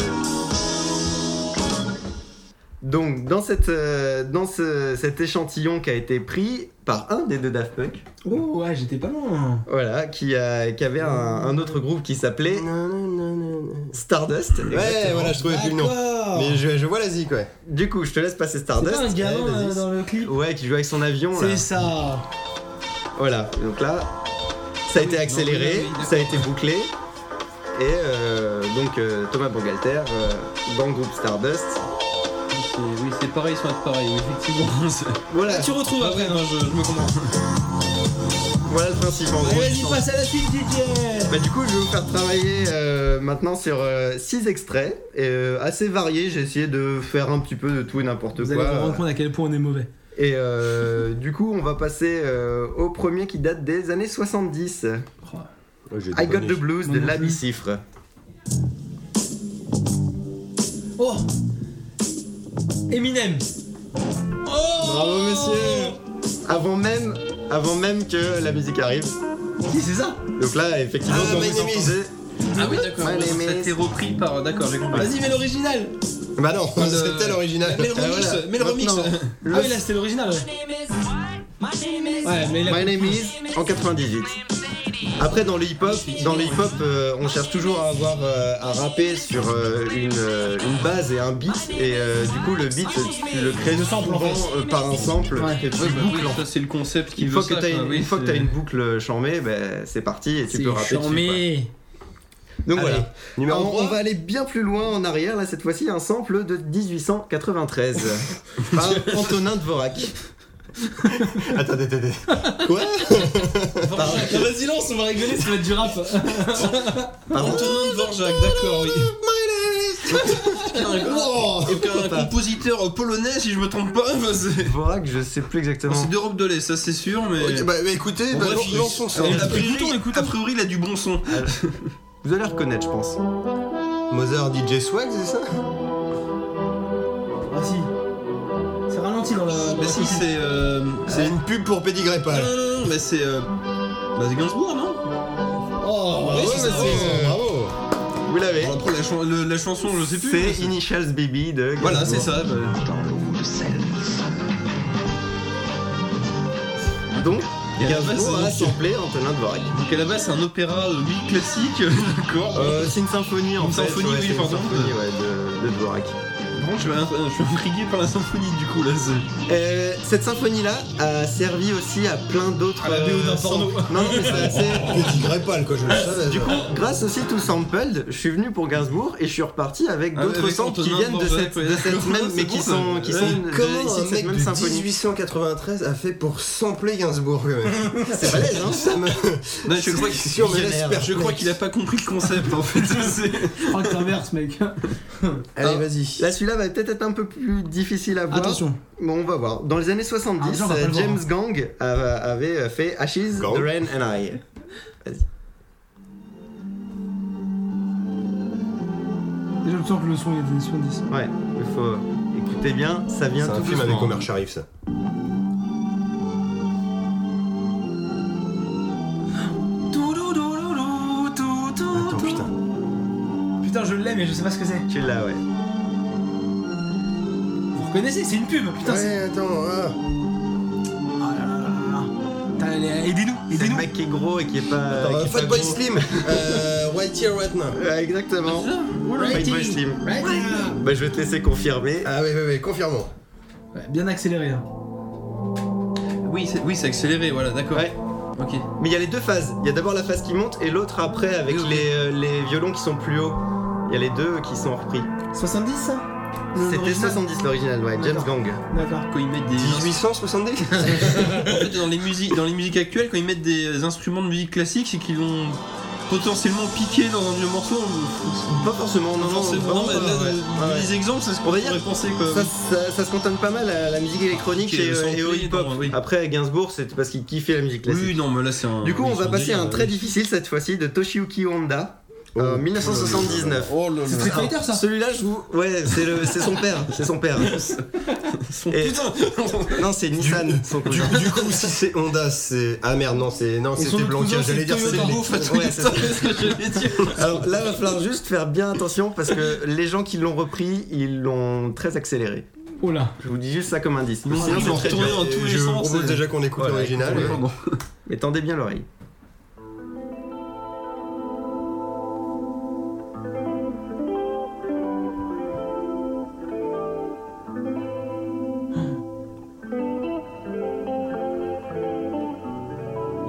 Speaker 2: Donc, dans, cette, euh, dans ce- cet échantillon qui a été pris par un des deux Daft Punk,
Speaker 3: Oh ouais, j'étais pas loin.
Speaker 2: voilà, qui, a- qui avait un, un autre groupe qui s'appelait Stardust.
Speaker 1: Ouais,
Speaker 2: exactement.
Speaker 1: voilà, je trouvais plus le nom.
Speaker 3: D'accord.
Speaker 1: Mais je, je vois la zic, ouais.
Speaker 2: Du coup, je te laisse passer
Speaker 3: C'est
Speaker 2: Stardust.
Speaker 3: pas un gamin
Speaker 2: Allez, eh, vas-y.
Speaker 3: euh, dans le clip
Speaker 2: Ouais, qui joue avec son avion. Là.
Speaker 3: C'est ça.
Speaker 2: Voilà, donc là, ça a
Speaker 3: Ah
Speaker 2: été accéléré,
Speaker 4: Non, mais là, oui,
Speaker 2: ça a été bouclé. Et euh, donc euh, Thomas Bangalter, euh, dans le groupe Stardust.
Speaker 4: C'est- Oui, c'est pareil, soit pareil, oui, effectivement. c'est-
Speaker 2: Voilà,
Speaker 3: Tu retrouves
Speaker 4: Ah
Speaker 3: après. hein.
Speaker 4: ouais, moi, je, je me comprends.
Speaker 2: voilà le principe en gros.
Speaker 3: Allez, vas-y, passe à la suite, DJ.
Speaker 2: Bah, du coup, je vais vous faire travailler euh, maintenant sur 6 extraits, et, euh, assez variés. J'ai essayé de faire un petit peu de tout et n'importe
Speaker 3: Vous
Speaker 2: quoi.
Speaker 3: allez vous rendre compte à quel point on est mauvais.
Speaker 2: Et euh, du coup, on va passer euh, au premier qui date des années 70.
Speaker 1: Ouais, j'ai
Speaker 2: I
Speaker 1: des
Speaker 2: Got
Speaker 1: bonnes
Speaker 2: the Blues de
Speaker 3: Moi non
Speaker 2: Labi
Speaker 3: plus.
Speaker 2: Cifre.
Speaker 3: Oh Eminem Oh
Speaker 2: Bravo monsieur Avant même, avant même que la musique arrive.
Speaker 3: Qui c'est ça
Speaker 2: Donc là, effectivement,
Speaker 1: Ah,
Speaker 2: quand
Speaker 1: My
Speaker 2: vous
Speaker 1: Name Is.
Speaker 2: entendez...
Speaker 4: Ah oui, d'accord.
Speaker 2: Ouais, mais-
Speaker 4: Ça a été repris par. D'accord, j'ai compris.
Speaker 3: Vas-y, mets l'original
Speaker 1: Bah non,
Speaker 4: Euh,
Speaker 1: c'était l'original.
Speaker 4: Mets le
Speaker 2: Ah,
Speaker 4: remix,
Speaker 2: voilà.
Speaker 4: mets le remix.
Speaker 2: Maintenant.
Speaker 3: Ah oui, là c'était l'original. ouais. Ouais, mais là-
Speaker 2: My Name Is en 98. Après, dans le hip-hop, dans le hip-hop, euh, on cherche toujours à avoir euh, à rapper sur euh, une, euh, une base et un beat, et euh, du coup, le beat, tu le crées souvent euh, par un sample.
Speaker 3: Ouais.
Speaker 2: et tu
Speaker 4: Ouais, bah,
Speaker 2: boucles, en
Speaker 4: oui, ça c'est le concept qui
Speaker 2: Une
Speaker 4: veut
Speaker 2: fois que
Speaker 4: ça,
Speaker 2: t'as
Speaker 4: quoi,
Speaker 2: une,
Speaker 4: oui,
Speaker 2: une fois que
Speaker 4: c'est-
Speaker 2: t'as une boucle chamée, ben, c'est parti et tu
Speaker 3: C'est
Speaker 2: peux rapper dessus, quoi.
Speaker 3: charmé.
Speaker 2: Donc
Speaker 1: Allez,
Speaker 2: voilà.
Speaker 1: Numéro
Speaker 2: on,
Speaker 1: 3.
Speaker 2: on va aller bien plus loin en arrière, là cette fois-ci un sample de 1893 par Antonin Dvorak.
Speaker 1: Attendez, attendez. Quoi
Speaker 2: Par,
Speaker 3: Ah, Vas-y, lance, on va rigoler, ça va être du rap.
Speaker 2: par-
Speaker 4: Antonin Dvorak, d'accord, oui.
Speaker 1: Oh
Speaker 2: Oh
Speaker 4: Et puis un
Speaker 2: pas.
Speaker 4: compositeur polonais, si je me trompe pas, bah, c'est
Speaker 2: Dvorak, je sais plus exactement.
Speaker 4: c'est d'Europe de l'Est, ça c'est sûr, mais.
Speaker 1: Ok, bah, bah, écoutez,
Speaker 4: Bon,
Speaker 1: bah,
Speaker 4: bref,
Speaker 1: lan-
Speaker 4: il-
Speaker 1: lançons ça.
Speaker 4: a
Speaker 3: il-
Speaker 4: priori-
Speaker 3: Écoutons, écoutons.
Speaker 4: a priori, il a du bon son.
Speaker 2: Vous allez reconnaître, je pense.
Speaker 1: Mozart DJ Swag, c'est ça
Speaker 3: Ah si. C'est ralenti dans la.
Speaker 4: Bah si, c'est. euh,
Speaker 2: Ah,
Speaker 4: c'est-
Speaker 1: C'est une pub pour
Speaker 4: Non,
Speaker 1: Pédigrépal.
Speaker 4: non, non, mais c'est. euh, Bah c'est Gainsbourg, non
Speaker 3: Oh,
Speaker 1: Bravo,
Speaker 3: oui, c'est ça.
Speaker 1: monsieur, euh, bravo.
Speaker 2: Vous l'avez.
Speaker 4: Bon, Après la, chan- le- la chanson, je sais plus. mais
Speaker 2: C'est
Speaker 4: c'est-
Speaker 2: Initials Baby de. Gainsbourg.
Speaker 4: Voilà, c'est ça. bah.
Speaker 2: Donc,
Speaker 4: Et à la base,
Speaker 2: Gainsbourg a
Speaker 4: c'est-
Speaker 2: samplé Antonin Dvorak.
Speaker 4: Donc à la base, c'est un opéra, euh, oui, classique, d'accord.
Speaker 2: Euh, c'est une symphonie en
Speaker 4: Une
Speaker 2: fait.
Speaker 4: symphonie,
Speaker 2: ouais,
Speaker 4: oui,
Speaker 2: c'est une
Speaker 4: pardon.
Speaker 2: symphonie ouais, de, de Dvorak.
Speaker 4: Bon, je suis, je suis intrigué par la symphonie du coup là. c'est-
Speaker 2: Euh, cette symphonie-là a servi aussi à plein d'autres.
Speaker 3: À la BO d'un porno.
Speaker 2: samples. Non, mais c'est assez.
Speaker 1: Pédigrépal, quoi, je le savais.
Speaker 2: Du
Speaker 1: ça.
Speaker 2: coup, grâce aussi tout sampled, je suis venu pour Gainsbourg et je suis reparti avec
Speaker 4: Ah,
Speaker 2: d'autres
Speaker 4: avec
Speaker 2: samples qui
Speaker 4: Antonin
Speaker 2: viennent de
Speaker 4: Dvorak,
Speaker 2: cette,
Speaker 4: ouais.
Speaker 2: de cette même, mais
Speaker 4: C'est
Speaker 2: qui
Speaker 4: bon,
Speaker 2: sont,
Speaker 4: ça.
Speaker 2: qui
Speaker 4: Ouais.
Speaker 2: sont de-
Speaker 1: Comment
Speaker 2: ici,
Speaker 1: un
Speaker 2: de
Speaker 1: mec
Speaker 2: cette
Speaker 1: de
Speaker 2: même symphonie.
Speaker 1: 1893 a fait pour sampler Gainsbourg quand même C'est balèze, hein Ça me...
Speaker 4: Non, je crois que-
Speaker 1: Si on me laisse
Speaker 2: Visionnaire.
Speaker 1: perplexe.
Speaker 4: Je crois qu'il a pas compris le concept en fait. c'est-
Speaker 3: Je crois que t'inverses, mec.
Speaker 1: Allez,
Speaker 2: Ah.
Speaker 1: vas-y.
Speaker 2: Là, celui-là va peut-être être un peu plus difficile à voir.
Speaker 3: Attention.
Speaker 2: Bon, on va voir. Dans les années 70,
Speaker 3: Ah, déjà, on va pas
Speaker 2: euh,
Speaker 3: le voir,
Speaker 2: James Gang a- avait euh, fait Ashes,
Speaker 1: Gang.
Speaker 2: The Rain and I.
Speaker 3: Déjà, je me sens que le son il est des 70.
Speaker 2: Ouais, il faut écouter bien, ça vient
Speaker 1: C'est
Speaker 2: tout
Speaker 1: un film
Speaker 2: doucement.
Speaker 1: avec Omer Sharif, ça. Attends, putain.
Speaker 3: Putain, je l'ai, mais je sais pas ce que c'est.
Speaker 2: Tu l'as, ouais.
Speaker 3: Vous reconnaissez, c'est une pub. Putain, c'est.
Speaker 1: Ouais, attends, ah.
Speaker 3: Oh là là là là. Putain, allez, Aidez-nous,
Speaker 2: C'est le
Speaker 3: aidez-nous.
Speaker 2: mec qui est gros et qui est pas.
Speaker 1: Attends,
Speaker 2: qui est
Speaker 1: euh,
Speaker 2: pas
Speaker 1: Fatboy
Speaker 2: gros.
Speaker 1: Slim, euh, Right Here, Right Now.
Speaker 2: Ouais, exactement.
Speaker 3: Righty.
Speaker 2: Fatboy Slim.
Speaker 3: Righty.
Speaker 2: Bah, je vais te laisser confirmer.
Speaker 1: Ah oui, oui, oui, confirmons.
Speaker 3: Ouais, bien accéléré. hein.
Speaker 4: Oui, c'est oui, c'est accéléré, voilà, d'accord.
Speaker 2: Ouais.
Speaker 4: Ok.
Speaker 2: Mais il y a les deux phases. Il y a d'abord la phase qui monte et l'autre après avec
Speaker 4: Oui, oui.
Speaker 2: les, euh, les violons qui sont plus hauts. Il y a les deux qui sont repris.
Speaker 3: 70 ça Le-
Speaker 2: C'était
Speaker 3: l'original
Speaker 2: 70 l'original, ouais, James
Speaker 3: D'accord.
Speaker 2: Gang.
Speaker 3: D'accord.
Speaker 4: Quand ils mettent des
Speaker 1: 1870
Speaker 4: En fait, dans les musiques, dans les musiques actuelles, quand ils mettent des instruments de musique classique, c'est qu'ils l'ont potentiellement piqué dans un vieux morceau. On-
Speaker 2: Pas forcément, non, non,
Speaker 4: forcément,
Speaker 2: vraiment
Speaker 4: mais
Speaker 2: pas,
Speaker 4: là,
Speaker 2: ouais.
Speaker 4: dans- dans
Speaker 2: Ouais.
Speaker 4: les exemples, c'est ce qu'on
Speaker 2: On va
Speaker 4: pourrait
Speaker 2: dire-
Speaker 4: penser quoi.
Speaker 2: Ça, ça- ça se cantonne pas mal à la musique électronique
Speaker 4: Qui est
Speaker 2: et,
Speaker 4: le
Speaker 2: euh, et au
Speaker 4: samplé,
Speaker 2: hip-hop.
Speaker 4: non, oui.
Speaker 2: Après, Gainsbourg, c'est parce qu'il kiffait la musique classique.
Speaker 4: Oui, non, mais là c'est un. euh,
Speaker 2: Du coup,
Speaker 4: Ah, oui,
Speaker 2: on va
Speaker 4: c'est
Speaker 2: passer à
Speaker 4: délire,
Speaker 2: un très difficile cette fois-ci de Toshiyuki Honda. euh, en 1979.
Speaker 3: C'est Street Fighter ça
Speaker 2: Celui-là, je vous. Ouais, c'est le- c'est son père. C'est son père.
Speaker 4: ouais.
Speaker 2: Et- Non, c'est Nissan. son
Speaker 1: du,
Speaker 2: cousin.
Speaker 1: du coup, si c'est Honda, c'est. Ah merde, non, c'est. Non,
Speaker 3: Et son
Speaker 1: c'était
Speaker 3: autre
Speaker 1: Blanquer,
Speaker 3: cousin,
Speaker 1: j'allais
Speaker 3: c'est
Speaker 1: dire c'est les-
Speaker 3: Toyota.
Speaker 2: Ouais, c'est ça.
Speaker 4: C'est ce que j'allais dire.
Speaker 2: Alors là, va falloir juste faire bien attention parce que les gens qui l'ont repris, ils l'ont très accéléré.
Speaker 3: Oh là.
Speaker 2: Je vous dis juste ça comme indice.
Speaker 4: Ils l'ont
Speaker 2: Sinon,
Speaker 4: ils l'ont
Speaker 2: c'est très
Speaker 4: retourné
Speaker 2: dur.
Speaker 4: dans tous les
Speaker 1: Je vous
Speaker 4: sens.
Speaker 1: propose déjà qu'on écoute
Speaker 2: Voilà,
Speaker 1: l'original.
Speaker 2: complètement. Mais tendez bien l'oreille.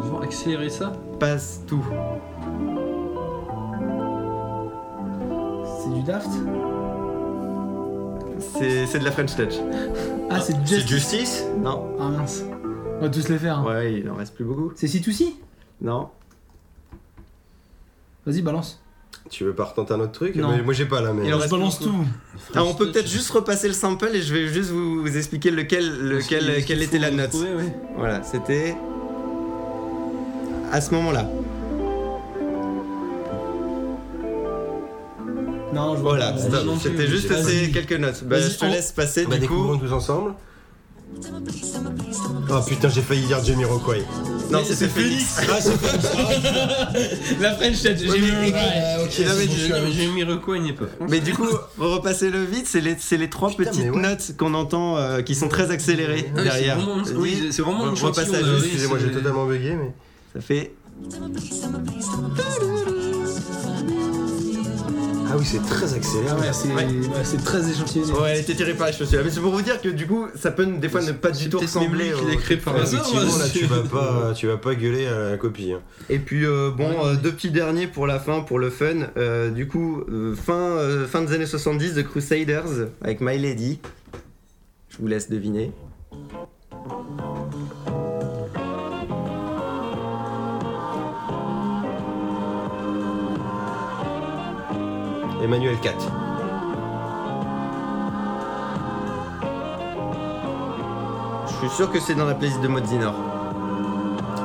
Speaker 4: Ils vont accélérer ça.
Speaker 2: Passe tout.
Speaker 3: C'est du Daft
Speaker 2: C'est c'est de la French Touch.
Speaker 3: Ah, c'est
Speaker 1: C'est
Speaker 3: Just.
Speaker 1: Justice
Speaker 2: Non.
Speaker 3: Ah mince. On va tous les faire. hein.
Speaker 2: Ouais, il en reste plus beaucoup.
Speaker 3: C'est C2C
Speaker 2: Non.
Speaker 3: Vas-y, balance.
Speaker 1: Tu veux pas retenter un autre truc
Speaker 3: Non.
Speaker 1: Mais Moi, j'ai pas là, mais.
Speaker 2: Il en reste
Speaker 3: balance
Speaker 2: beaucoup.
Speaker 3: tout.
Speaker 2: Ah, on peut peut-être juste repasser le sample et je vais juste vous, vous expliquer lequel, lequel,
Speaker 4: Est-ce qu'il
Speaker 2: quelle
Speaker 4: faut
Speaker 2: était la note.
Speaker 4: retrouver, ouais.
Speaker 2: Voilà, c'était à ce moment-là.
Speaker 3: Non, je vois
Speaker 2: Voilà,
Speaker 3: pas.
Speaker 2: stop.
Speaker 4: non plus,
Speaker 2: c'était juste
Speaker 3: vas-y.
Speaker 2: ces quelques notes. Bah,
Speaker 3: Vas-y,
Speaker 2: je te
Speaker 3: on-
Speaker 2: laisse passer
Speaker 1: Bah,
Speaker 2: du coup.
Speaker 1: découvrons tous ensemble. Oh putain, j'ai failli dire Jamie Rockway.
Speaker 2: Non, c'était Phoenix.
Speaker 1: Ah, c'est pas
Speaker 3: La French Touch, j'ai vu.
Speaker 1: ok,
Speaker 4: Non, mais j'ai- non, mais j'ai mis Reco et pas.
Speaker 2: Mais du coup, repassez-le vite, c'est les, c'est les trois
Speaker 1: Putain,
Speaker 2: petites
Speaker 1: mais ouais.
Speaker 2: notes qu'on entend euh, qui sont très accélérées
Speaker 4: Ah oui,
Speaker 2: derrière.
Speaker 4: C'est vraiment,
Speaker 2: Vas-y.
Speaker 4: oui, c'est vraiment
Speaker 2: Re-
Speaker 4: une
Speaker 2: repasse à
Speaker 4: chantilly,
Speaker 2: juste,
Speaker 4: oui,
Speaker 1: Excusez-moi,
Speaker 4: c'est-
Speaker 1: j'ai totalement bugué, mais.
Speaker 2: Ça fait.
Speaker 1: Ah oui, c'est très accéléré.
Speaker 3: Ouais, c'est ouais, c'est très échantillonné.
Speaker 2: Ouais, elle était tirée par les chaussures. ah, Mais c'est pour vous dire que du coup, ça peut des fois ne pas du
Speaker 4: C'est
Speaker 2: tout
Speaker 4: peut-être même lui
Speaker 2: ressembler.
Speaker 4: qui
Speaker 2: au-
Speaker 4: l'a créé par
Speaker 1: Ouais,
Speaker 4: hasard.
Speaker 1: effectivement,
Speaker 4: ouais,
Speaker 1: là, tu
Speaker 4: c'est-
Speaker 1: vas pas, tu vas pas gueuler à la copie. hein.
Speaker 2: Et puis euh, bon, euh, deux petits derniers pour la fin, pour le fun. Euh, du coup, euh, fin, euh, fin des années 70 de Crusaders avec My Lady. Je vous laisse deviner.
Speaker 1: Emmanuel 4.
Speaker 2: Je suis sûr que c'est dans la playlist de Mozinor.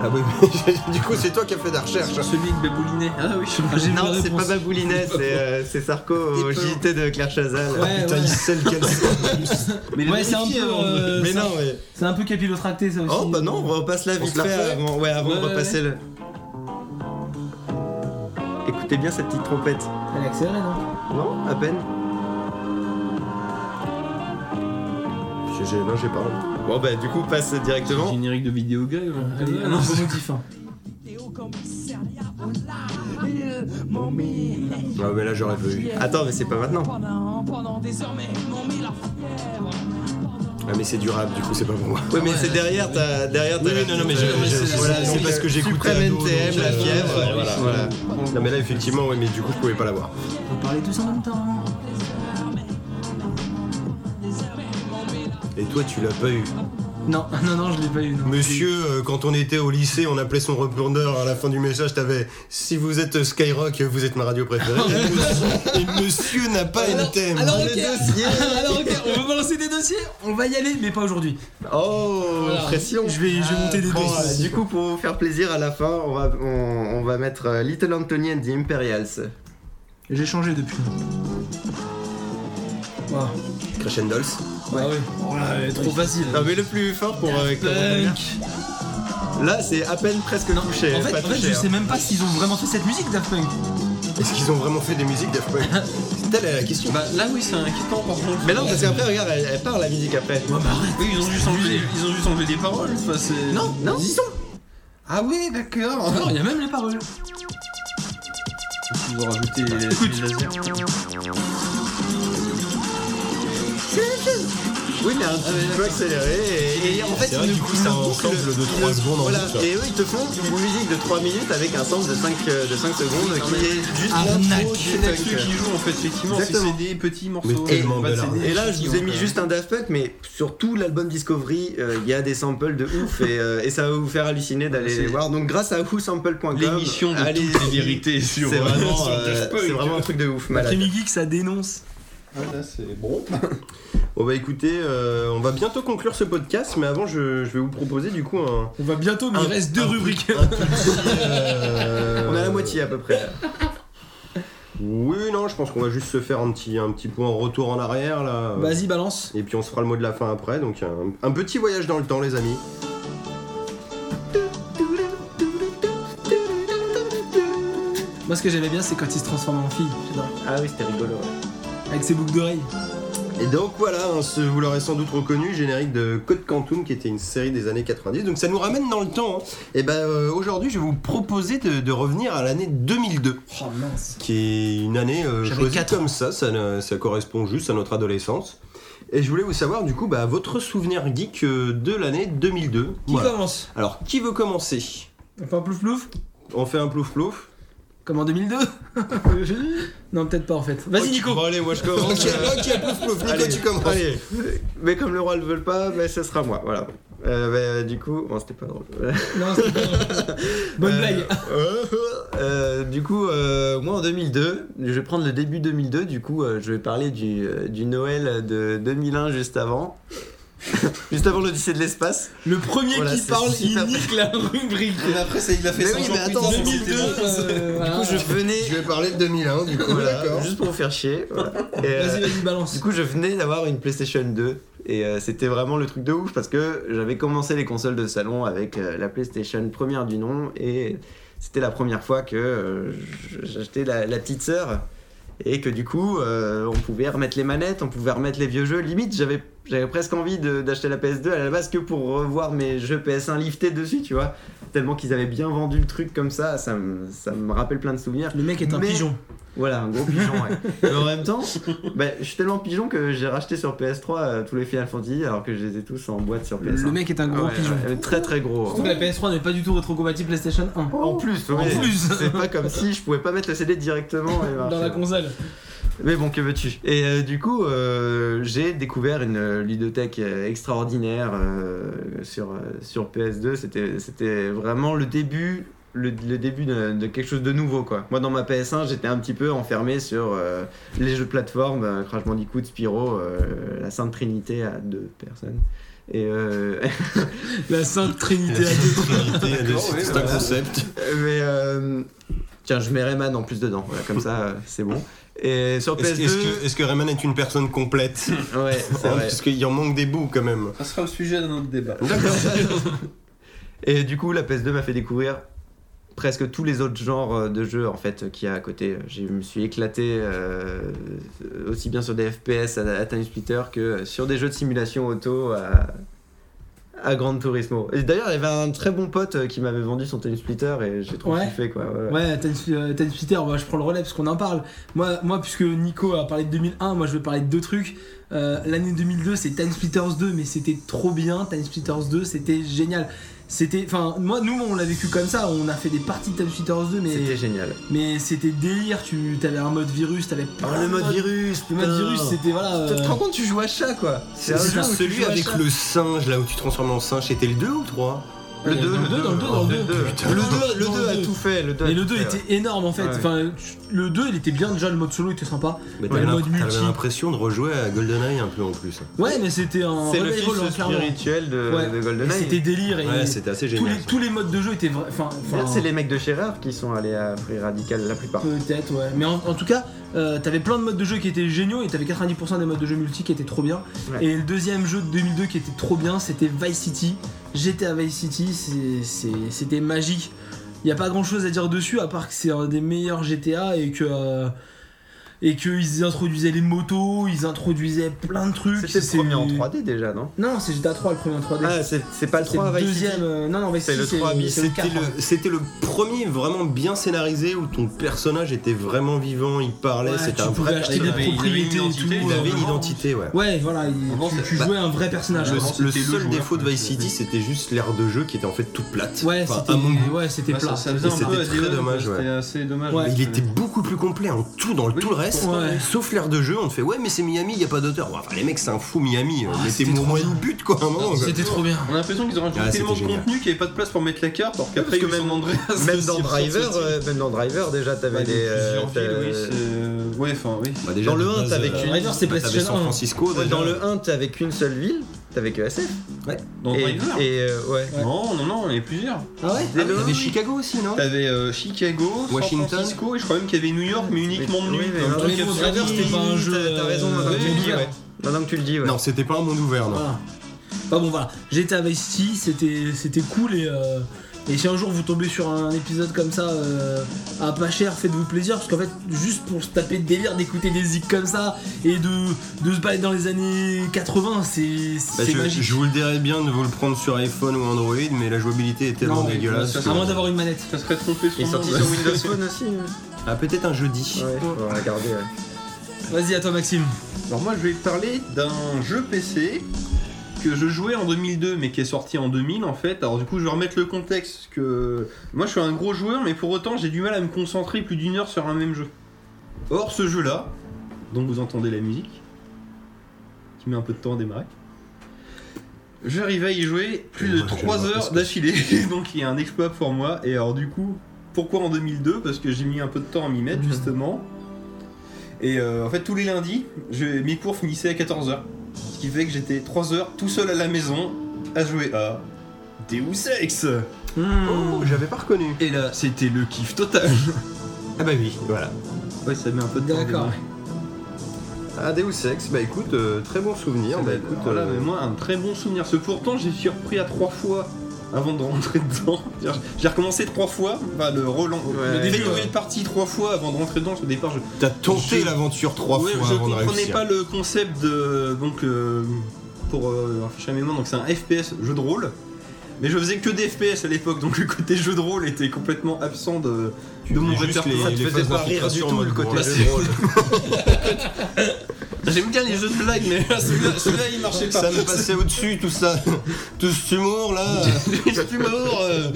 Speaker 1: Ah oui, mais du coup, c'est toi qui as fait de la recherche. hein.
Speaker 4: Celui avec Baboulinet. Ah oui, je
Speaker 2: Non, c'est pas
Speaker 3: mal.
Speaker 2: Baboulinet, c'est euh, c'est Sarko au
Speaker 4: T'es peur.
Speaker 2: JT de Claire Chazal.
Speaker 3: Ouais,
Speaker 1: Putain,
Speaker 3: ouais.
Speaker 1: il sait lequel c'est.
Speaker 4: Mais
Speaker 3: Ouais, c'est un peu. euh,
Speaker 2: hein, Mais
Speaker 3: c'est-
Speaker 2: non, mais.
Speaker 3: C'est un peu capillotracté ça aussi.
Speaker 2: Oh bah non, on repasse là
Speaker 4: On
Speaker 2: vite
Speaker 4: se la
Speaker 2: fait
Speaker 4: refait
Speaker 2: avant, ouais, avant
Speaker 4: Ouais,
Speaker 2: de
Speaker 4: ouais,
Speaker 2: repasser le. Écoutez bien cette petite trompette.
Speaker 3: Elle est accélérée, non
Speaker 2: Non, à peine.
Speaker 1: J'ai- j'ai- Non, j'ai pas. honte.
Speaker 2: Bon bah du coup passe directement.
Speaker 4: Générique de vidéo game.
Speaker 2: Ah,
Speaker 3: Elle est un peu motif. hein.
Speaker 1: Ah, mais là, j'aurais pas eu.
Speaker 2: Attends mais c'est pas maintenant.
Speaker 6: Pendant, pendant désormais, mon mille la fièvre.
Speaker 1: Ah, mais c'est durable, du coup, c'est pas pour moi.
Speaker 2: Ouais mais c'est derrière ta derrière ta.
Speaker 1: Oui, oui, non, non, mais je- je- je-
Speaker 2: voilà, euh, c'est
Speaker 1: donc,
Speaker 2: parce que j'écoutais.
Speaker 1: Suprême
Speaker 2: Suprême
Speaker 1: NTM,
Speaker 2: NTM, la
Speaker 1: la
Speaker 2: fièvre.
Speaker 1: fièvre,
Speaker 2: voilà.
Speaker 1: voilà. Non, mais là, effectivement, oui, mais du coup, je pouvais pas l'avoir.
Speaker 3: On parlait tous en même temps. hein.
Speaker 1: Et toi, tu l'as pas eu.
Speaker 3: Non, non, non, je l'ai pas eu. non.
Speaker 1: Monsieur, euh, quand on était au lycée, on appelait son répondeur à la fin du message, t'avais si vous êtes Skyrock, vous êtes ma radio préférée. Et monsieur- et monsieur n'a pas une thème.
Speaker 3: Alors, ok. Ah, Alors, ok, on veut balancer des dossiers, on va y aller, mais pas aujourd'hui.
Speaker 2: Oh
Speaker 3: Voilà.
Speaker 2: pression.
Speaker 3: Je vais, je vais monter des
Speaker 2: Bon,
Speaker 3: dossiers.
Speaker 2: euh, du coup, pour vous faire plaisir à la fin, on va, on, on va mettre euh, Little Anthony and the Imperials.
Speaker 3: J'ai changé depuis. Waouh.
Speaker 1: Crescendols.
Speaker 3: Bah oui. Oh là, elle est trop facile.
Speaker 2: Non, mais le plus fort pour. euh,
Speaker 3: Punk.
Speaker 2: Là, c'est à peine presque touché.
Speaker 3: En fait,
Speaker 2: pas
Speaker 3: en fait,
Speaker 2: touché,
Speaker 3: je
Speaker 2: hein.
Speaker 3: sais même pas s'ils ont vraiment fait cette musique Daft Punk.
Speaker 1: Est-ce qu'ils ont vraiment fait des musiques Daft Punk C'est telle est la question.
Speaker 4: Bah là, oui, c'est inquiétant par contre.
Speaker 2: Mais non, parce qu'après, regarde, elle, elle part la musique après.
Speaker 3: bah,
Speaker 4: Oui, ils ont juste enlevé, ils ont juste enlevé des paroles. Enfin, c'est.
Speaker 3: Non,
Speaker 2: Non,
Speaker 3: ils y sont.
Speaker 4: Ah oui, d'accord.
Speaker 3: Non, il y a même les paroles.
Speaker 1: Ah,
Speaker 4: Ils ont rajouté les, les lasers.
Speaker 2: Oui, mais un petit peu accéléré. Et, et en fait,
Speaker 7: C'est vrai
Speaker 2: ils
Speaker 7: qu'il
Speaker 2: nous
Speaker 7: pousse un
Speaker 2: bouclent-
Speaker 7: ensemble de
Speaker 2: ils
Speaker 7: trois
Speaker 2: nous-
Speaker 7: secondes en
Speaker 2: Voilà.
Speaker 7: boucle.
Speaker 2: Et eux, ils te font une musique de 3 minutes avec un sample de 5, de 5 secondes qui est juste
Speaker 3: Arnaque.
Speaker 2: l'intro du
Speaker 4: C'est là-dessus
Speaker 2: funk.
Speaker 4: qui joue en fait, effectivement. C'est
Speaker 2: Exactement.
Speaker 4: c'est des petits
Speaker 1: Mais
Speaker 4: morceaux.
Speaker 1: tellement
Speaker 4: pas de
Speaker 1: de la-
Speaker 4: CD.
Speaker 2: Et bah, là, je vous ai mis
Speaker 4: Donc, euh,
Speaker 2: juste un Daft Punk, mais sur tout l'album Discovery, euh, il y a des samples de ouf et, euh, et ça va vous faire halluciner d'aller les voir. Donc, grâce à whosample.com,
Speaker 4: L'émission de
Speaker 2: allez-
Speaker 4: toutes les vérités sur
Speaker 2: C'est vraiment,
Speaker 4: sur
Speaker 2: euh,
Speaker 4: Daft Punk.
Speaker 2: c'est vraiment un truc de ouf, malade.
Speaker 3: Après Geek, ça dénonce.
Speaker 4: Ouais, Ah, là, c'est bon.
Speaker 1: On va écouter, euh, on va bientôt conclure ce podcast, mais avant, je, je vais vous proposer du coup un.
Speaker 3: On va bientôt, mais il
Speaker 1: Un-
Speaker 3: reste deux
Speaker 1: un
Speaker 3: rubriques.
Speaker 1: euh,
Speaker 2: On a la moitié à peu près. là.
Speaker 1: Oui, non, je pense qu'on va juste se faire un petit, un petit point retour en arrière là.
Speaker 3: Vas-y, balance.
Speaker 1: euh, Et puis on se fera le mot de la fin après, donc un, un petit voyage dans le temps, les amis.
Speaker 3: Moi, ce que j'aimais bien, c'est quand il se transforme en fille. J'adore.
Speaker 2: Ah oui, c'était rigolo. ouais.
Speaker 3: Avec ses boucles d'oreilles.
Speaker 1: Et donc voilà, hein, ce- vous l'aurez sans doute reconnu, générique de Code Quantum, qui était une série des années 90. Donc ça nous ramène dans le temps. hein. Et ben euh, aujourd'hui, je vais vous proposer de, de revenir à l'année 2002,
Speaker 3: Oh mince.
Speaker 1: qui est une année euh,
Speaker 3: J'avais
Speaker 1: choisie
Speaker 3: quatre
Speaker 1: comme ça, ça, ne- ça correspond juste à notre adolescence. Et je voulais vous savoir du coup bah, votre souvenir geek euh, de l'année 2002.
Speaker 3: Qui
Speaker 1: Voilà.
Speaker 3: commence
Speaker 1: Alors qui veut commencer
Speaker 3: Enfin, plouf plouf
Speaker 1: On fait un plouf plouf.
Speaker 3: Comme en 2002 Non, peut-être pas en fait. Vas-y, Nico
Speaker 1: Bon, allez, moi je commence. Euh, ok, ok, plouf plouf. Nico,
Speaker 2: Allez,
Speaker 1: tu commences.
Speaker 2: allez. Mais comme le roi le veut pas,
Speaker 1: ben,
Speaker 2: mais ce sera moi. Voilà. Euh, bah, du coup, bon, c'était pas drôle.
Speaker 3: Non, c'est pas- Bonne
Speaker 2: Euh,
Speaker 3: blague
Speaker 2: euh, euh, Du coup, euh, moi en 2002, je vais prendre le début 2002. Du coup, euh, je vais parler du, euh, du Noël de 2001 juste avant. juste avant l'Odyssée de l'espace.
Speaker 3: Le premier
Speaker 2: voilà,
Speaker 3: qui
Speaker 2: c'est
Speaker 3: parle, Oh, il
Speaker 2: super. Ah,
Speaker 3: nique la rubrique
Speaker 4: Ah, Mais après, ça, il a fait
Speaker 2: Mais
Speaker 4: ça
Speaker 2: oui,
Speaker 4: en
Speaker 2: mais
Speaker 4: plus,
Speaker 2: attends,
Speaker 4: c'était
Speaker 3: 2002
Speaker 4: bon.
Speaker 3: euh,
Speaker 2: Du
Speaker 3: voilà.
Speaker 2: coup, je venais.
Speaker 1: Je vais parler de 2001 du coup.
Speaker 2: voilà,
Speaker 1: d'accord.
Speaker 2: juste pour vous faire chier. voilà. Et, euh,
Speaker 3: Vas-y, vas-y, balance.
Speaker 2: Du coup, je venais d'avoir une PlayStation 2 et euh, c'était vraiment le truc de ouf parce que j'avais commencé les consoles de salon avec euh, la PlayStation première du nom et c'était la première fois que euh, j- j'achetais la, la petite sœur et que du coup, euh, on pouvait remettre les manettes, on pouvait remettre les vieux jeux. Limite, j'avais j'avais presque envie de- d'acheter la PS2 à la base que pour revoir mes jeux PS1 liftés dessus, tu vois. Tellement qu'ils avaient bien vendu le truc comme ça, ça me- ça me rappelle plein de souvenirs.
Speaker 3: Le mec est un
Speaker 2: Mais-
Speaker 3: pigeon.
Speaker 2: Voilà, un gros pigeon, ouais. Mais en même temps, bah, je suis tellement pigeon que j'ai racheté sur PS3 euh, tous les Final Fantasy alors que je les ai tous en boîte sur PS1.
Speaker 3: Le mec est un
Speaker 2: Ah Ouais,
Speaker 3: gros pigeon.
Speaker 2: ouais, Euh, très très gros. hein.
Speaker 3: Surtout que La PS3 n'est pas du tout rétrocompatible PlayStation 1.
Speaker 2: En plus,
Speaker 3: En
Speaker 2: ouais.
Speaker 3: plus
Speaker 2: C'est pas comme si je pouvais pas mettre le CD directement. et marcher.
Speaker 3: Dans la console.
Speaker 2: Mais bon, que veux-tu Et euh, du coup, euh, j'ai découvert une euh, ludothèque euh, extraordinaire euh, sur, euh, sur PS2. C'était c'était vraiment le début, le, le début de, de quelque chose de nouveau. quoi. Moi, dans ma PS1, j'étais un petit peu enfermé sur euh, les jeux de plateforme, euh, Crash Bandicoot, Spyro, euh, la Sainte Trinité à deux personnes. Et euh,
Speaker 3: La Sainte Trinité.
Speaker 1: C'est un concept.
Speaker 2: mais euh, tiens, je mets Rayman en plus dedans, Voilà, comme ça euh, c'est bon. Et sur
Speaker 1: Est-ce
Speaker 2: PS2,
Speaker 1: est-ce que, est-ce que Rayman est une personne complète
Speaker 2: ouais, c'est
Speaker 1: Hein,
Speaker 2: vrai.
Speaker 1: Parce qu'il en manque des bouts quand même.
Speaker 4: Ça sera le sujet d'un autre débat.
Speaker 2: Et du coup, la PS2 m'a fait découvrir presque tous les autres genres euh, de jeux en fait qu'il y a à côté. Je me suis éclaté euh, aussi bien sur des FPS à, à Time Splitter que euh, sur des jeux de simulation auto à, à Gran Turismo. Et d'ailleurs, il y avait un très bon pote euh, qui m'avait vendu son Time Splitter et j'ai trop
Speaker 3: Ouais.
Speaker 2: kiffé quoi. ouais.
Speaker 3: Ouais, Ted Peter, bah, je prends le relais parce qu'on en parle. Moi, moi, puisque Nico a parlé de 2001, moi je vais parler de deux trucs. Euh, L'année 2002, c'est Time Splitters 2, mais c'était trop bien. Time Splitters 2, c'était génial. C'était, enfin, moi, nous, on l'a vécu comme ça. On a fait des parties de Time Splitters 2,
Speaker 2: C'était
Speaker 3: mais
Speaker 2: génial.
Speaker 3: mais c'était délire. Tu avais un mode virus, t'avais plein de modes.
Speaker 2: Ah, virus,
Speaker 3: Le mode Oh, virus, c'était voilà.
Speaker 2: Tu te
Speaker 3: euh,
Speaker 2: rends compte, tu joues à chat quoi.
Speaker 1: C'est
Speaker 3: un jeu où tu
Speaker 1: celui
Speaker 3: joues à
Speaker 1: avec
Speaker 3: chat.
Speaker 1: le singe là où tu te transformes en singe, c'était le 2 ou le 3
Speaker 3: Le 2, le 2, dans le 2, dans le 2.
Speaker 2: Le 2, le 2 a tout fait. Le 2
Speaker 3: Et le 2 était énorme en fait.
Speaker 2: Ouais.
Speaker 3: Enfin, le 2 il était bien déjà, le mode solo était sympa.
Speaker 1: Mais
Speaker 3: Ouais,
Speaker 1: t'avais
Speaker 3: le
Speaker 1: l'imp-
Speaker 3: mode multi.
Speaker 1: t'avais l'impression de rejouer à GoldenEye un peu en plus.
Speaker 3: Ouais, mais c'était un
Speaker 2: C'est le
Speaker 3: relais volant,
Speaker 2: fils
Speaker 3: clairement.
Speaker 2: spirituel de,
Speaker 3: Ouais.
Speaker 2: de
Speaker 3: Et
Speaker 2: GoldenEye.
Speaker 3: C'était délire et
Speaker 1: Ouais, c'était assez
Speaker 3: tous,
Speaker 1: génial.
Speaker 3: les, tous les modes de jeu étaient vrais. Enfin, enfin,
Speaker 2: D'ailleurs, c'est les mecs de chez Rare qui sont allés à Free Radical la plupart.
Speaker 3: peut-être, ouais. Mais en, en tout cas, euh, t'avais plein de modes de jeu qui étaient géniaux et t'avais 90% des modes de jeu multi qui étaient trop bien.
Speaker 2: Ouais.
Speaker 3: Et le deuxième jeu de 2002 qui était trop bien, c'était Vice City. J'étais à Vice City, c'est- c'est- c'était magique. Il n'y a pas grand chose à dire dessus à part que c'est un des meilleurs GTA et que. euh,
Speaker 5: et qu'ils introduisaient les motos, ils introduisaient plein de trucs.
Speaker 2: C'était
Speaker 5: c'est-
Speaker 2: le premier en 3D déjà, non
Speaker 5: Non, c'est GTA 3 le premier en 3D.
Speaker 2: Ah, c'est c'est pas le
Speaker 5: c'est
Speaker 2: 3
Speaker 5: le
Speaker 2: Vice City.
Speaker 5: deuxième. euh, non, non, Vice
Speaker 2: C'est le
Speaker 5: City,
Speaker 2: 3, mais
Speaker 5: c'est le
Speaker 1: C'était
Speaker 5: 4.
Speaker 3: hein.
Speaker 1: le, c'était le premier vraiment bien scénarisé où ton personnage était vraiment vivant, il parlait,
Speaker 5: Ouais,
Speaker 1: c'était
Speaker 5: tu
Speaker 1: un
Speaker 5: pouvais
Speaker 1: vrai
Speaker 5: acheter des
Speaker 1: personnage.
Speaker 4: avait- il avait une
Speaker 5: propriétés et tout.
Speaker 4: identité,
Speaker 1: Il avait
Speaker 5: euh,
Speaker 1: une identité, ouais.
Speaker 5: Ouais, voilà, il-
Speaker 4: Avant,
Speaker 5: tu,
Speaker 4: c'est-
Speaker 5: tu
Speaker 4: bah,
Speaker 5: jouais un vrai personnage.
Speaker 1: Le,
Speaker 5: quoi.
Speaker 4: Avant,
Speaker 1: le
Speaker 4: c'était le
Speaker 1: seul
Speaker 4: joueur,
Speaker 1: défaut de
Speaker 4: quoi.
Speaker 1: Vice City, c'était juste l'ère de jeu qui était en fait toute plate.
Speaker 5: Ouais,
Speaker 1: Enfin,
Speaker 5: c'était
Speaker 1: à mon goût.
Speaker 5: ouais, c'était
Speaker 4: Bah, ça,
Speaker 5: plat.
Speaker 4: ça faisait un
Speaker 1: C'était
Speaker 4: peu
Speaker 1: très
Speaker 4: ADN,
Speaker 1: dommage, ouais.
Speaker 4: C'était assez dommage.
Speaker 5: Ouais.
Speaker 1: Mais il était beaucoup plus complet en tout dans le-
Speaker 4: Oui,
Speaker 1: tout le reste,
Speaker 5: ouais.
Speaker 1: sauf l'ère de jeu. On te fait ouais, mais c'est Miami, il y a pas d'auteur. Ouais, Enfin, les mecs, c'est un fou Miami. euh,
Speaker 5: Ah, c'était
Speaker 1: Mettez-moi au
Speaker 5: trop
Speaker 1: moins
Speaker 5: bien.
Speaker 1: une butte quoi. à un moment, quoi.
Speaker 5: C'était trop bien.
Speaker 4: On a l'impression qu'ils ont rajouté
Speaker 1: Ah, c'était
Speaker 4: tellement de
Speaker 1: génial.
Speaker 4: contenu qu'il n'y avait pas de place pour mettre la carte, alors qu'après,
Speaker 2: Parce que
Speaker 4: ils
Speaker 2: même-
Speaker 4: sont Andreas
Speaker 2: Même
Speaker 4: aussi
Speaker 2: dans
Speaker 4: pour
Speaker 2: Driver,
Speaker 4: sortir.
Speaker 2: euh, même dans Driver déjà t'avais
Speaker 4: Ouais,
Speaker 2: des. euh,
Speaker 4: plusieurs
Speaker 2: t'as-
Speaker 4: villes, oui, c'est- Ouais, enfin, oui.
Speaker 1: Bah, déjà,
Speaker 2: Dans le
Speaker 1: de
Speaker 2: un,
Speaker 1: base,
Speaker 2: t'avais
Speaker 1: euh,
Speaker 2: qu'une-
Speaker 5: Driver, c'est
Speaker 1: bah, t'avais
Speaker 5: PlayStation
Speaker 1: San
Speaker 5: 1.
Speaker 1: Francisco. déjà.
Speaker 2: dans le 1 t'avais qu'une seule ville, t'avais que SF.
Speaker 4: Dans
Speaker 2: et
Speaker 4: Driver
Speaker 2: et, euh, ouais.
Speaker 5: Ouais.
Speaker 4: Non, non, non, il y en a plusieurs.
Speaker 5: Ah ouais
Speaker 1: Ah, mais T'avais Chicago aussi, non
Speaker 4: T'avais euh, Chicago,
Speaker 1: Washington.
Speaker 4: San Francisco, et je crois même qu'il y avait New York, mais uniquement de
Speaker 2: Oui,
Speaker 4: nuit.
Speaker 2: mais
Speaker 4: dans le
Speaker 2: non,
Speaker 4: truc
Speaker 1: Bah,
Speaker 5: mais
Speaker 4: absurde.
Speaker 5: Driver,
Speaker 2: oui,
Speaker 5: c'était pas un
Speaker 2: t'as-
Speaker 5: jeu,
Speaker 2: T'as raison,
Speaker 5: euh,
Speaker 2: maintenant que tu le dis,
Speaker 4: ouvert.
Speaker 2: ouais. Maintenant que tu le dis, ouais.
Speaker 1: Non, c'était pas un monde ouvert, non.
Speaker 5: Voilà. Bah bon voilà, j'étais à Vice City, c'était c'était cool et euh, et si un jour vous tombez sur un épisode comme ça euh, à pas cher, faites-vous plaisir parce qu'en fait juste pour se taper de délire d'écouter des zics comme ça et de, de se balader dans les années 80, c'est
Speaker 1: Bah,
Speaker 5: c'est
Speaker 1: je,
Speaker 5: magique.
Speaker 1: je vous le dirais bien de vous le prendre sur iPhone ou Android, mais la jouabilité est tellement
Speaker 5: Non, mais-
Speaker 1: dégueulasse.
Speaker 4: ça,
Speaker 5: À moins d'avoir une manette.
Speaker 4: Ça serait trompé sur
Speaker 2: Il est sorti sur Windows Phone aussi. Ouais,
Speaker 1: Ah, peut-être un jeudi.
Speaker 2: Ouais, faut regarder. ouais.
Speaker 5: Vas-y à toi Maxime.
Speaker 4: Alors moi, je vais parler d'un jeu PC que je jouais en 2002, mais qui est sorti en 2000 en fait. Alors du coup, je vais remettre le contexte parce que moi, je suis un gros joueur, mais pour autant, j'ai du mal à me concentrer plus d'une heure sur un même jeu. Or, ce jeu-là, dont vous entendez la musique, qui met un peu de temps à démarrer. J'arrivais à y jouer plus de
Speaker 1: Ouais, je
Speaker 4: 3
Speaker 1: vois pas ce
Speaker 4: heures
Speaker 1: que
Speaker 4: d'affilée, donc il y a un exploit pour moi. Et alors du coup, pourquoi en 2002 Parce que j'ai mis un peu de temps à m'y mettre justement. Et euh, en fait, tous les lundis, je- mes cours finissaient à 14h. Ce qui fait que j'étais 3 heures tout seul à la maison à jouer à Deus Ex.
Speaker 1: Oh,
Speaker 4: Mmh.
Speaker 1: j'avais pas reconnu.
Speaker 4: Et là, c'était le kiff total.
Speaker 1: Ah, bah oui, voilà.
Speaker 4: Ouais, ça met un peu de temps. à
Speaker 5: D'accord.
Speaker 4: démarrer.
Speaker 1: Ah, Deus Ex, bah écoute, euh, très bon souvenir. Bah écoute,
Speaker 4: Alors là,
Speaker 1: euh,
Speaker 4: mais moi, un très bon souvenir. Ce pourtant, j'ai suis repris à 3 fois avant de rentrer dedans. C'est-à-dire, J'ai recommencé 3 fois, enfin, le Roland.
Speaker 2: Ouais.
Speaker 4: le début de partie 3 fois avant de rentrer dedans. Au départ, je
Speaker 1: t'as tenté
Speaker 4: je-
Speaker 1: l'aventure trois
Speaker 4: Ouais,
Speaker 1: fois
Speaker 4: je
Speaker 1: avant de
Speaker 4: comprenais
Speaker 1: réussir.
Speaker 4: pas le concept de donc euh, pour euh, rafraîchir la mémoire, donc c'est un FPS jeu de rôle. Mais je faisais que des FPS à l'époque, donc le côté jeu de rôle était complètement absent de, de mon
Speaker 1: Juste
Speaker 4: répertoire.
Speaker 1: les-
Speaker 2: te
Speaker 1: les
Speaker 2: faisait
Speaker 1: phases
Speaker 2: pas rire du
Speaker 1: d'infiltration en
Speaker 2: tout,
Speaker 1: mode
Speaker 2: le côté
Speaker 1: bourrin.
Speaker 4: jeu de rôle. J'aime bien les jeux de blagues, mais là, celui-là, celui-là, il marchait pas.
Speaker 1: Ça me passait au-dessus, tout ça. tout ce humour là.
Speaker 4: Je suis mort, euh.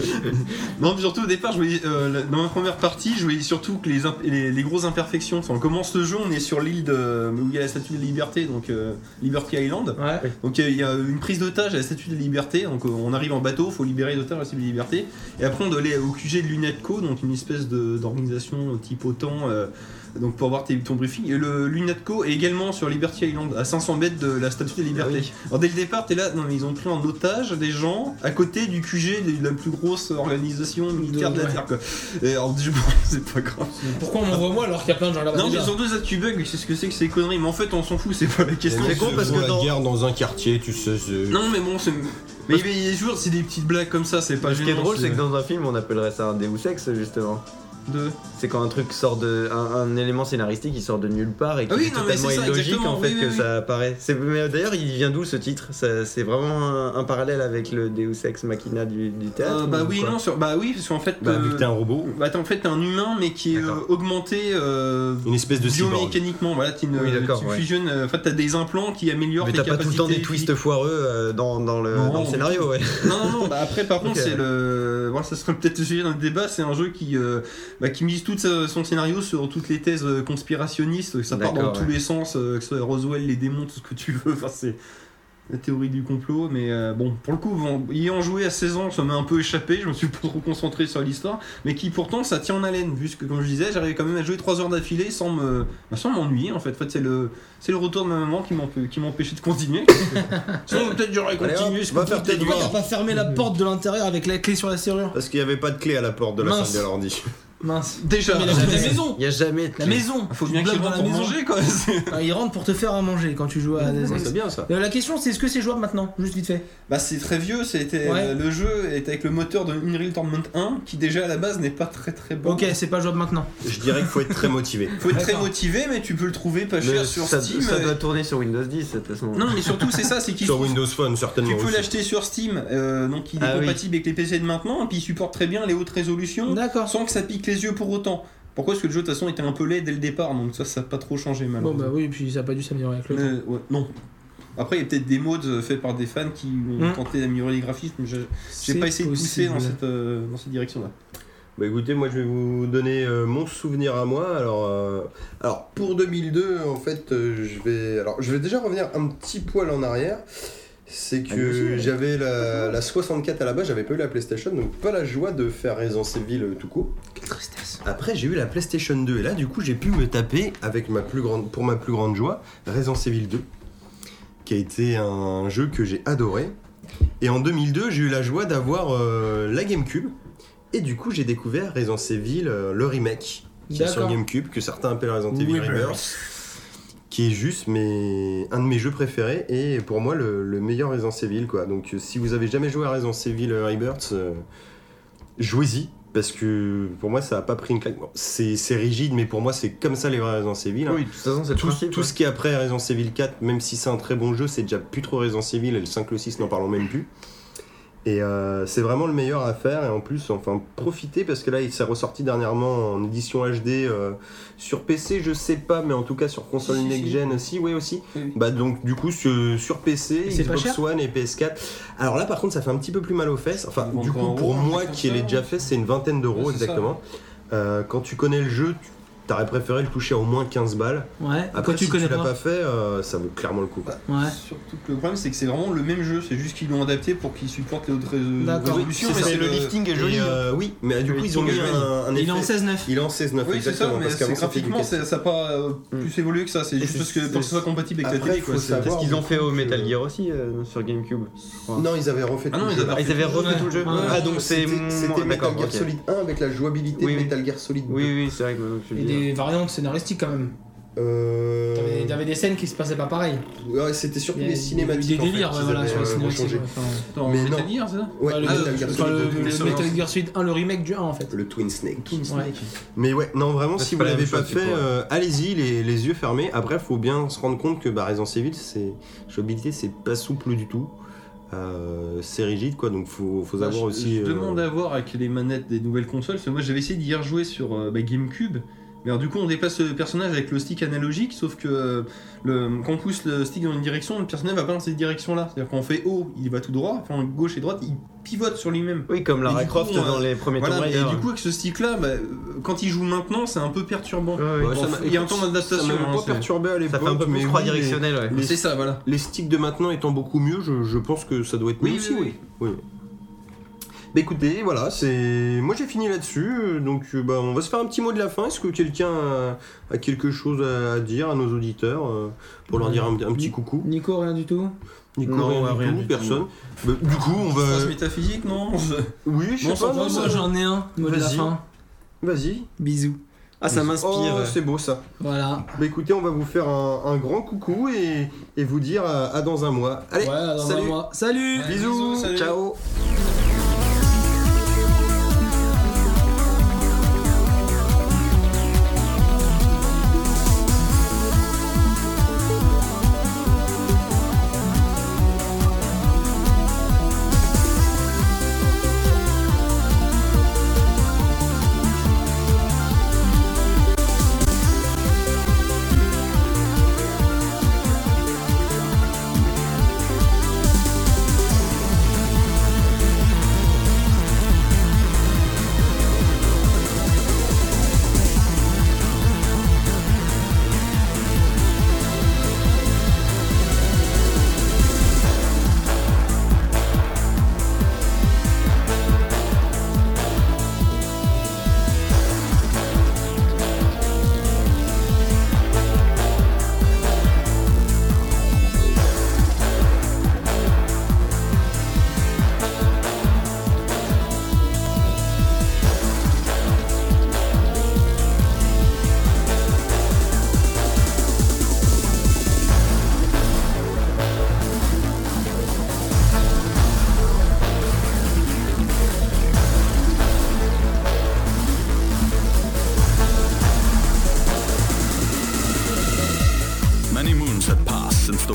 Speaker 4: Non, mais surtout au départ, je voyais, euh, la- dans ma première partie, je voyais surtout que les, imp- les, les grosses imperfections. Enfin, on commence le jeu, on est sur l'île de où il y a la statue de liberté, donc euh, Liberty Island.
Speaker 5: Ouais.
Speaker 4: Donc il y a- il y, a une prise d'otage à la statue de la liberté, donc euh, on arrive en bateau, faut libérer les otages à la statue de la liberté, et après on doit aller au QG de l'UNATCO, donc une espèce de- d'organisation type OTAN, euh, donc pour avoir tes- ton briefing. Et le l'UNATCO est également sur Liberty Island, à 500 mètres de la statue de la liberté. Alors dès le départ, t'es là, non mais ils ont pris en otage des gens à côté du QG de la plus grosse organisation militaire de la
Speaker 5: Ouais.
Speaker 4: Terre, quoi. Et alors du coup, c'est pas grave.
Speaker 5: Pourquoi on m'envoie moi alors qu'il y a plein de gens là-bas
Speaker 4: Non, mais surtout ça tu bug, mais c'est ce que c'est que ces conneries, mais en fait on s'en fout, c'est pas la question.
Speaker 1: Les mecs
Speaker 2: con
Speaker 1: se
Speaker 2: parce
Speaker 1: font
Speaker 2: que
Speaker 1: la
Speaker 2: dans-
Speaker 1: guerre dans un quartier, tu sais. c'est-
Speaker 4: Non mais bon, c'est... Mais il y a des jours, c'est des petites blagues comme ça, c'est pas
Speaker 2: Ce
Speaker 4: gênant.
Speaker 2: qui est drôle, c'est que dans un film, on appellerait ça un Deus Ex, justement.
Speaker 4: de...
Speaker 2: C'est quand un truc sort de. Un, un élément scénaristique qui sort de nulle part et qui
Speaker 4: Ah oui,
Speaker 2: est
Speaker 4: non, mais
Speaker 2: totalement
Speaker 4: c'est ça,
Speaker 2: illogique en
Speaker 4: exactement,
Speaker 2: fait
Speaker 4: oui, oui,
Speaker 2: que
Speaker 4: oui.
Speaker 2: ça apparaît. C'est- Mais d'ailleurs, il vient d'où ce titre Ça- C'est vraiment un, un parallèle avec le Deus Ex Machina du, du théâtre
Speaker 4: Euh, bah
Speaker 2: ou
Speaker 4: oui,
Speaker 2: quoi
Speaker 4: non, sur... bah oui, parce qu'en fait...
Speaker 1: Bah,
Speaker 4: euh,
Speaker 1: vu que t'es un robot,
Speaker 4: bah, attends, en fait, t'es un humain, mais qui est euh,
Speaker 2: D'accord.
Speaker 4: augmenté euh,
Speaker 1: une espèce de cyborg.
Speaker 4: biomécaniquement. Voilà, tu
Speaker 2: Oui, d'accord, ouais.
Speaker 4: fusionnes... euh, En fait, t'as des implants qui améliorent
Speaker 2: Mais
Speaker 4: tes
Speaker 2: t'as pas tout le temps des
Speaker 4: capacités
Speaker 2: twists foireux euh, dans, dans le,
Speaker 4: Non,
Speaker 2: dans le
Speaker 4: non.
Speaker 2: scénario, ouais.
Speaker 4: Non, non, non, bah après, par contre,
Speaker 2: Ok.
Speaker 4: c'est le. Voilà, ça serait peut-être le sujet d'un débat. C'est un jeu qui, euh, bah, qui mise tout sa- son scénario sur toutes les thèses euh, conspirationnistes. Ça part dans
Speaker 2: D'accord,
Speaker 4: tous
Speaker 2: ouais.
Speaker 4: les sens, euh, que ce soit Roswell, les démons, tout ce que tu veux. Enfin, c'est la théorie du complot. Mais euh, bon, pour le coup, bon, ayant joué à 16 ans, ça m'a un peu échappé. Je me suis pas trop concentré sur l'histoire. Mais qui, pourtant, ça tient en haleine. Puisque, comme je disais, j'arrivais quand même à jouer 3 heures d'affilée sans me. bah, sans m'ennuyer, en fait. En fait, c'est le, c'est le retour de ma maman qui m'emp- qui m'empêchait de continuer. Sinon, peut-être j'aurais
Speaker 1: Allez, hop,
Speaker 4: continué. je
Speaker 1: va faire
Speaker 4: continue
Speaker 1: tes
Speaker 4: peut-être
Speaker 1: devoirs.
Speaker 5: Pourquoi t'as pas fermé la porte de l'intérieur avec la clé sur la serrure
Speaker 1: Parce qu'il n'y avait pas de clé à la porte de la
Speaker 5: Mince.
Speaker 1: salle de l'ordi.
Speaker 5: Mince.
Speaker 4: Déjà,
Speaker 5: Mais la, la
Speaker 2: jamais.
Speaker 5: maison
Speaker 2: Il y a jamais de
Speaker 5: La
Speaker 2: clé.
Speaker 5: maison
Speaker 4: Ah, faut bien
Speaker 5: Tu
Speaker 4: qu'il
Speaker 5: bloques dans
Speaker 4: rentre
Speaker 5: la
Speaker 4: pour
Speaker 5: maison.
Speaker 4: manger quoi.
Speaker 5: Ah, Ils rentrent pour te faire à manger quand tu joues à des
Speaker 1: C'est bien ça.
Speaker 5: Euh, La question c'est est-ce que c'est jouable maintenant Juste vite fait.
Speaker 4: Bah c'est très vieux, c'était
Speaker 5: Ouais.
Speaker 4: euh, le jeu est avec le moteur de Unreal Tournament 1 qui déjà à la base n'est pas très très bon.
Speaker 5: Ok, c'est pas jouable maintenant.
Speaker 1: Je dirais qu'il faut être très motivé.
Speaker 4: Faut être très
Speaker 5: D'accord.
Speaker 4: motivé mais tu peux le trouver pas
Speaker 2: Mais
Speaker 4: cher sur
Speaker 2: ça,
Speaker 4: Steam. Euh,
Speaker 2: ça doit tourner sur Windows 10 de toute façon.
Speaker 4: Non mais surtout c'est ça, c'est qu'il
Speaker 1: Sur Windows Phone, certainement.
Speaker 4: Tu peux
Speaker 1: aussi.
Speaker 4: l'acheter sur Steam, euh, donc il est
Speaker 2: Ah oui.
Speaker 4: compatible avec les PC de maintenant, et puis il supporte très bien les hautes résolutions,
Speaker 5: D'accord.
Speaker 4: sans que ça pique les yeux pour autant. Pourquoi Parce que le jeu de toute façon était un peu laid dès le départ, donc ça, ça n'a pas trop changé
Speaker 5: Bon bah
Speaker 4: malheureusement.
Speaker 5: oui, et puis ça a pas dû s'améliorer avec le temps.
Speaker 4: Euh, ouais, non. Après, il y a peut-être des mods euh, faits par des fans qui ont
Speaker 5: Hmm.
Speaker 4: tenté d'améliorer les graphismes, mais je- j'ai
Speaker 5: C'est
Speaker 4: pas essayé de pousser
Speaker 5: possible.
Speaker 4: dans cette, euh, dans cette direction-là.
Speaker 1: Bah écoutez, moi je vais vous donner euh, mon souvenir à moi. Alors, euh, alors pour 2002, en fait, euh, je vais, alors je vais déjà revenir un petit poil en arrière. C'est
Speaker 2: Ah, nous aussi,
Speaker 1: que
Speaker 2: ouais.
Speaker 1: j'avais la, la 64 à la base, j'avais pas eu la PlayStation, donc pas la joie de faire Resident Evil euh, tout court.
Speaker 5: Quelle tristesse.
Speaker 1: Après, j'ai eu la PlayStation 2 et là, du coup, j'ai pu me taper avec ma plus grande, pour ma plus grande joie, Resident Evil 2, qui a été un jeu que j'ai adoré. Et en 2002, j'ai eu la joie d'avoir euh, la GameCube et du coup, j'ai découvert Resident Evil euh, le remake qui est sur
Speaker 5: D'accord.
Speaker 1: GameCube que certains appellent Resident Evil Rebirth, qui est juste mes, un de mes jeux préférés et pour moi le, le meilleur Resident Evil quoi. Donc euh, si vous avez jamais joué à Resident Evil euh, Rebirth, euh, jouez-y parce que pour moi ça a pas pris une claque. Bon, c'est c'est rigide mais pour moi c'est comme ça les vrais Resident Evil. hein.
Speaker 2: Oui, de toute façon, c'est le
Speaker 1: Tout,
Speaker 2: principe.
Speaker 1: tout
Speaker 2: ouais.
Speaker 1: ce qui est après Resident Evil 4, même si c'est un très bon jeu, c'est déjà plus trop Resident Evil et le 5 le 6 n'en parlons même plus. Et euh, c'est vraiment le meilleur à faire et en plus enfin profitez parce que là il s'est ressorti dernièrement en édition HD euh, sur PC je sais pas mais en tout cas sur console
Speaker 4: Si, si, si.
Speaker 1: next gen aussi ouais aussi
Speaker 4: Oui.
Speaker 1: bah donc du coup sur, sur PC
Speaker 5: Et c'est pas
Speaker 1: Xbox
Speaker 5: cher
Speaker 1: One et PS4 alors là par contre ça fait un petit peu plus mal aux fesses enfin
Speaker 4: Ils
Speaker 1: du
Speaker 4: vendent
Speaker 1: coup
Speaker 4: pas en
Speaker 1: pour
Speaker 4: euros, un
Speaker 1: moi
Speaker 4: truc
Speaker 1: qui
Speaker 4: comme
Speaker 1: l'ai
Speaker 4: ça,
Speaker 1: déjà fait c'est une vingtaine d'euros
Speaker 4: Ouais, c'est ça.
Speaker 1: exactement Euh, quand tu connais le jeu tu- t'aurais préféré le toucher à au moins 15 balles
Speaker 5: Ouais.
Speaker 1: après,
Speaker 5: Après tu
Speaker 1: si
Speaker 5: connais
Speaker 1: tu l'as
Speaker 5: pas.
Speaker 1: pas fait, euh, ça vaut clairement le coup. quoi.
Speaker 5: Ouais.
Speaker 4: Surtout que le problème, c'est que c'est vraiment le même jeu, c'est juste qu'ils l'ont adapté pour qu'il supporte les autres rés-
Speaker 5: D'accord.
Speaker 4: résolutions.
Speaker 1: Oui, c'est
Speaker 4: mais
Speaker 1: ça.
Speaker 4: c'est
Speaker 1: Le
Speaker 4: lifting
Speaker 1: Et, euh, oui, mais du
Speaker 4: Le
Speaker 1: coup, ils ont mis
Speaker 4: lifting est
Speaker 1: un, un
Speaker 5: Et Il hein. est en
Speaker 1: effet.
Speaker 5: 16-9.
Speaker 1: Il est en 16-9,
Speaker 4: Oui, c'est ça,
Speaker 1: exactement.
Speaker 4: mais
Speaker 1: parce
Speaker 4: c'est
Speaker 1: qu'avant, c'était
Speaker 4: graphiquement,
Speaker 1: du
Speaker 4: c'est- ça n'a pas euh, plus évolué que ça, c'est juste
Speaker 2: C'est-
Speaker 4: parce que pour que ce soit compatible avec
Speaker 1: Après,
Speaker 4: la télé. Quoi,
Speaker 1: faut
Speaker 4: c'est-
Speaker 1: savoir-
Speaker 2: C'est ce qu'ils ont fait au
Speaker 1: que-
Speaker 2: Metal Gear aussi euh, sur GameCube. je crois.
Speaker 1: Non, ils avaient refait
Speaker 4: Ah
Speaker 1: tout
Speaker 4: non,
Speaker 1: le
Speaker 4: ils
Speaker 1: jeu.
Speaker 4: avaient
Speaker 2: Ah, ils avaient refait
Speaker 5: Ouais.
Speaker 2: tout le jeu.
Speaker 5: Ouais.
Speaker 2: Ah, donc c'est.
Speaker 1: C'était c'était Metal
Speaker 2: D'accord,
Speaker 1: Gear
Speaker 2: ok.
Speaker 1: Solid 1 avec la jouabilité
Speaker 2: Oui,
Speaker 1: de
Speaker 2: oui.
Speaker 1: Metal Gear Solid 2.
Speaker 2: Oui, oui, c'est vrai que maintenant que tu le
Speaker 5: Et
Speaker 2: dis.
Speaker 5: des variantes scénaristiques quand même.
Speaker 1: Euh,
Speaker 5: T'avais t'avais des scènes qui se passaient pas pareil.
Speaker 1: ouais, C'était surtout
Speaker 5: Il y a-
Speaker 1: les cinématiques.
Speaker 5: il y a eu Des
Speaker 1: en fait,
Speaker 5: délires, ouais,
Speaker 1: qu'ils
Speaker 5: voilà,
Speaker 1: avaient,
Speaker 5: sur les
Speaker 1: euh,
Speaker 5: cinématiques.
Speaker 1: changé.
Speaker 5: ouais, enfin,
Speaker 4: Attends,
Speaker 1: mais
Speaker 4: Metal
Speaker 1: non.
Speaker 4: Gear, ça
Speaker 1: Ouais,
Speaker 5: Bah, le,
Speaker 1: Metal Gear
Speaker 5: enfin,
Speaker 1: Solid
Speaker 5: le-
Speaker 1: 2,
Speaker 5: le
Speaker 1: Metal Gear
Speaker 5: Metal Gear Solid 1, le remake du 1 en fait.
Speaker 1: Le Twin Snake.
Speaker 5: Ouais.
Speaker 1: Mais ouais, non, vraiment,
Speaker 2: Ça,
Speaker 1: si
Speaker 2: c'est
Speaker 1: vous
Speaker 2: pas la
Speaker 1: l'avez
Speaker 2: même
Speaker 1: pas
Speaker 2: chose, du
Speaker 1: fait,
Speaker 2: coup, ouais.
Speaker 1: euh, allez-y, les, les yeux fermés. Après, faut bien se rendre compte que bah, Resident Evil, c'est jouabilité, c'est pas souple du tout. Euh, c'est rigide, quoi. Donc, faut, faut
Speaker 4: Bah,
Speaker 1: savoir
Speaker 4: je,
Speaker 1: aussi.
Speaker 4: je
Speaker 1: euh,
Speaker 4: demande à voir avec les manettes des nouvelles consoles. Parce que moi, j'avais essayé d'y rejouer sur euh, bah, GameCube. Mais alors, du coup, on déplace le personnage avec le stick analogique, sauf que euh, le, quand on pousse le stick dans une direction, le personnage va pas dans cette direction-là. C'est-à-dire qu'on fait haut, il va tout droit, enfin gauche et droite, il pivote sur lui-même.
Speaker 2: Oui, comme
Speaker 4: Et
Speaker 2: Lara
Speaker 4: du coup,
Speaker 2: Croft
Speaker 4: on-
Speaker 2: dans les premiers Tomb
Speaker 4: Voilà, et
Speaker 2: Raider.
Speaker 4: du coup, avec ce stick-là, bah, euh, quand il joue maintenant, c'est un peu perturbant.
Speaker 2: Ouais, ouais.
Speaker 1: Ouais,
Speaker 4: Bon,
Speaker 1: ça m'a-
Speaker 4: il y a un temps
Speaker 1: Ça
Speaker 4: d'adaptation.
Speaker 1: m'a
Speaker 4: hein,
Speaker 1: pas
Speaker 4: c'est-
Speaker 1: perturbé à
Speaker 2: Ça
Speaker 1: l'époque.
Speaker 2: fait un peu
Speaker 1: mais
Speaker 2: plus
Speaker 1: oui,
Speaker 2: croix
Speaker 1: les-
Speaker 2: directionnelle, ouais.
Speaker 1: Les,
Speaker 4: C'est ça, voilà.
Speaker 1: les sticks de maintenant étant beaucoup mieux, je, je pense que ça doit être mieux
Speaker 4: Oui,
Speaker 1: aussi,
Speaker 4: oui,
Speaker 1: oui. Oui. Bah écoutez, voilà, c'est. Moi j'ai fini là-dessus, euh, donc euh, bah, on va se faire un petit mot de la fin. Est-ce que quelqu'un a, a quelque chose à, à dire à nos auditeurs euh, pour leur dire un, un petit coucou
Speaker 5: Nico, rien du tout.
Speaker 1: Nico,
Speaker 2: Non,
Speaker 1: rien,
Speaker 2: rien
Speaker 1: du
Speaker 2: du
Speaker 1: tout,
Speaker 2: tout.
Speaker 1: personne. Bah, du coup, on va.
Speaker 4: Phrase métaphysique, non
Speaker 1: Oui, je
Speaker 4: Non,
Speaker 1: sais pas. non,
Speaker 4: sans problème,
Speaker 1: ça-
Speaker 5: Moi j'en ai un, mot de la
Speaker 1: Vas-y.
Speaker 5: fin.
Speaker 1: Vas-y.
Speaker 5: Bisous.
Speaker 2: Ah, ça
Speaker 1: Oh,
Speaker 2: m'inspire.
Speaker 1: c'est beau ça.
Speaker 5: Voilà.
Speaker 1: Bah écoutez, on va vous faire un, un grand coucou et, et vous dire à, à dans un mois. Allez,
Speaker 5: Voilà, dans un
Speaker 1: salut.
Speaker 5: mois. Salut
Speaker 1: Bisous,
Speaker 4: Bisous, salut.
Speaker 1: ciao.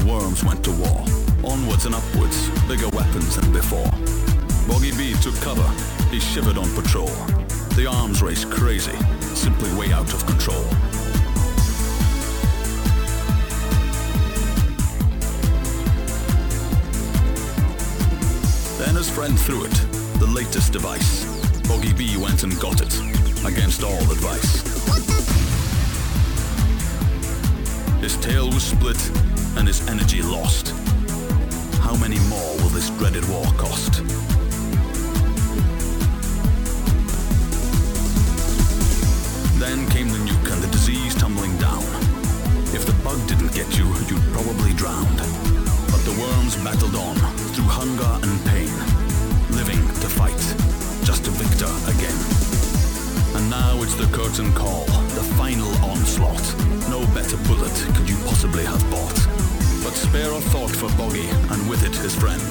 Speaker 8: firms went to war. Onwards and upwards, bigger weapons than before. Boggy B took cover, he shivered on patrol. The arms race crazy, simply way out of control. Then his friend threw it, the latest device. Boggy B went and got it, against all advice. His tail was split and his energy lost. How many more will this dreaded war cost? Then came the nuke and the disease tumbling down. If the bug didn't get you, you'd probably drowned. But the worms battled on through hunger and pain, living to fight, just a victor again. And now it's the curtain call, the final onslaught. No better bullet could you possibly have bought. But spare a thought for Boggy, and with it his friend.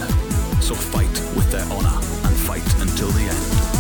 Speaker 8: So fight with their honor, and fight until the end.